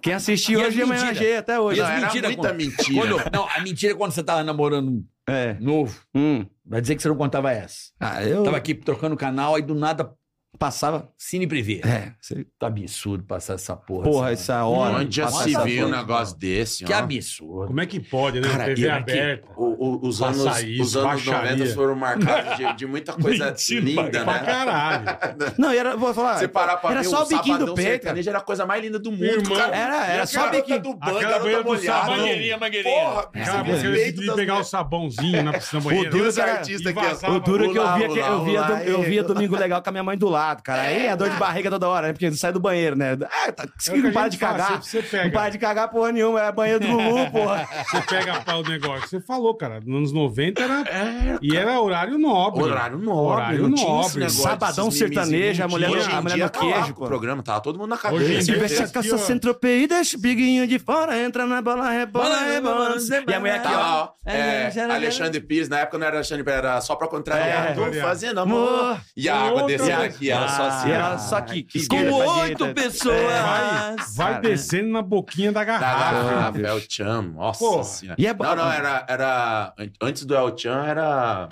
Speaker 6: Quem assistiu
Speaker 4: E as
Speaker 6: hoje
Speaker 4: mentiras?
Speaker 6: homenageia até hoje.
Speaker 4: E
Speaker 6: É.
Speaker 4: as
Speaker 5: Não, era
Speaker 4: mentira
Speaker 5: muita
Speaker 4: quando-
Speaker 5: mentira.
Speaker 4: Quando, não, a mentira é quando você tava namorando um
Speaker 6: É.
Speaker 4: novo.
Speaker 6: Hum.
Speaker 4: Vai dizer que você não contava essa.
Speaker 6: Ah, eu
Speaker 4: Tava aqui trocando canal, aí do nada,
Speaker 6: passava.
Speaker 4: cine privê.
Speaker 6: É. você-
Speaker 4: Tá absurdo passar essa porra.
Speaker 6: Porra,
Speaker 4: essa-
Speaker 6: essa hora.
Speaker 5: Onde já
Speaker 6: passar
Speaker 5: se
Speaker 6: essa
Speaker 5: viu um
Speaker 6: hora.
Speaker 5: negócio desse?
Speaker 4: Que
Speaker 5: ó?
Speaker 4: absurdo.
Speaker 3: Como é que pode, né?
Speaker 5: Cara,
Speaker 3: TV
Speaker 5: e aqui-
Speaker 3: aberta.
Speaker 5: O- o- os, anos,
Speaker 3: Açaí,
Speaker 5: os anos
Speaker 3: baixaria.
Speaker 5: 90 foram marcados de, de muita coisa
Speaker 3: Mentira
Speaker 5: linda,
Speaker 3: pra
Speaker 5: né?
Speaker 3: caralho.
Speaker 6: Não, e era, vou falar.
Speaker 5: Você parar pra
Speaker 6: era
Speaker 5: ver
Speaker 6: só
Speaker 5: o
Speaker 6: o biquinho do
Speaker 5: Sabadão
Speaker 6: peito. cara.
Speaker 5: Sertanejo era a coisa mais linda do mundo.
Speaker 3: Irmão.
Speaker 5: cara.
Speaker 6: Era,
Speaker 5: E
Speaker 6: era
Speaker 5: a
Speaker 6: só o
Speaker 5: garota
Speaker 6: biquinho.
Speaker 5: do
Speaker 3: Aquela
Speaker 5: banco, a
Speaker 3: banheira
Speaker 5: garota
Speaker 3: do
Speaker 5: molhada.
Speaker 3: sabão.
Speaker 4: Mangueirinha, mangueirinha.
Speaker 5: Porra,
Speaker 3: Cara,
Speaker 5: bicho,
Speaker 3: você
Speaker 5: peito
Speaker 3: decidiu pegar
Speaker 5: das
Speaker 3: o
Speaker 5: mulheres.
Speaker 3: sabãozinho na piscina
Speaker 5: E
Speaker 3: banheira.
Speaker 5: os
Speaker 6: era-
Speaker 5: artistas
Speaker 3: e
Speaker 5: aqui, ó.
Speaker 3: vazava
Speaker 6: O duro é que eu
Speaker 5: Olá,
Speaker 6: via, que-
Speaker 5: olá,
Speaker 6: eu via,
Speaker 5: olá,
Speaker 6: dom- eu
Speaker 5: e-
Speaker 6: via Domingo Legal com a minha mãe do lado, cara. Aí é dor de barriga toda hora, né? Porque sai do banheiro, né? Ah, tá,
Speaker 3: É o que
Speaker 6: não
Speaker 3: a
Speaker 6: para
Speaker 3: gente
Speaker 6: de
Speaker 3: fala,
Speaker 6: cagar.
Speaker 3: Você você
Speaker 6: Não para
Speaker 3: pega,
Speaker 6: de cagar porra nenhuma, é banheiro do Lulu, porra.
Speaker 3: você pega pau o negócio. Você falou, cara, nos anos 90 era. E era horário nobre.
Speaker 5: Horário nobre,
Speaker 3: Horário
Speaker 5: não tinha
Speaker 3: nobre.
Speaker 5: esse negócio
Speaker 6: Sabadão
Speaker 5: desses limites,
Speaker 6: sertanejo,
Speaker 5: não
Speaker 6: a mulher
Speaker 5: tinha.
Speaker 6: no-
Speaker 5: Hoje em
Speaker 6: a mulher
Speaker 5: dia
Speaker 6: no
Speaker 5: tá lá
Speaker 6: queijo,
Speaker 5: pro
Speaker 6: pô.
Speaker 5: programa, tava todo mundo na
Speaker 3: Hoje em
Speaker 5: cadeia.
Speaker 3: dia-
Speaker 6: Se
Speaker 5: certeza.
Speaker 6: veste a
Speaker 3: Aqui, ó.
Speaker 6: calça centropeia e deixa o biguinho de fora, entra na bola, rebola,
Speaker 8: Bola,
Speaker 6: rebola.
Speaker 8: rebola,
Speaker 6: E a mulher aqui,
Speaker 5: Tá
Speaker 6: ó.
Speaker 5: lá, ó. É, Alexandre Pires, na época não era Alexandre Pires, era só pra contrariar.
Speaker 6: É.
Speaker 5: Tô fazendo amor.
Speaker 6: Amor.
Speaker 5: E a água
Speaker 3: Outra
Speaker 5: descendo
Speaker 3: vez.
Speaker 5: aqui, ela só assim.
Speaker 6: E Ah, ela só aqui.
Speaker 8: Com
Speaker 6: esquerda pra direita.
Speaker 8: oito pessoas.
Speaker 3: É, Vai
Speaker 6: Cara.
Speaker 3: descendo na boquinha da
Speaker 5: Da
Speaker 3: garrafa.
Speaker 5: garrafa, Tá El Chan, nossa
Speaker 3: Porra.
Speaker 5: senhora.
Speaker 6: Ah, E é bo-
Speaker 5: Não, não, era, era. Antes do El Chan era.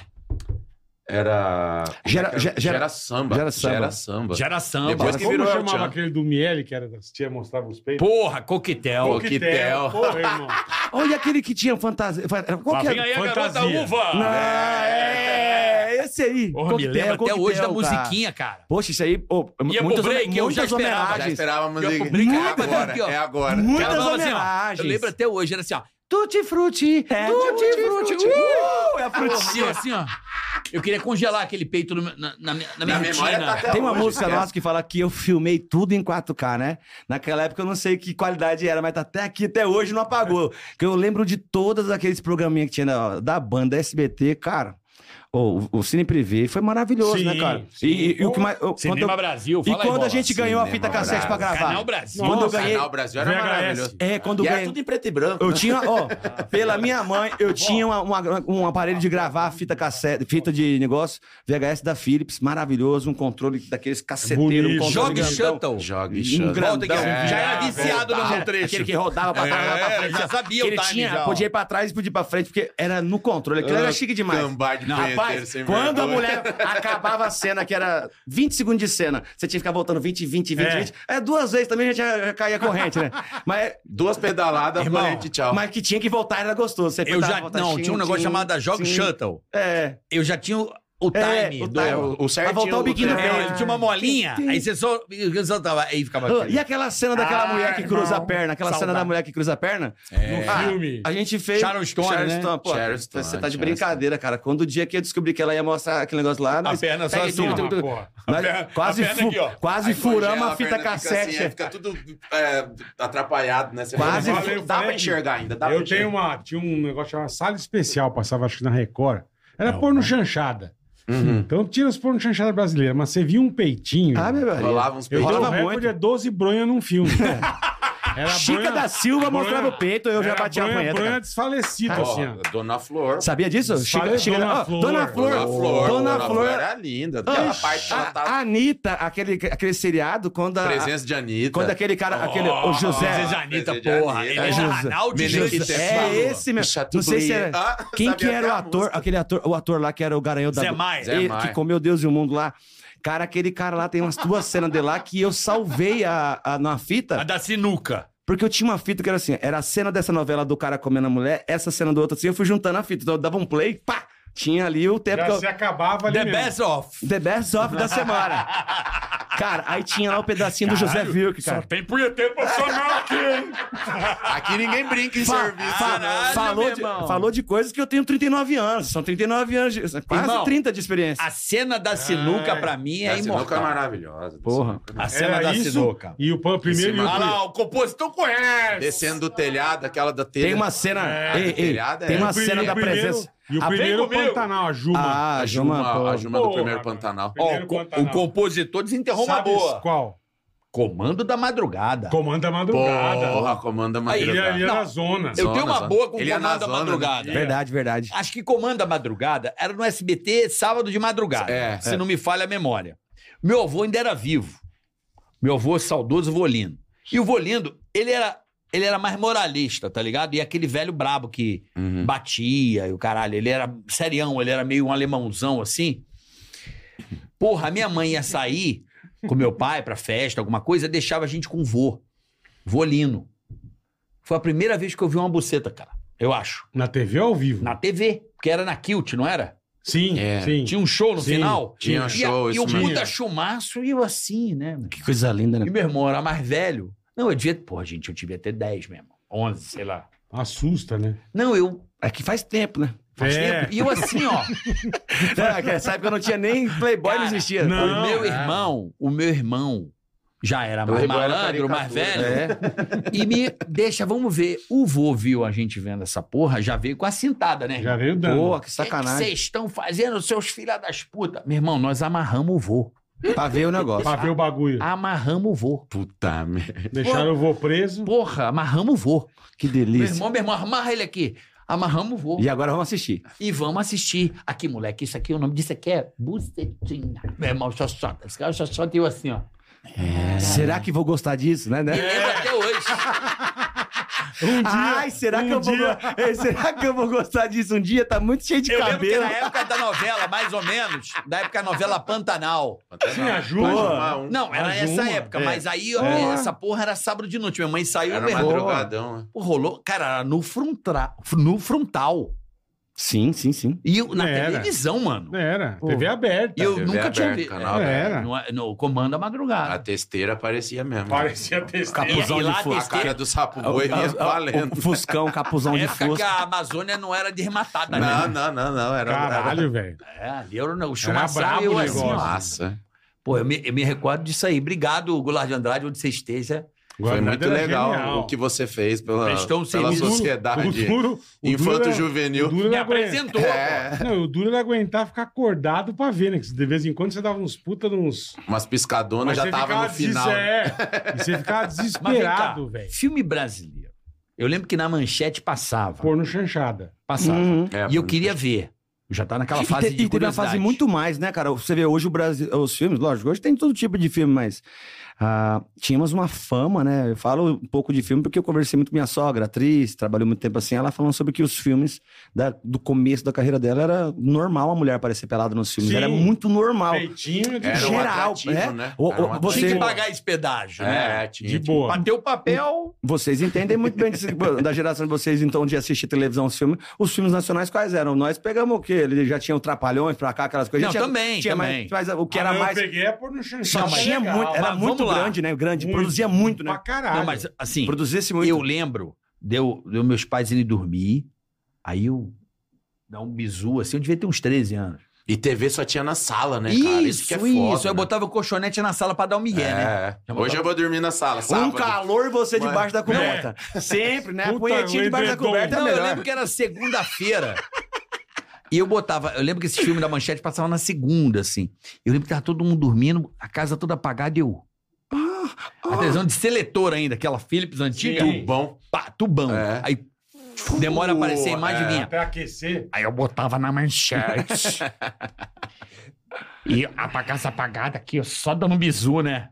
Speaker 5: Era. como é que
Speaker 6: Gera-
Speaker 5: era?
Speaker 6: ge- gera-
Speaker 5: samba.
Speaker 6: gera samba.
Speaker 5: Gera samba.
Speaker 4: Geração.
Speaker 5: Depois
Speaker 3: Mas
Speaker 5: que
Speaker 3: como
Speaker 5: virou El
Speaker 3: chamava
Speaker 5: Chan.
Speaker 3: aquele do Miele, que era das tia mostrava os peitos?
Speaker 4: Porra, coquetel.
Speaker 5: Coquetel.
Speaker 3: Porra, irmão.
Speaker 6: Olha aquele que tinha fantasia. fa- Qual que
Speaker 4: Vem
Speaker 6: era?
Speaker 4: aí a
Speaker 3: Fantasia.
Speaker 4: garota uva.
Speaker 6: Não, é, esse aí.
Speaker 4: Porra, me lembra até
Speaker 6: coquetel,
Speaker 4: hoje da
Speaker 6: cara.
Speaker 4: musiquinha, cara.
Speaker 6: Poxa, isso aí, pô,
Speaker 4: Ia pro
Speaker 6: muitas,
Speaker 4: break, eu já
Speaker 6: muitas
Speaker 4: esperava, já
Speaker 5: Já
Speaker 6: homenagens.
Speaker 5: esperávamos.
Speaker 4: Já
Speaker 5: ele-
Speaker 4: publica-
Speaker 5: É agora,
Speaker 8: Aqui, ó.
Speaker 5: é agora.
Speaker 6: Muitas
Speaker 4: Ela falava assim, ó.
Speaker 6: homenagens.
Speaker 4: Eu lembro até hoje, era assim, ó.
Speaker 6: Tutti frutti. É,
Speaker 4: Tutti frutti.
Speaker 6: Uh, é a
Speaker 4: Porra,
Speaker 6: frutinha.
Speaker 4: e eu assim, ó. Eu queria congelar aquele peito no meu- na, na minha, na minha
Speaker 5: Na memória
Speaker 4: retina.
Speaker 5: tá até
Speaker 6: Tem uma
Speaker 5: hoje,
Speaker 6: música
Speaker 5: esquece.
Speaker 6: nossa que fala que eu filmei tudo em 4K, né? Naquela época eu não sei que qualidade era, mas tá até aqui, até hoje não apagou. Que eu lembro de todos aqueles programinhas que tinha da, da banda SBT, cara. Ô, o, o Cine Privé foi maravilhoso,
Speaker 3: Sim,
Speaker 6: né, cara?
Speaker 3: sim.
Speaker 6: E, e o que mais. eu- quando eu-
Speaker 4: Cinema Brasil,
Speaker 6: e
Speaker 4: fala aí,
Speaker 6: quando a
Speaker 4: Bola.
Speaker 6: gente ganhou a fita
Speaker 5: Cinema
Speaker 6: cassete pra
Speaker 5: Brás.
Speaker 6: gravar?
Speaker 4: Canal Brasil.
Speaker 6: Quando eu
Speaker 5: O
Speaker 6: ganhei.
Speaker 5: canal Brasil era
Speaker 3: VHS.
Speaker 5: maravilhoso.
Speaker 6: É, quando
Speaker 5: E
Speaker 6: eu
Speaker 5: era
Speaker 6: ganhei.
Speaker 5: tudo em preto e branco.
Speaker 6: Eu tinha, ó, pela minha mãe, eu tinha uma- uma- um aparelho de gravar fita cassete, fita de negócio, VHS da Philips, maravilhoso, um controle daqueles caceteiros, um
Speaker 3: Bonito.
Speaker 6: controle
Speaker 4: Jogue
Speaker 6: grandão.
Speaker 4: Shuttle.
Speaker 5: Jogue
Speaker 6: Um grandão. Tá.
Speaker 4: Volta aqui, já era
Speaker 5: É,
Speaker 4: viciado no meu trecho.
Speaker 6: Aquele que rodava pra trás, rodava pra
Speaker 4: É,
Speaker 6: frente.
Speaker 4: já sabia o
Speaker 6: ele
Speaker 4: time
Speaker 6: tinha,
Speaker 4: já, Ah, ó.
Speaker 6: podia ir pra trás e podia ir pra frente, porque era no controle. Aquilo era chique demais.
Speaker 5: Gambá de
Speaker 6: Não,
Speaker 5: punheteiro
Speaker 6: rapaz,
Speaker 5: sem
Speaker 6: quando a
Speaker 5: vergonha.
Speaker 6: mulher acabava a cena, que era 20 segundos de cena, você tinha que ficar voltando 20, 20, 20,
Speaker 3: É.
Speaker 6: 20. É, duas vezes também já, tinha, já caía a corrente, né? Mas,
Speaker 5: Duas pedaladas,
Speaker 4: Irmão,
Speaker 5: volante, tchau.
Speaker 6: mas que tinha que voltar era gostoso. Você
Speaker 4: Eu
Speaker 6: tentava
Speaker 4: já.
Speaker 6: voltar,
Speaker 4: Não, tinha um
Speaker 6: tchim,
Speaker 4: negócio
Speaker 6: tchim,
Speaker 4: chamado Jogue
Speaker 6: tchim.
Speaker 4: Shuttle.
Speaker 6: É.
Speaker 4: Eu já tinha o, o
Speaker 6: É,
Speaker 4: time
Speaker 6: o
Speaker 4: do. É,
Speaker 5: É, o, o certinho.
Speaker 6: Vai voltar o biquíni
Speaker 5: tempo.
Speaker 6: dela.
Speaker 4: Ele tinha uma molinha, aí você só resaltava, aí ficava.
Speaker 6: Ah,
Speaker 4: aquele-
Speaker 6: E aquela cena daquela
Speaker 4: Ah,
Speaker 6: mulher que cruza a
Speaker 4: irmão.
Speaker 6: perna, aquela cena da
Speaker 4: Saudade.
Speaker 6: mulher que cruza a perna,
Speaker 3: No
Speaker 6: Ah,
Speaker 3: filme.
Speaker 6: a gente fez.
Speaker 4: Sharon Stone,
Speaker 6: Sharon
Speaker 4: né?
Speaker 6: Stone, pô,
Speaker 5: Sharon Stone,
Speaker 6: Você tá de
Speaker 5: Sharon
Speaker 6: brincadeira, cara. Quando o dia que eu descobri que ela ia mostrar aquele negócio lá, nós,
Speaker 4: perna só
Speaker 6: pega
Speaker 4: assim,
Speaker 6: tudo,
Speaker 4: ó.
Speaker 6: tudo, tudo.
Speaker 3: Porra.
Speaker 6: Nós
Speaker 4: perna- a
Speaker 6: quase,
Speaker 4: perna
Speaker 6: fu-
Speaker 4: aqui, ó.
Speaker 6: quase
Speaker 5: Aí
Speaker 6: furamos
Speaker 5: congela,
Speaker 6: a fita
Speaker 5: perna fica assim,
Speaker 6: cassete.
Speaker 5: aí fica tudo é, atrapalhado, né? Você
Speaker 6: Quase
Speaker 5: fala,
Speaker 3: fu-
Speaker 5: "Não,
Speaker 3: eu
Speaker 5: Dá
Speaker 3: falei
Speaker 5: pra
Speaker 3: que-
Speaker 5: enxergar ainda. Dá pra
Speaker 3: Eu tenho uma, tinha um negócio chamado sala especial, passava acho que na Record. Era porno chanchada.
Speaker 5: Uhum.
Speaker 3: Então tinha as porno chanchada brasileira, mas você via um peitinho.
Speaker 6: Ah, meu velho.
Speaker 5: Rolava uns
Speaker 3: eu
Speaker 5: peitos.
Speaker 6: rolava
Speaker 3: rolava muito.
Speaker 6: muito.
Speaker 3: é 12 bronha num filme. É. Era
Speaker 6: Chica
Speaker 3: bronha-
Speaker 6: da Silva mostrava o peito, eu já
Speaker 3: era
Speaker 6: bati a
Speaker 3: bronha,
Speaker 6: punheta.
Speaker 3: bronha
Speaker 6: cara. Ah,
Speaker 3: desfalecida, assim, ó.
Speaker 5: Ó, Dona Flor.
Speaker 6: Sabia disso? Chica,
Speaker 3: Fala-
Speaker 6: Chica,
Speaker 3: Dona
Speaker 6: ó,
Speaker 3: Flor.
Speaker 6: Dona Flor.
Speaker 5: Dona Flor.
Speaker 6: Dona Flor.
Speaker 5: era linda. tá?
Speaker 6: Ah,
Speaker 5: Aquela parte ela
Speaker 6: A a
Speaker 5: tá.
Speaker 6: Anitta, aquele, aquele seriado, quando a,
Speaker 5: Presença de Anitta.
Speaker 6: quando é aquele cara, aquele, o José,
Speaker 4: Zé Anitta,
Speaker 5: Zé
Speaker 4: porra.
Speaker 5: Anitta.
Speaker 4: Ele
Speaker 5: É,
Speaker 4: é
Speaker 6: José.
Speaker 4: Arnaldo
Speaker 5: Menino que
Speaker 4: José.
Speaker 5: tem
Speaker 6: É esse mesmo.
Speaker 5: Chato
Speaker 6: Não sei se era.
Speaker 5: Ah,
Speaker 6: Quem
Speaker 5: sabia
Speaker 6: que
Speaker 5: até
Speaker 6: era o
Speaker 5: a
Speaker 6: ator,
Speaker 5: música.
Speaker 6: aquele ator, o ator lá que era o garanhão da
Speaker 4: Zé Maia.
Speaker 5: Zé
Speaker 6: Ele
Speaker 5: Maia.
Speaker 6: que comeu Deus e o mundo lá. Cara, aquele cara lá tem umas duas cenas dele lá que eu salvei a, a, na
Speaker 4: A
Speaker 6: fita,
Speaker 4: da sinuca.
Speaker 6: porque eu tinha uma fita que era assim, era a cena dessa novela do cara comendo a mulher, essa cena do outro assim, eu fui juntando a fita, então eu dava um play, pá, tinha ali o tempo
Speaker 3: Já
Speaker 6: que eu...
Speaker 3: se acabava ali
Speaker 4: The
Speaker 3: mesmo.
Speaker 4: Best Off.
Speaker 6: The Best of da semana. Cara, aí tinha lá o pedacinho do José Wilk, cara.
Speaker 4: Tem punheteiro profissional aqui, hein?
Speaker 5: Aqui ninguém brinca em
Speaker 6: Fa-
Speaker 5: serviço. né?
Speaker 6: fa-
Speaker 4: Caralho,
Speaker 6: falou,
Speaker 4: meu
Speaker 6: de,
Speaker 4: irmão.
Speaker 6: falou de coisas que eu tenho 39 anos. São 39 anos, de- quase
Speaker 4: Irmão,
Speaker 6: 30 de experiência.
Speaker 4: A cena da sinuca,
Speaker 3: Ai.
Speaker 4: pra mim, é
Speaker 5: Essa nunca é
Speaker 4: imortal.
Speaker 5: maravilhosa.
Speaker 6: Porra.
Speaker 4: A cena
Speaker 3: Era
Speaker 4: da
Speaker 3: isso.
Speaker 4: sinuca.
Speaker 3: E o pan- primeiro.
Speaker 5: Esse Ah
Speaker 4: Olha lá, o compositor conhece.
Speaker 5: Descendo do telhado, aquela da telha.
Speaker 6: Tem uma cena.
Speaker 3: É,
Speaker 6: ei, ei,
Speaker 5: telhada,
Speaker 6: tem
Speaker 5: é.
Speaker 6: uma
Speaker 3: o primeiro-
Speaker 6: cena da
Speaker 3: o primeiro-
Speaker 6: presença.
Speaker 3: E o
Speaker 6: Ah, vem
Speaker 3: primeiro
Speaker 6: comigo.
Speaker 3: Pantanal, a Juma.
Speaker 6: Ah,
Speaker 5: A
Speaker 6: Juma,
Speaker 5: Juma,
Speaker 6: pô.
Speaker 5: a Juma do
Speaker 3: Porra,
Speaker 5: primeiro
Speaker 3: cara.
Speaker 5: Pantanal.
Speaker 4: Ó,
Speaker 3: Primeiro
Speaker 4: o co-
Speaker 3: Pantanal.
Speaker 4: o compositor desenterrou uma
Speaker 3: Sabe
Speaker 4: boa.
Speaker 3: Qual?
Speaker 4: Comando da madrugada.
Speaker 3: Comanda madrugada.
Speaker 5: Porra, comanda
Speaker 3: Ele
Speaker 5: madrugada.
Speaker 3: ali
Speaker 4: Não.
Speaker 3: era zona.
Speaker 4: Eu tenho
Speaker 5: Zona,
Speaker 4: uma
Speaker 5: zona.
Speaker 4: boa com
Speaker 5: Ele é na
Speaker 4: Comando da
Speaker 5: zona, né?
Speaker 4: madrugada.
Speaker 6: Verdade, verdade.
Speaker 4: Acho que Comando da Madrugada era no SBT sábado de madrugada,
Speaker 5: É,
Speaker 4: se não me falha a memória. Meu avô ainda era vivo. Meu avô saudoso Volindo. E o Volindo, ele era, ele era mais moralista, tá ligado? E aquele velho brabo que
Speaker 5: Uhum.
Speaker 4: batia e o caralho. Ele era serião, ele era meio um alemãozão assim. Porra, a minha mãe ia sair com meu pai pra festa, alguma coisa, deixava a gente com vô. Volino. Foi a primeira vez que eu vi uma buceta, cara. Eu acho.
Speaker 3: Na TV ou ao vivo?
Speaker 4: Na TV, porque era na Kilt, não era?
Speaker 3: Sim,
Speaker 5: É.
Speaker 3: sim.
Speaker 4: Tinha um show no
Speaker 3: Sim,
Speaker 4: final.
Speaker 5: tinha
Speaker 4: e,
Speaker 5: show,
Speaker 4: E
Speaker 5: isso
Speaker 4: o
Speaker 5: mesmo.
Speaker 4: puta chumaço e eu assim, né? meu?
Speaker 6: Que coisa linda, né?
Speaker 4: E meu irmão era mais velho. Não, eu devia... Pô,
Speaker 6: um-
Speaker 4: gente, eu devia ter 10 mesmo. 11, sei lá.
Speaker 3: Assusta, né?
Speaker 4: Não, eu...
Speaker 6: É que faz tempo, né?
Speaker 4: Faz
Speaker 3: É.
Speaker 4: tempo. E eu assim, ó.
Speaker 6: Não, que Essa época não tinha nem Playboy,
Speaker 4: Cara,
Speaker 6: não existia.
Speaker 3: não. é.
Speaker 4: o meu irmão, o meu irmão já era mais
Speaker 5: Playboy era
Speaker 4: malandro, mais velho.
Speaker 5: caricatura, né?
Speaker 4: E me deixa, vamos ver. O vô viu a gente vendo essa porra, já veio com a cintada, né?
Speaker 3: Já veio dando.
Speaker 6: Pô, que
Speaker 4: O que
Speaker 6: sacanagem.
Speaker 4: vocês estão fazendo, seus filha das putas? Meu irmão, nós amarramos o vô.
Speaker 6: pra ver o negócio.
Speaker 3: Pra ver o bagulho.
Speaker 6: Ah,
Speaker 4: Amarramos o vô.
Speaker 5: Puta merda.
Speaker 3: Deixaram o vô preso.
Speaker 4: Porra, amarramos o vô.
Speaker 6: Que
Speaker 4: Meu
Speaker 6: delícia.
Speaker 4: irmão, meu irmão, amarra ele aqui. Amarramos o vô.
Speaker 6: E agora vamos assistir.
Speaker 4: E vamos assistir. Aqui, moleque, isso aqui, o nome disso aqui é bucetinha. Meu irmão, xoxota. Esse cara xoxota e eu assim, ó.
Speaker 6: Será que vou gostar disso, né? né?
Speaker 4: E lembro até hoje.
Speaker 6: Um Ai, será que, eu vou... Ei, será que eu vou gostar disso um dia? Tá muito cheio de
Speaker 4: Eu lembro que
Speaker 6: cabelo.
Speaker 4: na época da novela, mais ou menos, da época da novela Pantanal.
Speaker 3: Sim, ajuda.
Speaker 5: um.
Speaker 4: Não, era
Speaker 3: Mais
Speaker 4: essa
Speaker 3: uma,
Speaker 4: época,
Speaker 5: é.
Speaker 4: mas aí ó, essa porra era sábado de noite. Minha mãe saiu
Speaker 5: Era
Speaker 4: meu irmão-
Speaker 5: madrugadão, né?
Speaker 4: Pô, rolou, cara, era no, frontra, no frontal.
Speaker 6: Sim, sim, sim.
Speaker 4: E eu- na
Speaker 3: Era.
Speaker 4: televisão, mano.
Speaker 3: Era. TV aberta.
Speaker 4: E eu
Speaker 5: TV
Speaker 4: nunca tinha
Speaker 5: aberta,
Speaker 4: visto.
Speaker 5: canal
Speaker 3: aberto.
Speaker 4: No, no Comando à
Speaker 5: A
Speaker 4: Madrugada.
Speaker 5: testeira aparecia mesmo.
Speaker 3: Parecia testemunha.
Speaker 4: E, e lá a
Speaker 5: A cara
Speaker 4: testeira.
Speaker 5: do sapo boi
Speaker 3: Ah,
Speaker 5: ia valendo.
Speaker 6: O Fuscão, capuzão
Speaker 4: Na
Speaker 6: de
Speaker 4: época que
Speaker 6: fusca.
Speaker 4: a Amazônia não era desmatada, né?
Speaker 5: Não, não, não, não. Era,
Speaker 3: Caralho, velho.
Speaker 4: É, ali era o Chumaçal
Speaker 3: brabo
Speaker 4: e eu
Speaker 3: o
Speaker 4: assim,
Speaker 5: Era
Speaker 4: ó.
Speaker 3: negócio.
Speaker 5: massa.
Speaker 4: Pô, eu me, eu me recordo disso aí. Obrigado, Goulart de Andrade, onde você esteja.
Speaker 5: Foi
Speaker 3: Guarda
Speaker 5: muito
Speaker 3: era
Speaker 5: legal
Speaker 3: genial.
Speaker 5: o que você fez pela,
Speaker 4: Prestou um
Speaker 5: pela
Speaker 4: serviço.
Speaker 3: O
Speaker 5: sociedade
Speaker 3: duro, o duro era- o
Speaker 5: infanto-juvenil.
Speaker 3: duro
Speaker 4: Me
Speaker 3: era aguentar-
Speaker 4: apresentou.
Speaker 5: É.
Speaker 3: Não, o duro era aguentar ficar acordado pra ver, né? Que de vez em quando você dava uns puta de uns.
Speaker 5: Umas piscadonas
Speaker 3: Mas
Speaker 5: já
Speaker 3: você
Speaker 5: tava
Speaker 3: ficava
Speaker 5: no final.
Speaker 3: des- é. E você ficava
Speaker 4: Mas vem cá,
Speaker 3: desesperado, velho.
Speaker 4: filme brasileiro. Eu lembro que na manchete passava.
Speaker 3: Porno chanchada.
Speaker 4: Passava.
Speaker 6: Uhum.
Speaker 5: É,
Speaker 4: e eu queria ver. Eu já tá naquela
Speaker 6: E
Speaker 4: fase
Speaker 6: te-
Speaker 4: de
Speaker 6: e teve uma fase
Speaker 4: curiosidade.
Speaker 6: muito mais, né, cara? Você vê hoje o Brasil, os filmes, lógico, hoje tem todo tipo de filme, mas ah, tínhamos uma fama, né? Eu falo um pouco de filme porque eu conversei muito com minha sogra, atriz, trabalhou muito tempo assim, ela falando sobre que os filmes da- do começo da carreira dela era normal a mulher aparecer pelada nos filmes,
Speaker 3: Sim.
Speaker 6: era muito normal.
Speaker 3: Peitinho de
Speaker 5: Era um
Speaker 6: Geral,
Speaker 5: atrativo,
Speaker 6: é.
Speaker 5: né?
Speaker 6: O-
Speaker 5: Era um
Speaker 6: o-
Speaker 5: atrativo.
Speaker 6: você-
Speaker 4: Tinha que pagar esse pedágio, né?
Speaker 5: É, tinha
Speaker 3: De
Speaker 5: que-
Speaker 3: boa.
Speaker 4: Bateu o papel.
Speaker 6: Vocês entendem muito bem disso, da geração de vocês, então, de assistir televisão, os filmes. Os filmes nacionais quais eram? Nós pegamos o quê? Ele já tinha o Trapalhões pra cá, aquelas coisas.
Speaker 4: Não,
Speaker 6: Já tinha-
Speaker 4: também,
Speaker 6: tinha
Speaker 4: também.
Speaker 6: Mais, mas o que era
Speaker 3: Ah, não,
Speaker 6: mais...
Speaker 3: Eu peguei é porno chanchada.
Speaker 6: Não, mas tinha
Speaker 3: Legal.
Speaker 6: muito, era
Speaker 4: mas
Speaker 6: muito
Speaker 4: vamos lá.
Speaker 6: grande, né? Grande, produzia muito, né?
Speaker 3: Pra caralho.
Speaker 4: Não, mas assim,
Speaker 6: Produzisse
Speaker 4: eu
Speaker 6: muito. Um
Speaker 4: lembro, deu, deu meus pais irem dormir, aí eu dar um bizu, assim, eu devia ter uns 13 anos.
Speaker 5: E TV só tinha na sala, né, cara?
Speaker 4: isso,
Speaker 5: Isso que é foda,
Speaker 4: isso. Eu
Speaker 5: né?
Speaker 4: botava o colchonete na sala pra dar um migué, né?
Speaker 5: É. Hoje eu vou dormir na sala,
Speaker 6: Um
Speaker 5: sábado.
Speaker 6: calor você
Speaker 5: Mas-
Speaker 6: debaixo da coberta. Sempre, né?
Speaker 3: Puta,
Speaker 6: Punhetinho
Speaker 3: o
Speaker 6: debaixo da
Speaker 3: edredom.
Speaker 6: coberta é
Speaker 4: Não, eu
Speaker 6: melhor.
Speaker 4: lembro que era segunda-feira. E eu botava, eu lembro que esse filme da manchete passava na segunda, assim. Eu lembro que tava todo mundo dormindo, a casa toda apagada e eu. Ah, A televisão de seletor ainda, aquela Philips antiga.
Speaker 5: Tubão.
Speaker 4: Pá, tubão.
Speaker 5: É.
Speaker 4: Aí demora a aparecer a imagem
Speaker 5: É.
Speaker 4: minha.
Speaker 3: Pra aquecer.
Speaker 7: Aí eu botava na manchete. e a bagaça apagada aqui, ó, só dando um bizu, né?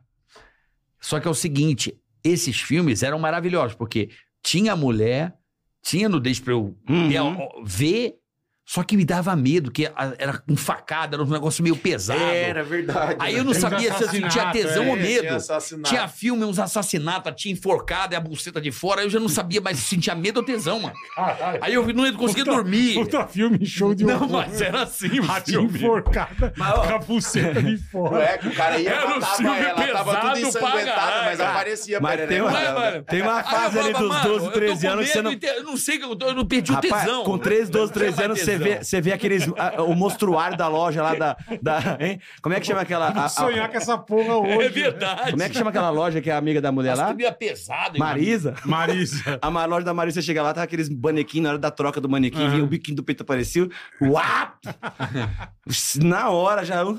Speaker 4: Só que é o seguinte, esses filmes eram maravilhosos, porque tinha mulher, tinha nudez pra eu
Speaker 3: Uhum.
Speaker 4: ter- ó, ver, só que me dava medo, que a- era com facada, era um negócio meio pesado.
Speaker 5: verdade. né?
Speaker 4: Aí eu não
Speaker 3: Tem uns
Speaker 4: sabia se eu sentia
Speaker 3: assassinatos,
Speaker 4: tesão
Speaker 3: é,
Speaker 4: ou medo.
Speaker 5: assassinato.
Speaker 4: Tinha filme, uns assassinatos, tinha enforcado, e a buceta de fora. Eu já não sabia mais se sentia medo ou tesão, mano.
Speaker 3: Caralho.
Speaker 4: Aí eu não conseguia
Speaker 3: Puta-
Speaker 4: dormir.
Speaker 3: Puta filme, show de
Speaker 4: não,
Speaker 3: horror.
Speaker 4: mas era assim o
Speaker 3: Ratinho
Speaker 4: filme.
Speaker 3: enforcada com a pulseira de fora.
Speaker 5: Ué, que o cara ia
Speaker 4: Era um
Speaker 5: matava
Speaker 4: filme
Speaker 5: ela, tava
Speaker 4: pesado pra
Speaker 5: tudo ensanguentado,
Speaker 4: caralho,
Speaker 5: mas
Speaker 4: cara.
Speaker 5: aparecia
Speaker 6: Mas tem
Speaker 5: perereba
Speaker 6: uma,
Speaker 5: dela.
Speaker 4: mano.
Speaker 6: tem uma
Speaker 4: Aí Ah, eu
Speaker 6: fase ali
Speaker 4: falava,
Speaker 6: dos
Speaker 4: mano,
Speaker 6: 12, 13
Speaker 4: eu tô com
Speaker 6: anos que você
Speaker 4: medo
Speaker 6: não...
Speaker 4: e te- Eu não sei, que eu, tô- eu não perdi o
Speaker 6: Rapaz,
Speaker 4: tesão.
Speaker 6: com 13, 12, 13
Speaker 4: Não
Speaker 6: anos,
Speaker 4: tinha
Speaker 6: você
Speaker 4: mais
Speaker 6: vê,
Speaker 4: tesão.
Speaker 6: você vê aqueles. a- o monstruário da loja lá da. da- hein? Como é que chama aquela. a- a-
Speaker 3: Sonhar com essa porra
Speaker 4: É
Speaker 3: hoje.
Speaker 4: verdade.
Speaker 6: como é que chama aquela loja que é amiga da mulher
Speaker 4: Nossa,
Speaker 6: lá?
Speaker 4: comida pesada. irmão.
Speaker 6: Marisa?
Speaker 3: Marisa.
Speaker 6: A ma- loja da Marisa chega lá, tava aqueles manequim na hora da troca do manequim, vinha o biquinho do peito apareceu. Uau! na hora já. eu-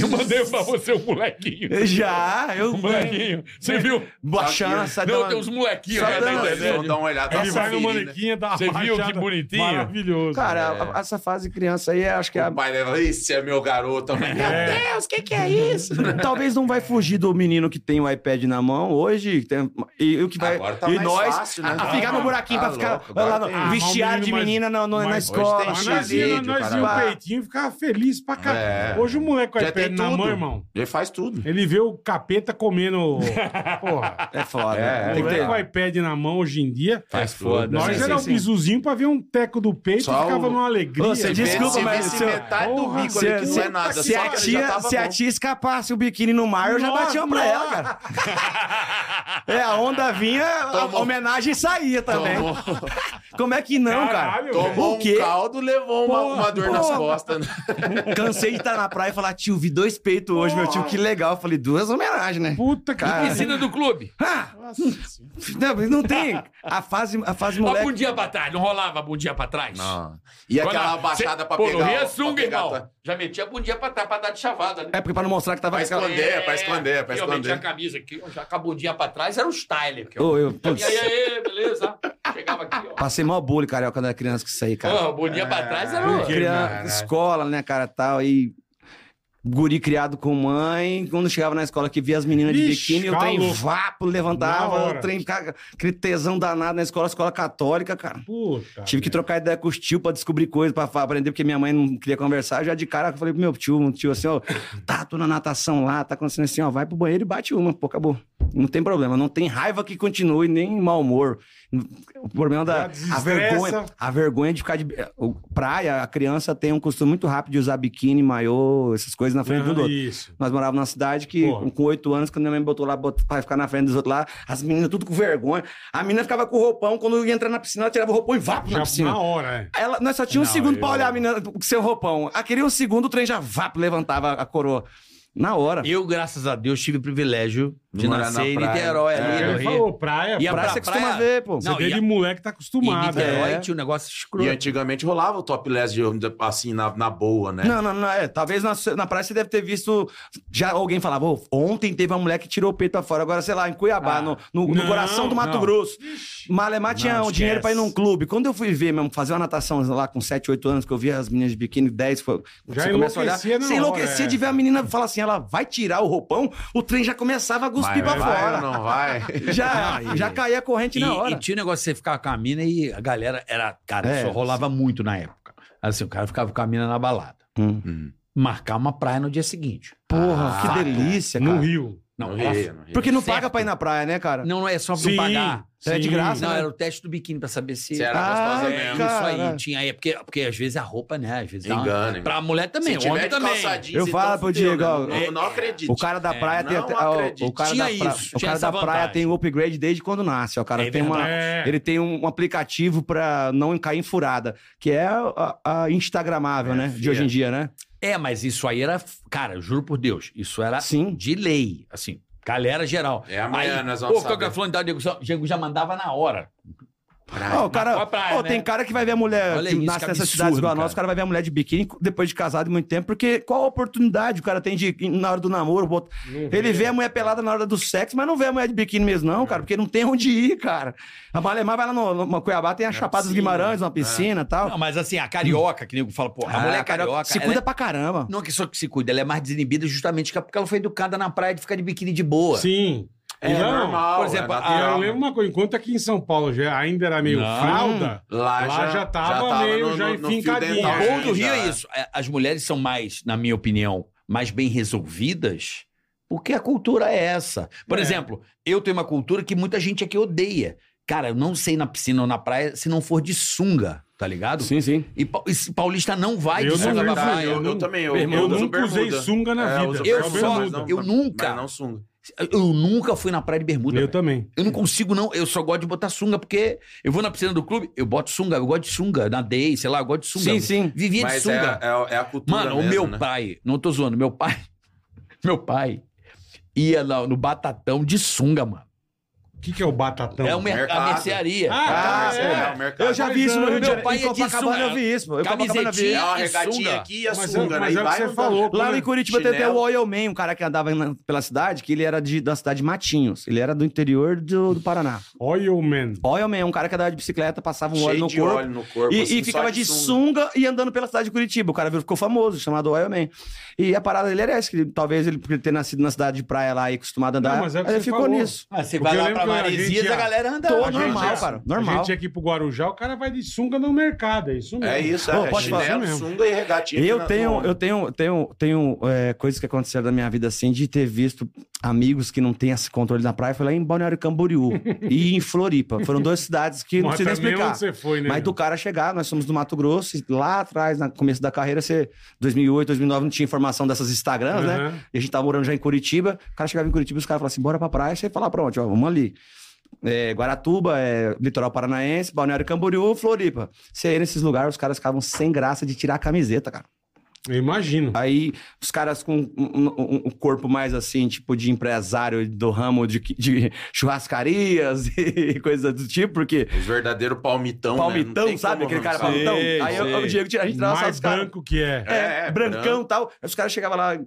Speaker 7: Eu mandei pra você o molequinho.
Speaker 6: Já, eu
Speaker 7: Molequinho, você viu?
Speaker 6: baixando essa
Speaker 4: Não, tem uns molequinhos né?
Speaker 6: Só
Speaker 4: lá na
Speaker 6: dando-
Speaker 4: internet.
Speaker 5: Vamos dar uma olhada.
Speaker 3: Ele
Speaker 5: Nossa,
Speaker 3: vai né? no
Speaker 5: filha,
Speaker 3: Tá manequinha da
Speaker 7: Você viu que bonitinho?
Speaker 3: Maravilhoso.
Speaker 6: Cara,
Speaker 4: É.
Speaker 6: a- a- essa fase criança aí, acho que é
Speaker 5: né?
Speaker 6: a-
Speaker 5: O pai dela, esse é meu garoto. Meu Deus, o que, que é isso?
Speaker 6: talvez não vai fugir do menino que tem o iPad na mão hoje, tem- e o que vai
Speaker 5: Agora tá
Speaker 6: e
Speaker 5: mais
Speaker 6: nós
Speaker 5: fácil, né?
Speaker 6: a
Speaker 5: Agora-
Speaker 6: ficar no buraquinho pra
Speaker 5: Tá
Speaker 6: ficar
Speaker 5: louco, agora
Speaker 6: lá no
Speaker 5: tem-
Speaker 3: Ah,
Speaker 6: vestiário
Speaker 3: mas
Speaker 6: de
Speaker 3: menino,
Speaker 6: menina na, no-
Speaker 3: mas
Speaker 6: na
Speaker 5: hoje
Speaker 6: escola.
Speaker 5: tem
Speaker 3: Mas
Speaker 5: Tinha
Speaker 3: nós ia,
Speaker 5: vídeo,
Speaker 3: nós via o
Speaker 5: caralho.
Speaker 3: peitinho e ficava feliz pra caralho.
Speaker 5: É.
Speaker 3: Hoje o moleque com o
Speaker 5: Já tem
Speaker 3: iPad na
Speaker 5: tudo.
Speaker 3: mão, irmão.
Speaker 5: Ele faz tudo.
Speaker 3: Ele vê o capeta comendo. Porra.
Speaker 6: É foda.
Speaker 5: É,
Speaker 3: O
Speaker 6: tem que
Speaker 3: moleque
Speaker 6: ter-
Speaker 3: com o iPad na mão hoje em dia.
Speaker 5: Faz tudo. né?
Speaker 3: Nós
Speaker 6: Sim,
Speaker 3: era
Speaker 6: sim,
Speaker 3: um
Speaker 6: sim.
Speaker 3: bizuzinho pra ver um teco do peito
Speaker 5: Só
Speaker 3: e ficava
Speaker 5: o-
Speaker 3: numa alegria.
Speaker 6: Ô, você
Speaker 3: velho.
Speaker 6: desculpa,
Speaker 5: Vê- se
Speaker 6: mas
Speaker 5: vê se
Speaker 6: seu-
Speaker 5: metade tá do
Speaker 3: Porra,
Speaker 5: bico
Speaker 6: se-
Speaker 5: ali que
Speaker 6: se-
Speaker 5: não é nada.
Speaker 6: Se
Speaker 5: só
Speaker 6: a,
Speaker 5: ele já
Speaker 6: tia,
Speaker 5: tava
Speaker 6: se a
Speaker 5: bom.
Speaker 6: tia escapasse o biquíni no mar, eu já
Speaker 3: Nossa,
Speaker 6: batia pra ela, cara. É, a onda vinha, a
Speaker 5: Tomou.
Speaker 6: homenagem saía também.
Speaker 5: Tomou,
Speaker 6: Como é que não, cara?
Speaker 3: Caralho, velho.
Speaker 5: Tomou
Speaker 6: O
Speaker 5: um
Speaker 6: quê?
Speaker 5: caldo, levou uma,
Speaker 6: Porra,
Speaker 5: uma dor nas
Speaker 6: porra.
Speaker 5: costas. né?
Speaker 6: Cansei de estar na praia e falar, tio, vi dois peitos hoje, meu tio, que legal. Eu falei, duas homenagens, né?
Speaker 3: Puta que
Speaker 6: Cara.
Speaker 4: Piscina do clube.
Speaker 6: Ah, não, não tem. A fase, a fase
Speaker 4: Uma
Speaker 6: moleque.
Speaker 4: bundinha pra trás. Não rolava a bundinha pra trás?
Speaker 5: Não. E aquela
Speaker 4: Quando-
Speaker 5: baixada
Speaker 4: Cê-
Speaker 5: pra
Speaker 4: Pô,
Speaker 5: pegar.
Speaker 4: no
Speaker 5: o-
Speaker 4: Rio é
Speaker 5: pra
Speaker 4: sunga,
Speaker 5: pegar a
Speaker 4: irmão.
Speaker 5: tua-
Speaker 4: Já metia a bundinha pra trás, pra dar de chavada, né?
Speaker 6: É porque pra não mostrar que tava.
Speaker 5: Pra esconder,
Speaker 4: É,
Speaker 5: pra esconder, pra
Speaker 4: eu meti a
Speaker 5: esconder.
Speaker 4: camisa aqui, ó, já com a bundinha pra trás, era o styler. Que eu...
Speaker 6: Ô, eu, putz,
Speaker 4: E aí, aí, beleza? Chegava aqui, ó.
Speaker 6: passei mal bullying, cara, eu, quando era criança que isso aí, cara.
Speaker 4: Porra, a bundinha pra trás era
Speaker 3: por
Speaker 4: o...
Speaker 3: quê?
Speaker 6: Criança,
Speaker 3: Caralho.
Speaker 6: escola, né, cara, tal, e guri criado com mãe, quando chegava na escola que via as meninas de
Speaker 3: Ixi,
Speaker 6: biquíni, o trem
Speaker 3: calou.
Speaker 6: vapo,
Speaker 3: Na
Speaker 6: levantava,
Speaker 3: hora.
Speaker 6: o trem, cara, aquele tesão danado na escola, escola católica, cara.
Speaker 3: Puta.
Speaker 6: Tive que
Speaker 3: merda.
Speaker 6: trocar ideia com os tio pra descobrir coisa, pra fa- aprender, porque minha mãe não queria conversar. Eu já de cara eu falei pro meu tio, um tio assim, ó, tá, tô na natação lá, tá acontecendo assim, ó, vai pro banheiro e bate uma, pô, acabou. Não tem problema, não tem raiva que continue, nem mau humor. O problema
Speaker 3: Já
Speaker 6: da a
Speaker 3: desestressa.
Speaker 6: vergonha, a vergonha de ficar de eh, o- praia, a criança tem um costume muito rápido de usar biquíni, maiô, essas coisas na frente um do outro.
Speaker 3: Isso.
Speaker 6: Nós morávamos numa cidade que,
Speaker 3: Porra.
Speaker 6: com oito anos, quando minha mãe me botou lá botou, pra ficar na frente dos outros lá, as meninas tudo com vergonha. A menina ficava com o roupão, quando eu ia entrar na piscina, ela tirava o roupão e vá na
Speaker 3: Já
Speaker 6: piscina.
Speaker 3: na hora, é.
Speaker 6: Ela, nós só tinha um
Speaker 3: Não,
Speaker 6: segundo
Speaker 3: eu-
Speaker 6: pra olhar a menina com seu roupão. Ah, queria um segundo, o trem já vá, levantava a coroa. Na hora.
Speaker 4: Eu, graças a Deus, tive o privilégio de
Speaker 5: Morar na
Speaker 4: nascer em
Speaker 5: praia.
Speaker 4: Niterói, ali né?
Speaker 5: É.
Speaker 4: no
Speaker 3: Ele
Speaker 4: Rio.
Speaker 3: falou praia.
Speaker 4: E
Speaker 3: praia.
Speaker 4: a
Speaker 6: Praça que
Speaker 4: pra
Speaker 6: costuma
Speaker 4: praia-
Speaker 6: ver, pô.
Speaker 4: Não,
Speaker 3: Você vê
Speaker 4: e a-
Speaker 3: de moleque tá
Speaker 4: Em
Speaker 3: acostumado. é.
Speaker 4: Niterói
Speaker 6: é.
Speaker 4: tinha um negócio
Speaker 5: né? E
Speaker 4: escroto.
Speaker 5: antigamente rolava o topless de, assim, na, na boa, né?
Speaker 6: Não, não, não. É, talvez na, na praia você deve ter visto. Já alguém falava, "Ô, ontem teve uma mulher que tirou o peito pra fora. Agora, sei lá, em Cuiabá,
Speaker 3: Ah.
Speaker 6: no, no- no
Speaker 3: Não,
Speaker 6: coração do Mato
Speaker 3: não.
Speaker 6: Grosso. Malemar tinha
Speaker 3: Não,
Speaker 6: um dinheiro pra ir num
Speaker 3: esquece.
Speaker 6: clube. Quando eu fui ver mesmo, fazer uma natação lá com 7, 8 anos, que eu via as meninas de biquíni, 10, foi,
Speaker 3: Já
Speaker 6: você começa a olhar.
Speaker 3: enlouquecia na
Speaker 6: Você
Speaker 3: hora,
Speaker 6: enlouquecia
Speaker 3: é.
Speaker 6: de ver a menina falar assim, ela vai tirar o roupão, o trem já começava a cuspir pra
Speaker 5: vai, vai,
Speaker 6: fora.
Speaker 5: ou não vai.
Speaker 6: Já, já caía a corrente na
Speaker 4: E,
Speaker 6: hora.
Speaker 4: e tinha o negócio de você ficar com a mina e a galera era. Cara,
Speaker 6: É.
Speaker 4: isso rolava muito na época. Assim, o cara ficava com a mina na balada.
Speaker 6: Hum.
Speaker 5: Hum.
Speaker 4: Marcar uma praia no dia seguinte.
Speaker 6: Porra,
Speaker 5: Ah,
Speaker 6: que delícia, cara.
Speaker 3: É No Rio.
Speaker 4: Não,
Speaker 5: Não
Speaker 4: ela-
Speaker 5: ria, não ria.
Speaker 6: Porque não
Speaker 4: Certo.
Speaker 6: paga pra ir na praia, né, cara?
Speaker 4: não, não é só pra não
Speaker 3: Sim,
Speaker 4: pagar.
Speaker 6: É de
Speaker 3: sim.
Speaker 6: graça,
Speaker 4: Não,
Speaker 6: né?
Speaker 4: era o teste do biquíni pra saber se.
Speaker 5: Se era
Speaker 6: Ah,
Speaker 5: gostosa
Speaker 4: É,
Speaker 5: mesmo.
Speaker 6: cara.
Speaker 4: isso aí. Tinha, é, porque, porque às vezes a roupa, né? Às vezes dá uma-
Speaker 5: Engana, hein?
Speaker 4: Pra mulher também,
Speaker 5: Se
Speaker 4: homem
Speaker 5: tiver de
Speaker 4: também.
Speaker 5: calça jeans,
Speaker 6: Eu
Speaker 5: então
Speaker 6: falo pro
Speaker 5: fudeu,
Speaker 6: Diego,
Speaker 5: né?
Speaker 6: ó,
Speaker 5: Não- Não acredito.
Speaker 6: O cara da praia tem
Speaker 5: não
Speaker 6: até. ó,
Speaker 5: acredito.
Speaker 6: o cara
Speaker 4: É, Tinha
Speaker 6: da praia,
Speaker 4: isso,
Speaker 6: o
Speaker 4: tinha
Speaker 6: cara
Speaker 4: essa
Speaker 6: da praia
Speaker 4: vantagem.
Speaker 6: tem o upgrade desde quando nasce, ó, cara.
Speaker 4: É
Speaker 6: tem uma,
Speaker 3: verdade. É.
Speaker 6: ele tem um, um aplicativo pra não cair em furada, que é a, a instagramável,
Speaker 5: É,
Speaker 6: né? De
Speaker 5: fia.
Speaker 6: hoje em dia, né?
Speaker 4: É, mas isso aí era. Cara, eu juro por Deus. Isso era
Speaker 6: Sim.
Speaker 4: de lei. Assim, galera geral.
Speaker 5: É amanhã, nós
Speaker 4: Pô,
Speaker 5: vamos
Speaker 4: qual que é
Speaker 5: saber.
Speaker 4: a fluidade? Diego Sá- Diego já mandava na hora.
Speaker 6: Ó, o cara,
Speaker 4: Marcou a praia,
Speaker 6: ó,
Speaker 4: né?
Speaker 6: tem cara que vai ver a mulher
Speaker 4: Olha
Speaker 6: que
Speaker 4: isso,
Speaker 6: nasce
Speaker 4: que
Speaker 6: nessas
Speaker 4: absurdo,
Speaker 6: cidades igual a
Speaker 4: cara.
Speaker 6: nossa, o cara vai ver a mulher de biquíni depois de casado muito tempo, porque qual a oportunidade o cara tem de, na hora do namoro, bota- Ele
Speaker 4: né?
Speaker 6: vê a mulher pelada na hora do sexo, mas não vê a mulher de biquíni mesmo, não,
Speaker 4: É.
Speaker 6: cara, porque não tem onde ir, cara. A Malemar vai lá no, no- no Cuiabá,
Speaker 4: É
Speaker 6: tem a Chapada dos
Speaker 5: piscina.
Speaker 6: Guimarães, uma piscina e tal.
Speaker 4: Não, mas assim, a carioca, que nego fala, porra, a mulher
Speaker 6: Ah,
Speaker 4: carioca.
Speaker 6: Se
Speaker 4: ela
Speaker 6: cuida
Speaker 4: é-
Speaker 6: pra caramba.
Speaker 4: Não é que só que se cuida, ela é mais desinibida justamente porque ela foi educada na praia de ficar de biquíni de boa.
Speaker 3: Sim.
Speaker 5: É
Speaker 3: E não,
Speaker 5: normal.
Speaker 4: por exemplo,
Speaker 5: é
Speaker 3: E
Speaker 5: natural.
Speaker 3: eu lembro uma coisa, enquanto aqui em São Paulo já ainda era meio
Speaker 4: Não.
Speaker 3: fralda,
Speaker 5: Lá,
Speaker 3: lá já tava meio já
Speaker 5: fio
Speaker 3: enfincadinho.
Speaker 4: O
Speaker 5: dental,
Speaker 3: É,
Speaker 4: bom do Rio
Speaker 5: já.
Speaker 4: é isso. É, As mulheres são mais, na minha opinião, mais bem resolvidas porque a cultura é essa. Por
Speaker 3: É.
Speaker 4: exemplo, eu tenho uma cultura que muita gente aqui odeia. Cara, eu não sei na piscina ou na praia se não for de sunga, tá ligado?
Speaker 6: sim.
Speaker 4: E, pa- e se paulista não vai
Speaker 3: Eu
Speaker 4: de
Speaker 3: não
Speaker 4: sunga
Speaker 3: uso,
Speaker 4: pra praia.
Speaker 5: Eu, eu também, eu,
Speaker 3: eu,
Speaker 5: eu uso
Speaker 3: nunca usei
Speaker 5: bermuda.
Speaker 3: sunga na
Speaker 5: É,
Speaker 3: vida.
Speaker 5: uso
Speaker 4: Eu
Speaker 5: bermuda,
Speaker 4: só-
Speaker 5: mas não-
Speaker 4: eu nunca.
Speaker 5: Mas não sunga.
Speaker 4: Eu nunca fui na praia de bermuda.
Speaker 3: Eu
Speaker 4: velho.
Speaker 3: também.
Speaker 4: Eu não consigo, não. Eu só gosto de botar sunga, porque eu vou na piscina do clube, eu boto sunga, eu gosto de sunga, nadei, sei lá, eu gosto de sunga.
Speaker 6: Sim, sim.
Speaker 4: Vivia de
Speaker 5: Mas é,
Speaker 4: sunga.
Speaker 5: é, é a cultura
Speaker 4: Mano, o
Speaker 5: mesmo,
Speaker 4: meu
Speaker 5: né?
Speaker 4: pai, não tô zoando, meu pai, meu pai ia lá no Batatão de sunga, mano.
Speaker 3: O que, que é o batatão?
Speaker 4: é uma mer- a
Speaker 5: mercado.
Speaker 4: mercearia.
Speaker 3: Ah,
Speaker 5: Ah,
Speaker 3: é.
Speaker 5: é, o mercado.
Speaker 6: Eu já vi isso no Rio de
Speaker 4: Meu
Speaker 6: Janeiro.
Speaker 4: pai
Speaker 6: em
Speaker 4: é de
Speaker 6: Copacabana
Speaker 4: sunga.
Speaker 6: eu vi isso. pô. Eu em Copacabana eu vi.
Speaker 5: É
Speaker 4: Camisetinha.
Speaker 5: uma
Speaker 4: e
Speaker 5: regatinha
Speaker 4: sunga.
Speaker 5: aqui e a
Speaker 3: Mas,
Speaker 5: sunga, né?
Speaker 3: mas
Speaker 5: E
Speaker 3: é o que
Speaker 5: vai
Speaker 3: você
Speaker 5: andando.
Speaker 3: falou.
Speaker 6: Lá em
Speaker 3: né?
Speaker 6: Curitiba tem até o
Speaker 5: Chinelo.
Speaker 6: Oil Man, um cara que andava na- pela cidade, que ele era de- da cidade de Matinhos. Ele era do interior do, do Paraná.
Speaker 3: Oil Man.
Speaker 6: Oil Man, um cara que andava de bicicleta, passava um
Speaker 5: Cheio
Speaker 6: óleo no
Speaker 5: de
Speaker 6: corpo.
Speaker 5: óleo no corpo.
Speaker 6: E,
Speaker 5: assim,
Speaker 6: e ficava
Speaker 5: só
Speaker 6: de sunga e andando pela cidade de Curitiba. O cara virou- ficou famoso, chamado Oil Man. E a parada dele era essa, que ele- talvez ele por ter nascido na cidade de praia lá e acostumado a andar,
Speaker 3: Não, mas é o que
Speaker 6: ele
Speaker 3: você
Speaker 6: ficou
Speaker 3: falou.
Speaker 6: nisso.
Speaker 4: Mas você
Speaker 3: Porque
Speaker 4: vai
Speaker 3: eu
Speaker 4: lá
Speaker 3: lembro
Speaker 4: pra
Speaker 3: que a gente
Speaker 4: Maresias,
Speaker 3: ia-
Speaker 4: a galera anda.
Speaker 6: Tô
Speaker 3: A gente
Speaker 6: normal,
Speaker 3: é-
Speaker 6: cara,
Speaker 3: A
Speaker 6: normal.
Speaker 3: gente aqui pro Guarujá, o cara vai de sunga no mercado, é isso mesmo.
Speaker 5: É isso, é.
Speaker 6: Pô, pode
Speaker 5: chinelo,
Speaker 3: falar mesmo.
Speaker 5: sunga e regatinha. aqui
Speaker 6: Eu
Speaker 5: Tipo na-
Speaker 6: tenho,
Speaker 5: no-
Speaker 6: eu tenho, tenho, tenho é, coisas que aconteceram na minha vida assim, de ter visto amigos que não têm esse controle na praia. Foi lá em Balneário Camboriú e em Floripa. Foram duas cidades que não
Speaker 3: Mas
Speaker 6: sei nem
Speaker 3: também
Speaker 6: explicar.
Speaker 3: onde você foi, né?
Speaker 6: Mas do cara chegar, nós somos do Mato Grosso, e lá atrás, no começo da carreira, você, 2008, 2009, não tinha informação dessas Instagrams, né?
Speaker 3: Aham.
Speaker 6: E a gente tava morando já em Curitiba. O cara chegava em Curitiba e os caras falavam assim: bora pra praia. Você fala, pronto, ó, vamos ali. é, Guaratuba, é, Litoral Paranaense, Balneário Camboriú, Floripa. Você ia nesses lugares, os caras ficavam sem graça de tirar a camiseta, cara.
Speaker 3: Eu imagino.
Speaker 6: Aí os caras com um, um- um corpo mais assim, tipo de empresário do ramo de, de churrascarias e coisa do tipo, porque
Speaker 5: Os verdadeiros palmitão. né? Não
Speaker 6: palmitão,
Speaker 5: tem
Speaker 6: sabe?
Speaker 5: como
Speaker 6: Aquele cara
Speaker 5: arrancar.
Speaker 6: palmitão.
Speaker 4: Sei,
Speaker 6: Aí eu-
Speaker 4: sei.
Speaker 6: o Diego tira, a gente
Speaker 5: tá
Speaker 6: tirava só
Speaker 3: Mais
Speaker 6: os caras.
Speaker 3: branco que é.
Speaker 6: É,
Speaker 5: É,
Speaker 6: brancão e tal. Aí os caras chegavam lá,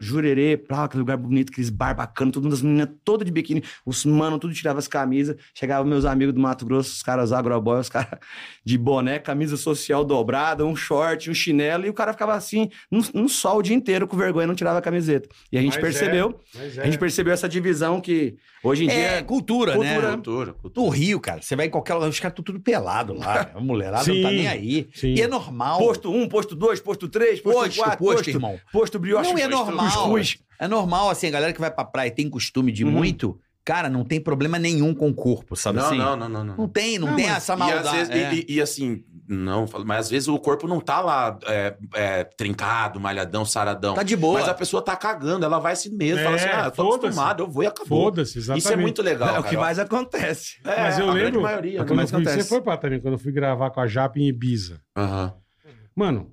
Speaker 6: jurerê, pra aquele lugar bonito, aqueles bar bacana, todo mundo, as meninas todas de biquíni, os mano, tudo tirava as camisas. Chegavam meus amigos do Mato Grosso, os caras agroboy, os caras de boné, camisa social dobrada, um short, um chinelo, e o cara ficava assim, no, no sol o dia inteiro, com vergonha, não tirava a camiseta. E a gente
Speaker 3: Mas é,
Speaker 6: percebeu,
Speaker 3: Mas
Speaker 6: a gente percebeu essa divisão que hoje em
Speaker 4: É,
Speaker 6: dia.
Speaker 4: cultura,
Speaker 5: Cultura,
Speaker 4: né?
Speaker 5: cultura,
Speaker 4: No
Speaker 5: cultura.
Speaker 4: Rio, cara, você vai em qualquer lugar, os caras estão tudo pelado lá. A mulherada não tá
Speaker 3: Sim,
Speaker 4: nem aí.
Speaker 3: sim.
Speaker 4: E é normal.
Speaker 6: Posto 1, posto 2, posto 3, posto 4,
Speaker 4: Posto,
Speaker 6: posto,
Speaker 4: posto, irmão.
Speaker 6: posto brioche.
Speaker 4: não é
Speaker 6: posto
Speaker 4: normal.
Speaker 6: cuscuz.
Speaker 4: É normal, assim, a galera que vai pra praia e tem costume de
Speaker 6: Uhum.
Speaker 4: muito, cara, não tem problema nenhum com o corpo, sabe
Speaker 5: Não,
Speaker 4: assim?
Speaker 5: não, não, não, não.
Speaker 4: Não tem, não,
Speaker 3: Não,
Speaker 4: tem
Speaker 3: mas-
Speaker 4: essa
Speaker 5: E, às
Speaker 4: maldade.
Speaker 5: vezes,
Speaker 4: é.
Speaker 5: e- e- e assim, não, falo, mas às vezes o corpo não tá lá é, é, trincado, malhadão, saradão.
Speaker 4: Tá de boa.
Speaker 5: Mas a pessoa tá cagando, ela vai assim mesmo,
Speaker 3: É,
Speaker 5: fala assim, ah, eu tô
Speaker 3: foda-se.
Speaker 5: acostumado, eu vou e acabou.
Speaker 3: Foda-se, exatamente.
Speaker 5: Isso é muito legal,
Speaker 6: É o que
Speaker 5: cara.
Speaker 6: mais acontece.
Speaker 5: É,
Speaker 3: Mas eu
Speaker 5: a grande
Speaker 3: lembro.
Speaker 5: maioria,
Speaker 3: quando
Speaker 5: né?
Speaker 3: eu
Speaker 6: Mas
Speaker 3: fui- você
Speaker 6: acontece.
Speaker 3: foi pra também, quando eu fui gravar com a Japa em Ibiza.
Speaker 5: Aham.
Speaker 3: Mano,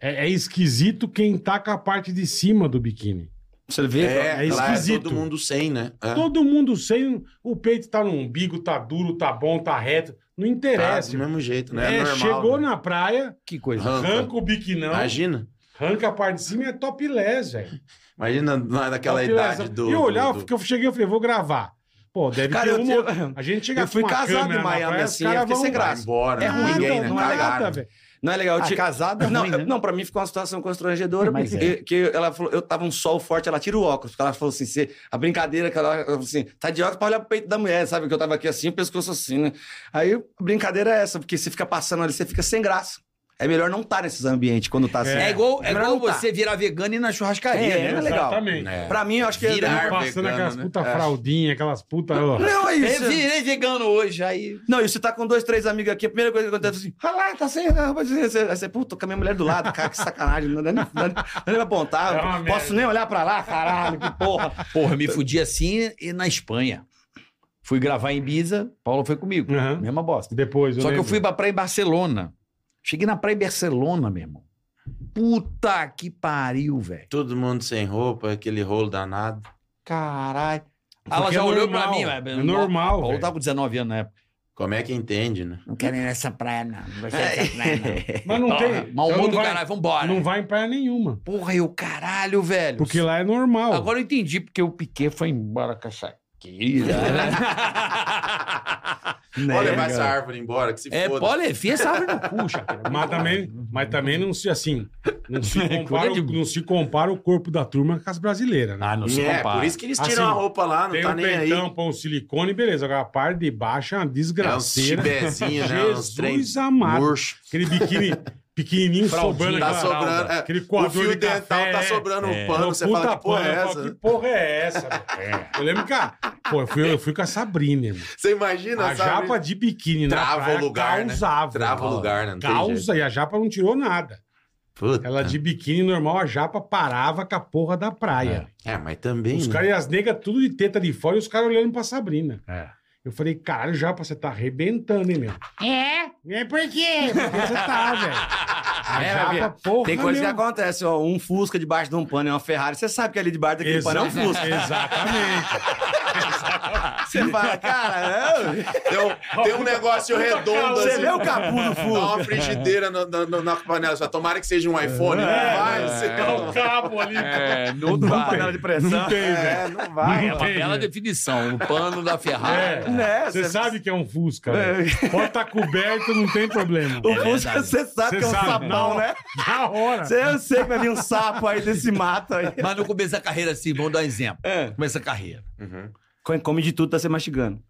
Speaker 3: é, é esquisito quem tá com a parte de cima do biquíni.
Speaker 6: Você vê?
Speaker 5: É,
Speaker 3: é
Speaker 5: lá é
Speaker 3: esquisito.
Speaker 5: todo mundo sem, né? É.
Speaker 3: Todo mundo sem. O peito tá no umbigo, tá duro, tá bom, tá reto. Não
Speaker 5: Tá,
Speaker 3: interessa.
Speaker 5: do mesmo jeito, né?
Speaker 3: É,
Speaker 5: É, normal.
Speaker 3: chegou
Speaker 5: né?
Speaker 3: na praia,
Speaker 4: Que coisa.
Speaker 5: Arranca.
Speaker 3: arranca o biquinão,
Speaker 5: Imagina.
Speaker 3: arranca a parte de cima e é topless, velho.
Speaker 5: Imagina na- naquela
Speaker 3: Topless.
Speaker 5: idade do.
Speaker 3: E eu olhava,
Speaker 5: do-
Speaker 3: porque eu cheguei e falei, vou gravar. Pô, deve
Speaker 6: Cara,
Speaker 3: ter
Speaker 6: eu-
Speaker 3: uma.
Speaker 6: eu-
Speaker 3: A gente chega
Speaker 6: eu fui
Speaker 3: com uma
Speaker 6: casado
Speaker 3: câmera
Speaker 6: em
Speaker 3: na
Speaker 6: Miami,
Speaker 3: praia, os
Speaker 6: assim,
Speaker 3: caras
Speaker 6: eu fiquei
Speaker 3: vão-
Speaker 6: sem
Speaker 5: Vai
Speaker 6: graça.
Speaker 5: embora,
Speaker 6: É
Speaker 5: né?
Speaker 6: ruim,
Speaker 5: Ninguém, né?
Speaker 3: Não é nada,
Speaker 5: Cagaram.
Speaker 3: velho.
Speaker 6: Não é legal. Eu
Speaker 4: Ah,
Speaker 6: tinha-
Speaker 4: casada
Speaker 6: não,
Speaker 4: ruim, né?
Speaker 6: não, pra mim ficou uma situação constrangedora,
Speaker 4: Mas é.
Speaker 6: porque que ela falou, eu tava um sol forte, ela tira o óculos, porque ela falou assim, "Cê- a brincadeira que ela, ela falou assim, tá de óculos pra olhar pro peito da mulher, sabe? Que eu tava aqui assim, o pescoço assim, né? Aí a brincadeira é essa, porque você fica passando ali, você fica sem graça. É melhor não estar nesses ambientes quando tá assim.
Speaker 4: É igual, é
Speaker 6: Melhor
Speaker 4: igual
Speaker 6: não tá.
Speaker 4: você virar vegano e ir na churrascaria,
Speaker 6: É,
Speaker 4: né?
Speaker 6: é legal.
Speaker 3: Exatamente.
Speaker 5: É.
Speaker 6: Pra mim, eu acho que...
Speaker 5: Virar.
Speaker 3: Passando
Speaker 5: vegano,
Speaker 3: aquelas
Speaker 5: né?
Speaker 3: puta fraldinha, aquelas putas. ó.
Speaker 6: Não, é
Speaker 4: Eu
Speaker 6: isso.
Speaker 4: virei vegano hoje, aí.
Speaker 6: Não, e você tá com dois, três amigos aqui, a primeira coisa que acontece é assim, ah lá, tá sem roupa de... Aí você, pô, tô com a minha mulher do lado, cara, que sacanagem, não dá nem, não dá nem- não dá nem pra
Speaker 3: É uma
Speaker 6: apontar,
Speaker 3: merda.
Speaker 6: posso nem olhar pra lá, caralho, que porra.
Speaker 4: Porra, me fudi assim e na Espanha. Fui gravar em Ibiza, Paulo foi comigo.
Speaker 3: Aham.
Speaker 4: Mesma bosta.
Speaker 3: Depois, Uhum. eu
Speaker 4: Só que eu
Speaker 3: lembro.
Speaker 4: fui pra praia em Barcelona. Cheguei na praia em Barcelona, meu irmão. Puta que pariu, velho.
Speaker 5: Todo mundo sem roupa, aquele rolo danado.
Speaker 4: Caralho. Ela
Speaker 3: Porque
Speaker 4: já
Speaker 3: é
Speaker 4: olhou pra
Speaker 3: normal,
Speaker 4: mim,
Speaker 3: é
Speaker 4: velho.
Speaker 3: normal,
Speaker 4: Paulo
Speaker 3: velho.
Speaker 4: tava com 19 anos na época.
Speaker 5: Como é que entende, né?
Speaker 4: Não quero ir nessa praia, não. Não vai ser essa praia, não.
Speaker 3: Mas não
Speaker 4: Porra,
Speaker 3: tem.
Speaker 4: mau
Speaker 3: então
Speaker 4: É. humor
Speaker 3: não
Speaker 4: do
Speaker 3: vai-
Speaker 4: caralho, vambora.
Speaker 3: Não vai em praia nenhuma.
Speaker 4: Porra, eu caralho, velho.
Speaker 3: Porque lá é normal.
Speaker 4: Agora eu entendi porque o Piquet foi embora com essa querida.
Speaker 7: É,
Speaker 4: né?
Speaker 5: Pode levar essa árvore embora, que se
Speaker 4: é,
Speaker 5: foda.
Speaker 4: pode enfia essa árvore no cu,
Speaker 3: Mas também, mas também não se assim. Não se, compara,
Speaker 4: Coisa
Speaker 3: o- não se compara o corpo da turma com as brasileiras, né?
Speaker 4: Ah, não se
Speaker 5: É,
Speaker 4: compara.
Speaker 5: por isso que eles tiram
Speaker 3: Assim,
Speaker 5: a roupa lá, não
Speaker 3: Tem
Speaker 5: tá
Speaker 3: um
Speaker 5: nem
Speaker 3: peitão,
Speaker 5: aí.
Speaker 3: põe um silicone, beleza. Agora a parte de baixo é uma
Speaker 5: É uns
Speaker 3: desgraceira.
Speaker 5: chibezinhos, né? Uns trem
Speaker 3: Jesus amado.
Speaker 5: murcho.
Speaker 3: Aquele biquíni pequenininho sobrando.
Speaker 4: Fraldinha.
Speaker 5: Tá
Speaker 3: aquela-
Speaker 5: sobrando. é,
Speaker 3: Aquele
Speaker 5: o
Speaker 3: coador
Speaker 5: fio
Speaker 3: de
Speaker 5: dental
Speaker 3: café.
Speaker 5: tá sobrando um pano.
Speaker 3: Não,
Speaker 5: Você fala
Speaker 3: puta
Speaker 5: que porra é
Speaker 3: eu falo,
Speaker 5: essa?
Speaker 3: Que porra é essa? velho?" Eu lembro que, a- pô, eu fui, eu fui com a Sabrina, irmão.
Speaker 5: Você imagina,
Speaker 3: a
Speaker 5: sabe?
Speaker 3: japa de biquíni na
Speaker 5: Trava
Speaker 3: praia
Speaker 5: o lugar, né?
Speaker 3: causava.
Speaker 5: Trava o
Speaker 3: irmão.
Speaker 5: lugar, né? Não tem jeito.
Speaker 3: Causa, e a japa não tirou nada.
Speaker 5: Puta.
Speaker 3: Ela de biquíni normal, a japa parava com a porra da praia.
Speaker 5: É, mas também.
Speaker 3: Os
Speaker 5: né?
Speaker 3: caras e as negas tudo de teta de fora e os caras olhando pra Sabrina.
Speaker 4: É.
Speaker 3: Eu falei, caralho, japa, você tá arrebentando, hein, meu?
Speaker 1: É?
Speaker 3: É por quê? Porque você tá, velho. A
Speaker 6: É,
Speaker 3: japa,
Speaker 6: minha-
Speaker 3: porra,
Speaker 6: Tem coisa que
Speaker 3: meu.
Speaker 6: acontece, ó, um Fusca debaixo de um pano é uma Ferrari, você sabe que ali debaixo daquele pano é um
Speaker 3: Exatamente.
Speaker 6: Fusca.
Speaker 3: Exatamente.
Speaker 6: Você fala, cara, é,
Speaker 5: Tem um, tem um negócio
Speaker 3: É
Speaker 5: redondo
Speaker 6: você
Speaker 5: assim.
Speaker 6: vê o capu do
Speaker 5: Dá
Speaker 6: Fusca.
Speaker 5: uma frigideira na, na, na- na panela. Só tomara que seja um iPhone. não vai, você
Speaker 3: Dá o cabo ali.
Speaker 4: É, não
Speaker 6: Uma
Speaker 4: dá.
Speaker 6: panela de pressão.
Speaker 3: Não tem, velho.
Speaker 5: É, não vai.
Speaker 4: É uma
Speaker 3: Não tem,
Speaker 4: bela
Speaker 3: né?
Speaker 4: definição. O pano da Ferrari.
Speaker 3: É.
Speaker 6: Né?
Speaker 3: Você
Speaker 6: Cê-
Speaker 3: sabe que é um Fusca,
Speaker 6: É.
Speaker 3: velho. Pode estar coberto, não tem problema.
Speaker 6: O Fusca, você sabe
Speaker 3: Cê
Speaker 6: que é um
Speaker 3: sabe,
Speaker 6: sapão,
Speaker 3: não.
Speaker 6: né?
Speaker 3: Na hora.
Speaker 6: Cê- Eu sei que vai vir um sapo aí desse mato aí.
Speaker 4: Mas no começo da carreira, assim, vamos dar um exemplo.
Speaker 6: É.
Speaker 4: Começo da carreira.
Speaker 6: Come- Come de tudo, tá se mastigando.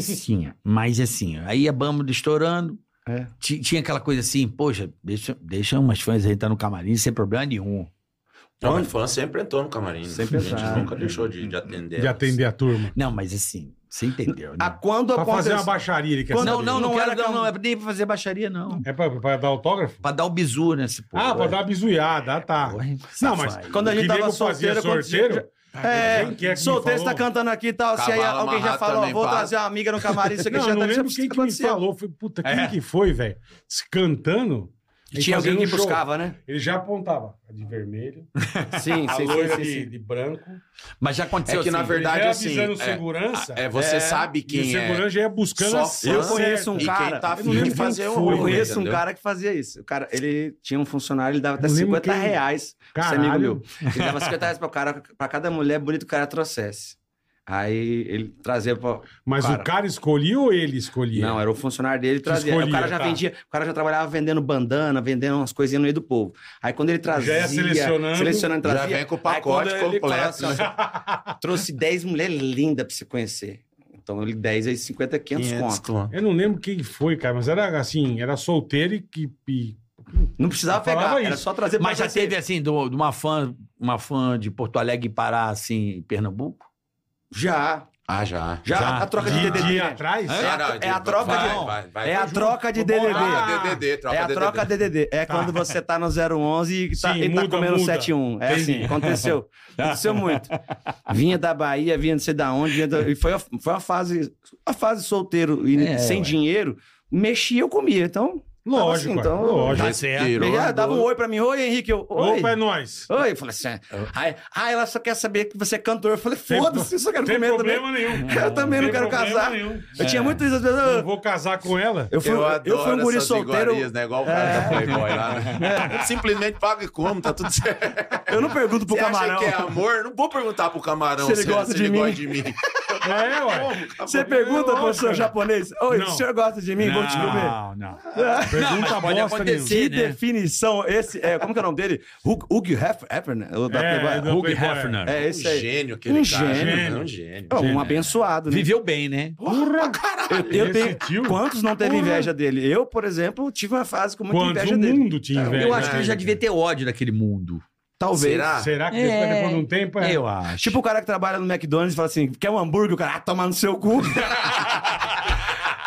Speaker 4: Sim, mas assim, aí a Bamba estourando.
Speaker 6: É.
Speaker 7: tá
Speaker 4: Ti- Tinha aquela coisa assim, poxa, deixa, deixa umas fãs aí entrar no camarim sem problema nenhum.
Speaker 5: Não, mas fã sempre entrou no camarim.
Speaker 6: Sempre
Speaker 5: a gente
Speaker 6: entraram.
Speaker 5: nunca deixou de, de atender.
Speaker 3: de
Speaker 5: elas.
Speaker 3: atender a turma.
Speaker 7: Não, mas assim, você entendeu, né?
Speaker 6: Ah, quando
Speaker 3: Pra fazer
Speaker 6: aconteceu...
Speaker 3: uma baixaria, ele quer
Speaker 6: Quando-
Speaker 3: saber.
Speaker 7: Não, não, não,
Speaker 6: não
Speaker 7: quero,
Speaker 6: era
Speaker 7: não,
Speaker 6: tão-
Speaker 7: não é nem pra fazer baixaria, não.
Speaker 3: É pra, pra dar autógrafo?
Speaker 7: Pra dar um bizu nesse povo.
Speaker 3: Ah,
Speaker 6: é.
Speaker 3: pra dar uma bisuiada, ah, tá. Não, mas
Speaker 6: Quando a
Speaker 3: O que
Speaker 6: gente tava
Speaker 3: nego fazia
Speaker 6: solteiro... quando-
Speaker 3: sorteiro?
Speaker 6: É,
Speaker 3: Quem que é que me
Speaker 6: solteiro, você tá
Speaker 3: falou?
Speaker 6: cantando aqui e tal. Se aí
Speaker 5: Cavalo
Speaker 6: alguém já
Speaker 5: amarrado
Speaker 6: falou, ó,
Speaker 5: também
Speaker 6: vou
Speaker 5: passa.
Speaker 6: trazer uma amiga no camarim, isso aqui
Speaker 3: Não,
Speaker 6: já
Speaker 3: não
Speaker 6: tá
Speaker 3: lembro quem que me falou. Foi, puta, quem que foi, velho? Se Cantando.
Speaker 6: É. E tinha
Speaker 3: fazendo
Speaker 6: alguém que
Speaker 3: um show.
Speaker 6: buscava, né?
Speaker 3: Ele já apontava. A de vermelho,
Speaker 6: Sim,
Speaker 3: a
Speaker 6: sim,
Speaker 3: loira
Speaker 6: sim,
Speaker 3: de,
Speaker 6: sim.
Speaker 3: de branco.
Speaker 7: Mas já aconteceu
Speaker 5: É que, na
Speaker 7: assim.
Speaker 5: verdade,
Speaker 3: já
Speaker 5: assim,
Speaker 3: avisando
Speaker 5: é-
Speaker 3: segurança.
Speaker 5: É, você sabe
Speaker 3: e o
Speaker 5: quem
Speaker 3: segurança
Speaker 5: é.
Speaker 3: já ia buscando
Speaker 5: Só
Speaker 3: a
Speaker 5: fã
Speaker 6: Eu
Speaker 3: certa.
Speaker 6: conheço um
Speaker 5: e
Speaker 6: cara-
Speaker 5: quem tá
Speaker 3: eu não
Speaker 5: afim de
Speaker 3: lembro quem
Speaker 5: fazer
Speaker 3: foi,
Speaker 5: um.
Speaker 6: Eu conheço um
Speaker 5: entendeu?
Speaker 6: cara que fazia isso. O cara, ele tinha um funcionário, ele dava até
Speaker 3: Eu lembro
Speaker 6: 50
Speaker 3: quem-
Speaker 6: reais. Esse amigo
Speaker 3: Caralho.
Speaker 6: meu. Ele dava 50 reais pra, o cara, pra cada mulher bonita que o cara trouxesse. Aí ele trazia pra.
Speaker 3: Mas
Speaker 6: Cara.
Speaker 3: o cara escolhia ou ele escolhia?
Speaker 6: Não, é- era o funcionário dele,
Speaker 3: Que
Speaker 6: trazia. Aí
Speaker 3: é.
Speaker 6: o cara
Speaker 3: escolhia,
Speaker 6: já
Speaker 3: tá.
Speaker 6: vendia, o cara já trabalhava vendendo bandana, vendendo umas coisinhas no meio do povo. Aí quando ele trazia.
Speaker 3: Já ia selecionando.
Speaker 6: selecionando
Speaker 5: Já
Speaker 6: trazia.
Speaker 5: vem com o
Speaker 6: Aí quando
Speaker 5: pacote
Speaker 6: ele falava
Speaker 5: completo.
Speaker 6: assim, ó, trouxe 10 mulheres lindas pra se conhecer. Então ele 10 aí 50, 500,
Speaker 5: 500
Speaker 6: conto.
Speaker 5: conto.
Speaker 3: Eu não lembro quem foi, cara, mas era assim, era solteiro e que. e-
Speaker 6: Não precisava
Speaker 3: Eu falava
Speaker 6: pegar, era
Speaker 3: isso.
Speaker 6: só trazer pra
Speaker 7: Mas já
Speaker 6: você.
Speaker 7: teve, assim, do- de uma fã, uma fã de Porto Alegre parar, assim, em Pernambuco?
Speaker 6: Já.
Speaker 5: Ah, já.
Speaker 6: Já,
Speaker 7: Já.
Speaker 6: a troca de
Speaker 3: De,
Speaker 6: DDD.
Speaker 3: de atrás?
Speaker 6: É a-
Speaker 5: Era,
Speaker 6: é a
Speaker 5: de-
Speaker 6: troca
Speaker 5: vai,
Speaker 6: de-
Speaker 5: vai, vai,
Speaker 6: É a
Speaker 5: vai junto.
Speaker 6: troca de
Speaker 3: Vamos
Speaker 6: DDD.
Speaker 3: lá.
Speaker 5: Ah, DDD, troca
Speaker 6: É a
Speaker 5: DDD.
Speaker 6: troca DDD. É quando você tá no 011 e tá,
Speaker 3: Sim,
Speaker 6: e tá
Speaker 3: muda,
Speaker 6: comendo
Speaker 3: muda.
Speaker 6: 71. É
Speaker 3: Entendi.
Speaker 6: assim, aconteceu. Aconteceu muito. Vinha da Bahia, vinha não sei da onde. vinha da- E foi, a- foi uma fase, a fase solteiro e
Speaker 7: É,
Speaker 6: sem
Speaker 7: ué.
Speaker 6: dinheiro. Mexia, eu comia. Então,
Speaker 3: Lógico,
Speaker 6: Assim, então-
Speaker 3: cara, lógico.
Speaker 7: certo.
Speaker 5: Tirou,
Speaker 6: ele já
Speaker 5: andou.
Speaker 6: dava um oi pra mim. Oi, Henrique. Eu, oi.
Speaker 3: Opa, é nóis.
Speaker 6: Oi, eu falei assim. Aí, ah, ela só quer saber que você é cantor. Eu falei,
Speaker 3: Tem-
Speaker 6: foda-se, eu só quero
Speaker 3: Não tem
Speaker 6: comer também.
Speaker 3: problema É. nenhum.
Speaker 6: Eu também não
Speaker 3: Tem
Speaker 6: quero
Speaker 3: problema
Speaker 6: casar.
Speaker 3: nenhum.
Speaker 6: Eu tinha muito isso, às vezes.
Speaker 3: Não
Speaker 6: Eu,
Speaker 3: vou casar com ela.
Speaker 6: eu fui,
Speaker 5: Eu
Speaker 6: eu,
Speaker 5: adoro
Speaker 6: fui um guri
Speaker 5: essas
Speaker 6: solteiro. É.
Speaker 5: iguarias, né? Igual o cara da Playboy lá. né? Simplesmente paga e come, tá tudo certo.
Speaker 6: Eu não pergunto pro
Speaker 5: Você acha
Speaker 6: camarão.
Speaker 5: que é amor? Não vou perguntar pro camarão
Speaker 6: Se ele gosta de mim.
Speaker 5: de mim.
Speaker 3: É, ué.
Speaker 6: Você pergunta pro seu japonês, oi,
Speaker 3: Não.
Speaker 6: o senhor gosta de mim? Vou te comer.
Speaker 7: Não, não.
Speaker 3: Pergunta bosta nenhuma.
Speaker 6: Que
Speaker 7: né?
Speaker 6: definição, esse, é, como que é o nome dele? Hugh Hugh Hef- Hefner, o da
Speaker 3: É,
Speaker 6: Playboy.
Speaker 3: do Playboy,
Speaker 7: Hefner.
Speaker 6: É,
Speaker 5: Um
Speaker 6: esse aí.
Speaker 5: gênio aquele
Speaker 6: Um
Speaker 5: cara.
Speaker 3: gênio.
Speaker 5: É Um gênio.
Speaker 6: É, um abençoado, né?
Speaker 7: Viveu bem, né?
Speaker 3: Porra,
Speaker 6: Eu, eu
Speaker 3: Esse
Speaker 6: tenho,
Speaker 3: tio.
Speaker 6: quantos não teve
Speaker 3: Porra.
Speaker 6: inveja dele? Eu, por exemplo, tive uma fase com muita
Speaker 3: Quanto
Speaker 6: inveja
Speaker 3: o
Speaker 6: dele.
Speaker 3: mundo tinha inveja.
Speaker 7: Eu acho que ele já
Speaker 3: né?
Speaker 7: devia ter ódio daquele mundo.
Speaker 6: Talvez.
Speaker 5: Será?
Speaker 3: Será que depois, depois de um tempo é.
Speaker 7: Eu acho.
Speaker 6: Tipo o cara que trabalha no McDonald's e fala assim, quer um hambúrguer? O cara, ah, toma no seu cu.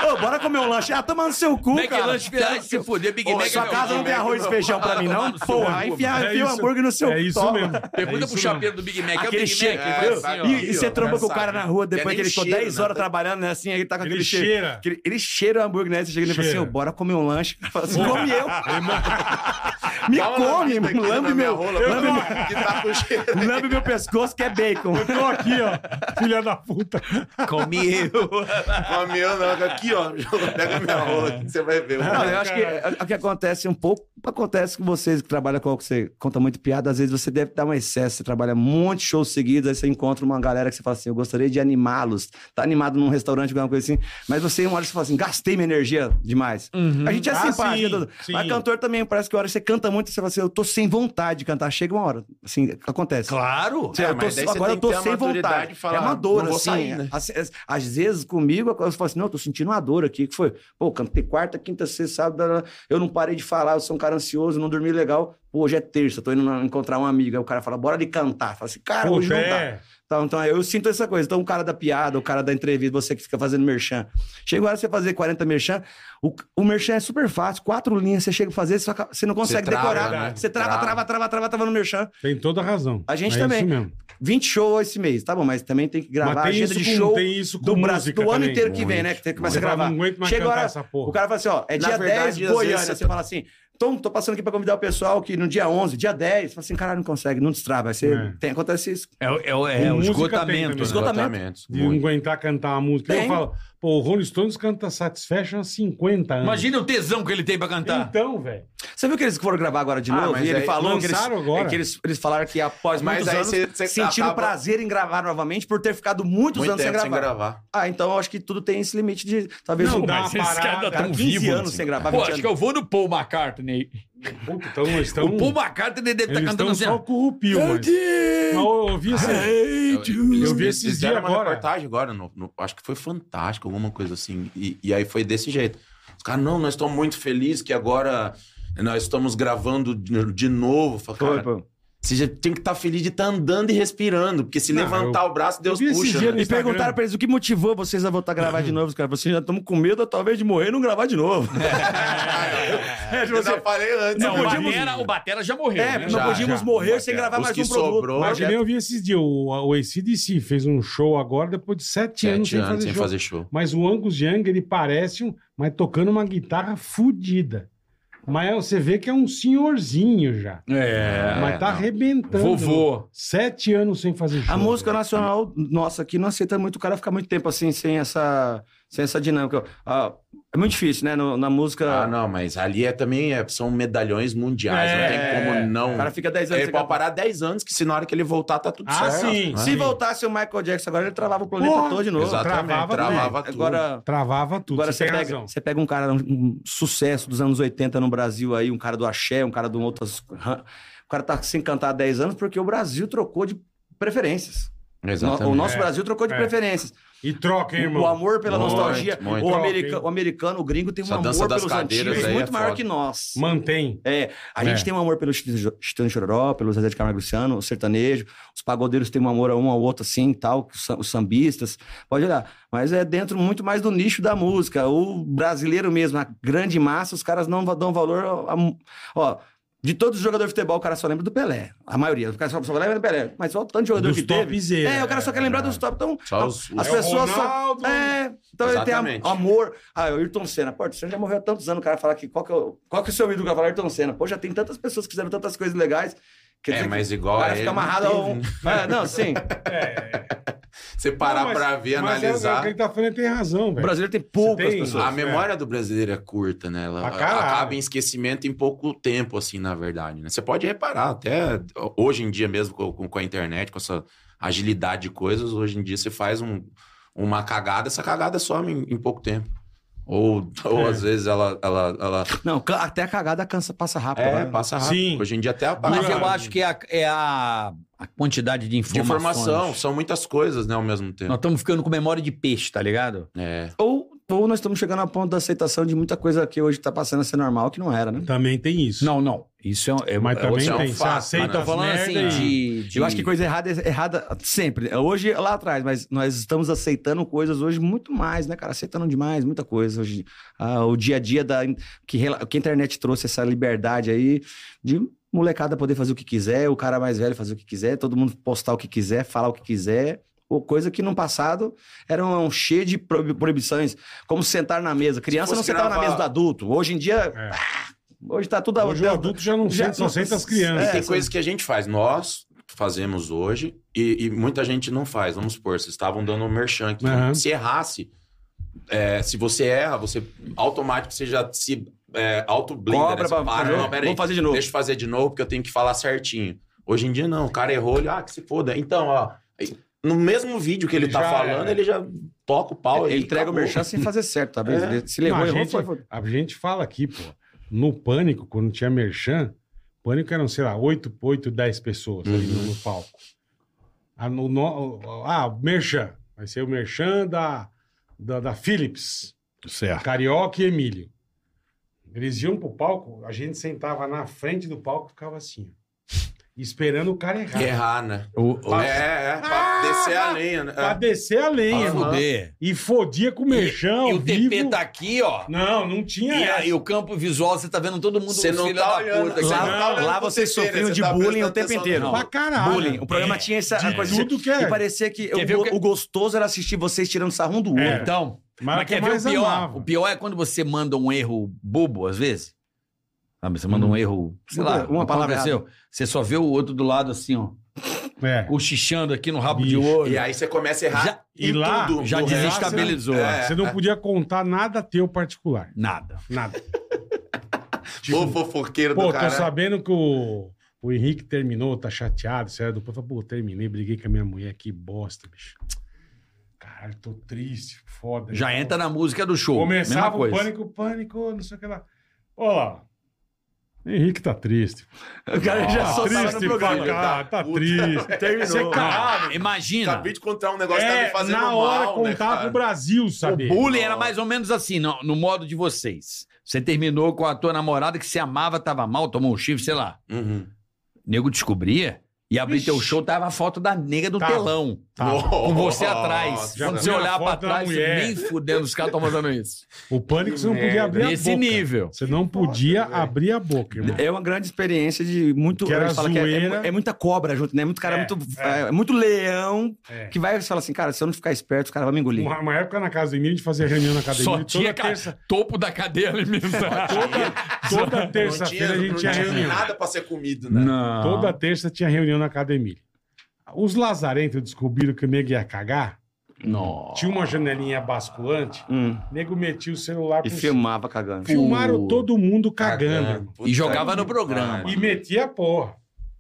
Speaker 6: Ô, bora comer um lanche. Ah, toma no seu cu, cara.
Speaker 7: McLanche
Speaker 6: Tá,
Speaker 7: Ferrari se fuder, Big
Speaker 6: Ô,
Speaker 7: Mac
Speaker 6: sua
Speaker 7: é
Speaker 6: casa
Speaker 7: meu.
Speaker 6: não tem arroz e
Speaker 7: Não.
Speaker 6: feijão pra mim,
Speaker 7: Ah,
Speaker 6: não?
Speaker 7: tomar no seu
Speaker 6: Porra,
Speaker 7: cu,
Speaker 6: enfiar
Speaker 3: mano. É
Speaker 6: enfia o
Speaker 3: isso-
Speaker 6: hambúrguer no seu
Speaker 3: É isso
Speaker 6: toma.
Speaker 3: mesmo.
Speaker 7: Pergunta
Speaker 3: é
Speaker 7: pro chapeiro do Big Mac. é o
Speaker 6: Aquele
Speaker 7: Big
Speaker 6: cheque,
Speaker 7: Mac,
Speaker 6: viu?
Speaker 7: ele vai assim, ó.
Speaker 6: E, e você
Speaker 5: ó,
Speaker 6: tromba com o
Speaker 5: engraçado.
Speaker 6: cara na rua depois
Speaker 5: É
Speaker 6: que ele
Speaker 5: nem
Speaker 6: ficou
Speaker 5: cheiro,
Speaker 6: 10
Speaker 5: né?
Speaker 6: horas trabalhando, né? Assim, ele tá com
Speaker 3: Ele
Speaker 6: aquele cheiro.
Speaker 3: cheira.
Speaker 6: Aquele- ele cheira o hambúrguer, né? Você chega nele e fala assim,
Speaker 3: Cheira.
Speaker 6: "Ô, bora comer um lanche. Ele fala assim, come eu. Me
Speaker 5: Dá uma
Speaker 6: come,
Speaker 5: lambida aqui na
Speaker 6: lambe
Speaker 5: minha
Speaker 6: meu,
Speaker 5: rola,
Speaker 6: lambe,
Speaker 5: que tá com cheiro.
Speaker 6: meu- lambe meu pescoço que é bacon.
Speaker 3: Tô aqui, ó. Filha da puta.
Speaker 7: Comi eu.
Speaker 5: Come eu não, tá aqui, ó. Pega minha rola aqui, você vai ver.
Speaker 6: Não, eu acho que é- o que acontece um pouco, acontece com vocês que trabalham com você conta muito piada, às vezes você deve dar um excesso, você trabalha muitos shows seguidos, aí você encontra uma galera que você fala assim, eu gostaria de animá-los, tá animado num restaurante, alguma coisa assim, mas você uma hora você fala assim, gastei minha energia demais. A gente é
Speaker 3: Ah,
Speaker 6: simpático,
Speaker 3: sim,
Speaker 6: né, Dudu? mas
Speaker 3: sim.
Speaker 6: cantor também, parece que a hora que você canta muito, você fala assim, eu tô sem vontade de cantar, chega uma hora, assim, acontece.
Speaker 7: Claro.
Speaker 6: Você,
Speaker 5: É,
Speaker 6: eu tô-
Speaker 5: mas daí você
Speaker 6: agora
Speaker 5: tem
Speaker 6: eu tô
Speaker 5: que ter a
Speaker 6: sem
Speaker 5: maturidade
Speaker 6: vontade.
Speaker 5: de falar,
Speaker 6: é uma dor,
Speaker 5: não vou
Speaker 6: assim.
Speaker 5: sair, né?
Speaker 6: Às, às- às vezes, comigo, eu falo assim, não, eu tô sentindo uma dor aqui, que foi, pô, cantei quarta, quinta, sexta, sábado, blá, blá, blá. eu não parei de falar, eu sou um cara ansioso, não dormi legal. Pô, hoje é terça, tô indo na- encontrar uma amiga. Aí o cara fala, bora de cantar. Fala assim, cara, hoje
Speaker 3: Puta,
Speaker 6: não dá.
Speaker 3: é.
Speaker 6: Então, então eu sinto essa coisa. Então, o cara da piada, o cara da entrevista, você que fica fazendo merchan. Chega uma hora você fazer 40 merchan, o, o merchan é super fácil, quatro linhas, você chega a fazer, só que você não consegue
Speaker 5: trava,
Speaker 6: decorar.
Speaker 5: né?
Speaker 6: Você trava,
Speaker 5: Trava.
Speaker 6: trava, trava, trava, trava no merchan.
Speaker 3: Tem toda a razão.
Speaker 6: A gente
Speaker 3: É
Speaker 6: também.
Speaker 3: Isso mesmo.
Speaker 6: 20 shows esse mês, tá bom, mas também tem que gravar
Speaker 3: Mas
Speaker 6: a
Speaker 3: tem
Speaker 6: agenda
Speaker 3: isso,
Speaker 6: de
Speaker 3: com,
Speaker 6: show
Speaker 3: tem isso com
Speaker 6: do,
Speaker 3: música
Speaker 6: Brasil, do ano
Speaker 3: também.
Speaker 6: inteiro que vem, né? Que tem que
Speaker 3: Você
Speaker 6: começar a
Speaker 3: fala,
Speaker 6: gravar.
Speaker 3: Não aguento mais
Speaker 6: Chega
Speaker 3: cantar
Speaker 6: agora,
Speaker 3: essa porra.
Speaker 6: o cara fala assim, ó, é
Speaker 5: Na
Speaker 6: dia
Speaker 5: verdade,
Speaker 6: 10
Speaker 5: às
Speaker 6: Goiânia.
Speaker 5: vezes
Speaker 6: Você
Speaker 5: você
Speaker 6: fala assim, então tô passando aqui pra convidar o pessoal que no dia 11, dia 10, você fala assim, caralho, não consegue, não destrava. Aí você,
Speaker 3: É.
Speaker 6: tem, acontece isso.
Speaker 7: É, o- é o- é
Speaker 3: Com
Speaker 7: o
Speaker 3: música
Speaker 7: esgotamento.
Speaker 3: tem
Speaker 7: né?
Speaker 3: também. De um não aguentar cantar uma música.
Speaker 6: Tem.
Speaker 3: Eu falo, pô, o Rolling Stones canta Satisfaction há 50 anos.
Speaker 7: Imagina tá. o tesão que ele tem pra cantar.
Speaker 3: Então, velho.
Speaker 6: Você viu que eles foram gravar agora de
Speaker 5: Ah,
Speaker 6: novo?
Speaker 5: mas
Speaker 6: E ele
Speaker 5: aí
Speaker 6: falou que eles,
Speaker 3: é, lançaram agora.
Speaker 6: é que eles, eles falaram que após
Speaker 5: Mas
Speaker 6: muitos
Speaker 5: aí
Speaker 6: anos
Speaker 5: você- você
Speaker 6: sentiram
Speaker 5: acaba-
Speaker 6: prazer em gravar novamente por ter ficado muitos
Speaker 5: Muito
Speaker 6: anos sem
Speaker 5: tempo
Speaker 6: gravar.
Speaker 5: sem gravar.
Speaker 6: Ah, então eu acho que tudo tem esse limite de talvez
Speaker 3: Não
Speaker 6: um-
Speaker 3: dá
Speaker 6: cara,
Speaker 3: uma parada.
Speaker 7: tão
Speaker 6: 15
Speaker 7: vivo,
Speaker 6: anos
Speaker 7: assim.
Speaker 6: sem gravar,
Speaker 7: Pô,
Speaker 6: 20
Speaker 7: acho
Speaker 6: anos.
Speaker 7: que eu vou no Paul McCartney.
Speaker 3: Puta, então, eles estão...
Speaker 7: O Paul McCartney deve estar
Speaker 3: Eles estão
Speaker 7: cantando assim.
Speaker 3: só
Speaker 7: ó.
Speaker 3: com o Rupil, mas... Mas eu ouvi assim...
Speaker 5: Eu
Speaker 3: vi esses dias
Speaker 5: fizeram uma
Speaker 3: agora.
Speaker 5: reportagem agora, no- no- acho que foi fantástico, alguma coisa assim. E, e aí foi desse jeito. Os caras, não, nós estamos muito felizes que agora nós estamos gravando de de novo. Fala,
Speaker 6: Foi,
Speaker 5: cara,
Speaker 6: pô.
Speaker 5: Você já tem que estar feliz de estar andando e respirando, porque se
Speaker 3: Não,
Speaker 5: levantar o braço, Deus
Speaker 3: vi esse
Speaker 5: puxa.
Speaker 3: dia
Speaker 5: né?
Speaker 3: no
Speaker 6: E
Speaker 3: Instagram.
Speaker 6: perguntaram pra eles o que motivou vocês a voltar a gravar de novo. Os caras falaram assim, já estamos com medo talvez de morrer e não gravar de novo.
Speaker 5: É, tipo, eu já falei antes.
Speaker 7: Não,
Speaker 5: né?
Speaker 7: o Batera, o Batera já morreu.
Speaker 6: É,
Speaker 7: né?
Speaker 6: não
Speaker 5: Já,
Speaker 6: podíamos
Speaker 3: já.
Speaker 6: morrer sem gravar
Speaker 5: Os
Speaker 6: mais
Speaker 5: que
Speaker 6: um produto.
Speaker 5: sobrou,
Speaker 3: Mas que nem eu vi esses dias, o, o ACDC fez um show agora depois de sete, anos
Speaker 5: Sete
Speaker 3: sem
Speaker 5: anos
Speaker 3: fazer
Speaker 5: sem
Speaker 3: show.
Speaker 5: fazer show.
Speaker 3: Mas o Angus Young, ele parece um... Mas tocando uma guitarra fudida. Mas você vê que é um senhorzinho já.
Speaker 7: É.
Speaker 3: mas tá
Speaker 5: não.
Speaker 3: arrebentando.
Speaker 7: Vovô.
Speaker 3: Sete anos sem fazer show.
Speaker 6: A música nacional nossa aqui não aceita muito o cara ficar muito tempo assim, sem essa, sem essa dinâmica. Ah, é muito difícil, né? No- na música,
Speaker 5: Ah, não, mas ali é também é- são medalhões mundiais,
Speaker 3: É.
Speaker 5: não tem como não.
Speaker 6: o cara fica 10 anos
Speaker 5: ele
Speaker 6: sem
Speaker 5: pode
Speaker 6: gravar.
Speaker 5: parar 10 anos, que se na hora que ele voltar tá tudo
Speaker 3: Ah,
Speaker 5: certo.
Speaker 3: sim.
Speaker 5: né?
Speaker 6: Se voltasse o Michael Jackson agora, ele travava o planeta
Speaker 3: Porra,
Speaker 6: todo de novo.
Speaker 5: Exatamente,
Speaker 3: Travava
Speaker 5: travava,
Speaker 3: tudo.
Speaker 5: tudo.
Speaker 6: Agora,
Speaker 3: Travava tudo.
Speaker 6: agora
Speaker 3: você
Speaker 6: você,
Speaker 3: tem
Speaker 6: pega,
Speaker 3: razão.
Speaker 6: você pega um cara, um, um sucesso dos anos 80 no Brasil aí, um cara do axé, um cara do outras... O cara tá sem cantar há 10 anos porque o Brasil trocou de preferências.
Speaker 5: Exatamente.
Speaker 6: O nosso
Speaker 3: É.
Speaker 6: Brasil trocou de
Speaker 3: É.
Speaker 6: preferências.
Speaker 3: E troca, hein,
Speaker 6: O
Speaker 3: irmão.
Speaker 6: amor pela
Speaker 5: Muito,
Speaker 6: nostalgia.
Speaker 5: muito.
Speaker 6: O,
Speaker 3: Troca,
Speaker 6: america-
Speaker 3: hein?
Speaker 6: o americano, o gringo tem um
Speaker 5: Essa
Speaker 6: amor
Speaker 5: dança das
Speaker 6: pelos
Speaker 5: cadeiras
Speaker 6: antigos
Speaker 5: aí é
Speaker 6: muito maior
Speaker 5: foda.
Speaker 6: que nós.
Speaker 3: Mantém.
Speaker 6: É, a gente
Speaker 3: É.
Speaker 6: tem um amor pelo Chitão Chororó, pelo Zezé de Camargo e Luciano, o sertanejo, os pagodeiros têm um amor a um ao outro assim, tal, que os sam- os sambistas, pode olhar. Mas é dentro muito mais do nicho da música, o brasileiro mesmo, a grande massa, os caras não va- dão valor a- a- ó, de todos os jogadores de futebol, o cara só lembra do Pelé. A maioria. O cara só, só lembra do Pelé. Mas olha o tanto de jogador
Speaker 3: Dos
Speaker 6: que teve.
Speaker 3: topzera.
Speaker 6: É, o cara só quer lembrar dos top. Então,
Speaker 5: Só os-
Speaker 6: as
Speaker 3: É o
Speaker 6: pessoas
Speaker 3: Ronaldo.
Speaker 6: só. É, então ele
Speaker 5: Exatamente.
Speaker 6: tem am- amor. Ah, o Ayrton Senna. Pô, o Senna já morreu há tantos anos. O cara fala que qual que é o, qual que é o seu ídolo? O cara fala Ayrton Senna. Pô, já tem tantas pessoas que fizeram tantas coisas legais. Quer dizer
Speaker 5: É,
Speaker 6: que
Speaker 5: mas
Speaker 6: o
Speaker 5: igual a
Speaker 6: cara
Speaker 5: ele.
Speaker 6: fica
Speaker 5: não
Speaker 6: amarrado
Speaker 5: teve,
Speaker 6: a um.
Speaker 5: né?
Speaker 6: É, não, sim.
Speaker 5: Você parar
Speaker 3: Não, É. mas-
Speaker 5: pra ver,
Speaker 3: mas é, o
Speaker 5: analisar.
Speaker 3: que ele tá falando ele tem razão,
Speaker 6: O
Speaker 3: velho.
Speaker 6: brasileiro tem poucas
Speaker 3: Você tem-
Speaker 6: pessoas.
Speaker 5: A memória do brasileiro é curta, né? Ela
Speaker 3: É. Pra caralho.
Speaker 5: acaba em esquecimento em pouco tempo, assim, na verdade. Né? Você pode reparar, até hoje em dia mesmo, com, com a internet, com essa agilidade de coisas, hoje em dia você faz um- uma cagada, essa cagada some em, em pouco tempo. Ou, ou às vezes ela, ela, ela
Speaker 6: Não, ca- até a cagada cansa, passa rápido.
Speaker 5: é,
Speaker 6: né?
Speaker 5: passa rápido.
Speaker 3: Sim.
Speaker 5: Hoje em dia até a
Speaker 7: Mas
Speaker 3: Dura-
Speaker 7: eu acho que é a, é a- a quantidade de
Speaker 4: é
Speaker 5: de
Speaker 7: informações.
Speaker 5: informação, são muitas coisas, né, ao mesmo tempo.
Speaker 7: Nós estamos ficando com memória de peixe, tá ligado?
Speaker 5: É.
Speaker 6: Ou, ou nós estamos chegando ao ponto da aceitação de muita coisa que hoje tá passando a ser normal, que não era, né?
Speaker 3: É. Também tem isso.
Speaker 7: Não, não. Isso é, é,
Speaker 3: Mas
Speaker 7: é
Speaker 3: também
Speaker 5: outro- é um
Speaker 3: tem. Você
Speaker 5: fato,
Speaker 3: aceita
Speaker 5: né? Tô
Speaker 3: as
Speaker 7: falando assim
Speaker 3: merda e-
Speaker 7: de, de-
Speaker 6: Eu acho que coisa errada é errada sempre. Hoje, lá atrás, mas nós estamos aceitando coisas hoje muito mais, né, cara? Aceitando demais, muita coisa hoje. Ah, o dia a dia da, que, rela- que a internet trouxe essa liberdade aí de molecada poder fazer o que quiser, o cara mais velho fazer o que quiser, todo mundo postar o que quiser, falar o que quiser. Ou coisa que no passado era um cheio de proib- proibições, como sentar na mesa. Criança
Speaker 5: fosse
Speaker 6: não sentava na
Speaker 5: gravar-
Speaker 6: mesa do adulto. Hoje em dia.
Speaker 3: É.
Speaker 6: ah, hoje tá tudo.
Speaker 3: Hoje o adulto já não
Speaker 6: Já- é,
Speaker 3: sente, só sente as
Speaker 5: E
Speaker 3: crianças.
Speaker 5: tem coisas que a gente faz, nós fazemos hoje e, e muita gente não faz. Vamos supor, vocês estavam dando um merchan aqui.
Speaker 3: Aham.
Speaker 5: Se errasse, é, se você erra, você automático você já se é, auto-blinda. né?
Speaker 6: Cobra
Speaker 5: Você
Speaker 6: pra
Speaker 5: para,
Speaker 6: fazer.
Speaker 5: não, peraí,
Speaker 6: Vamos fazer de novo.
Speaker 5: deixa eu fazer de novo porque eu tenho que falar certinho. Hoje em dia não, o cara errou, ele, ah, que se foda. Então, ó, no mesmo vídeo que ele,
Speaker 3: Ele
Speaker 5: tá
Speaker 3: já-
Speaker 5: falando, ele já toca o pau.
Speaker 6: Ele
Speaker 5: e
Speaker 6: entrega
Speaker 5: acabou.
Speaker 6: o merchan sem fazer certo, tá?
Speaker 5: É.
Speaker 6: Ele Se
Speaker 3: Não,
Speaker 6: levou,
Speaker 3: a,
Speaker 6: errou,
Speaker 3: gente,
Speaker 6: foi, foi.
Speaker 3: a gente fala aqui, pô, no pânico, quando tinha merchan, pânico eram, sei lá, 8, 8 10 pessoas ali no,
Speaker 7: Uhum.
Speaker 3: no palco. Ah, no, no- ah, o merchan. Vai ser o merchan da, da, da Philips,
Speaker 2: Certo.
Speaker 3: Carioca e Emílio. Eles iam pro palco, a gente sentava na frente do palco e ficava assim, ó, esperando o cara
Speaker 7: É.
Speaker 3: errar.
Speaker 5: Errar, né?
Speaker 7: O, o,
Speaker 5: É, é, pra
Speaker 3: Ah!
Speaker 5: descer a lenha, né?
Speaker 3: Pra descer a lenha.
Speaker 7: Ah, fuder.
Speaker 3: E fodia com o merchan,
Speaker 7: E
Speaker 3: ao
Speaker 7: o TP
Speaker 3: né? vivo. É.
Speaker 7: tá aqui, ó.
Speaker 3: Não, não tinha
Speaker 7: E
Speaker 3: essa.
Speaker 7: aí, o campo visual, você tá vendo todo mundo
Speaker 5: Você não
Speaker 7: filha
Speaker 5: tá
Speaker 7: da
Speaker 5: olhando.
Speaker 7: puta,
Speaker 5: você
Speaker 6: Lá-
Speaker 5: não
Speaker 7: cara.
Speaker 5: tá olhando
Speaker 6: lá
Speaker 5: pra
Speaker 6: vocês
Speaker 5: você,
Speaker 6: sofriam
Speaker 5: você
Speaker 6: de
Speaker 5: tá
Speaker 6: bullying o
Speaker 5: prestando
Speaker 6: tempo
Speaker 5: atenção
Speaker 6: inteiro.
Speaker 5: no-
Speaker 3: Pra caralho.
Speaker 6: Bullying. O programa tinha essa
Speaker 3: é de
Speaker 6: coisa.
Speaker 3: tudo que é.
Speaker 6: E parecia que,
Speaker 7: Quer
Speaker 6: o,
Speaker 7: ver o
Speaker 6: go-
Speaker 7: que-
Speaker 6: o gostoso era assistir vocês tirando sarro um do outro.
Speaker 3: É.
Speaker 7: Então,
Speaker 3: Mas,
Speaker 7: mas,
Speaker 3: o que
Speaker 7: quer ver o
Speaker 3: mais
Speaker 7: pior?
Speaker 3: amava.
Speaker 7: O pior é quando você manda um erro bobo, às vezes. Sabe, você manda um erro, sei lá,
Speaker 6: Uma palavra
Speaker 7: aconteceu. Você só vê o outro do lado assim, ó,
Speaker 3: É.
Speaker 7: cochichando aqui no rabo de
Speaker 3: Bicho.
Speaker 7: olho.
Speaker 5: E aí você começa a errar
Speaker 7: Já-
Speaker 5: em
Speaker 3: e lá,
Speaker 5: tudo.
Speaker 7: já
Speaker 5: no resto. né?
Speaker 7: desestabilizou.
Speaker 5: É.
Speaker 3: Você não podia contar nada teu particular.
Speaker 7: Nada.
Speaker 3: Nada.
Speaker 5: Ô, fofoqueiro
Speaker 3: tipo, Pô,
Speaker 5: do
Speaker 3: tô
Speaker 5: cara.
Speaker 3: sabendo que o, o Henrique terminou, tá chateado, sério. Depois fala, pô, terminei, briguei com a minha mulher, que bosta, bicho. Caralho, tô triste, foda. Então,
Speaker 7: Já entra na música do show.
Speaker 3: Começava
Speaker 7: mesma
Speaker 3: o
Speaker 7: coisa.
Speaker 3: pânico, pânico, não sei o que lá. Ó lá. Henrique tá triste.
Speaker 6: O cara já
Speaker 3: tá
Speaker 6: soltava no
Speaker 3: triste pra
Speaker 6: programa.
Speaker 3: cá, tá
Speaker 5: Puta.
Speaker 3: triste.
Speaker 6: Terminou.
Speaker 3: Você, caralho,
Speaker 7: Ah, imagina.
Speaker 5: Acabei de contar um negócio que tá me
Speaker 3: é,
Speaker 5: fazendo
Speaker 3: na
Speaker 5: mal,
Speaker 3: hora
Speaker 5: né,
Speaker 3: contava
Speaker 5: cara?
Speaker 3: o Brasil,
Speaker 7: O
Speaker 3: sabe?
Speaker 7: bullying era mais ou menos assim, no, no modo de vocês. Você terminou com a tua namorada que se amava, tava mal, tomou um chifre, sei lá.
Speaker 5: Uhum.
Speaker 7: nego descobria e abrir teu show, tava a foto da nega do
Speaker 3: Tá.
Speaker 7: telão. Com você atrás.
Speaker 3: já
Speaker 7: Quando
Speaker 3: vi
Speaker 7: você
Speaker 3: a
Speaker 7: olhar
Speaker 3: foto
Speaker 7: pra
Speaker 3: da
Speaker 7: trás,
Speaker 3: mulher.
Speaker 7: nem fudendo, os caras estão mandando isso.
Speaker 3: O pânico você não podia abrir a
Speaker 7: Nesse
Speaker 3: boca.
Speaker 7: nível.
Speaker 3: Você não podia abrir a boca, irmão.
Speaker 6: É uma grande experiência de muito.
Speaker 3: Que era
Speaker 6: a gente fala que é- é,
Speaker 3: zoeira.
Speaker 6: é muita cobra junto, né? Muito cara,
Speaker 3: É,
Speaker 6: muito,
Speaker 3: é.
Speaker 6: é, muito leão.
Speaker 3: É.
Speaker 6: Que vai e fala assim, cara, se eu não ficar esperto, os caras vão me engolir.
Speaker 3: Uma, uma época na casa de mim, a gente fazia reunião na academia.
Speaker 7: Só
Speaker 3: e toda
Speaker 7: tinha ca-
Speaker 3: terça,
Speaker 7: topo da cadeia alimentar.
Speaker 3: toda
Speaker 5: Não tinha,
Speaker 3: terça-feira a
Speaker 5: não
Speaker 3: gente tinha
Speaker 5: tinha
Speaker 3: reunião. Ah.
Speaker 5: nada pra ser comido, né?
Speaker 3: Toda terça tinha reunião na academia. Os lazarentos descobriram que o nego ia cagar.
Speaker 7: Não.
Speaker 3: Tinha uma janelinha basculante.
Speaker 6: Hum.
Speaker 3: O nego metia o celular
Speaker 6: E
Speaker 3: pro-
Speaker 6: filmava cagando.
Speaker 3: Filmaram todo mundo cagando. irmão.
Speaker 5: Puta
Speaker 7: E jogava
Speaker 5: que
Speaker 7: no programa.
Speaker 5: pariu.
Speaker 3: E metia a porra.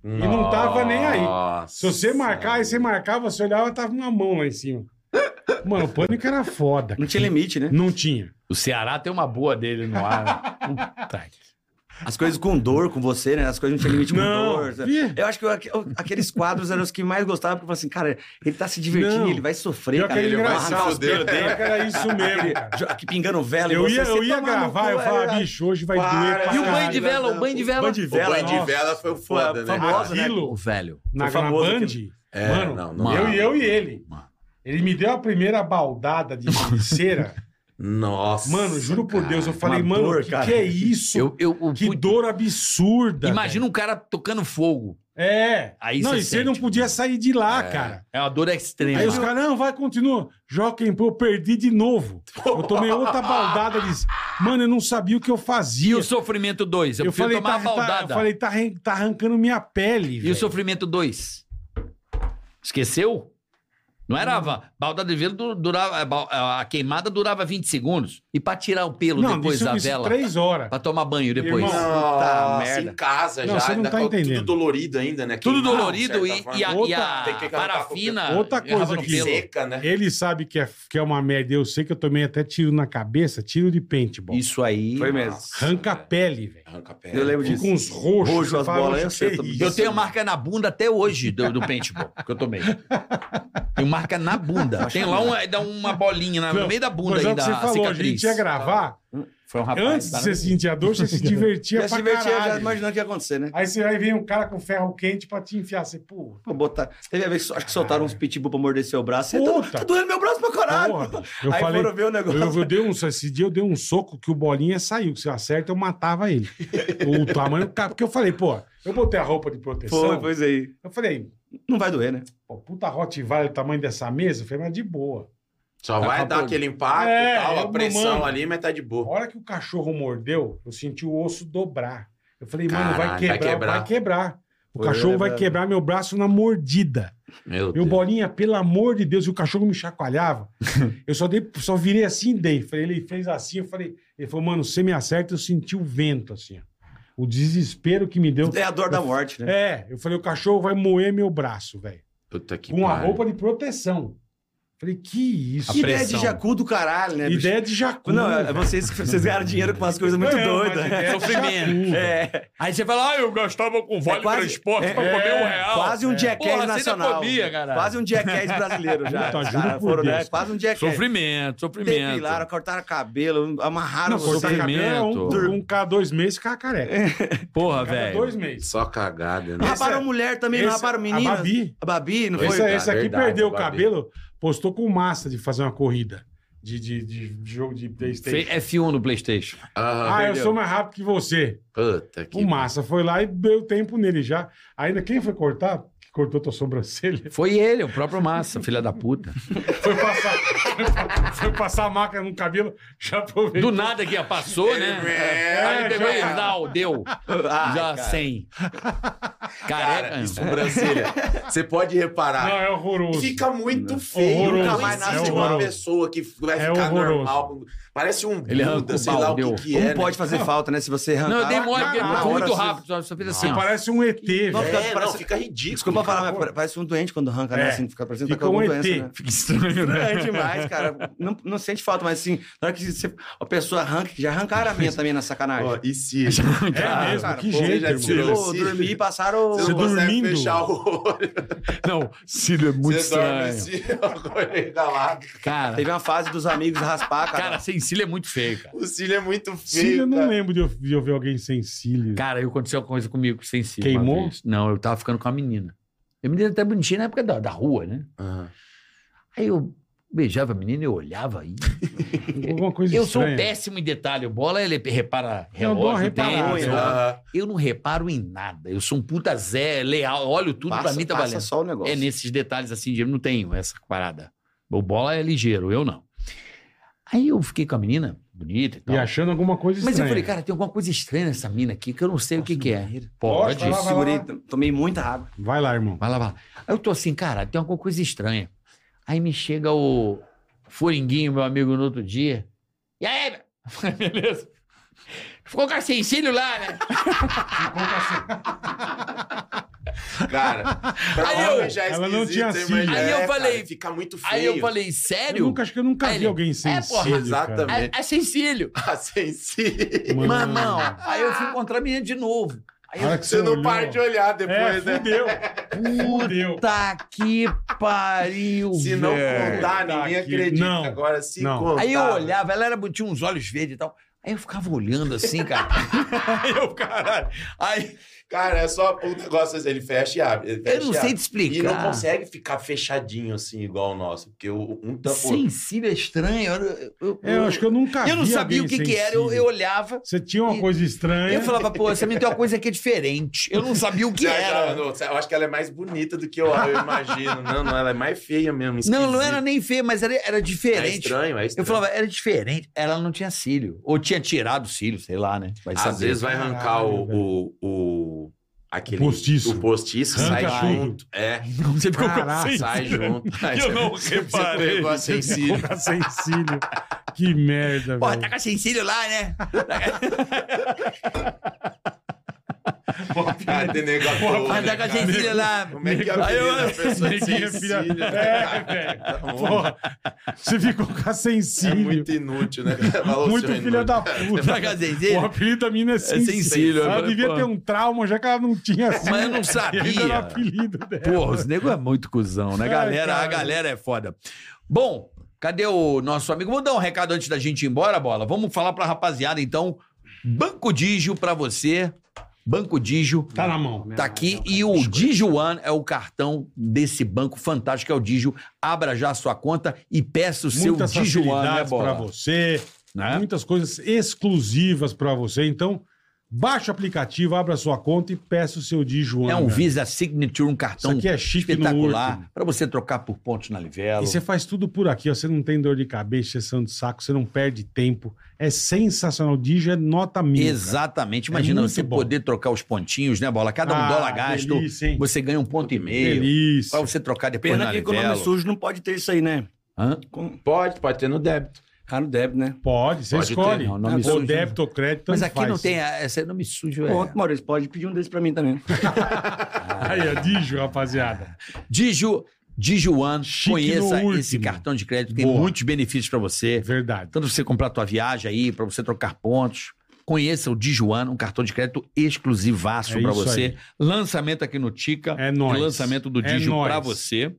Speaker 3: E não tava nem aí.
Speaker 5: Nossa.
Speaker 3: Se você marcar, aí você marcava, você olhava, tava uma mão lá em cima. Mano, o pânico era foda.
Speaker 6: Não tinha limite, né?
Speaker 3: Não tinha.
Speaker 7: O Ceará tem uma boa dele no ar. né?
Speaker 4: tá
Speaker 7: Puta que-
Speaker 6: As coisas com dor com você, né? As coisas não tinham limite com
Speaker 3: Não.
Speaker 6: dor. sabe? Eu acho que eu- aqu- aqueles quadros eram os que mais gostava, porque eu falava assim, cara, ele tá se divertindo,
Speaker 3: Não.
Speaker 6: ele vai sofrer,
Speaker 3: Pior que
Speaker 6: cara.
Speaker 3: era
Speaker 6: Ele vai arrancar os
Speaker 3: engraçado.
Speaker 6: pelos
Speaker 3: Pior que
Speaker 6: dele.
Speaker 3: era isso mesmo, cara.
Speaker 6: jo- Que pingando vela
Speaker 3: Eu
Speaker 6: e
Speaker 3: ia,
Speaker 6: você
Speaker 3: eu
Speaker 6: se
Speaker 3: ia
Speaker 6: tomar no
Speaker 3: gravar,
Speaker 6: cu,
Speaker 3: eu
Speaker 6: é,
Speaker 3: falava, bicho, hoje vai
Speaker 6: Para.
Speaker 3: doer pra
Speaker 7: E o banho
Speaker 3: caralho.
Speaker 7: de vela, o banho de vela.
Speaker 6: Banho de
Speaker 5: O
Speaker 6: vela,
Speaker 5: banho de
Speaker 6: nossa.
Speaker 5: vela foi foda, né? cara?
Speaker 6: famosa, né?
Speaker 3: Aquilo,
Speaker 7: O velho.
Speaker 3: na, na
Speaker 6: famoso
Speaker 3: Band,
Speaker 6: aquilo.
Speaker 5: É,
Speaker 3: mano,
Speaker 5: não, não.
Speaker 3: eu, e eu e ele.
Speaker 7: Mano.
Speaker 3: Ele me deu a primeira baldada de de cera.
Speaker 5: Nossa.
Speaker 3: mano, juro por
Speaker 5: cara.
Speaker 3: Deus, eu falei,
Speaker 6: uma
Speaker 3: mano,
Speaker 6: dor,
Speaker 3: que,
Speaker 6: cara.
Speaker 3: que é isso?
Speaker 7: Eu, eu, eu,
Speaker 3: Que
Speaker 7: pude-
Speaker 3: dor absurda.
Speaker 7: Imagina um cara tocando fogo.
Speaker 3: velho. É.
Speaker 7: Aí
Speaker 3: não,
Speaker 7: você
Speaker 3: e você não
Speaker 7: sente.
Speaker 3: podia sair de lá, cara.
Speaker 7: É uma dor extrema.
Speaker 3: Aí os caras, não, vai, continua. Joguem, pô, eu perdi de novo. Eu tomei outra baldada. Disse, mano, eu não sabia o que eu
Speaker 7: E
Speaker 3: fazia.
Speaker 7: o sofrimento 2? Eu,
Speaker 3: eu,
Speaker 7: prefiro
Speaker 3: falei,
Speaker 7: tomar
Speaker 3: tá,
Speaker 7: a
Speaker 3: tá, eu
Speaker 7: baldada.
Speaker 3: falei, tá, arran- tá arrancando minha pele,
Speaker 7: e o
Speaker 3: velho.
Speaker 7: sofrimento 2? Esqueceu? Não era a va- baldada de velo du- durava a bal- é, a queimada durava 20 segundos e pra tirar o pelo
Speaker 3: Não,
Speaker 7: depois
Speaker 3: isso,
Speaker 7: da
Speaker 3: isso
Speaker 7: vela,
Speaker 3: três horas.
Speaker 7: Pra tomar banho depois.
Speaker 3: Irmão,
Speaker 5: Nossa,
Speaker 6: merda.
Speaker 5: em casa
Speaker 3: Não,
Speaker 5: já.
Speaker 3: você não
Speaker 5: ainda
Speaker 3: tá
Speaker 5: com-
Speaker 3: entendendo.
Speaker 5: Tudo dolorido ainda, né?
Speaker 7: Tudo
Speaker 5: Queimado,
Speaker 7: dolorido
Speaker 5: de
Speaker 7: e,
Speaker 5: certa
Speaker 7: e a,
Speaker 5: forma.
Speaker 7: e a
Speaker 5: Tem que arrancar
Speaker 7: parafina
Speaker 3: Outra coisa
Speaker 7: errava no
Speaker 3: que-
Speaker 5: com-
Speaker 7: pelo.
Speaker 5: seca, né?
Speaker 3: Ele sabe que é, que é uma merda. Eu sei que eu tomei até tiro na cabeça, tiro de paintball.
Speaker 7: Isso aí.
Speaker 6: Foi mesmo.
Speaker 5: Nossa,
Speaker 3: Arranca a
Speaker 5: velho.
Speaker 3: pele, velho.
Speaker 5: Arranca a pele.
Speaker 6: Eu lembro disso.
Speaker 3: Fica uns roxos.
Speaker 6: Roxo
Speaker 3: você
Speaker 6: as
Speaker 3: fala, "Oxe,
Speaker 6: bolas, eu sei,
Speaker 3: que
Speaker 6: eu tô-
Speaker 3: isso?"
Speaker 7: Eu tenho marca na bunda até hoje do, do paintball, que eu tomei. Tenho marca na bunda. Tem lá uma, dá uma bolinha na- no
Speaker 3: Não,
Speaker 7: meio da bunda
Speaker 3: Mas é o
Speaker 7: aí
Speaker 3: que
Speaker 7: da
Speaker 3: você falou, a
Speaker 7: cicatriz.
Speaker 3: gente ia gravar.
Speaker 7: Foi um rapaz.
Speaker 3: Antes de
Speaker 7: tá,
Speaker 3: você sentir a dor, você se divertia
Speaker 6: Já
Speaker 3: pra
Speaker 6: se divertia,
Speaker 3: caralho.
Speaker 6: já imaginando o que ia acontecer, né?
Speaker 3: Aí você vai ver um cara com ferro quente pra te enfiar. Você, pô,
Speaker 6: Pô, botar. Teve a vez que acho que soltaram uns pitbull pra morder seu braço. Você
Speaker 3: Puta.
Speaker 6: tá, tá doendo meu braço pra caralho.
Speaker 3: porra,
Speaker 6: pô.
Speaker 3: bicho. eu
Speaker 6: Aí
Speaker 3: falei.
Speaker 6: foram ver o negócio.
Speaker 3: Eu, eu dei um, esse dia eu dei um soco que o bolinha saiu. Que se eu acerta, eu matava ele. o tamanho do cara. Porque eu falei, pô, eu botei a roupa de proteção.
Speaker 6: Foi, pois aí.
Speaker 3: Eu falei,
Speaker 6: Não vai doer, né?
Speaker 3: pô, puta Rottweiler, o tamanho dessa mesa. Eu falei, mas de boa.
Speaker 5: Só
Speaker 7: Arranca
Speaker 5: vai
Speaker 7: a
Speaker 5: dar
Speaker 7: boca.
Speaker 5: aquele impacto
Speaker 3: É,
Speaker 5: e tal,
Speaker 3: eu-
Speaker 5: a pressão
Speaker 3: mano.
Speaker 5: ali, mas tá de
Speaker 3: A
Speaker 5: boa.
Speaker 3: hora que o cachorro mordeu, eu senti o osso dobrar. Eu falei, mano, vai
Speaker 5: Caralho, vai
Speaker 3: quebrar, vai quebrar.
Speaker 5: quebrar.
Speaker 3: O
Speaker 6: Foi,
Speaker 3: cachorro
Speaker 6: né,
Speaker 3: vai
Speaker 6: velho?
Speaker 3: quebrar meu braço na mordida.
Speaker 5: Meu
Speaker 3: E o Bolinha, pelo amor de Deus, e o cachorro me chacoalhava. eu só dei, só virei assim e dei. Falei, ele fez assim, eu falei, ele falou, mano, você me acerta, eu senti o vento, assim. ó. O desespero que me deu.
Speaker 6: É a dor da morte, né?
Speaker 3: É, eu falei, o cachorro vai moer meu braço, velho.
Speaker 5: Puta que
Speaker 3: Com uma
Speaker 5: pariu.
Speaker 3: roupa de proteção. Falei, que isso?
Speaker 6: Que ideia de jacu do caralho, né? bicho?
Speaker 3: é Ideia de jacu.
Speaker 6: Não, é
Speaker 3: velho.
Speaker 6: vocês, vocês ganharam dinheiro com umas coisas muito
Speaker 3: É,
Speaker 6: doidas.
Speaker 3: mas
Speaker 6: né?
Speaker 3: ideia de
Speaker 7: Sofrimento.
Speaker 3: jacu, velho.
Speaker 6: É,
Speaker 7: Aí você fala, ah, eu gastava com vale
Speaker 6: É quase-
Speaker 7: transporte
Speaker 6: é-
Speaker 7: pra comer
Speaker 3: é,
Speaker 7: um real.
Speaker 6: quase um jackass
Speaker 7: Porra,
Speaker 6: nacional.
Speaker 7: xenofobia, caralho.
Speaker 6: Quase um jackass brasileiro já.
Speaker 3: Puta,
Speaker 6: Os
Speaker 3: juro
Speaker 6: caras
Speaker 3: por
Speaker 6: foram, né?
Speaker 3: Deus.
Speaker 6: Quase um jackass.
Speaker 7: Sofrimento, sofrimento.
Speaker 6: Depilaram, cortaram cabelo, amarraram
Speaker 3: Não,
Speaker 6: o
Speaker 3: cortar
Speaker 6: cabelo.
Speaker 3: cabelo é
Speaker 7: Sofrimento.
Speaker 3: um, um cada dois meses, ficar careca.
Speaker 7: Porra,
Speaker 3: Cada
Speaker 7: velho.
Speaker 3: dois meses.
Speaker 5: Só cagada, né?
Speaker 6: Raparam mulher também, não
Speaker 3: Esse- é
Speaker 6: raparam
Speaker 3: A
Speaker 6: menina.
Speaker 3: Babi.
Speaker 6: A Babi, não
Speaker 5: Esse
Speaker 6: foi?
Speaker 3: Esse, esse aqui
Speaker 5: verdade,
Speaker 3: perdeu o
Speaker 5: Babi.
Speaker 3: cabelo, postou com massa de fazer uma corrida de, de, de- de jogo de Playstation.
Speaker 7: F1 no Playstation.
Speaker 5: Ah,
Speaker 3: Ah, eu
Speaker 6: perdeu.
Speaker 3: sou mais rápido que você.
Speaker 5: puta que
Speaker 3: O Massa foi lá e deu tempo nele já. Ainda quem foi cortar? Que cortou tua sobrancelha?
Speaker 7: Foi ele, o próprio Massa, filha da puta.
Speaker 3: Foi passar, foi pa- foi passar a máquina no cabelo, já aproveitou.
Speaker 7: Do nada que passou, né?
Speaker 5: É,
Speaker 7: Aí pegou
Speaker 5: já-
Speaker 7: e não, deu.
Speaker 6: Ah,
Speaker 7: já
Speaker 6: cara.
Speaker 7: 100. Careca.
Speaker 5: Cara, e sobrancelha. Você pode
Speaker 3: Não,
Speaker 5: reparar.
Speaker 3: é horroroso.
Speaker 5: Fica muito feio.
Speaker 3: Horroroso.
Speaker 5: Nunca mais nasce
Speaker 3: É
Speaker 5: de uma
Speaker 3: horroroso.
Speaker 5: pessoa que vai
Speaker 3: É
Speaker 5: ficar
Speaker 3: horroroso.
Speaker 5: normal. Parece um
Speaker 7: Ele arranca
Speaker 5: Buda,
Speaker 7: o
Speaker 5: sei lá o
Speaker 7: balde,
Speaker 5: que,
Speaker 7: eu-
Speaker 5: que
Speaker 6: Como
Speaker 5: é. né?
Speaker 6: pode fazer falta, né? Se você arrancar...
Speaker 7: Não, eu dei mole, porque
Speaker 3: Caralho,
Speaker 7: foi muito
Speaker 6: agora você-
Speaker 7: rápido. Só fiz assim,
Speaker 3: Você
Speaker 7: ó.
Speaker 3: parece um ET, velho.
Speaker 5: É, não,
Speaker 6: Parece-
Speaker 5: fica ridículo.
Speaker 6: Desculpa falar, mas parece um doente quando arranca, né?
Speaker 3: É.
Speaker 6: Assim, fica parecendo que tá
Speaker 3: Fica
Speaker 6: com
Speaker 3: um
Speaker 6: alguma
Speaker 3: ET.
Speaker 6: doença, né?
Speaker 7: Fica estranho, né?
Speaker 6: É demais, cara. Não, não sente falta, mas assim, na hora que você- a pessoa arranca, já arrancaram a minha também na sacanagem.
Speaker 5: Ó, e se...
Speaker 3: É mesmo,
Speaker 6: cara,
Speaker 3: que
Speaker 6: pô,
Speaker 3: jeito,
Speaker 5: já
Speaker 3: irmão.
Speaker 5: tirou.
Speaker 6: Eu vou dormir e passaram.
Speaker 5: Você
Speaker 3: Você
Speaker 5: não consegue
Speaker 3: dormindo?
Speaker 5: fechar o olho.
Speaker 4: Não, Cílio é muito
Speaker 5: você dorme
Speaker 4: estranho.
Speaker 5: assim, ó, com ele engalado.
Speaker 4: Cara,
Speaker 6: Teve uma fase dos amigos raspar, cara.
Speaker 4: cara, sem cílio é muito feio, cara.
Speaker 5: O cílio é muito
Speaker 3: Cílio,
Speaker 5: feio,
Speaker 3: eu não
Speaker 5: cara.
Speaker 3: lembro de eu, de eu ver alguém sem cílio.
Speaker 4: Cara, eu- aconteceu uma coisa comigo sem cílio. uma
Speaker 3: Queimou?
Speaker 4: vez. Não, eu tava ficando com a menina. E a menina até bonitinha na época da, da rua, né?
Speaker 5: Ah.
Speaker 4: Aí eu beijava a menina, eu olhava aí.
Speaker 3: Alguma coisa
Speaker 4: Eu sou
Speaker 3: estranha.
Speaker 4: péssimo em detalhe. O Bola, ele repara
Speaker 3: Eu dou uma
Speaker 4: relógio,
Speaker 3: reparada,
Speaker 4: tênis,
Speaker 6: né?
Speaker 4: eu-
Speaker 5: Ah,
Speaker 4: Eu não reparo em nada. Eu sou um puta Zé, leal, olho tudo pra mim tá
Speaker 6: passa
Speaker 4: valendo.
Speaker 6: só o negócio.
Speaker 4: É nesses detalhes assim, de- eu não tenho essa parada. O bola é ligeiro, eu não. Aí eu fiquei com a menina, bonita e tal.
Speaker 3: E achando alguma coisa
Speaker 4: um- Mas
Speaker 3: estranha.
Speaker 4: eu falei, cara, tem alguma coisa estranha nessa mina aqui que eu não sei o que, que é. Pode.
Speaker 3: Vai lá, vai
Speaker 6: Eu
Speaker 3: lá.
Speaker 6: segurei, t- tomei muita água.
Speaker 3: Vai lá, irmão.
Speaker 4: Vai lá, vai lá. Aí eu tô assim, cara, tem alguma coisa estranha. Aí me chega o Foringuinho, meu amigo, no outro dia. E aí, meu? Eu falei, beleza? Ficou com a sem cílio lá, né?
Speaker 5: cara, pra
Speaker 4: Aí
Speaker 5: homem
Speaker 4: eu-
Speaker 5: já é
Speaker 3: Ela não
Speaker 5: esquisito,
Speaker 3: tinha
Speaker 5: você
Speaker 3: cílio.
Speaker 5: imagina.
Speaker 4: Aí eu
Speaker 5: É, cara,
Speaker 4: falei-
Speaker 5: Fica muito feio.
Speaker 4: Aí eu falei,
Speaker 3: Eu
Speaker 4: sério?
Speaker 3: nunca, acho que eu nunca
Speaker 4: Aí
Speaker 3: vi
Speaker 4: ele-
Speaker 3: alguém sem
Speaker 4: É, porra,
Speaker 3: cílio,
Speaker 5: exatamente.
Speaker 4: É, é sem cílio.
Speaker 5: Ah, sem cílio.
Speaker 3: Cara. Mano,
Speaker 4: Mamão. Aí eu fui encontrar a menina de novo. Aí
Speaker 3: a hora
Speaker 4: eu,
Speaker 3: que
Speaker 5: Você não
Speaker 3: olhou-
Speaker 5: para de olhar
Speaker 3: É,
Speaker 5: depois, né?
Speaker 3: fudeu. Fudeu.
Speaker 4: tá que pariu,
Speaker 5: Se não
Speaker 4: velho.
Speaker 5: contar,
Speaker 3: Tá
Speaker 5: ninguém
Speaker 3: aqui.
Speaker 5: acredita.
Speaker 3: Não,
Speaker 5: Agora, se
Speaker 3: não.
Speaker 5: contar.
Speaker 4: Aí eu olhava, ela era, tinha uns olhos verdes e tal. Aí eu ficava olhando assim, cara. Aí eu, caralho. Aí
Speaker 5: Cara, é só um negócio assim, ele fecha e abre. ele fecha
Speaker 4: eu não
Speaker 5: e
Speaker 4: sei
Speaker 5: abre.
Speaker 4: te explicar.
Speaker 5: E não consegue ficar fechadinho assim, igual o nosso. Porque o, um tampo...
Speaker 4: Sem cílio é estranho. Eu, eu,
Speaker 3: É, eu acho que eu nunca vi
Speaker 4: eu não
Speaker 3: alguém
Speaker 4: sabia o que,
Speaker 3: sem
Speaker 4: que era, eu,
Speaker 3: cílio.
Speaker 4: eu olhava.
Speaker 3: Você tinha uma
Speaker 4: E-
Speaker 3: coisa estranha.
Speaker 4: Eu falava, pô, essa menina tem uma coisa que é diferente. Eu não sabia o que
Speaker 5: Já, já,
Speaker 4: era.
Speaker 5: não, eu acho que ela é mais bonita do que eu, eu imagino. não, não, ela é mais feia mesmo.
Speaker 4: Não, não era
Speaker 5: esquisita.
Speaker 4: nem feio, mas era, era
Speaker 5: É
Speaker 4: diferente.
Speaker 5: estranho, é
Speaker 4: Eu
Speaker 5: estranho.
Speaker 4: falava, era diferente. Ela não tinha cílio. Ou tinha tirado cílio, sei lá, né? Vai
Speaker 5: Às
Speaker 4: saber.
Speaker 5: vezes vai arrancar
Speaker 3: Caralho,
Speaker 5: o, o, o- aquele,
Speaker 3: O postiço.
Speaker 5: O postiço
Speaker 3: Arranca
Speaker 5: sai
Speaker 3: tudo.
Speaker 5: junto. É,
Speaker 4: Não, você ficou com
Speaker 3: Caraca.
Speaker 4: sem
Speaker 5: sai
Speaker 4: cílio.
Speaker 5: junto. Aí
Speaker 4: Eu não
Speaker 5: você- você
Speaker 4: reparei.
Speaker 5: pegou a sensível.
Speaker 3: Ficar sem cílio. Que merda,
Speaker 4: Porra,
Speaker 3: velho.
Speaker 4: tá com a sem cílio lá, né?
Speaker 5: Ah, tem negócio boa,
Speaker 4: Mas
Speaker 5: né,
Speaker 4: tá com a
Speaker 5: cara?
Speaker 4: sem cílio lá.
Speaker 5: Como é que é
Speaker 4: Aí eu-
Speaker 5: a pessoa de
Speaker 3: Neguinho é filha-
Speaker 5: sensível?
Speaker 4: né,
Speaker 3: É,
Speaker 4: Tá
Speaker 3: velho. Porra, você ficou com a sem
Speaker 5: É
Speaker 3: cílio.
Speaker 5: muito inútil, né? Falou,
Speaker 3: Muito
Speaker 5: seu
Speaker 3: filha
Speaker 5: inútil.
Speaker 3: da
Speaker 4: Tá com a
Speaker 3: puta.
Speaker 4: sem
Speaker 3: O
Speaker 4: cílio?
Speaker 3: apelido da mina é
Speaker 4: É sem cílio.
Speaker 3: sensível.
Speaker 4: Eu
Speaker 3: Ela
Speaker 4: falei,
Speaker 3: devia
Speaker 4: pô.
Speaker 3: ter um trauma, já que ela não tinha cílio. E
Speaker 4: Mas eu não
Speaker 3: ainda era o
Speaker 4: sabia.
Speaker 3: apelido dela.
Speaker 4: Porra, os nego é muito cuzão, né?
Speaker 3: Ai,
Speaker 4: Galera, a
Speaker 3: cara.
Speaker 4: galera é foda. Bom, cadê o nosso amigo? Vou dar um recado antes da gente ir embora, bola. Vamos falar pra rapaziada, então. Banco Digio pra você. Banco Digio.
Speaker 3: Tá na mão.
Speaker 4: Tá aqui e o Digio One é o cartão desse banco fantástico, é o Digio. Abra já a sua conta e peça o seu
Speaker 3: Muitas
Speaker 4: Digio One, né,
Speaker 3: facilidades pra
Speaker 4: Bola?
Speaker 3: você.
Speaker 4: Né?
Speaker 3: muitas coisas exclusivas pra você. Então, baixa o aplicativo, abra sua conta e peça o seu Dijuan.
Speaker 4: É um
Speaker 3: cara.
Speaker 4: Visa Signature, um
Speaker 3: né? Isso
Speaker 4: cartão
Speaker 3: aqui é chique no é último.
Speaker 4: espetacular para você trocar por pontos na livela.
Speaker 3: E você faz tudo por aqui, ó. Você não tem dor de cabeça, exceção de saco, você não perde tempo. É sensacional. O Digio é nota mil. cara. É
Speaker 4: Exatamente. Imagina
Speaker 3: muito
Speaker 4: você
Speaker 3: bom.
Speaker 4: poder trocar os pontinhos, né, Bola? Cada um
Speaker 3: Ah,
Speaker 4: dólar gasto,
Speaker 3: delícia, hein?
Speaker 4: você é ganha um ponto e meio.
Speaker 3: Delícia.
Speaker 4: Pra você trocar depois
Speaker 6: Pena
Speaker 4: na
Speaker 6: que economia
Speaker 4: livela.
Speaker 6: sujo não pode ter isso aí, né?
Speaker 4: Hã?
Speaker 6: Com...
Speaker 5: Pode, pode ter no débito.
Speaker 6: Cara, no débito, né?
Speaker 3: Pode, você
Speaker 5: Pode ter,
Speaker 3: escolhe.
Speaker 4: não, nome
Speaker 3: ou
Speaker 4: sujo,
Speaker 3: débito ou crédito, tanto
Speaker 4: Mas aqui
Speaker 3: faz.
Speaker 4: não tem. a- Esse nome sujo é.
Speaker 6: Pô, Maurício, pode pedir um desse pra mim também.
Speaker 3: Aí, ó, Digio, rapaziada.
Speaker 4: Digio, Digio One.
Speaker 3: Chique
Speaker 4: Conheça
Speaker 3: no
Speaker 4: esse
Speaker 3: último.
Speaker 4: cartão de crédito, tem
Speaker 3: Boa.
Speaker 4: muitos benefícios para você.
Speaker 3: Verdade.
Speaker 4: Tanto você comprar tua viagem aí, para você trocar pontos. Conheça o Dijuan, um cartão de crédito exclusivaço
Speaker 3: É
Speaker 4: pra
Speaker 3: isso
Speaker 4: você.
Speaker 3: aí.
Speaker 4: Lançamento aqui no Tica.
Speaker 3: É nóis.
Speaker 4: Lançamento do
Speaker 3: É
Speaker 4: Digio
Speaker 3: nóis.
Speaker 4: pra você.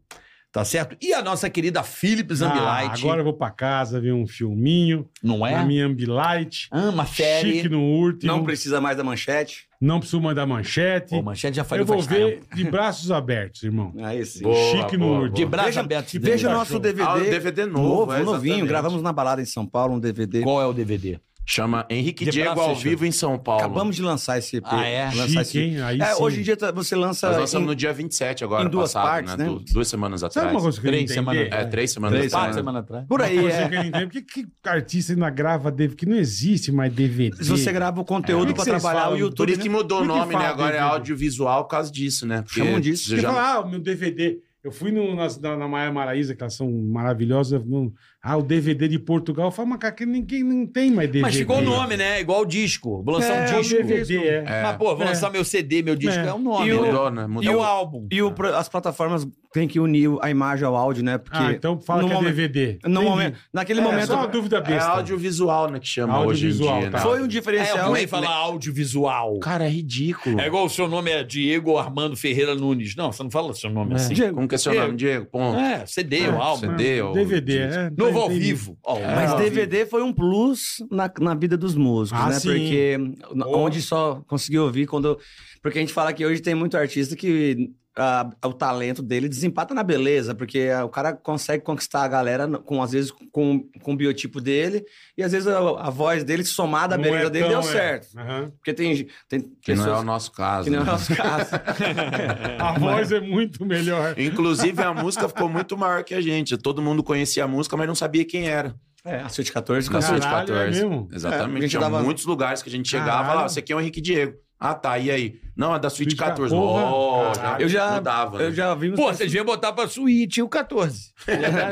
Speaker 4: Tá certo? E a nossa querida Philips
Speaker 3: Ah,
Speaker 4: Ambilight.
Speaker 3: agora eu vou pra casa ver um filminho.
Speaker 4: Não é?
Speaker 3: Na minha Ambilight.
Speaker 4: Ama série.
Speaker 3: Chique no último.
Speaker 6: Não
Speaker 3: Não,
Speaker 6: precisa mais da manchete.
Speaker 3: preciso mandar manchete.
Speaker 4: Pô, manchete já falei
Speaker 3: eu vou ver de braços abertos, irmão.
Speaker 6: Aí sim.
Speaker 5: Boa,
Speaker 3: Chique no
Speaker 5: boa,
Speaker 3: último.
Speaker 4: De braço
Speaker 6: Veja-
Speaker 4: aberto.
Speaker 3: e
Speaker 4: dele.
Speaker 6: Ah, Veja o nosso
Speaker 3: Show.
Speaker 6: DVD.
Speaker 5: Ah, o DVD novo,
Speaker 6: novo,
Speaker 5: é,
Speaker 6: novinho.
Speaker 5: exatamente.
Speaker 6: Gravamos na balada em São Paulo um DVD.
Speaker 4: Qual é o DVD?
Speaker 5: Chama Henrique
Speaker 4: De
Speaker 5: Diego
Speaker 4: braço,
Speaker 5: ao
Speaker 4: Chico.
Speaker 5: vivo em São Paulo.
Speaker 6: Acabamos de lançar esse EP.
Speaker 4: Ah, é?
Speaker 6: Lançar
Speaker 3: Chique,
Speaker 6: esse-
Speaker 3: hein? Aí
Speaker 6: É,
Speaker 3: sim.
Speaker 6: hoje em dia tá- você lança.
Speaker 5: Nós lançamos
Speaker 6: em-
Speaker 5: no dia 27 agora,
Speaker 6: em duas
Speaker 5: passado,
Speaker 6: partes, né?
Speaker 5: Du- duas semanas atrás.
Speaker 3: Sabe uma coisa que eu não
Speaker 4: Três
Speaker 3: entendi?
Speaker 4: semanas.
Speaker 5: É, três semanas
Speaker 4: Três, quatro
Speaker 5: atrás.
Speaker 4: semanas atrás.
Speaker 6: Por aí,
Speaker 3: Coisa
Speaker 6: é.
Speaker 3: que eu não entendi. Por que, que artista ainda grava DVD? Que não existe mais DVD.
Speaker 6: Se você grava o
Speaker 3: Como
Speaker 6: conteúdo
Speaker 3: é que
Speaker 6: pra
Speaker 3: vocês
Speaker 6: trabalhar o
Speaker 3: falam?
Speaker 5: Por
Speaker 6: YouTube.
Speaker 5: isso que
Speaker 6: né?
Speaker 5: mudou
Speaker 3: Por
Speaker 5: o
Speaker 3: que
Speaker 5: nome, né?
Speaker 3: fala
Speaker 5: Agora é
Speaker 3: DVD?
Speaker 5: audiovisual por causa disso, né? Porque
Speaker 6: Chamam disso.
Speaker 5: você
Speaker 3: Você
Speaker 5: já-
Speaker 3: fala, ah, o meu DVD. Eu fui no, nas- na, na Maia Maraíza, que elas são maravilhosas. no- Ah, o DVD de Portugal. Eu falo, mas cara, que ninguém não tem mais DVD.
Speaker 4: Mas ficou o nome, né? Igual o disco. Vou lançar
Speaker 3: É,
Speaker 4: um
Speaker 3: o
Speaker 4: disco.
Speaker 3: DVD, é.
Speaker 4: Mas, pô, vou
Speaker 3: É.
Speaker 4: lançar meu CD, meu disco.
Speaker 3: É.
Speaker 4: É, um nome.
Speaker 6: E o-
Speaker 4: né?
Speaker 5: Mudou, né?
Speaker 4: E
Speaker 5: Mudou.
Speaker 4: o álbum.
Speaker 6: E o pro- as plataformas têm que unir a imagem ao áudio, né? Porque
Speaker 3: Ah, então fala
Speaker 6: no
Speaker 3: que é
Speaker 6: momento-
Speaker 3: DVD.
Speaker 6: no
Speaker 3: Entendi.
Speaker 6: momento, naquele
Speaker 3: É,
Speaker 6: momento
Speaker 3: só uma dúvida
Speaker 5: É
Speaker 3: besta.
Speaker 5: audiovisual, né? Que chama
Speaker 3: Audiovisual,
Speaker 5: hoje em dia.
Speaker 3: tá.
Speaker 5: né?
Speaker 6: foi um
Speaker 4: É,
Speaker 6: diferencial.
Speaker 4: alguém fala audiovisual.
Speaker 5: Cara, é ridículo.
Speaker 4: É igual o seu nome é Diego Armando Ferreira Nunes. Não, você não fala seu nome assim.
Speaker 6: Diego,
Speaker 5: Como que é seu
Speaker 4: É.
Speaker 5: nome, Diego? Ponto.
Speaker 4: É, CD, o álbum.
Speaker 5: CD. ou-
Speaker 3: DVD, é.
Speaker 4: Novo ao
Speaker 3: Entendi.
Speaker 4: vivo. Ó,
Speaker 6: mas
Speaker 4: ao vivo.
Speaker 6: DVD foi um plus na, na vida dos músicos,
Speaker 3: É, Ah,
Speaker 6: né?
Speaker 3: sim.
Speaker 6: Porque n- onde só conseguiu ouvir quando. Porque a gente fala que hoje tem muito artista que ah, o talento dele desempata na beleza, porque ah, o cara consegue conquistar a galera, no- com, às vezes, com, com o biotipo dele, e às vezes a, a voz dele, somada à
Speaker 3: Não
Speaker 6: beleza
Speaker 3: é
Speaker 6: dele,
Speaker 3: tão,
Speaker 6: deu
Speaker 3: é.
Speaker 6: certo.
Speaker 3: Aham.
Speaker 6: Porque tem, tem
Speaker 5: Que não é o
Speaker 6: pessoas
Speaker 5: nosso caso.
Speaker 6: que não é o
Speaker 5: né?
Speaker 6: nosso caso.
Speaker 3: A voz é muito melhor.
Speaker 5: Inclusive, a música ficou muito maior que a gente. Todo mundo conhecia a música, mas não sabia quem era.
Speaker 6: É, a Suite 14,
Speaker 5: Na
Speaker 6: com a
Speaker 5: Suíte
Speaker 6: Suite.
Speaker 3: Caralho, é
Speaker 5: 14.
Speaker 3: mesmo?
Speaker 5: Exatamente.
Speaker 6: É, a gente
Speaker 5: Tinha
Speaker 6: dava-
Speaker 5: muitos lugares que a gente chegava
Speaker 3: Caralho.
Speaker 5: lá. Esse aqui é o Henrique Diego. Ah, tá. E aí? Não, é da
Speaker 3: Suíte
Speaker 5: Suíte 14.
Speaker 3: 14.
Speaker 5: Oh,
Speaker 3: Caralho.
Speaker 6: Eu já-
Speaker 5: mudava.
Speaker 6: Eu
Speaker 5: né?
Speaker 6: já vi uns
Speaker 4: Pô, você devia botar pra suíte o 14.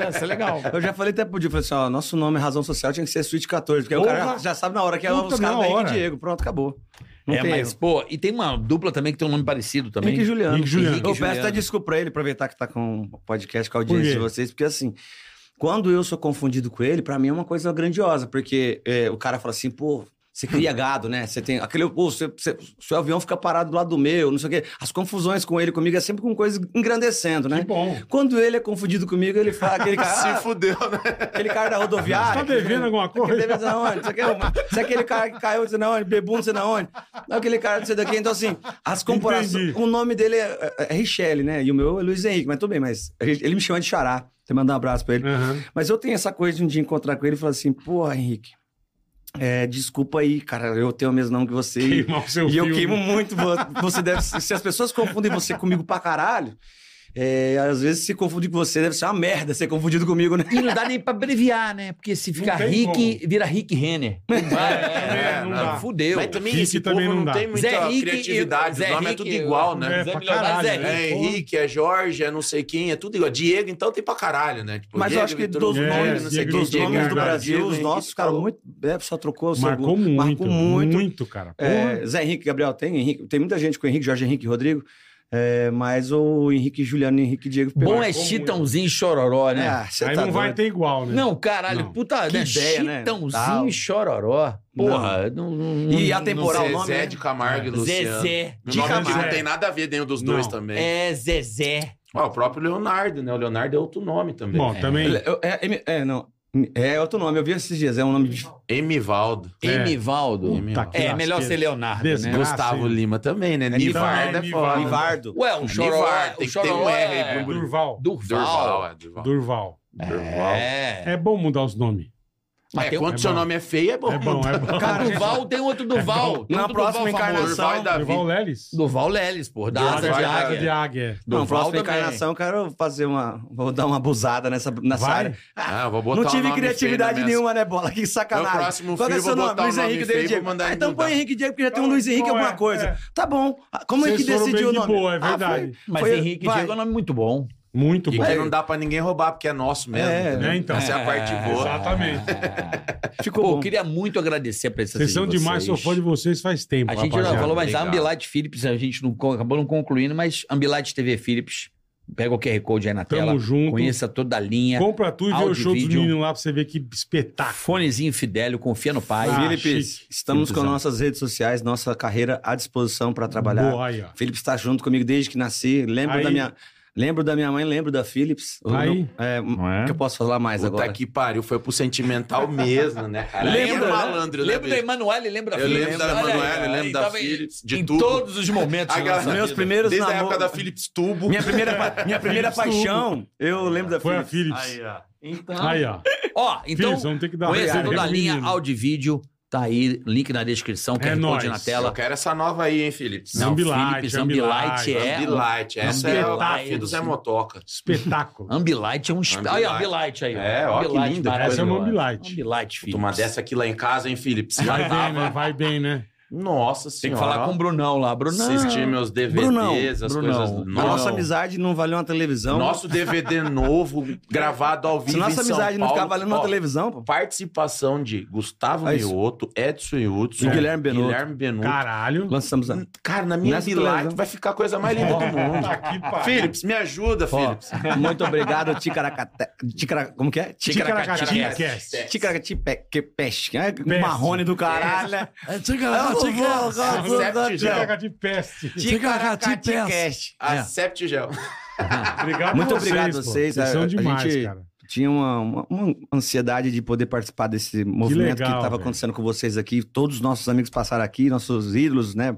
Speaker 4: Isso é legal.
Speaker 6: Eu já falei até pro Dio, falei assim, ó, nosso nome Razão Social tinha que ser Suite 14, porque
Speaker 3: Porra!
Speaker 6: o cara já sabe na hora que é
Speaker 3: Puta,
Speaker 6: os caras
Speaker 3: na
Speaker 6: da
Speaker 3: hora.
Speaker 6: Henrique Diego. Pronto, acabou. Não
Speaker 4: é,
Speaker 6: tem
Speaker 4: mas,
Speaker 6: erro.
Speaker 4: pô, e tem uma dupla também que tem um nome parecido também.
Speaker 6: Henrique e Juliano.
Speaker 3: Henrique e Juliano.
Speaker 6: eu
Speaker 4: Juliano.
Speaker 6: peço até desculpa pra ele, aproveitar que tá com o podcast, com a
Speaker 3: Por
Speaker 6: audiência
Speaker 3: quê?
Speaker 6: de vocês, porque assim, quando eu sou confundido com ele, pra mim é uma coisa grandiosa, porque é, o cara fala assim, pô... Você cria gado, né? Você tem aquele. Pô, você, você- seu avião fica parado do lado do meu, não sei o quê. As confusões com ele, comigo, é sempre com coisa engrandecendo, né?
Speaker 3: Que bom.
Speaker 6: Quando ele é confundido comigo, ele fala aquele cara. "Ah,
Speaker 5: Se fudeu, né?
Speaker 6: Aquele cara da rodoviária.
Speaker 3: Tá devendo alguma coisa?
Speaker 6: Aquele Ah, é deve ser aonde? Isso aqui é uma- Isso é aquele cara que caiu, não sei na onde, bebundo, não sei na onde. Não, aquele cara, não sei daqui. Então, assim, as comparações.
Speaker 3: Entendi.
Speaker 6: O nome dele é, é Richelle, né? E o meu é Luiz Henrique, mas tudo bem, mas a gente- ele me chama de Xará. Você mandar um abraço pra ele.
Speaker 3: Aham.
Speaker 6: Mas eu tenho essa coisa de um dia encontrar com ele e falar assim: pô, Henrique, é, desculpa aí, cara, eu tenho o mesmo nome que você. e-
Speaker 3: Queimar o seu
Speaker 6: e eu
Speaker 3: filme.
Speaker 6: queimo muito. vo- Você deve. Se as pessoas confundem você comigo pra caralho, é, às vezes se confundir com você deve ser uma merda ser confundido comigo, né?
Speaker 4: E não dá nem pra abreviar, né? Porque se ficar
Speaker 3: tem
Speaker 4: Rick, vira Rick Renner.
Speaker 3: É, não dá.
Speaker 4: Fudeu.
Speaker 5: Mas também
Speaker 3: Henrique
Speaker 5: esse
Speaker 3: também
Speaker 5: povo
Speaker 3: não
Speaker 5: não,
Speaker 3: dá.
Speaker 5: tem muita
Speaker 4: Zé Henrique e-
Speaker 5: criatividade.
Speaker 4: Zé
Speaker 5: Os nomes é
Speaker 4: Henrique
Speaker 5: tudo
Speaker 4: e-
Speaker 5: igual, né?
Speaker 3: É,
Speaker 4: Zé
Speaker 3: pra
Speaker 4: Milionário,
Speaker 3: caralho,
Speaker 4: Zé
Speaker 3: né?
Speaker 5: É Henrique, é Jorge, é não sei quem, é tudo igual. Diego, então tem pra caralho, né? Tipo,
Speaker 6: Mas eu
Speaker 5: Diego,
Speaker 6: acho que
Speaker 5: Vitor
Speaker 6: dos
Speaker 5: Hugo,
Speaker 6: nomes,
Speaker 5: não sei
Speaker 3: Diego,
Speaker 5: quem,
Speaker 6: dos
Speaker 3: Diego,
Speaker 6: nomes do
Speaker 3: Diego,
Speaker 6: Brasil,
Speaker 5: Diego,
Speaker 6: os
Speaker 5: Henrique,
Speaker 6: nossos, cara,
Speaker 5: falou.
Speaker 6: muito. É, só trocou o seu
Speaker 3: Marcou
Speaker 6: gol.
Speaker 3: muito.
Speaker 6: Marcou muito.
Speaker 3: cara.
Speaker 6: É,
Speaker 3: Porra.
Speaker 6: Zé Henrique, Gabriel tem, Henrique, tem muita gente com Henrique, Jorge Henrique, Rodrigo. é, mas o Henrique Juliano e Henrique Diego
Speaker 4: Bom é
Speaker 3: Marcou
Speaker 4: Chitãozinho e Chororó, né?
Speaker 6: Ah, você
Speaker 3: Aí
Speaker 6: tá
Speaker 3: não vai
Speaker 6: doido.
Speaker 3: ter igual, né?
Speaker 4: Não, caralho,
Speaker 3: Não.
Speaker 4: puta
Speaker 6: Que
Speaker 4: né?
Speaker 6: ideia, né?
Speaker 4: Chitãozinho
Speaker 6: Tal.
Speaker 4: e Chororó. Porra, não. não,
Speaker 6: E
Speaker 4: não-
Speaker 6: atemporal o
Speaker 5: Zezé
Speaker 6: nome, né?
Speaker 5: de Camargo e Luciano.
Speaker 4: é Zezé
Speaker 5: Um
Speaker 4: de
Speaker 5: nome que não
Speaker 4: Camargo.
Speaker 5: tem nada a ver nenhum dos
Speaker 3: Não.
Speaker 5: dois também.
Speaker 4: É Zezé.
Speaker 5: Ó, o próprio Leonardo, né? O Leonardo é outro nome também.
Speaker 3: Bom, também.
Speaker 6: Ele- eu- É, é- é, não. É outro nome, eu vi esses dias, é um nome. de-
Speaker 5: Emivaldo.
Speaker 3: É.
Speaker 4: Emivaldo.
Speaker 5: Emivaldo.
Speaker 3: que
Speaker 4: É, melhor
Speaker 3: lasqueira.
Speaker 4: ser Leonardo,
Speaker 3: Desgra-
Speaker 4: né?
Speaker 5: Gustavo
Speaker 3: Ah, sim.
Speaker 5: Lima também, né?
Speaker 3: Nivaldo,
Speaker 5: Nivardo é
Speaker 3: é
Speaker 5: foda.
Speaker 3: Nivaldo.
Speaker 6: Livardo.
Speaker 4: Ué, o Chororó.
Speaker 5: Nivardo, tem
Speaker 4: O
Speaker 5: que ter um
Speaker 4: Chororó
Speaker 5: R aí,
Speaker 4: é...
Speaker 5: bumbu.
Speaker 3: Durval.
Speaker 5: Durval,
Speaker 4: Durval.
Speaker 5: é Durval.
Speaker 3: Durval.
Speaker 5: Durval. É,
Speaker 4: É.
Speaker 3: É bom mudar os nomes.
Speaker 4: Mas tem um-
Speaker 5: quando
Speaker 3: é
Speaker 5: seu
Speaker 3: bom.
Speaker 5: nome é feio, é bom.
Speaker 3: É bom, é bom.
Speaker 4: Cara, Durval tem outro Durval. Tem
Speaker 6: Na
Speaker 4: outro
Speaker 6: próxima
Speaker 4: Durval famoso.
Speaker 6: encarnação-
Speaker 5: Durval e Davi.
Speaker 3: Durval Lelis.
Speaker 4: Durval Lelis, pô. Da
Speaker 5: Durval
Speaker 4: Asa de
Speaker 5: Lelis.
Speaker 3: Cara de
Speaker 4: Águia.
Speaker 3: águia.
Speaker 6: Não,
Speaker 4: Durval
Speaker 6: próxima
Speaker 4: também.
Speaker 6: encarnação, eu quero fazer uma. Vou dar uma abusada nessa, nessa
Speaker 3: Vai?
Speaker 6: área.
Speaker 5: Ah, eu vou botar
Speaker 6: é. Não
Speaker 5: um
Speaker 6: tive
Speaker 5: nome
Speaker 6: criatividade
Speaker 5: feio na minha-
Speaker 6: nenhuma, né, bola? Que sacanagem.
Speaker 5: Meu próximo
Speaker 6: Qual é
Speaker 5: filho,
Speaker 6: seu
Speaker 5: vou
Speaker 6: nome?
Speaker 5: botar
Speaker 6: Luiz
Speaker 5: o nome
Speaker 6: Henrique
Speaker 5: feio,
Speaker 6: David
Speaker 5: vou
Speaker 6: Diego.
Speaker 5: mandar
Speaker 6: Ah,
Speaker 5: ele
Speaker 6: então põe
Speaker 5: mudar.
Speaker 6: Henrique Diego, porque já tem um
Speaker 3: Então,
Speaker 6: Luiz Henrique
Speaker 3: qual é?
Speaker 6: alguma coisa.
Speaker 3: É.
Speaker 6: Tá bom. Ah, Como é que
Speaker 3: Vocês foram
Speaker 6: decidiu o
Speaker 3: bem de
Speaker 6: nome?
Speaker 3: boa, é
Speaker 6: Ah, foi-
Speaker 3: verdade.
Speaker 4: Mas
Speaker 6: foi-
Speaker 4: Henrique
Speaker 6: vai.
Speaker 4: Diego é um nome muito bom.
Speaker 3: Muito
Speaker 5: E
Speaker 3: bom.
Speaker 5: que não dá pra ninguém roubar, porque é nosso mesmo.
Speaker 6: É,
Speaker 5: entendeu?
Speaker 3: né, então.
Speaker 5: Essa é a parte boa.
Speaker 3: Exatamente.
Speaker 4: É.
Speaker 6: Ficou
Speaker 4: Pô,
Speaker 6: bom.
Speaker 4: eu queria muito agradecer a presença
Speaker 3: Vocês são
Speaker 4: de vocês.
Speaker 3: demais, sou fã de vocês faz tempo.
Speaker 4: A gente
Speaker 3: rapaziada.
Speaker 4: não falou, mas a
Speaker 5: Obrigado.
Speaker 4: Ambilight Philips, a gente não, con- acabou não concluindo, mas Ambilight TV Philips, pega o QR Code aí na
Speaker 3: Tamo
Speaker 4: tela,
Speaker 3: junto.
Speaker 4: conheça toda a linha,
Speaker 3: Compra tu e vê
Speaker 4: Áudio,
Speaker 3: o show dos
Speaker 4: vídeo.
Speaker 3: meninos lá pra você ver que espetáculo.
Speaker 4: fonezinho Fidelio, confia no pai.
Speaker 3: Ah,
Speaker 6: Felipe,
Speaker 3: chique.
Speaker 6: estamos com
Speaker 4: Felipezão.
Speaker 6: nossas redes sociais, nossa carreira à disposição para trabalhar.
Speaker 3: Boa, aí, ó.
Speaker 6: Philips está junto comigo desde que nasci. Lembro
Speaker 3: Aí.
Speaker 6: da minha. Lembro da minha mãe, lembro da Philips. O
Speaker 3: Aí.
Speaker 6: meu- é, o
Speaker 4: Não é?
Speaker 6: que eu posso falar mais
Speaker 5: Puta
Speaker 6: agora?
Speaker 5: que pariu, foi pro sentimental mesmo, né, cara?
Speaker 4: Lembra,
Speaker 5: Aí é
Speaker 4: né?
Speaker 5: malandro, né,
Speaker 4: Lembro da
Speaker 5: bicho?
Speaker 4: Emanuele, lembra
Speaker 5: Eu lembro da Emanuele, lembro da Philips, de
Speaker 4: tá em
Speaker 5: tudo.
Speaker 4: todos os momentos. né?
Speaker 5: A
Speaker 4: da
Speaker 5: galera-
Speaker 4: nossa
Speaker 6: Meus
Speaker 4: vida.
Speaker 6: primeiros
Speaker 5: Desde a
Speaker 6: namoro-
Speaker 5: época da Philips Tubo.
Speaker 6: Minha primeira, pa- minha primeira
Speaker 3: Philips tudo.
Speaker 6: paixão, eu lembro da
Speaker 3: Foi a
Speaker 6: Philips.
Speaker 3: Philips.
Speaker 5: Aí, ó.
Speaker 6: Então,
Speaker 3: Aí, ó.
Speaker 4: Ó, então,
Speaker 3: Philips, vamos ter que dar
Speaker 4: conheça
Speaker 3: obrigado,
Speaker 4: toda a
Speaker 3: é
Speaker 4: linha
Speaker 3: menino. É
Speaker 4: áudio e vídeo, tá aí, link na descrição, QR
Speaker 3: nóis.
Speaker 4: Code na
Speaker 5: Eu
Speaker 4: tela.
Speaker 5: quero essa nova aí, hein, Philips?
Speaker 3: Não, Ambilight,
Speaker 4: Philips,
Speaker 3: Ambilight,
Speaker 4: Ambilight é...
Speaker 5: Ambilight. Essa é a
Speaker 4: Ambilight.
Speaker 5: parte do Zé Motoca.
Speaker 3: Espetáculo.
Speaker 4: Ambilight é um... esp- Olha, Ambilight aí. ó.
Speaker 5: É, ó, que
Speaker 4: Ambilight,
Speaker 5: linda.
Speaker 4: Ah,
Speaker 3: Essa
Speaker 4: maravilhoso.
Speaker 3: é uma Ambilight.
Speaker 4: Ambilight, filho.
Speaker 5: Tomar dessa aqui lá em casa, hein, Philips? Já
Speaker 3: Vai bem,
Speaker 5: tava.
Speaker 3: né? Vai bem, né?
Speaker 5: Nossa
Speaker 7: Tem que
Speaker 5: senhora.
Speaker 7: falar com o Brunão lá. Brunão.
Speaker 5: Assistir meus DVDs,
Speaker 6: Brunão,
Speaker 5: as
Speaker 7: Brunão,
Speaker 5: coisas.
Speaker 6: A
Speaker 5: Nossa,
Speaker 6: nossa amizade não valeu uma televisão.
Speaker 5: Nosso DVD novo, gravado ao
Speaker 6: Se
Speaker 5: vivo.
Speaker 6: nossa
Speaker 5: em São
Speaker 6: amizade não
Speaker 5: Paulo.
Speaker 6: ficar valendo uma
Speaker 5: Ó,
Speaker 6: televisão, pô.
Speaker 5: Participação de Gustavo
Speaker 6: É isso.
Speaker 5: Mioto, Edson Hudson,
Speaker 6: E Guilherme Benuto.
Speaker 5: Guilherme Benuto.
Speaker 3: Caralho.
Speaker 6: Lançamos a.
Speaker 5: Cara, na minha
Speaker 6: Nessa
Speaker 5: Light
Speaker 6: televisão.
Speaker 5: vai ficar a coisa mais linda do mundo. Philips, me ajuda,
Speaker 6: É. Ó,
Speaker 5: Philips.
Speaker 6: muito obrigado, Ticaracate. Ticara... Como que é?
Speaker 3: Ticaracatinha,
Speaker 5: Ticaracati.
Speaker 3: cast.
Speaker 6: Ticaracatipeste.
Speaker 3: Peste.
Speaker 6: Marrone do caralho. né?
Speaker 5: Accept gel.
Speaker 3: Ticaracati peste.
Speaker 6: Ticaracatipeste.
Speaker 5: Accept gel.
Speaker 3: Obrigado
Speaker 6: Muito
Speaker 3: a vocês,
Speaker 6: obrigado a
Speaker 3: pô.
Speaker 6: vocês,
Speaker 3: Vocês
Speaker 6: a-
Speaker 3: são
Speaker 6: a
Speaker 3: demais,
Speaker 6: gente-
Speaker 3: cara.
Speaker 6: Tinha uma, uma- uma ansiedade de poder participar desse movimento que
Speaker 3: legal,
Speaker 6: estava
Speaker 3: velho.
Speaker 6: acontecendo com vocês aqui. Todos os nossos amigos passaram aqui, nossos ídolos, né?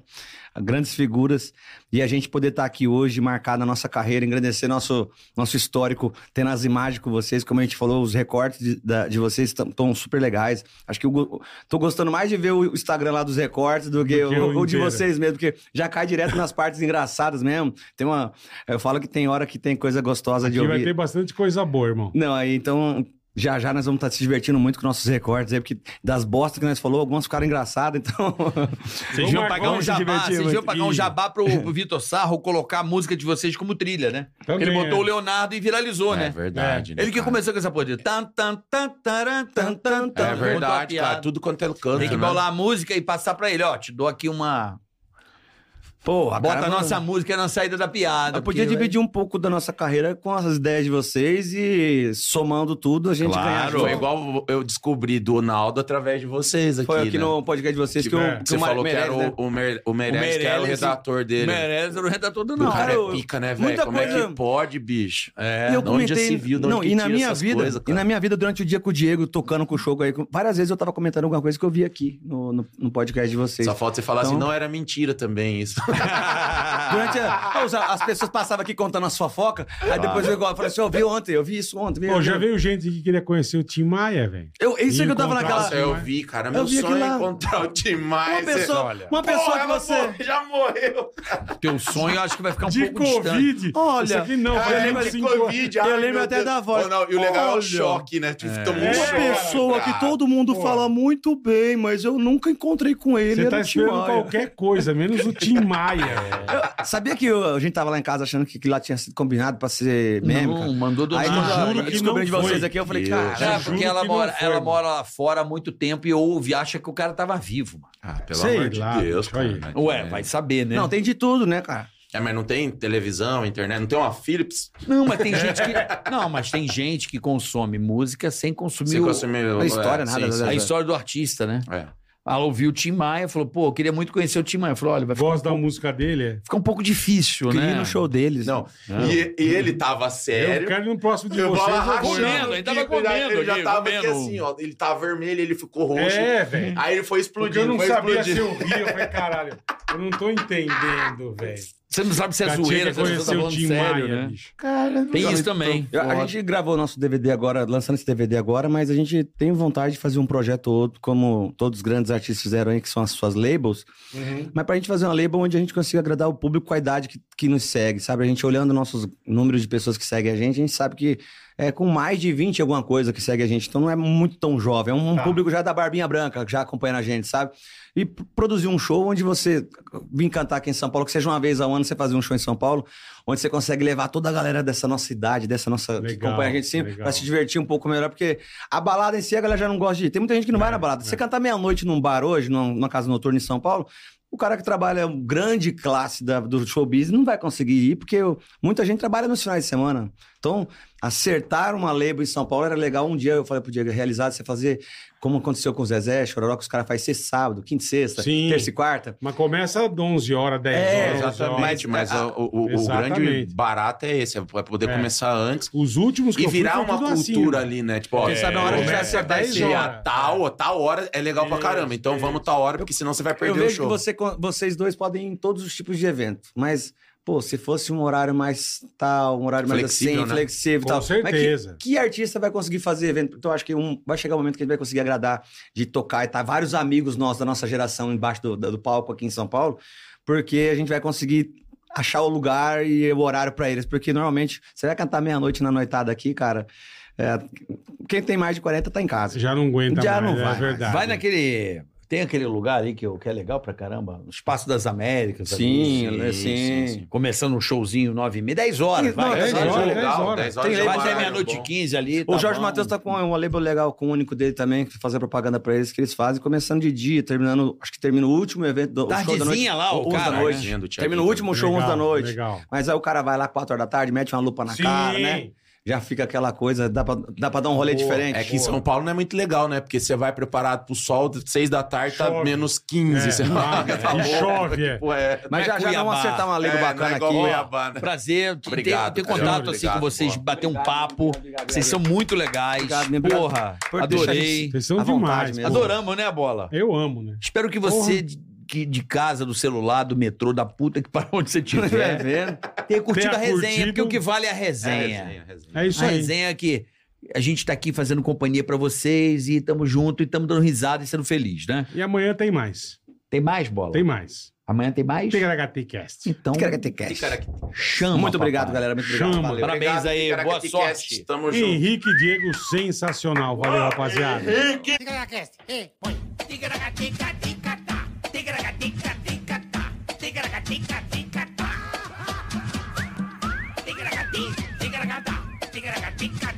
Speaker 6: Grandes figuras. E a gente poder estar aqui hoje, marcar na nossa carreira, engrandecer nosso, nosso histórico, tendo as imagens com vocês. Como a gente falou, os recortes de, da- de vocês estão super legais. Acho que eu go- tô gostando mais de ver o Instagram lá dos recortes do que,
Speaker 3: Do que
Speaker 6: o,
Speaker 3: o
Speaker 6: o de
Speaker 3: inteiro.
Speaker 6: vocês mesmo, porque já cai direto nas partes engraçadas mesmo. Tem uma. Eu falo que tem hora que tem coisa gostosa de
Speaker 3: Aqui
Speaker 6: ouvir.
Speaker 3: vai ter bastante coisa boa, irmão.
Speaker 6: Não, aí então. Já já nós vamos estar se divertindo muito com nossos recortes aí, porque das bostas que nós falou, algumas ficaram engraçadas, então.
Speaker 7: Vocês iam pagar um
Speaker 3: Se
Speaker 7: jabá,
Speaker 6: divertir
Speaker 7: vocês iam
Speaker 6: muito.
Speaker 7: pagar um
Speaker 3: Ih.
Speaker 7: jabá pro, pro Vitor Sarro colocar a música de vocês como trilha, né?
Speaker 3: Também,
Speaker 7: Ele botou
Speaker 3: é.
Speaker 7: o Leonardo e viralizou, né?
Speaker 5: verdade. né,
Speaker 7: Ele que
Speaker 5: cara?
Speaker 7: começou com essa porra de tan, tan, tan, taran, tan, tan, tan,
Speaker 5: É verdade,
Speaker 7: contou a
Speaker 6: Tá,
Speaker 5: cara.
Speaker 7: piada.
Speaker 5: Tudo quanto é canto.
Speaker 7: Tem que
Speaker 5: né?
Speaker 7: bolar a música e passar pra ele, ó, te dou aqui uma...
Speaker 6: Porra,
Speaker 7: Bota a
Speaker 6: cara,
Speaker 7: nossa
Speaker 6: mano,
Speaker 7: música na saída da piada.
Speaker 6: Eu podia
Speaker 7: porque-
Speaker 6: dividir um pouco da nossa carreira com as ideias de vocês e somando tudo, a gente ganhar.
Speaker 5: Claro,
Speaker 6: junto.
Speaker 5: é igual eu descobri do Ronaldo através de vocês aqui.
Speaker 6: Foi aqui
Speaker 5: né?
Speaker 6: no podcast de vocês que,
Speaker 3: Que-
Speaker 6: o,
Speaker 3: é.
Speaker 6: que
Speaker 5: Você
Speaker 6: o Mar-
Speaker 5: falou
Speaker 6: Meirelles,
Speaker 5: que era
Speaker 6: né?
Speaker 5: o, o, Meire- o Meirelles, que era o
Speaker 7: Meirelles e-
Speaker 5: redator dele.
Speaker 7: Merece, era o redator do
Speaker 5: O
Speaker 7: não.
Speaker 5: cara
Speaker 6: cara, eu-
Speaker 5: é pica, né, velho?
Speaker 6: muita
Speaker 5: Como é
Speaker 6: coisa-
Speaker 5: que pode, bicho? É,
Speaker 6: E eu
Speaker 5: de onde já
Speaker 6: comentei.
Speaker 5: se viu, de onde
Speaker 6: não,
Speaker 5: que
Speaker 6: e na
Speaker 5: tira
Speaker 6: minha
Speaker 5: essas
Speaker 6: vida,
Speaker 5: coisas,
Speaker 6: e
Speaker 5: cara?
Speaker 6: na minha vida durante o dia com o Diego tocando com o Choco aí, com- várias vezes eu tava comentando alguma coisa que eu vi aqui no, no, no podcast de vocês.
Speaker 5: Só falta você falar assim,
Speaker 6: Então-
Speaker 5: não era mentira também isso.
Speaker 6: Durante a- ah, os- as pessoas passavam aqui contando as fofocas, aí depois eu igual, eu falei assim, eu vi ontem, eu vi isso ontem. vi
Speaker 3: Pô,
Speaker 6: aquilo.
Speaker 3: já veio gente que queria conhecer o Tim Maia, velho.
Speaker 6: Eu, isso é que eu tava
Speaker 3: Encontrar
Speaker 6: naquela.
Speaker 5: Nossa, eu vi, cara.
Speaker 6: Eu
Speaker 5: Meu
Speaker 6: vi aquilo
Speaker 5: sonho é
Speaker 6: lá.
Speaker 5: encontrar o demais.
Speaker 6: Uma pessoa,
Speaker 3: olha.
Speaker 6: uma pessoa que você.
Speaker 5: já morreu.
Speaker 7: Teu sonho, eu acho que vai
Speaker 4: Tá
Speaker 7: ficar um
Speaker 3: de
Speaker 7: pouco distante.
Speaker 3: Covid.
Speaker 6: Olha,
Speaker 3: Isso aqui não,
Speaker 5: Cara,
Speaker 3: vai
Speaker 5: eu lembro
Speaker 3: ter
Speaker 5: de
Speaker 3: cinco anos.
Speaker 5: Covid.
Speaker 6: assim Eu
Speaker 5: ai,
Speaker 6: lembro
Speaker 5: meu
Speaker 6: até
Speaker 5: Deus.
Speaker 6: da voz.
Speaker 5: Oh, não, e o legal é o
Speaker 6: Olha.
Speaker 5: choque, né? Tipo, Tomou um
Speaker 3: É.
Speaker 6: Uma
Speaker 5: choque,
Speaker 6: pessoa
Speaker 5: cara.
Speaker 6: que todo mundo
Speaker 3: Pô.
Speaker 6: fala muito bem, mas eu nunca encontrei com ele.
Speaker 3: Você
Speaker 6: era
Speaker 3: tá
Speaker 6: o Tim
Speaker 3: esperando
Speaker 6: Maia.
Speaker 3: qualquer coisa, menos o Tim Maia.
Speaker 6: Eu- sabia que eu- a gente tava lá em casa achando que, que lá tinha sido combinado pra ser meme?
Speaker 7: Não,
Speaker 4: né?
Speaker 6: cara?
Speaker 7: mandou do
Speaker 6: Aí
Speaker 7: nada.
Speaker 6: quando
Speaker 3: juro
Speaker 6: eu
Speaker 3: que
Speaker 6: descobri
Speaker 3: não
Speaker 6: de vocês
Speaker 3: foi.
Speaker 6: aqui, eu falei,
Speaker 5: Deus.
Speaker 6: cara.
Speaker 7: É,
Speaker 3: juro
Speaker 7: porque ela
Speaker 3: que não
Speaker 7: mora,
Speaker 3: foi,
Speaker 7: ela
Speaker 3: mano.
Speaker 7: mora lá fora há muito tempo e ouve, acha que o cara tava vivo, mano.
Speaker 5: Ah, pelo
Speaker 3: Sei
Speaker 5: amor de
Speaker 3: lá,
Speaker 5: Deus,
Speaker 3: deixa aí.
Speaker 5: cara.
Speaker 7: Ué,
Speaker 5: É.
Speaker 7: vai saber, né?
Speaker 6: Não, tem de tudo, né, cara?
Speaker 5: É, mas não tem televisão, internet, não tem uma Philips?
Speaker 7: Não, mas tem gente que. Não, mas tem gente que consome música sem consumir
Speaker 5: Você
Speaker 7: o-
Speaker 5: consumiu...
Speaker 6: a história,
Speaker 5: é,
Speaker 6: nada,
Speaker 5: sim,
Speaker 6: nada.
Speaker 7: a
Speaker 5: sim.
Speaker 7: história do artista, né?
Speaker 5: É.
Speaker 7: Ela ouviu o Tim Maia, falou, pô, eu queria muito conhecer o Tim Maia. Falou, olha, vai ficar,
Speaker 3: Gosto da música dele, é.
Speaker 7: ficar um pouco difícil,
Speaker 6: Queria ir
Speaker 7: né?
Speaker 6: no show deles.
Speaker 5: Não, E, e ele tava
Speaker 3: é. Eu
Speaker 5: sério.
Speaker 3: quero ir no próximo de
Speaker 5: Eu
Speaker 3: vocês.
Speaker 5: bola
Speaker 3: eu vou.
Speaker 5: rachando.
Speaker 7: comendo, ele tava
Speaker 5: o bico, já-
Speaker 7: comendo
Speaker 5: Ele já
Speaker 7: ali,
Speaker 5: tava aqui
Speaker 7: comendo.
Speaker 5: assim, ó. Ele tava vermelho, ele ficou roxo.
Speaker 3: É, velho.
Speaker 5: Aí ele foi
Speaker 3: Porque
Speaker 5: explodindo,
Speaker 3: eu não
Speaker 5: foi
Speaker 3: sabia se
Speaker 5: explodindo.
Speaker 3: eu ria, eu falei, caralho, eu não tô entendendo, velho.
Speaker 7: Você não sabe se é
Speaker 3: Cara, tinha
Speaker 7: zoeira, se
Speaker 3: que
Speaker 7: a pessoa tá
Speaker 3: conhecer o
Speaker 7: falando
Speaker 3: Tim
Speaker 7: sério,
Speaker 3: Maia,
Speaker 7: né?
Speaker 3: bicho.
Speaker 7: Tem isso também.
Speaker 6: Eu- A gente gravou nosso DVD agora, lançando esse DVD agora, mas a gente tem vontade de fazer um projeto ou outro, como todos os grandes artistas fizeram aí, que são as suas labels. Mas pra gente fazer uma label onde a gente consiga agradar o público com a idade que, que nos segue, sabe? A gente olhando nossos números de pessoas que seguem a gente, a gente sabe que é com mais de 20 alguma coisa que segue a gente. Então não é muito tão jovem. É um
Speaker 3: Tá.
Speaker 6: público já da barbinha branca, que já acompanha a gente, sabe? E p- produzir um show onde você vir cantar aqui em São Paulo, que seja uma vez ao ano você fazer um show em São Paulo, onde você consegue levar toda a galera dessa nossa idade, dessa nossa. que
Speaker 3: Legal,
Speaker 6: acompanha a gente sempre,
Speaker 3: legal.
Speaker 6: pra se divertir um pouco melhor, porque a balada em si a galera já não gosta de ir. Tem muita gente
Speaker 3: É,
Speaker 6: que não vai na balada. Você cantar meia-noite num bar hoje, num- numa casa noturna em São Paulo, o cara que trabalha grande classe da- do showbiz não vai conseguir ir, porque o- muita gente trabalha nos finais de semana. Então, acertar uma label em São Paulo era legal. Um dia eu falei pro Diego, realizado você fazer como aconteceu com o Zezé, Chororó, que os caras fazem sexta, sábado, quinta, e sexta,
Speaker 3: Sim.
Speaker 6: terça e quarta.
Speaker 3: Mas começa às 11 horas, 10
Speaker 6: É,
Speaker 3: horas. 11 horas.
Speaker 5: Exatamente, mas a- o, o- o
Speaker 3: Exatamente.
Speaker 5: grande barato é esse, é poder
Speaker 3: É.
Speaker 5: começar antes
Speaker 3: Os últimos que
Speaker 5: e
Speaker 3: eu fui
Speaker 5: virar
Speaker 3: foi
Speaker 5: uma
Speaker 3: tudo assim,
Speaker 5: cultura
Speaker 3: mano.
Speaker 5: ali, né? Tipo, ó,
Speaker 3: Quem sabe
Speaker 6: a hora que
Speaker 5: começa
Speaker 6: vai acertar
Speaker 5: dez
Speaker 3: esse
Speaker 5: horas.
Speaker 3: horas.
Speaker 5: tal, ó, tal hora é legal pra
Speaker 3: Isso,
Speaker 5: caramba, então
Speaker 3: isso.
Speaker 5: vamos tal hora, porque senão você vai
Speaker 6: Eu
Speaker 5: perder o
Speaker 6: vejo que
Speaker 5: show.
Speaker 6: você, vocês dois podem ir em todos os tipos de evento, mas, pô, se fosse um horário mais tal, um horário mais
Speaker 5: Flexível,
Speaker 6: assim,
Speaker 5: né?
Speaker 6: flexível e
Speaker 3: Com
Speaker 6: tal.
Speaker 3: certeza.
Speaker 6: Mas que, que artista vai conseguir fazer evento? Então, eu acho que um, vai chegar um momento que a gente vai conseguir agradar de tocar e tá vários amigos nossos da nossa geração embaixo do, do palco aqui em São Paulo, porque a gente vai conseguir achar o lugar e o horário pra eles. Porque normalmente, você vai cantar meia-noite na noitada aqui, cara. é, quem tem mais de 40 tá em casa.
Speaker 3: Já não aguenta
Speaker 6: Já
Speaker 3: mais,
Speaker 6: não
Speaker 3: é
Speaker 6: vai.
Speaker 3: verdade.
Speaker 7: Vai naquele.
Speaker 4: Tem aquele lugar ali que, eu- que é legal pra caramba, o Espaço das Américas. ali.
Speaker 6: Sim,
Speaker 5: Sim,
Speaker 6: né, sim.
Speaker 5: sim, sim.
Speaker 4: Começando um showzinho 9 e meia, 10 horas, vai.
Speaker 6: Não,
Speaker 4: vai.
Speaker 6: 10
Speaker 4: vai.
Speaker 6: horas,
Speaker 5: é
Speaker 3: dez
Speaker 5: legal,
Speaker 3: horas.
Speaker 5: 10 horas.
Speaker 6: Tem
Speaker 5: é um
Speaker 4: Vai até
Speaker 5: horário
Speaker 4: meia-noite
Speaker 5: bom.
Speaker 4: 15 ali.
Speaker 6: O
Speaker 4: tá
Speaker 6: Jorge
Speaker 4: bom.
Speaker 6: Matheus tá com um label legal, com o único dele também, que fazer propaganda pra eles, que eles fazem, começando de dia, terminando, acho que termina o último evento do o show da noite.
Speaker 4: Tardezinha lá, o
Speaker 6: onze
Speaker 4: cara.
Speaker 6: da
Speaker 4: né?
Speaker 6: noite.
Speaker 5: Entendo, Thiago.
Speaker 6: Termina o último show, 11 da noite.
Speaker 3: Legal.
Speaker 6: Mas aí o cara vai lá 4 horas da tarde, mete uma lupa na cara, né? Já fica aquela coisa, dá pra, dá pra dar um rolê diferente.
Speaker 5: É que em São Paulo não é muito legal, né? Porque você vai preparado pro sol, seis da tarde tá
Speaker 3: Chove.
Speaker 5: menos 15.
Speaker 3: É,
Speaker 5: Você
Speaker 3: ah,
Speaker 5: fala,
Speaker 3: é.
Speaker 5: tá
Speaker 3: E
Speaker 5: louco,
Speaker 3: chove,
Speaker 5: que
Speaker 3: é.
Speaker 5: porra é.
Speaker 6: Mas
Speaker 4: é
Speaker 6: já, já
Speaker 4: Cuiabá.
Speaker 6: vamos acertar uma lei
Speaker 5: É, não
Speaker 6: bacana
Speaker 5: é
Speaker 6: aqui.
Speaker 5: igual Cuiabá, né?
Speaker 4: um Prazer. Tem-
Speaker 5: Obrigado,
Speaker 4: Tem
Speaker 5: cara.
Speaker 4: contato assim
Speaker 5: Obrigado,
Speaker 4: com vocês,
Speaker 5: boa.
Speaker 4: bater um papo. Vocês são muito legais.
Speaker 6: Obrigado, meu obrigado
Speaker 4: Porra,
Speaker 6: por deixar
Speaker 4: adorei.
Speaker 3: Vocês são
Speaker 6: À
Speaker 3: demais.
Speaker 6: vontade
Speaker 3: pô.
Speaker 6: mesmo.
Speaker 4: Adoramos, né, Bola?
Speaker 3: Eu amo, né?
Speaker 4: Espero que você, de, que- de casa, do celular, do metrô, da puta que para onde você
Speaker 6: Vai
Speaker 4: estiver,
Speaker 6: vendo?
Speaker 4: tenha curtido
Speaker 3: Tenha
Speaker 4: a resenha,
Speaker 3: curtido.
Speaker 4: porque o que vale é a resenha.
Speaker 5: resenha, resenha.
Speaker 3: É isso
Speaker 4: a
Speaker 3: aí.
Speaker 4: resenha é que a gente tá aqui fazendo companhia pra vocês e tamo junto e tamo dando risada e sendo feliz, né?
Speaker 3: E amanhã tem mais.
Speaker 4: Tem mais, Bola?
Speaker 3: Tem mais.
Speaker 4: Amanhã tem mais?
Speaker 3: TKHTcast.
Speaker 4: Então, chama.
Speaker 6: Muito obrigado,
Speaker 4: papai.
Speaker 6: galera. Muito
Speaker 3: Chama.
Speaker 6: obrigado. Valeu.
Speaker 4: Parabéns
Speaker 5: Obrigado,
Speaker 4: aí, boa
Speaker 5: Ticaracati
Speaker 4: sorte.
Speaker 5: Cast. Tamo junto.
Speaker 3: Henrique e Diego, sensacional. Valeu, rapaziada.
Speaker 1: Fica na é cast. Ei, põe.
Speaker 9: Tica-tica-tica-tica-tica-tica-tica-tica.